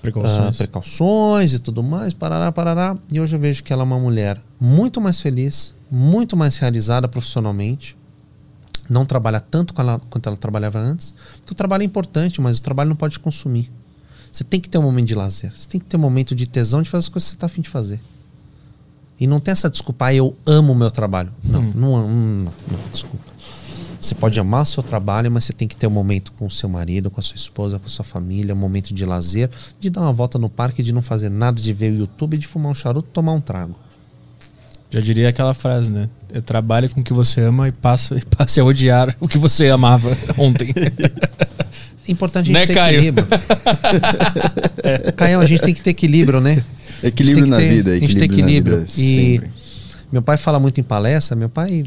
Speaker 1: Precauções.
Speaker 4: ah, precauções e tudo mais, parará, parará. E hoje eu vejo que ela é uma mulher muito mais feliz, muito mais realizada profissionalmente. Não trabalha tanto com ela- quanto ela trabalhava antes. Porque o trabalho é importante, mas o trabalho não pode te consumir. Você tem que ter um momento de lazer. Você tem que ter um momento de tesão de fazer as coisas que você está afim de fazer. E não tem essa desculpa, ah, eu amo o meu trabalho. Não,
Speaker 15: Hum.
Speaker 4: não, não, não, não, desculpa. Você pode amar o seu trabalho, mas você tem que ter um momento com o seu marido, com a sua esposa, com a sua família, um momento de lazer, de dar uma volta no parque, de não fazer nada, de ver o YouTube, de fumar um charuto, tomar um trago.
Speaker 1: Já diria aquela frase, né? É, Trabalha com o que você ama e passa, e passe a odiar o que você amava ontem.
Speaker 4: É importante a gente
Speaker 1: Né,
Speaker 4: ter
Speaker 1: Caio? É.
Speaker 4: equilíbrio. Caio, a gente tem que ter equilíbrio, né? A gente
Speaker 2: Equilíbrio
Speaker 4: tem que
Speaker 2: na
Speaker 4: ter-
Speaker 2: vida,
Speaker 4: A gente tem
Speaker 2: equilíbrio na
Speaker 4: equilíbrio.
Speaker 2: vida,
Speaker 4: E
Speaker 2: sempre.
Speaker 4: meu pai fala muito em palestra, meu pai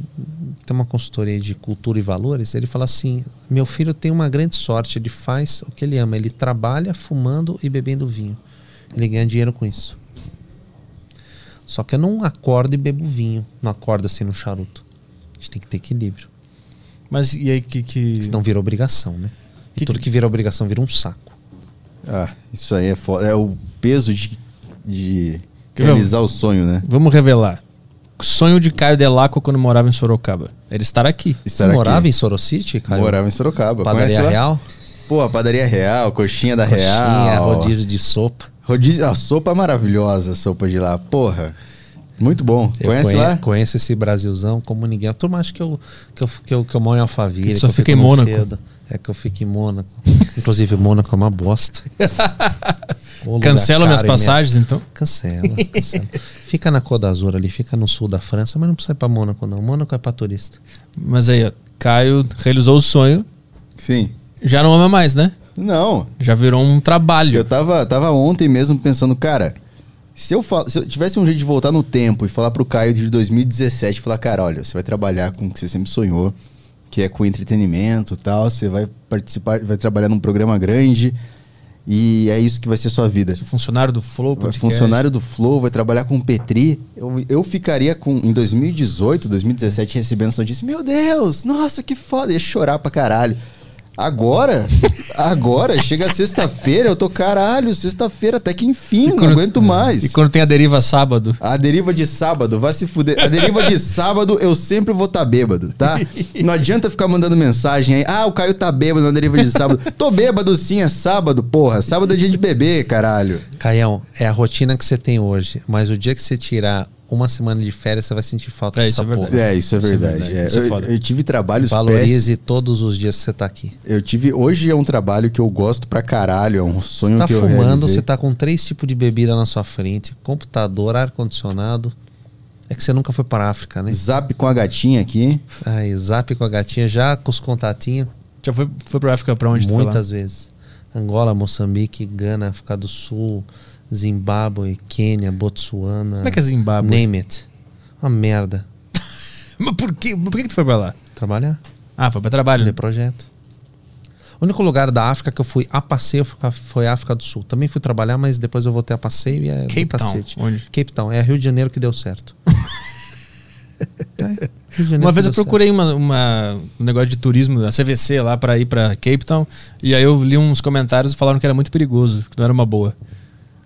Speaker 4: tem uma consultoria de cultura e valores, ele fala assim, meu filho tem uma grande sorte, ele faz o que ele ama, ele trabalha fumando e bebendo vinho. Ele ganha dinheiro com isso. Só que eu não acordo e bebo vinho, não acordo assim no charuto. A gente tem que ter equilíbrio.
Speaker 1: Mas e aí que. que...
Speaker 4: Senão vira obrigação, né? E tudo que vira obrigação vira um saco.
Speaker 2: Ah, isso aí é foda. É o peso de, de
Speaker 1: Que
Speaker 2: realizar o sonho, né?
Speaker 1: Vamos revelar. Sonho de Caio Delaco quando morava em Sorocaba. Era estar aqui.
Speaker 2: Estar aqui. Morava em
Speaker 4: Sorocity, Caio?
Speaker 2: Morava em Sorocaba.
Speaker 1: Padaria
Speaker 2: Conhece lá?
Speaker 1: Real?
Speaker 2: Pô, a padaria real, coxinha da
Speaker 4: Coxinha,
Speaker 2: real.
Speaker 4: rodízio de sopa.
Speaker 2: Rodízio, a sopa é maravilhosa, a sopa de lá. Porra. Muito bom.
Speaker 4: Eu
Speaker 2: Conhece
Speaker 4: conhe-
Speaker 2: lá?
Speaker 4: Conheço esse Brasilzão como ninguém. A turma acha que eu, que eu, que eu, que eu moro em Alphaville.
Speaker 1: Que tu só
Speaker 4: que eu
Speaker 1: fica
Speaker 4: fico
Speaker 1: em
Speaker 4: no
Speaker 1: Mônaco.
Speaker 4: Feudo. É que eu fico em Mônaco. Inclusive, Mônaco é uma bosta. Ô, lugar
Speaker 1: Cancela
Speaker 4: caro
Speaker 1: minhas
Speaker 4: e merda.
Speaker 1: passagens, então?
Speaker 4: Cancela, cancela. fica na Côte d'Azur ali, fica no sul da França, mas não precisa ir pra Mônaco, não. Mônaco é pra turista.
Speaker 1: Mas aí, ó, Caio realizou o sonho.
Speaker 2: Sim.
Speaker 1: Já não ama mais, né?
Speaker 2: Não.
Speaker 1: Já virou um trabalho.
Speaker 2: Eu tava, tava ontem mesmo pensando, cara, se eu, fal- se eu tivesse um jeito de voltar no tempo e falar pro Caio de 2017, falar, cara, olha, você vai trabalhar com o que você sempre sonhou, que é com entretenimento e tal, você vai participar, vai trabalhar num programa grande e é isso que vai ser sua vida.
Speaker 1: Funcionário do Flow,
Speaker 2: Vai
Speaker 1: podcast.
Speaker 2: É, funcionário do Flow, vai trabalhar com o Petri. Eu, eu ficaria com, em 2018, 2017, recebendo essa notícia. Meu Deus, nossa, que foda. Ia chorar pra caralho. Agora, agora, chega sexta-feira, eu tô caralho, sexta-feira, até que enfim, né? não aguento mais.
Speaker 1: E quando tem a deriva sábado?
Speaker 2: A deriva de sábado, vai se fuder. A deriva de sábado, eu sempre vou estar tá bêbado, tá? Não adianta ficar mandando mensagem aí. Ah, o Caio tá bêbado na deriva de sábado. Tô bêbado sim, é sábado, porra. Sábado é dia de beber, caralho.
Speaker 4: Caião, é a rotina que você tem hoje, mas o dia que você tirar uma semana de férias, você vai sentir falta
Speaker 2: É, isso
Speaker 4: dessa
Speaker 2: é verdade.
Speaker 4: porra.
Speaker 2: É, isso é Isso é verdade, verdade, é. isso é Eu- foda. eu tive trabalhos
Speaker 4: Valorize todos os dias que você tá aqui.
Speaker 2: Eu tive. Hoje é um trabalho que eu gosto pra caralho. É um sonho
Speaker 4: Você tá
Speaker 2: que eu
Speaker 4: fumando,
Speaker 2: realizei.
Speaker 4: você tá com três tipos de bebida na sua frente, computador, ar-condicionado. É que você nunca foi para a África, né?
Speaker 2: Zap com a gatinha aqui.
Speaker 4: Aí, zap com a gatinha, já com os contatinhos.
Speaker 1: Já foi, foi pra África pra onde tu foi lá?
Speaker 4: Muitas vezes. Angola, Moçambique, Gana, África do Sul, Zimbábue, Quênia, Botsuana.
Speaker 1: Como é que é Zimbábue?
Speaker 4: Name it. Uma merda.
Speaker 1: Mas por que, por que que tu foi pra lá?
Speaker 4: Trabalhar.
Speaker 1: Ah, foi pra trabalho.
Speaker 4: Meu projeto. O único lugar da África que eu fui a passeio foi- foi a África do Sul. Também fui trabalhar, mas depois eu voltei a passeio e é do
Speaker 1: Cape Town,
Speaker 4: cacete.
Speaker 1: onde?
Speaker 4: Cape Town. É Rio de Janeiro que deu certo. É,
Speaker 1: Uma vez eu procurei uma, uma- um negócio de turismo, a CVC lá pra ir pra Cape Town, e aí eu li uns comentários e falaram que era muito perigoso, que não era uma boa.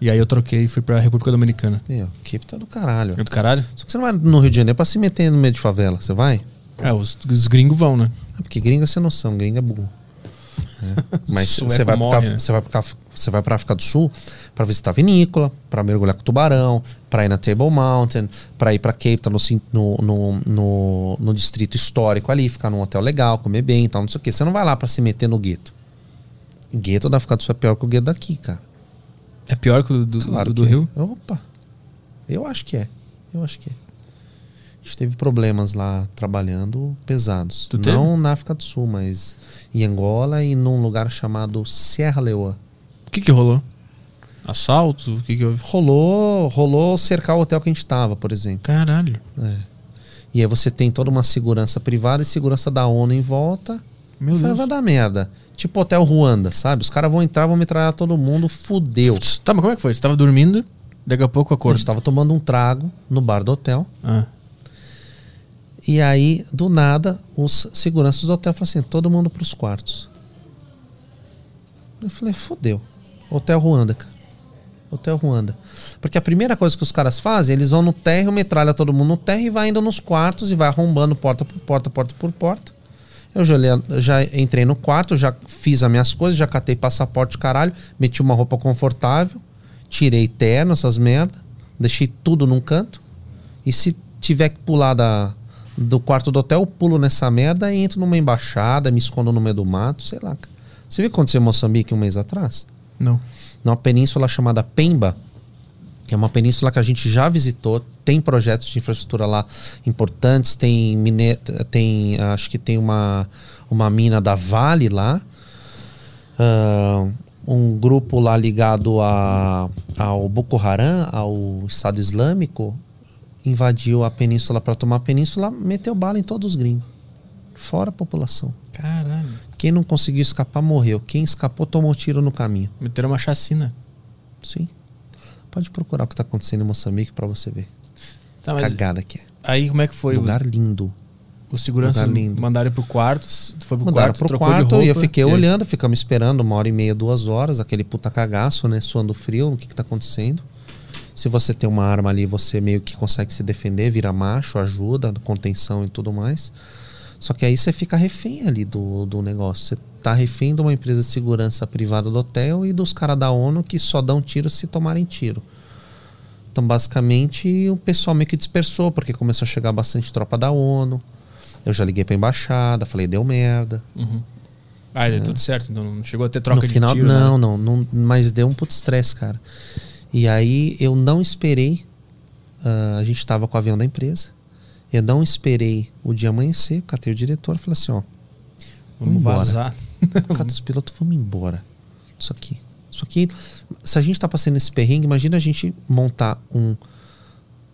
Speaker 1: E aí eu troquei e fui pra República Dominicana.
Speaker 4: Meu, Cape Town é do caralho.
Speaker 1: É do caralho?
Speaker 4: Só que você não vai no Rio de Janeiro pra se meter no meio de favela, você vai?
Speaker 1: É, os, gringos vão, né?
Speaker 4: É porque gringo é sem noção, gringo é burro. É. Mas
Speaker 1: Sueco
Speaker 4: você vai, pra,
Speaker 1: morre, né?
Speaker 4: você, vai pra, você vai pra África do Sul pra visitar vinícola, pra mergulhar com tubarão, pra ir na Table Mountain, pra ir pra Cape Town no, cin- no, no, no, no distrito histórico ali, ficar num hotel legal, comer bem e tal, não sei o quê. Você não vai lá pra se meter no gueto. Gueto da África do Sul é pior que o gueto daqui, cara.
Speaker 1: É pior que o do, do- do
Speaker 4: que é.
Speaker 1: Rio?
Speaker 4: Opa. Eu acho que é. Eu acho que é. A gente teve problemas lá trabalhando pesados.
Speaker 1: Tu
Speaker 4: Não na África do Sul, mas em Angola e num lugar chamado Serra Leoa.
Speaker 1: O que que rolou? Assalto? O que que houve?
Speaker 4: Rolou, rolou cercar o hotel que a gente tava, por exemplo.
Speaker 1: Caralho.
Speaker 2: É.
Speaker 4: E aí você tem toda uma segurança privada e segurança da ONU em volta.
Speaker 1: Meu
Speaker 4: Foi,
Speaker 1: Deus.
Speaker 4: Vai dar merda. Tipo Hotel Ruanda, sabe? Os caras vão entrar, vão metralhar todo mundo, fudeu.
Speaker 1: Tá, mas como é que foi? Você tava dormindo? Daqui a pouco
Speaker 4: A
Speaker 1: acordo.
Speaker 4: gente tava tomando um trago no bar do hotel.
Speaker 1: Ah.
Speaker 4: E aí, do nada, os seguranças do hotel falaram assim: todo mundo pros quartos. Eu falei: "É, fodeu. Hotel Ruanda, cara. Hotel Ruanda. Porque a primeira coisa que os caras fazem, eles vão no térreo, metralha todo mundo no térreo e vai indo nos quartos e vai arrombando porta por porta, porta por porta. Eu já, olhei- já entrei no quarto, já fiz as minhas coisas, já catei passaporte, caralho, meti uma roupa confortável, tirei terno, essas merda, deixei tudo num canto. E se tiver que pular da, do quarto do hotel, eu pulo nessa merda e entro numa embaixada, me escondo no meio do mato, sei lá. cara. Você viu o que aconteceu em Moçambique um mês atrás?
Speaker 1: Não.
Speaker 4: Numa península chamada Pemba, que é uma península que a gente já visitou, tem projetos de infraestrutura lá importantes, tem mine... tem acho que tem uma uma mina da Vale lá, ah, um grupo lá ligado a, ao Boko Haram, ao Estado Islâmico, invadiu a península para tomar a península, meteu bala em todos os gringos, fora a população.
Speaker 1: Caralho.
Speaker 4: Quem não conseguiu escapar morreu. Quem escapou tomou um tiro no caminho.
Speaker 1: Meteram uma chacina.
Speaker 4: Sim. Pode procurar o que está acontecendo em Moçambique para você ver.
Speaker 1: Tá, mas-
Speaker 4: Cagada que é.
Speaker 1: Aí como é que foi?
Speaker 4: Lugar lindo.
Speaker 1: Os seguranças
Speaker 4: Lugar lindo.
Speaker 1: mandaram ir pro quartos. Tu foi pro
Speaker 4: Mandaram
Speaker 1: quarto,
Speaker 4: pro
Speaker 1: trocou de
Speaker 4: quarto
Speaker 1: roupa.
Speaker 4: e eu fiquei
Speaker 1: e aí?
Speaker 4: olhando, ficamos esperando uma hora e meia, duas horas, aquele puta cagaço, né? Suando frio, o que que tá acontecendo? Se você tem uma arma ali, você meio que consegue se defender, vira macho, ajuda, contenção e tudo mais. Só que aí você fica refém ali do, do negócio. Você tá refém de uma empresa de segurança privada do hotel e dos caras da ONU que só dão tiro se tomarem tiro. Então, basicamente, o pessoal meio que dispersou, porque começou a chegar bastante tropa da ONU. Eu já liguei pra embaixada, falei, deu merda.
Speaker 1: Uhum. Ah, deu tudo certo. Então não chegou a ter troca
Speaker 4: É. No final,
Speaker 1: de tiro.
Speaker 4: não,
Speaker 1: né?
Speaker 4: não, não, mas deu um puto estresse, cara. E aí eu não esperei. ah, a gente tava com o avião da empresa. Eu não esperei o dia amanhecer, catei o diretor e falei assim, ó.
Speaker 1: Vamos
Speaker 4: embora.
Speaker 1: vazar.
Speaker 4: Catei os pilotos, vamos embora. Isso aqui. Isso aqui. Se a gente tá passando esse perrengue, imagina a gente montar um,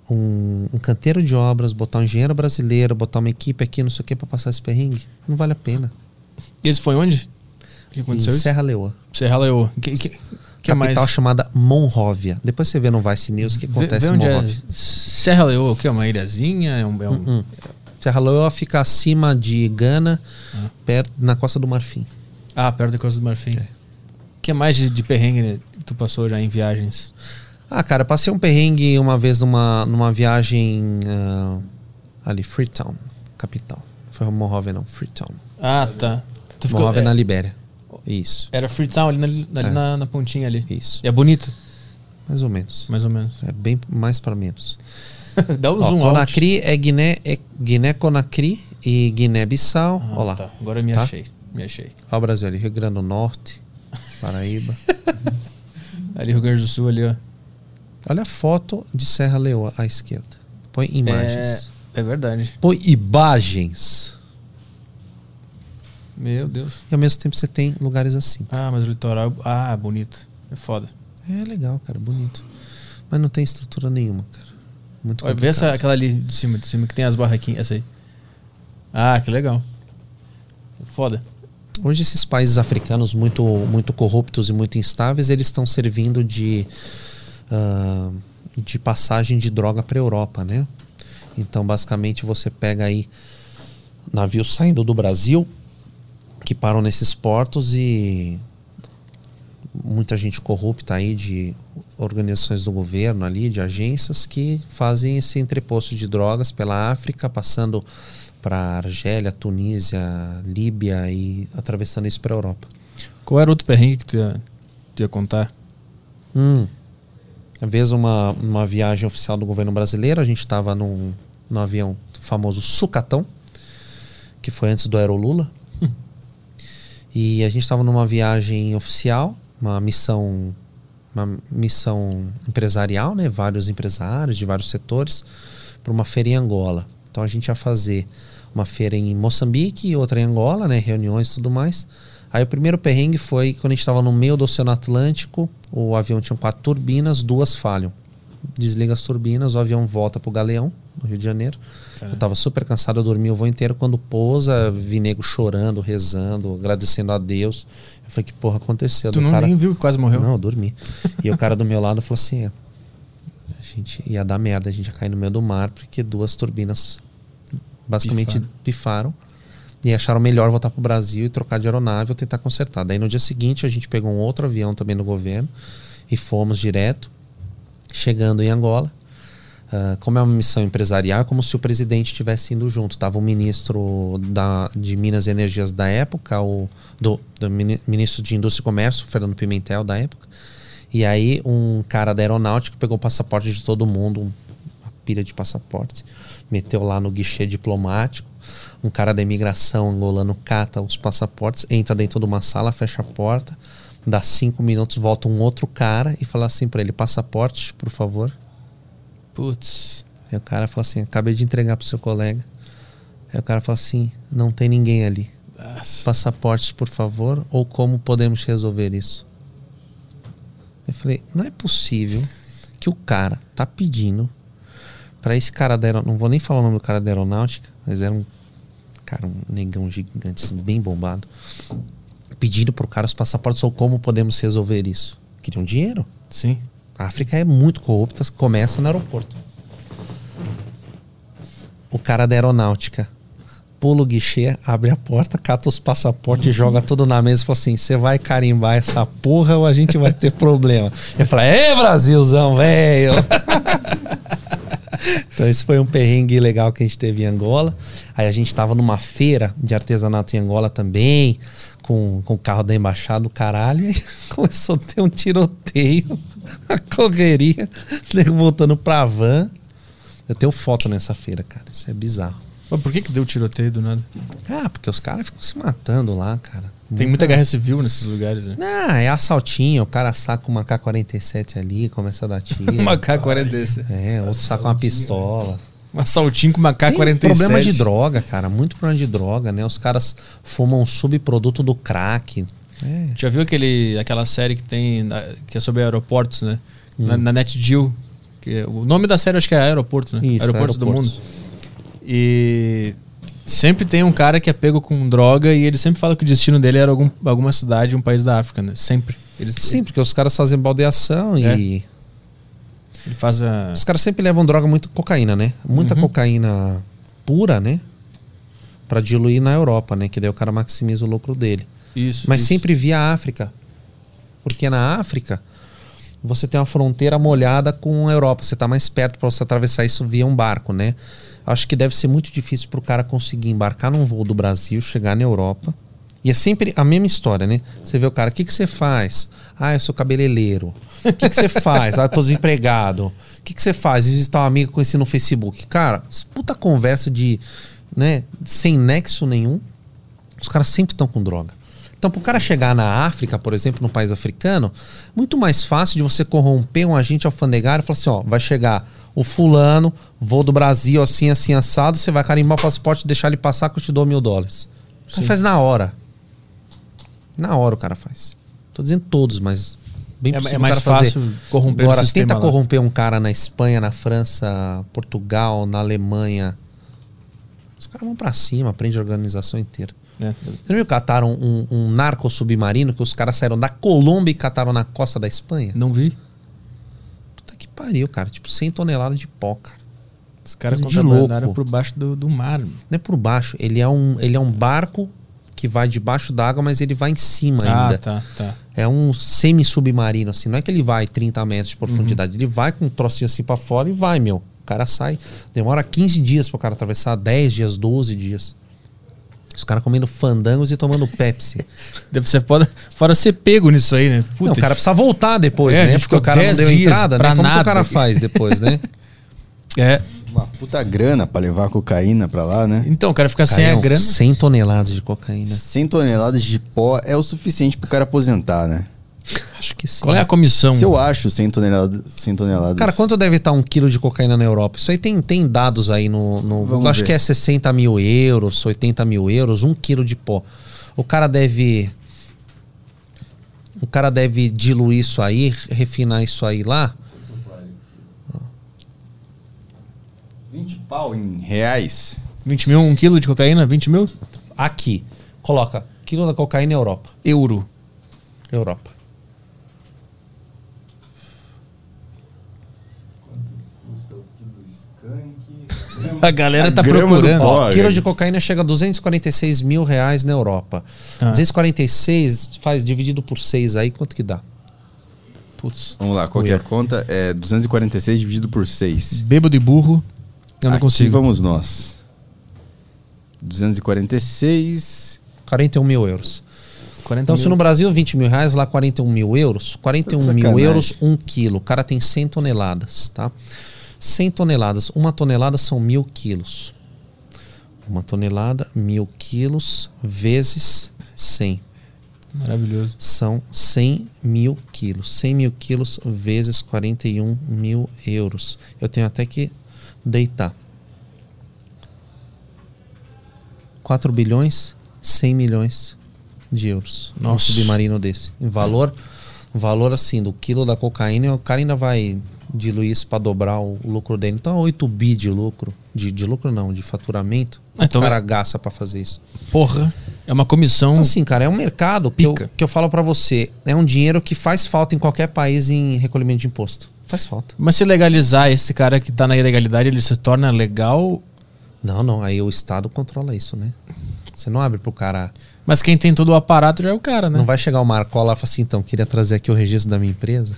Speaker 4: um, um canteiro de obras, botar um engenheiro brasileiro, botar uma equipe aqui, não sei o que, pra passar esse perrengue. Não vale a pena.
Speaker 1: E esse foi onde? O que aconteceu?
Speaker 4: Em
Speaker 1: isso?
Speaker 4: Serra Leoa.
Speaker 1: Serra Leoa. Que, que, que é mais?
Speaker 4: capital chamada Monrovia. Depois você vê no Vice News o que
Speaker 1: Vê-
Speaker 4: acontece
Speaker 1: vê
Speaker 4: em
Speaker 1: onde é?
Speaker 4: Monrovia.
Speaker 1: Serra Leoa, o que? É uma ilhazinha? É um... É um...
Speaker 4: Uh-uh. Serra Leoa fica acima de Gana, perto, na costa do Marfim. É.
Speaker 1: Ah, perto da Costa do Marfim. O que é mais de, de perrengue né, que tu passou já em viagens?
Speaker 4: Ah, cara, passei um perrengue uma vez numa, numa viagem ah, ali, Freetown, capital. Não Foi Monrovia não, Freetown.
Speaker 1: Ah, tá. Tu ficou-
Speaker 4: Monrovia
Speaker 1: é-
Speaker 4: na Libéria. Isso.
Speaker 1: Era Freetown ali, na, ali
Speaker 4: É.
Speaker 1: na, na pontinha ali.
Speaker 4: Isso.
Speaker 1: E é bonito?
Speaker 4: Mais ou menos.
Speaker 1: Mais ou menos.
Speaker 4: É bem mais para menos.
Speaker 1: Dá um
Speaker 4: Ó,
Speaker 1: zoom out.
Speaker 4: Conakry é Guiné, é Guiné-Conakry e Guiné-Bissau.
Speaker 1: Ah,
Speaker 4: Olha lá.
Speaker 1: tá. Agora eu me
Speaker 4: tá?
Speaker 1: achei. Me achei.
Speaker 4: Olha o Brasil ali, Rio Grande do Norte, Paraíba.
Speaker 1: Ali, Rio Grande do Sul, ali, ó.
Speaker 4: Olha a foto de Serra Leoa à esquerda. Põe imagens.
Speaker 1: É, é verdade.
Speaker 4: Põe imagens.
Speaker 1: Meu Deus.
Speaker 4: E ao mesmo tempo você tem lugares assim.
Speaker 1: Ah, mas o litoral. Ah, bonito. É foda.
Speaker 4: É legal, cara, bonito. Mas não tem estrutura nenhuma, cara. Muito
Speaker 1: Olha, vê essa,
Speaker 4: complicado.
Speaker 1: aquela ali de cima, de cima, que tem as barraquinhas. Essa aí. Ah, que legal. Foda.
Speaker 4: Hoje esses países africanos muito, muito corruptos e muito instáveis, eles estão servindo de, ah, de passagem de droga para a Europa, né? Então, basicamente, você pega aí navios saindo do Brasil que param nesses portos e muita gente corrupta aí de organizações do governo ali, de agências que fazem esse entreposto de drogas pela África, passando para Argélia, Tunísia, Líbia e atravessando isso para Europa.
Speaker 1: Qual era outro perrengue que tu ia, tu ia contar?
Speaker 4: Hum. Uma vez uma, uma viagem oficial do governo brasileiro, a gente estava num, num avião famoso Sucatão, que foi antes do Aero Lula. e a gente estava numa viagem oficial, uma missão uma missão empresarial, né? Vários empresários de vários setores para uma feira em Angola. Então a gente ia fazer uma feira em Moçambique e outra em Angola, né? Reuniões e tudo mais. Aí o primeiro perrengue foi quando a gente estava no meio do Oceano Atlântico, o avião tinha quatro turbinas, duas falham. Desliga as turbinas, o avião volta pro Galeão, no Rio de Janeiro. Eu tava super cansado, eu dormi o voo inteiro. Quando pousa, vi nego chorando, rezando, agradecendo a Deus. Eu falei, que porra aconteceu?
Speaker 1: Tu
Speaker 4: Do
Speaker 1: não
Speaker 4: cara-
Speaker 1: nem viu que quase morreu?
Speaker 4: Não, eu dormi. E o cara do meu lado falou assim: A gente ia dar merda, a gente ia cair no meio do mar, porque duas turbinas basicamente pifaram. E acharam melhor voltar pro Brasil e trocar de aeronave ou tentar consertar. Daí no dia seguinte a gente pegou um outro avião também no governo e fomos direto, chegando em Angola. Ah, como é uma missão empresarial, é como se o presidente estivesse indo junto. Tava o ministro da, de Minas e Energias da época, o do, do mini- ministro de Indústria e Comércio, Fernando Pimentel, da época. E aí um cara da aeronáutica pegou o passaporte de todo mundo, um uma pilha de passaportes, meteu lá no guichê diplomático. Um cara da imigração angolano cata os passaportes, entra dentro de uma sala, fecha a porta, dá cinco minutos, volta um outro cara e fala assim pra ele: passaporte, por favor. Putz. Aí o cara fala assim: acabei de entregar pro seu colega. Aí o cara fala assim: não tem ninguém ali. Passaportes, por favor, ou como podemos resolver isso? Eu falei, não é possível que o cara tá pedindo pra esse cara da aeronáutica, não vou nem falar o nome do cara da aeronáutica, mas era um cara, um negão gigante, assim, bem bombado, pedindo pro cara os passaportes ou como podemos resolver isso. Queriam dinheiro? Sim. A África é muito corrupta, começa no aeroporto. O cara da aeronáutica pula o guichê, abre a porta, cata os passaportes, joga tudo na mesa e fala assim: você vai carimbar essa porra ou a gente vai ter problema? Eu falei: é Brasilzão, velho! Então esse foi um perrengue legal que a gente teve em Angola. Aí a gente estava numa feira de artesanato em Angola também, com, com o carro da embaixada, o caralho, e aí começou a ter um tiroteio, a correria, nego voltando pra van. Eu tenho foto nessa feira, cara. Isso é bizarro.
Speaker 1: Mas por que, que deu tiroteio do nada?
Speaker 4: Ah, porque os caras ficam se matando lá, cara.
Speaker 1: Tem muita guerra civil nesses lugares, né?
Speaker 4: Ah, é assaltinho, o cara saca uma K-47 ali, começa a dar tiro.
Speaker 1: Uma K-47.
Speaker 4: É, outro saca uma pistola.
Speaker 1: Um assaltinho com uma K-47.
Speaker 4: Tem problema de droga, cara, muito problema de droga, né? Os caras fumam um subproduto do crack. É.
Speaker 1: Já viu aquele, aquela série que tem na- que é sobre aeroportos, né? Na,
Speaker 4: Hum.
Speaker 1: na NetGeo. Que é- o nome da série acho que é Aeroporto, né?
Speaker 4: Isso,
Speaker 1: aeroportos do
Speaker 4: Aeroportos.
Speaker 1: mundo. E sempre tem um cara que é pego com droga e ele sempre fala que o destino dele era algum, alguma cidade, um país da África, né? Sempre. Eles, É.
Speaker 4: Sim, porque os caras fazem baldeação e.
Speaker 1: Ele faz a.
Speaker 4: Os caras sempre levam droga, muito cocaína, né? Muita
Speaker 1: Uhum.
Speaker 4: cocaína pura, né? Pra diluir na Europa, né? Que daí o cara maximiza o lucro dele.
Speaker 1: Isso.
Speaker 4: Mas
Speaker 1: isso.
Speaker 4: sempre via África. Porque na África você tem uma fronteira molhada com a Europa. Você tá mais perto para você atravessar isso via um barco, né? Acho que deve ser muito difícil pro cara conseguir embarcar num voo do Brasil, chegar na Europa. E é sempre a mesma história, né? Você vê o cara, o que, que você faz? Ah, eu sou cabeleireiro. O que, que você faz? Ah, eu tô desempregado. O que, que você faz? Visitar um amigo que eu conheci no Facebook. Cara, puta conversa de, né, sem nexo nenhum. Os caras sempre estão com droga. Então, para o cara chegar na África, por exemplo, no país africano, muito mais fácil de você corromper um agente alfandegário e falar assim: ó, vai chegar o fulano, vou do Brasil, assim, assim, assado, você vai carimbar o passaporte, deixar ele passar que eu te dou mil dólares. O cara
Speaker 1: Sim.
Speaker 4: faz na hora. Na hora o cara faz. Tô dizendo todos, mas bem
Speaker 1: É-
Speaker 4: possível
Speaker 1: é
Speaker 4: o
Speaker 1: mais
Speaker 4: cara fazer.
Speaker 1: fácil corromper o
Speaker 4: Agora,
Speaker 1: sistema né?
Speaker 4: tenta
Speaker 1: lá.
Speaker 4: corromper um cara na Espanha, na França, Portugal, na Alemanha. Os caras vão pra cima, prende a organização inteira.
Speaker 1: É.
Speaker 4: Você não viu que cataram um, um narco submarino que os caras saíram da Colômbia e cataram na costa da Espanha?
Speaker 1: Não vi.
Speaker 4: Puta que pariu, cara. Tipo, 100 toneladas de pó, cara.
Speaker 1: Os caras
Speaker 4: Coisa de
Speaker 1: contrabandaram
Speaker 4: louco.
Speaker 1: por baixo do, do mar. mano.
Speaker 4: Não é por baixo. Ele é um, ele é um barco que vai debaixo d'água, mas ele vai em cima
Speaker 1: Ah,
Speaker 4: ainda.
Speaker 1: tá, tá.
Speaker 4: É um semi-submarino, assim. Não é que ele vai 30 metros de profundidade.
Speaker 1: Uhum.
Speaker 4: Ele vai com um trocinho assim pra fora e vai, meu. O cara sai. Demora 15 dias pro cara atravessar. 10 dias, 12 dias. Os caras comendo fandangos e tomando Pepsi.
Speaker 1: Deve ser foda. Fora ser pego nisso aí, né? Puta,
Speaker 4: não, o cara precisa voltar depois,
Speaker 1: É, a
Speaker 4: né?
Speaker 1: gente
Speaker 4: Porque o
Speaker 1: ficou
Speaker 4: cara não
Speaker 1: 10
Speaker 4: deu
Speaker 1: dias
Speaker 4: entrada, né?
Speaker 1: pra
Speaker 4: Como que o
Speaker 1: nada.
Speaker 4: cara faz depois, né?
Speaker 1: É.
Speaker 13: Uma puta grana pra levar a cocaína pra lá, né?
Speaker 1: Então, o cara fica sem
Speaker 4: Caião,
Speaker 1: a grana.
Speaker 4: 100 toneladas de cocaína.
Speaker 13: 100 toneladas de pó é o suficiente pro cara aposentar, né?
Speaker 4: Acho que sim.
Speaker 1: Qual é a comissão?
Speaker 13: Se eu acho 100 toneladas. 100 toneladas.
Speaker 4: Cara, quanto deve estar um quilo de cocaína na Europa? Isso aí tem, tem dados aí no. no
Speaker 13: Vamos
Speaker 4: Google. acho
Speaker 13: ver.
Speaker 4: que é 60 mil euros, 80 mil euros, um quilo de pó. O cara deve. O cara deve diluir isso aí, refinar isso aí lá.
Speaker 13: 20 pau em reais.
Speaker 1: 20 mil, um quilo de cocaína? 20 mil?
Speaker 4: Aqui. Coloca quilo da cocaína Europa.
Speaker 1: Euro.
Speaker 4: Europa.
Speaker 1: A galera tá procurando.
Speaker 4: Ó, quilo de cocaína chega a 246 mil reais na Europa.
Speaker 1: Ah.
Speaker 4: 246 faz dividido por 6 aí, quanto que dá? Putz.
Speaker 13: Vamos lá, qual que é a conta? É 246 dividido por 6.
Speaker 1: Bêbado e burro. Eu não
Speaker 13: Aqui
Speaker 1: consigo.
Speaker 13: vamos nós. 246...
Speaker 4: 41 mil euros. Então, se no Brasil 20 mil reais, lá 41 mil euros, 41 mil
Speaker 13: sacanagem.
Speaker 4: euros, 1 quilo. O cara tem 100 toneladas, tá? 100 toneladas, uma tonelada são mil quilos. Uma tonelada, mil quilos, vezes 100.
Speaker 1: Maravilhoso.
Speaker 4: São 100 mil quilos. 100 mil quilos vezes 41 mil euros. Eu tenho até que deitar. 4 bilhões, 100 milhões de euros. Um
Speaker 1: Nossa.
Speaker 4: submarino desse. Em valor, valor assim, do quilo da cocaína, o cara ainda vai diluir isso para dobrar o lucro dele. Então, 8 bi de lucro. De, de lucro não, de faturamento.
Speaker 1: Ah, então
Speaker 4: o cara
Speaker 1: é-
Speaker 4: gasta para fazer isso.
Speaker 1: Porra. É uma comissão.
Speaker 4: Então, assim, cara, é um mercado que eu, que eu falo pra você. É um dinheiro que faz falta em qualquer país em recolhimento de imposto. Faz falta.
Speaker 1: Mas se legalizar esse cara que tá na ilegalidade, ele se torna legal.
Speaker 4: Não, não. Aí o Estado controla isso, né? Você não abre pro cara.
Speaker 1: Mas quem tem todo o aparato já é o cara, né?
Speaker 4: Não vai chegar o Marcola e falar assim, então, queria trazer aqui o registro da minha empresa.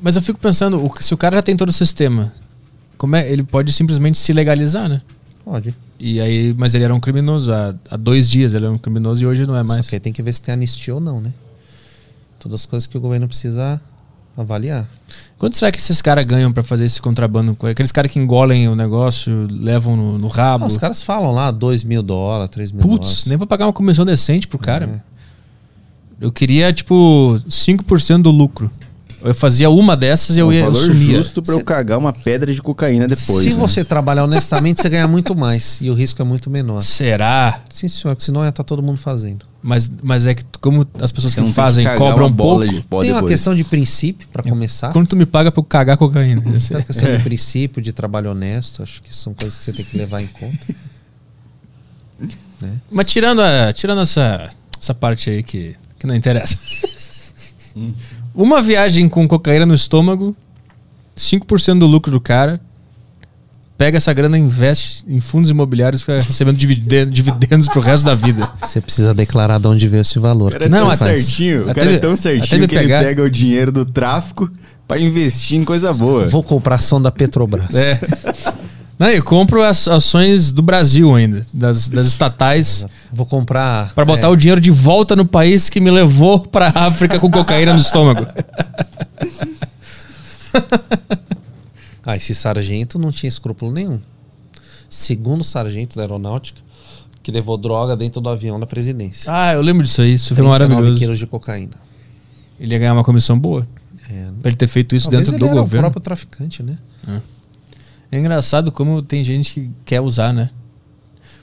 Speaker 1: Mas eu fico pensando, o- se o cara já tem todo o sistema, como é, ele pode simplesmente se legalizar, né?
Speaker 4: Pode.
Speaker 1: E aí, mas ele era um criminoso há, há dois dias, ele era um criminoso e hoje não é mais.
Speaker 4: Só que aí tem que ver se tem anistia ou não, né? Todas as coisas que o governo precisa avaliar.
Speaker 1: Quanto será que esses caras ganham pra fazer esse contrabando? Aqueles caras que engolem o negócio, levam no, no rabo.
Speaker 4: Ah, os caras falam lá 2 mil dólares, 3 mil dólares. É.
Speaker 1: Putz, nem pra pagar uma comissão decente pro cara. meu. Eu queria, tipo, 5% do lucro. Eu fazia uma dessas e eu
Speaker 13: um
Speaker 1: ia eu
Speaker 13: valor
Speaker 1: sumia.
Speaker 13: justo pra eu cagar uma pedra de cocaína depois.
Speaker 4: Se
Speaker 1: é.
Speaker 13: né?
Speaker 4: você trabalhar honestamente, você ganha muito mais e o risco é muito menor.
Speaker 1: Será?
Speaker 4: Sim, senhor, porque senão ia estar todo mundo fazendo.
Speaker 1: Mas, mas é que, como as pessoas
Speaker 13: Você não tem
Speaker 1: que
Speaker 13: que
Speaker 1: fazem
Speaker 13: cagar
Speaker 1: cobram
Speaker 13: uma bola
Speaker 1: pouco.
Speaker 13: de pó Tem uma
Speaker 4: Uma questão de princípio, para começar.
Speaker 1: Quanto tu me paga pra eu cagar cocaína?
Speaker 4: Tem uma questão
Speaker 1: É.
Speaker 4: de princípio, de trabalho honesto, acho que são coisas que você tem que levar em conta. né?
Speaker 1: Mas tirando, a, tirando essa, essa parte aí que, que não interessa. Uma viagem com cocaína no estômago, 5% do lucro do cara, pega essa grana e investe em fundos imobiliários, fica recebendo dividendos, dividendos pro resto da vida.
Speaker 4: Você precisa declarar de onde veio esse valor.
Speaker 13: O cara é tão certinho, o cara é tão certinho que ele pega o dinheiro do tráfico pra investir em coisa boa.
Speaker 4: Vou comprar ação da Petrobras.
Speaker 1: É. Não, eu compro as ações do Brasil ainda, das, das estatais.
Speaker 4: Vou comprar.
Speaker 1: Pra botar
Speaker 4: é.
Speaker 1: o dinheiro de volta no país que me levou pra África com cocaína no estômago.
Speaker 4: Ah, esse sargento não tinha escrúpulo nenhum. Segundo sargento da aeronáutica, que levou droga dentro do avião da presidência.
Speaker 1: Ah, eu lembro disso aí, isso foi
Speaker 4: 39
Speaker 1: maravilhoso.
Speaker 4: quilos de cocaína.
Speaker 1: Ele ia ganhar uma comissão boa.
Speaker 4: É.
Speaker 1: Pra ele ter feito isso
Speaker 4: Talvez
Speaker 1: dentro
Speaker 4: ele
Speaker 1: do
Speaker 4: era
Speaker 1: governo.
Speaker 4: o próprio traficante, né?
Speaker 1: É engraçado como tem gente que quer usar, né?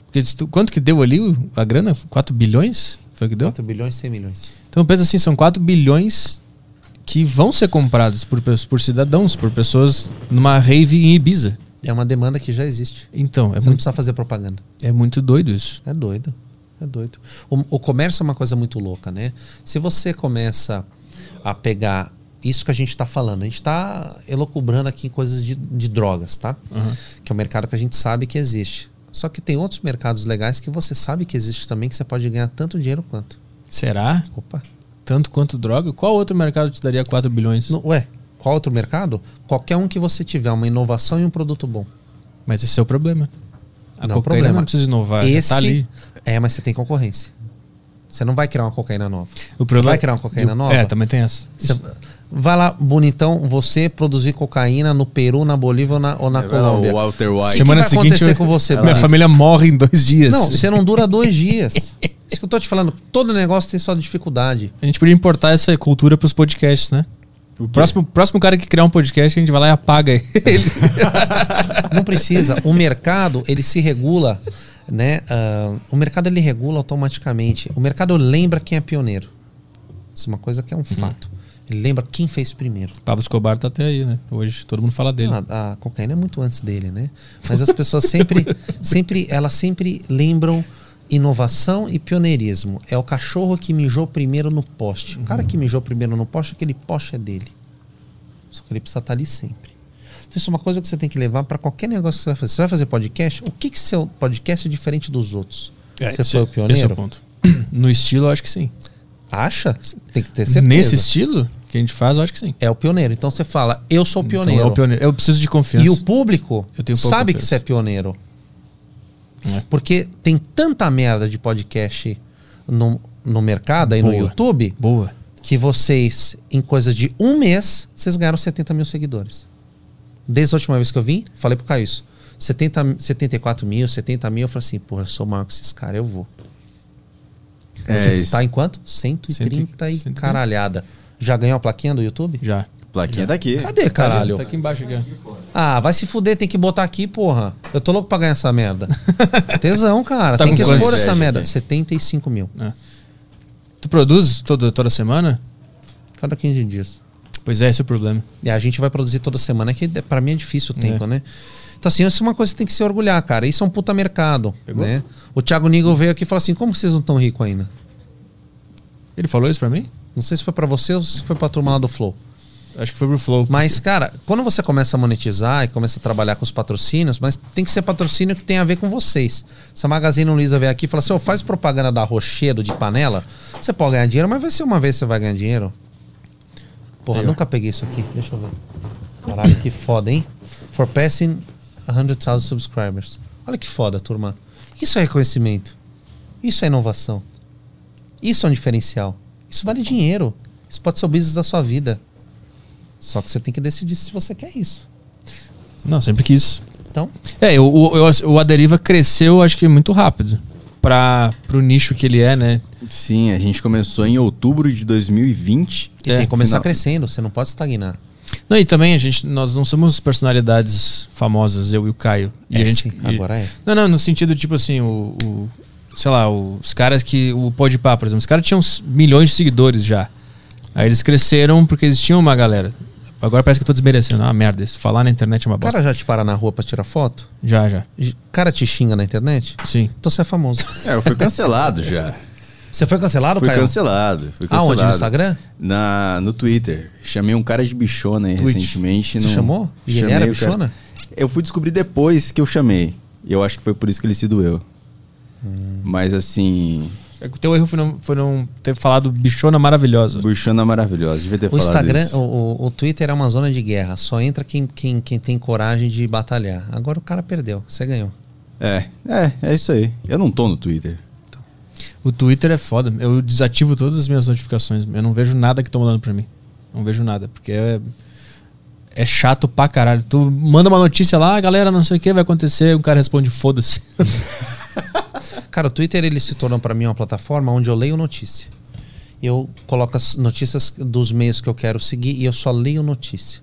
Speaker 1: Porque se tu- quanto que deu ali o- a grana? 4 bilhões? Foi o que deu?
Speaker 4: 4 bilhões, 100 milhões.
Speaker 1: Então pensa assim, são 4 bilhões que vão ser comprados por, pe- por cidadãos, por pessoas numa rave em Ibiza.
Speaker 4: É uma demanda que já existe.
Speaker 1: Então, é
Speaker 4: Você não
Speaker 1: muito,
Speaker 4: precisa fazer propaganda.
Speaker 1: é muito doido isso.
Speaker 4: É doido. É doido. O, o comércio é uma coisa muito louca, né? Se você começa a pegar isso que a gente está falando, a gente está elocubrando aqui em coisas de, de drogas, tá?
Speaker 1: Uhum.
Speaker 4: Que é um mercado que a gente sabe que existe. Só que tem outros mercados legais que você sabe que existe também, que você pode ganhar tanto dinheiro quanto.
Speaker 1: Será?
Speaker 4: Opa.
Speaker 1: Tanto quanto droga? Qual outro mercado te daria 4 bilhões?
Speaker 4: Não- ué, qual outro mercado? Qualquer um que você tiver, uma inovação e um produto bom.
Speaker 1: Mas esse é o problema. A
Speaker 4: Não, é
Speaker 1: cocaína
Speaker 4: problema.
Speaker 1: não precisa inovar, já
Speaker 4: Esse
Speaker 1: tá ali.
Speaker 4: É, mas você tem concorrência. Você não vai criar uma cocaína nova.
Speaker 1: O
Speaker 4: você
Speaker 1: problema-
Speaker 4: vai criar uma cocaína
Speaker 1: Eu-
Speaker 4: nova?
Speaker 1: é, também tem essa.
Speaker 4: Você- Vai lá, bonitão, você produzir cocaína no Peru, na Bolívia ou na, ou na
Speaker 13: É, Vai lá,
Speaker 4: Colômbia.
Speaker 13: o Walter White.
Speaker 4: O que
Speaker 1: Semana
Speaker 4: vai
Speaker 1: seguinte,
Speaker 4: acontecer
Speaker 1: eu-
Speaker 4: com você,
Speaker 1: minha
Speaker 4: bonito?
Speaker 1: família é um morre em dois dias.
Speaker 4: Não, você não dura dois dias. Isso que eu tô te falando. Todo negócio tem sua dificuldade.
Speaker 1: A gente podia importar essa cultura pros podcasts, né? O próximo, próximo cara que criar um podcast, a gente vai lá e apaga ele.
Speaker 4: Não precisa. O mercado, ele se regula, né? Ah, o mercado, ele regula automaticamente. O mercado lembra quem é pioneiro. Isso é uma coisa que é um fato. Ele lembra quem fez primeiro.
Speaker 1: Pablo Escobar tá até aí, né? Hoje todo mundo fala dele.
Speaker 4: Não, a, a cocaína é muito antes dele, né? Mas as pessoas sempre, sempre, elas sempre lembram inovação e pioneirismo. É o cachorro que mijou primeiro no poste. O
Speaker 1: Uhum.
Speaker 4: é cara que mijou primeiro no poste, aquele poste é dele. Só que ele precisa estar ali sempre. Isso é uma coisa que você tem que levar para qualquer negócio que você vai fazer. Você vai fazer podcast? O que, que seu podcast é diferente dos outros?
Speaker 1: É,
Speaker 4: você
Speaker 1: esse-
Speaker 4: foi o
Speaker 1: esse é o
Speaker 4: pioneiro?
Speaker 1: ponto. No estilo, eu acho que sim.
Speaker 4: Acha? Tem que ter certeza.
Speaker 1: Nesse estilo que a gente faz, eu acho que sim.
Speaker 4: É o pioneiro. Então você fala, eu sou o
Speaker 1: Então,
Speaker 4: pioneiro.
Speaker 1: é o pioneiro. Eu preciso de confiança.
Speaker 4: E o público
Speaker 1: Eu tenho pouca
Speaker 4: sabe que
Speaker 1: confiança.
Speaker 4: você é pioneiro. Né? Porque tem tanta merda de podcast no, no mercado aí no
Speaker 1: Boa.
Speaker 4: YouTube.
Speaker 1: Boa.
Speaker 4: Que vocês, em coisa de um mês, vocês ganharam 70 mil seguidores. Desde a última vez que eu vim, falei pro Caio isso. 70, 74 mil, 70 mil. Eu falei assim, porra, eu sou maior que esses caras, eu vou.
Speaker 13: É
Speaker 4: Hoje
Speaker 13: isso.
Speaker 4: está em quanto? 130 e caralhada. Já ganhou a plaquinha do YouTube?
Speaker 1: Já.
Speaker 4: é
Speaker 13: Plaquinha daqui.
Speaker 4: Cadê, caralho?
Speaker 1: Tá aqui embaixo aqui. ó.
Speaker 4: Ah, vai se fuder, tem que botar aqui, porra. Eu tô louco pra ganhar essa merda. Tesão, cara.
Speaker 1: Tá
Speaker 4: tem
Speaker 1: com
Speaker 4: que
Speaker 1: quantos?
Speaker 4: expor essa
Speaker 1: Inveja,
Speaker 4: merda.
Speaker 1: tem.
Speaker 4: 75 mil.
Speaker 1: Tu produz toda, toda semana?
Speaker 4: Cada 15 dias.
Speaker 1: Pois é, esse é o problema.
Speaker 4: E a gente vai produzir toda semana, que pra mim é difícil o tempo,
Speaker 1: É.
Speaker 4: né? Então, assim, isso é uma coisa que tem que se orgulhar, cara. Isso é um puta mercado.
Speaker 1: Pegou?
Speaker 4: Né? O Thiago Nigel veio aqui e falou assim: como vocês não estão ricos ainda?
Speaker 1: Ele falou isso pra mim?
Speaker 4: Não sei se foi pra você ou se foi pra turma lá do Flow.
Speaker 1: Acho que foi pro Flow.
Speaker 4: Mas, cara, quando você começa a monetizar e começa a trabalhar com os patrocínios, mas tem que ser patrocínio que tem a ver com vocês. Se a Magazine Luiza vier aqui e falar assim, ó, faz propaganda da Rochedo de panela, você pode ganhar dinheiro, mas vai ser uma vez que você vai ganhar dinheiro. Porra,
Speaker 1: Aí, ó.
Speaker 4: nunca peguei isso aqui. Deixa eu ver. Caralho, que foda, hein? For passing 100,000 subscribers. Olha que foda, turma. Isso é reconhecimento. Isso é inovação. Isso é um diferencial. Isso vale dinheiro. Isso pode ser o business da sua vida. Só que você tem que decidir se você quer isso.
Speaker 1: Não, sempre quis.
Speaker 4: Então?
Speaker 1: É, o, o, eu- o A Deriva cresceu, acho que muito rápido. Pra, pro nicho que ele é, né?
Speaker 13: Sim, a gente começou em outubro de 2020.
Speaker 4: E tem que começar
Speaker 13: Final-
Speaker 4: crescendo, você não pode estagnar.
Speaker 1: Não, e também a gente, nós não somos personalidades famosas, eu e o Caio. E
Speaker 4: É,
Speaker 1: a gente,
Speaker 4: sim,
Speaker 1: e-
Speaker 4: agora é.
Speaker 1: Não, não, no sentido, tipo assim, o. o- sei lá, os caras que. O Podpah, por exemplo, os caras tinham s- milhões de seguidores já. Aí eles cresceram porque eles tinham uma galera. Agora parece que eu tô desmerecendo. Ah, merda, isso. falar na internet é uma
Speaker 4: O
Speaker 1: bosta.
Speaker 4: cara já te para na rua pra tirar foto?
Speaker 1: Já, já.
Speaker 4: O cara te xinga na internet?
Speaker 1: Sim.
Speaker 4: Então você é famoso.
Speaker 13: É, eu fui cancelado já.
Speaker 4: Você foi cancelado,
Speaker 13: Fui
Speaker 4: Ah, Caio?
Speaker 13: cancelado. Fui cancelado.
Speaker 4: Aonde? No Instagram?
Speaker 13: Na, no Twitter. Chamei um cara de bichona aí
Speaker 4: Tweet.
Speaker 13: recentemente.
Speaker 4: Você
Speaker 13: no-
Speaker 4: chamou? E ele
Speaker 13: Chamei
Speaker 4: era
Speaker 13: o cara.
Speaker 4: bichona?
Speaker 13: Eu fui descobrir depois que eu chamei. E eu acho que foi por isso que ele se doeu.
Speaker 4: Hum.
Speaker 13: Mas assim.
Speaker 1: É que O teu erro foi não, foi não ter falado bichona maravilhosa.
Speaker 13: Bichona maravilhosa, devia ter
Speaker 4: O
Speaker 13: falado
Speaker 4: Instagram,
Speaker 13: isso.
Speaker 4: o, o- o Twitter é uma zona de guerra. Só entra quem, quem, quem tem coragem de batalhar. Agora o cara perdeu, você ganhou.
Speaker 13: É, é, é isso aí. Eu não tô no Twitter.
Speaker 1: O Twitter é foda. Eu desativo todas as minhas notificações. Eu não vejo nada que estão mandando pra mim. Não vejo nada, porque é, é chato pra caralho. Tu manda uma notícia lá, "Ah, galera, não sei o que vai acontecer, o cara responde foda-se.
Speaker 4: Cara, o Twitter ele se tornou pra mim uma plataforma onde eu leio notícia. Eu coloco as notícias dos meios que eu quero seguir e eu só leio notícia.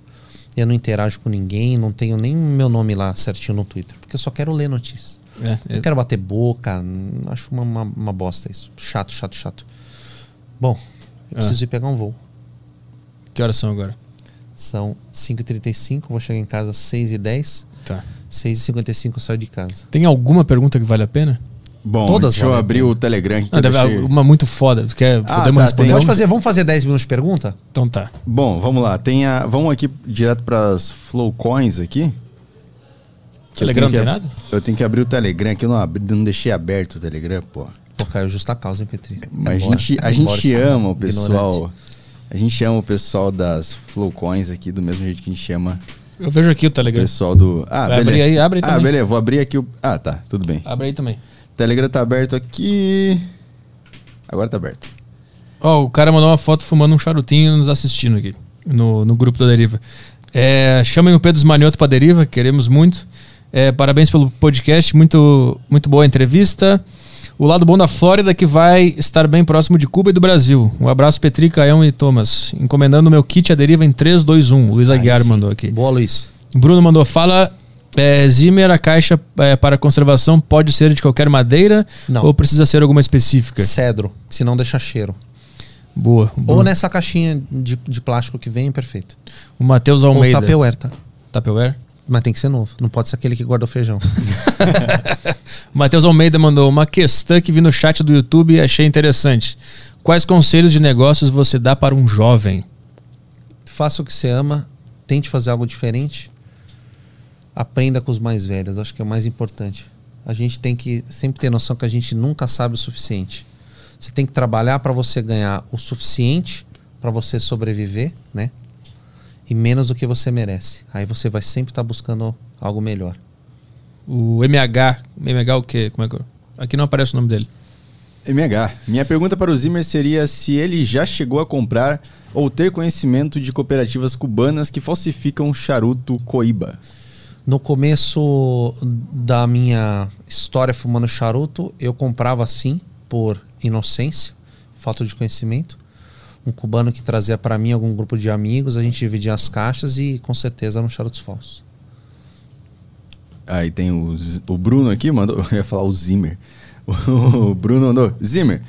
Speaker 4: Eu não interajo com ninguém, não tenho nem meu nome lá certinho no Twitter, porque eu só quero ler notícias.
Speaker 1: É,
Speaker 4: não
Speaker 1: é-
Speaker 4: quero bater boca, n- acho uma, uma, uma bosta isso. Chato, chato, chato. Bom, eu
Speaker 1: Ah.
Speaker 4: preciso ir pegar um voo.
Speaker 1: Que horas são agora?
Speaker 4: São 5h35, vou chegar em casa às 6h10.
Speaker 1: Tá.
Speaker 4: 6h55 eu saio de casa.
Speaker 1: Tem alguma pergunta que vale a pena?
Speaker 13: Bom,
Speaker 4: Todas
Speaker 13: deixa eu
Speaker 4: valem a
Speaker 13: abrir
Speaker 4: pena.
Speaker 13: o Telegram aqui. que
Speaker 1: Não,
Speaker 13: eu
Speaker 1: deve-
Speaker 13: deixei-
Speaker 1: Uma muito foda. Tu quer,
Speaker 13: Ah,
Speaker 1: podemos
Speaker 13: tá,
Speaker 1: responder?
Speaker 13: tem-
Speaker 1: uma?
Speaker 4: Pode fazer, vamos fazer 10 minutos de pergunta?
Speaker 1: Então tá.
Speaker 13: Bom, vamos lá. Tem a- vamos aqui direto para as Flow Coins aqui. Que eu
Speaker 1: Telegram
Speaker 13: tenho
Speaker 1: não
Speaker 13: que
Speaker 1: tem
Speaker 13: ab- Eu tenho que abrir o Telegram, que eu não, abri, não deixei aberto o Telegram, pô.
Speaker 4: Pô, caiu justa causa, hein, Petri?
Speaker 13: Mas a
Speaker 4: Embora.
Speaker 13: gente, a
Speaker 4: Embora
Speaker 13: gente
Speaker 4: esse
Speaker 13: ama o
Speaker 4: ignorante.
Speaker 13: pessoal. A gente ama o pessoal das Flow Coins aqui, do mesmo jeito que a gente chama
Speaker 1: Eu vejo aqui o
Speaker 13: o
Speaker 1: Telegram.
Speaker 13: pessoal do. Ah,
Speaker 1: Vai
Speaker 13: beleza.
Speaker 1: abrir aí, abre aí
Speaker 13: Ah,
Speaker 1: também.
Speaker 13: beleza, vou abrir aqui o. Ah, tá, tudo bem.
Speaker 1: Abre aí também.
Speaker 13: Telegram tá aberto aqui. Agora tá aberto.
Speaker 1: Ó, o cara mandou uma foto fumando um charutinho e nos assistindo aqui, no, no grupo da Deriva. É, chamem o Pedro Esmanioto pra Deriva, queremos muito. É, parabéns pelo podcast, muito, muito boa a entrevista. O lado bom da Flórida é que vai estar bem próximo de Cuba e do Brasil. Um abraço, Petri, Caião e Thomas. Encomendando meu kit à deriva em 3, 2, 1. Luiz Aguiar mandou aqui.
Speaker 4: Boa, Luiz.
Speaker 1: Bruno mandou, fala. É, Zimmer, a caixa é, para conservação pode ser de qualquer madeira
Speaker 4: Não.
Speaker 1: ou precisa ser alguma específica?
Speaker 4: Cedro, se não deixa cheiro.
Speaker 1: Boa.
Speaker 4: Ou né?
Speaker 1: Bruno.
Speaker 4: nessa caixinha de, de plástico que vem, perfeito.
Speaker 1: O Matheus Almeida.
Speaker 4: Ou Tupperware, tá?
Speaker 1: Tupperware?
Speaker 4: Mas tem que ser novo. Não pode ser aquele que guarda o feijão.
Speaker 1: Matheus Almeida mandou uma questão que vi no chat do YouTube e achei interessante. Quais conselhos de negócios você dá para um jovem?
Speaker 4: Faça o que você ama, tente fazer algo diferente. aprenda com os mais velhos, acho que é o mais importante. A gente tem que sempre ter noção que a gente nunca sabe o suficiente. Você tem que trabalhar para você ganhar o suficiente para você sobreviver, né? E menos do que você merece. Aí você vai sempre estar buscando algo melhor.
Speaker 1: O MH, MH o quê? Como é que eu- Aqui não aparece o nome dele.
Speaker 2: MH, minha pergunta para o Zimmer seria se ele já chegou a comprar ou ter conhecimento de cooperativas cubanas que falsificam charuto coíba.
Speaker 4: No começo da minha história fumando charuto, eu comprava sim, por inocência, falta de conhecimento. Um cubano que trazia para mim algum grupo de amigos, a gente dividia as caixas e com certeza eram charutos falsos.
Speaker 2: Aí tem o, Z- o Bruno aqui, mandou. Eu ia falar o Zimmer. O Bruno mandou. Zimmer,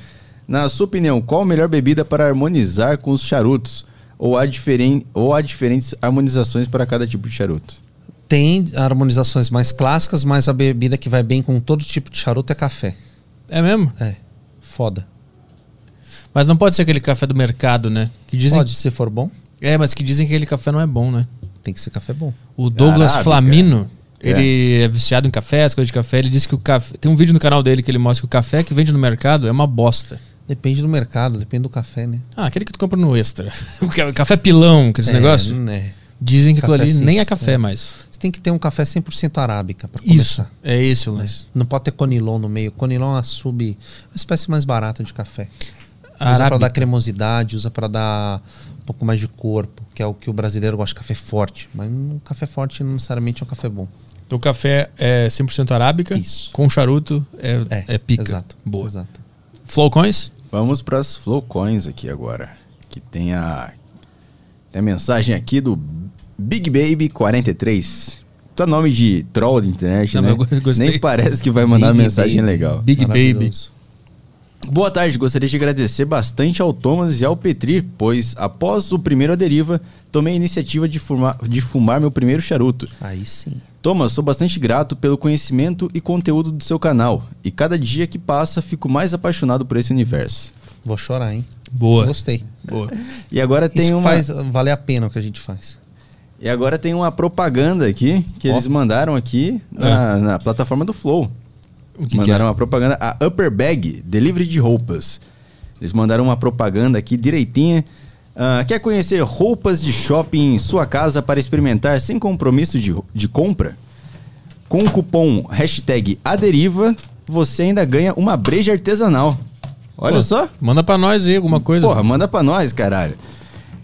Speaker 2: na sua opinião, qual a melhor bebida para harmonizar com os charutos? Ou há, diferen, ou há diferentes harmonizações para cada tipo de charuto?
Speaker 4: Tem harmonizações mais clássicas, mas a bebida que vai bem com todo tipo de charuto é café.
Speaker 1: É mesmo?
Speaker 4: É. Foda.
Speaker 1: Mas não pode ser aquele café do mercado, né? Que dizem...
Speaker 4: Pode, se for bom.
Speaker 1: É, mas que dizem que aquele café não é bom, né?
Speaker 4: Tem que ser café bom.
Speaker 1: O Douglas
Speaker 4: Arábica.
Speaker 1: Flamino,
Speaker 4: É.
Speaker 1: ele é viciado em café, as coisas de café. Ele disse que o café. Tem um vídeo no canal dele que ele mostra que o café que vende no mercado é uma bosta.
Speaker 4: Depende do mercado, depende do café, né?
Speaker 1: Ah, aquele que tu compra no extra. O ca- café pilão, que esse
Speaker 4: É,
Speaker 1: negócio.
Speaker 4: né?
Speaker 1: Dizem que
Speaker 4: Café
Speaker 1: aquilo ali nem é
Speaker 4: simples,
Speaker 1: café
Speaker 4: é.
Speaker 1: mais.
Speaker 4: Você tem que ter um café 100% arábica para
Speaker 1: Isso,
Speaker 4: começar.
Speaker 1: é esse o lance.
Speaker 4: Não pode ter conilon no meio. Conilon é uma sub, uma espécie mais barata de café. Usa
Speaker 1: Arábica.
Speaker 4: para dar cremosidade, usa para dar um pouco mais de corpo, que é o que o brasileiro gosta de café forte. Mas um café forte não necessariamente é um café bom.
Speaker 1: Então o café é 100% arábica, com charuto é, é, pica.
Speaker 4: exato,
Speaker 1: Boa.
Speaker 4: exato.
Speaker 1: Flowcoins?
Speaker 2: Vamos para as Flowcoins aqui agora. Que tem a, tem a mensagem aqui do Big Baby 43. Tá nome de troll da internet,
Speaker 1: Não,
Speaker 2: né?
Speaker 1: mas eu gostei.
Speaker 2: Nem parece que vai mandar
Speaker 1: Big
Speaker 2: mensagem
Speaker 1: Baby.
Speaker 2: legal.
Speaker 1: Big Baby.
Speaker 2: Boa tarde, gostaria de agradecer bastante ao Thomas e ao Petri, pois após o primeiro A Deriva, tomei a iniciativa de fumar, de fumar meu primeiro charuto.
Speaker 4: Aí sim.
Speaker 2: Thomas, sou bastante grato pelo conhecimento e conteúdo do seu canal, e cada dia que passa fico mais apaixonado por esse universo.
Speaker 4: Vou chorar, hein?
Speaker 1: Boa.
Speaker 4: Gostei.
Speaker 1: Boa.
Speaker 2: E agora tem
Speaker 4: Isso
Speaker 2: uma
Speaker 4: faz valer a pena o que a gente faz.
Speaker 2: E agora tem uma propaganda aqui que
Speaker 4: Ó.
Speaker 2: eles mandaram aqui na, na plataforma do Flow.
Speaker 1: É. que é?
Speaker 2: mandaram uma propaganda a Upper Bag, delivery de roupas. Eles mandaram uma propaganda aqui direitinha. Ah, quer conhecer roupas de shopping em sua casa para experimentar sem compromisso de, ro- de compra? Com o cupom hashtag aderiva, você ainda ganha uma breja artesanal. Olha
Speaker 1: Pô,
Speaker 2: só.
Speaker 1: Manda pra nós aí alguma coisa.
Speaker 2: Porra, manda pra nós, caralho.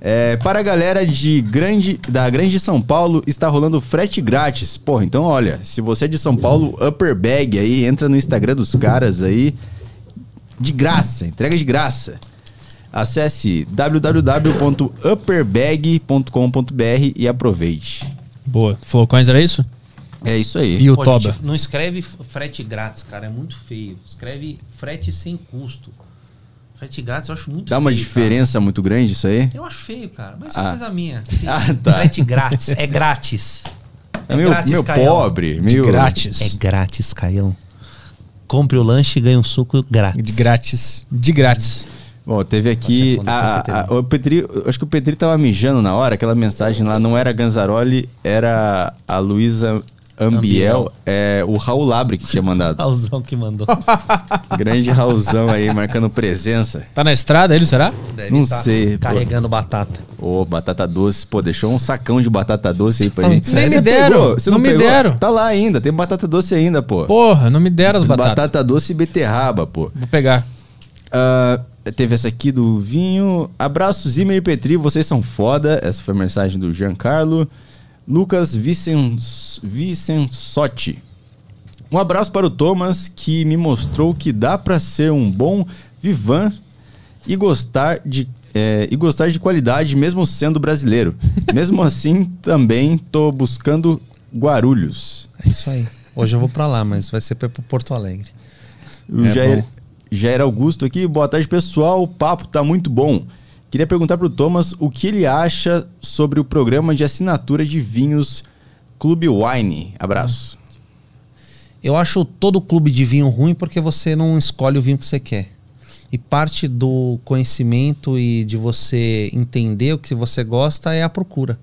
Speaker 2: É, para a galera de grande, da Grande São Paulo, está rolando frete grátis. Porra, então olha, se você é de São Paulo, Upper Bag aí, entra no Instagram dos caras aí. De graça, entrega de graça. Acesse www.upperbag.com.br e aproveite.
Speaker 1: Boa. Flowcoins era isso?
Speaker 2: É isso aí.
Speaker 1: E o
Speaker 4: Pô,
Speaker 1: Toba?
Speaker 4: gente, Não escreve f- frete grátis, cara. É muito feio. Escreve frete sem custo. Frete grátis eu acho muito
Speaker 2: Dá
Speaker 4: feio.
Speaker 2: uma
Speaker 4: cara.
Speaker 2: diferença muito grande isso aí?
Speaker 4: Eu acho feio, cara. Mas isso é
Speaker 2: Ah.
Speaker 4: coisa minha.
Speaker 2: Ah, tá.
Speaker 4: Frete grátis. É grátis.
Speaker 2: É meio- meio pobre,
Speaker 4: De
Speaker 2: meio-
Speaker 4: É grátis, Caião. Compre o lanche e ganhe um suco grátis. De
Speaker 1: grátis. De grátis.
Speaker 2: Bom, teve
Speaker 1: é
Speaker 2: aqui. a- a- a- o Petri, eu acho que o Petri tava mijando na hora, aquela mensagem lá não era Ganzaroli, era a Luísa Ambiel,
Speaker 4: Ambiel.
Speaker 2: é o Raul Labre que tinha mandado.
Speaker 4: Raulzão que mandou.
Speaker 2: Grande Raulzão aí, marcando presença.
Speaker 1: Tá na estrada ele, será?
Speaker 4: Deve
Speaker 2: Não
Speaker 4: tá
Speaker 2: sei. pô.
Speaker 4: Carregando batata.
Speaker 2: Ô, batata doce. Pô, deixou um sacão de batata doce aí pra
Speaker 1: Não,
Speaker 2: gente.
Speaker 1: nem
Speaker 2: Você
Speaker 1: me deram,
Speaker 2: pegou? Você
Speaker 1: não me
Speaker 2: pegou?
Speaker 1: deram.
Speaker 2: Tá lá ainda, tem batata doce ainda, pô.
Speaker 1: Porra, não me deram as batatas.
Speaker 2: Batata doce e beterraba, pô.
Speaker 1: Vou pegar.
Speaker 2: Ah, teve essa aqui do Vinho. Abraço, Zimmer e Petri, vocês são foda. Essa foi a mensagem do Giancarlo. Lucas Vicen... Vicensotti. Um abraço para o Thomas, que me mostrou que dá para ser um bom vivan e gostar de. é, e gostar de qualidade mesmo sendo brasileiro. mesmo assim, também tô buscando Guarulhos.
Speaker 4: É isso aí. Hoje eu vou pra lá, mas vai ser pra pro Porto Alegre.
Speaker 2: O
Speaker 4: É
Speaker 2: Jair,
Speaker 4: bom.
Speaker 2: Jair Augusto aqui, boa tarde pessoal, o papo tá muito bom. Queria perguntar pro Thomas o que ele acha sobre o programa de assinatura de vinhos Clube Wine. Abraço.
Speaker 4: Eu acho todo clube de vinho ruim porque você não escolhe o vinho que você quer. E parte do conhecimento e de você entender o que você gosta é a procura.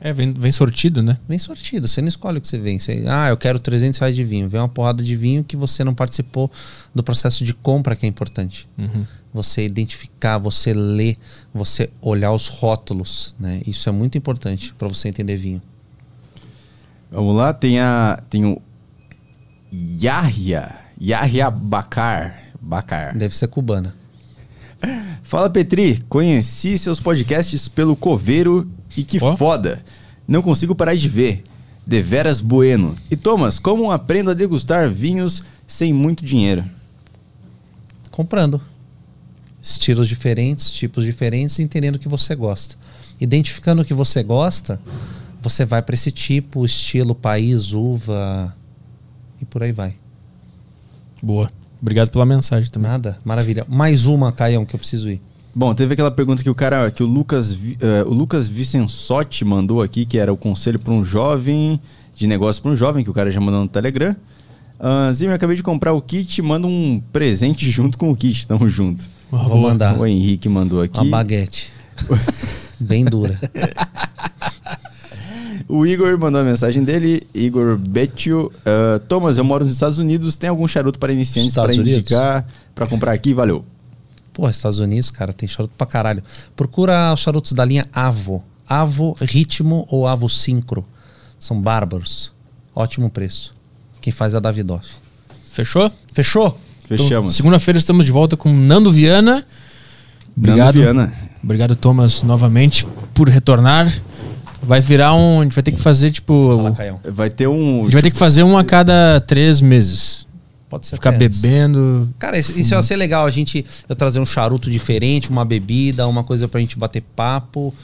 Speaker 1: É, vem, vem sortido, né?
Speaker 4: Vem sortido, você não escolhe o que você vem. Você, ah, eu quero 300 reais de vinho. Vem uma porrada de vinho que você não participou do processo de compra, que é importante.
Speaker 1: Uhum.
Speaker 4: Você identificar, você ler, você olhar os rótulos, né? Isso é muito importante para você entender vinho.
Speaker 2: Vamos lá, tem a. Tem o. Yahya. Yahya Bakar. Bakar.
Speaker 4: Deve ser cubana.
Speaker 2: Fala, Petri. Conheci seus podcasts pelo Coveiro e que foda. Não consigo parar de ver. Deveras bueno. E Thomas, como aprendo a degustar vinhos sem muito dinheiro?
Speaker 4: comprando estilos diferentes, tipos diferentes, entendendo o que você gosta. Identificando o que você gosta, você vai para esse tipo, estilo, país, uva e por aí vai.
Speaker 1: Boa. Obrigado pela mensagem também.
Speaker 4: Nada, maravilha. Mais uma, Caião, que eu preciso ir.
Speaker 2: Bom, teve aquela pergunta que o cara, que o Lucas, Vi- eh, o Lucas Vicensotti mandou aqui, que era o conselho para um jovem, de negócio para um jovem, que o cara já mandou no Telegram. Ah, Zimmer, acabei de comprar o kit, manda um presente junto com o kit, tamo junto.
Speaker 4: Vou Boa. mandar.
Speaker 2: O Henrique mandou aqui.
Speaker 4: Uma baguete. Bem dura.
Speaker 2: O Igor mandou a mensagem dele, Igor Betio. ah, Thomas, eu moro nos Estados Unidos, tem algum charuto para iniciantes para
Speaker 4: Estados Unidos?
Speaker 2: indicar, para comprar aqui? Valeu.
Speaker 4: Pô, Estados Unidos, cara, tem charuto pra caralho. Procura os charutos da linha Avo. Avo Ritmo ou Avo Sincro. São bárbaros. Ótimo preço. Quem faz é a Davidoff.
Speaker 1: Fechou?
Speaker 4: Fechou?
Speaker 1: Então, Segunda-feira estamos de volta com Nando Viana. Obrigado.
Speaker 2: Viana.
Speaker 1: Obrigado, Thomas, novamente por retornar. Vai virar um. A gente vai ter que fazer, tipo. o-
Speaker 2: Vai ter um.
Speaker 1: a gente vai ter que fazer um a cada três meses.
Speaker 4: Pode ser
Speaker 1: Ficar
Speaker 4: até antes.
Speaker 1: bebendo.
Speaker 4: Cara, isso, isso ia ser legal. A gente eu trazer um charuto diferente, uma bebida, uma coisa pra gente bater papo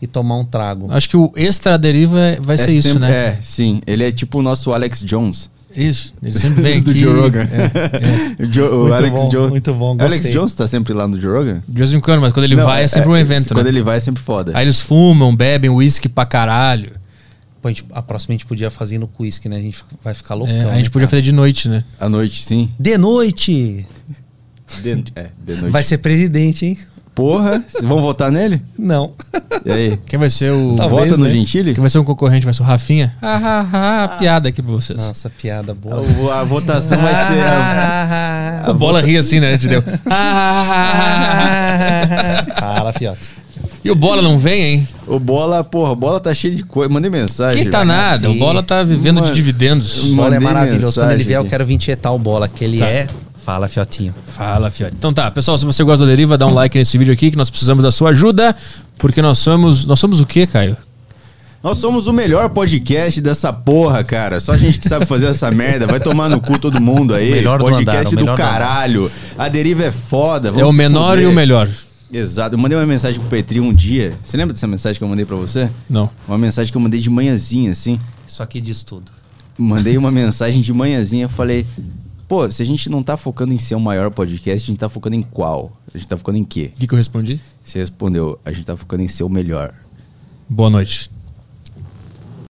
Speaker 4: e tomar um trago.
Speaker 1: Acho que o extra deriva vai ser isso,
Speaker 2: sempre-
Speaker 1: né?
Speaker 2: É, sim. Ele é tipo o nosso Alex Jones.
Speaker 1: Isso, ele sempre vem
Speaker 2: Do
Speaker 1: aqui.
Speaker 2: Joe Rogan.
Speaker 1: É, é.
Speaker 2: O Jo- o
Speaker 1: Muito
Speaker 2: Alex
Speaker 1: bom,
Speaker 2: Jones.
Speaker 1: muito bom,
Speaker 2: Alex
Speaker 1: gostei.
Speaker 2: Jones tá sempre lá no Joe Rogan?
Speaker 1: De vez em quando, um mas quando ele
Speaker 2: Não,
Speaker 1: vai é sempre um evento,
Speaker 2: quando
Speaker 1: né?
Speaker 2: ele vai é sempre foda.
Speaker 1: Aí eles fumam, bebem uísque pra caralho.
Speaker 4: Pô, a, gente- a próxima a gente podia fazer no quiz, que né? A gente vai ficar loucão.
Speaker 1: É, a
Speaker 4: né,
Speaker 1: gente podia
Speaker 4: cara?
Speaker 1: fazer de noite, né?
Speaker 2: À noite, sim.
Speaker 4: De noite!
Speaker 2: De, é, de noite.
Speaker 4: Vai ser presidente, hein?
Speaker 2: Porra, vocês vão votar nele?
Speaker 4: Não.
Speaker 2: E aí?
Speaker 1: Quem vai ser o.
Speaker 2: Talvez, Vota no né? Gentili?
Speaker 1: Quem vai ser um concorrente? Vai ser o Rafinha? Ah, ah, ah, piada aqui pra vocês.
Speaker 4: Nossa, piada boa. Ah.
Speaker 2: A, votação vai ser.
Speaker 1: O Bola ri assim, né? Te deu.
Speaker 4: Fala, fiote.
Speaker 1: E o Bola não vem, hein?
Speaker 2: O Bola, porra, o Bola tá cheio de coisa. Mandei mensagem.
Speaker 1: Quem tá nada? O Bola tá vivendo de dividendos.
Speaker 4: O bola é maravilhoso. Quando ele vier, eu
Speaker 1: aqui.
Speaker 4: quero vir tietar o bola, que ele
Speaker 1: Tá.
Speaker 4: é. Fala, fiotinho.
Speaker 1: Fala, Fiore. Então tá, pessoal, se você gosta da deriva, dá um like nesse vídeo aqui que nós precisamos da sua ajuda, porque nós somos. Nós somos o quê, Caio?
Speaker 2: Nós somos o melhor podcast dessa porra, cara. Só a gente que sabe fazer essa merda. Vai tomar no cu todo mundo aí.
Speaker 1: O melhor do andar,
Speaker 2: podcast
Speaker 1: o melhor do
Speaker 2: caralho. A deriva é foda. vamos
Speaker 1: é o
Speaker 2: se
Speaker 1: menor e
Speaker 2: fuder.
Speaker 1: o melhor.
Speaker 2: Exato. Eu mandei uma mensagem pro Petri um dia. Você lembra dessa mensagem que eu mandei pra você?
Speaker 1: Não.
Speaker 2: Uma mensagem que eu mandei de manhãzinha, assim.
Speaker 4: Isso aqui diz tudo.
Speaker 2: Mandei uma mensagem de manhãzinha. Eu falei, pô, se a gente não tá focando em ser o maior podcast, a gente tá focando em qual? A gente tá focando em quê?
Speaker 1: O que, que eu respondi?
Speaker 2: Você respondeu, a gente tá focando em ser o melhor.
Speaker 1: Boa noite.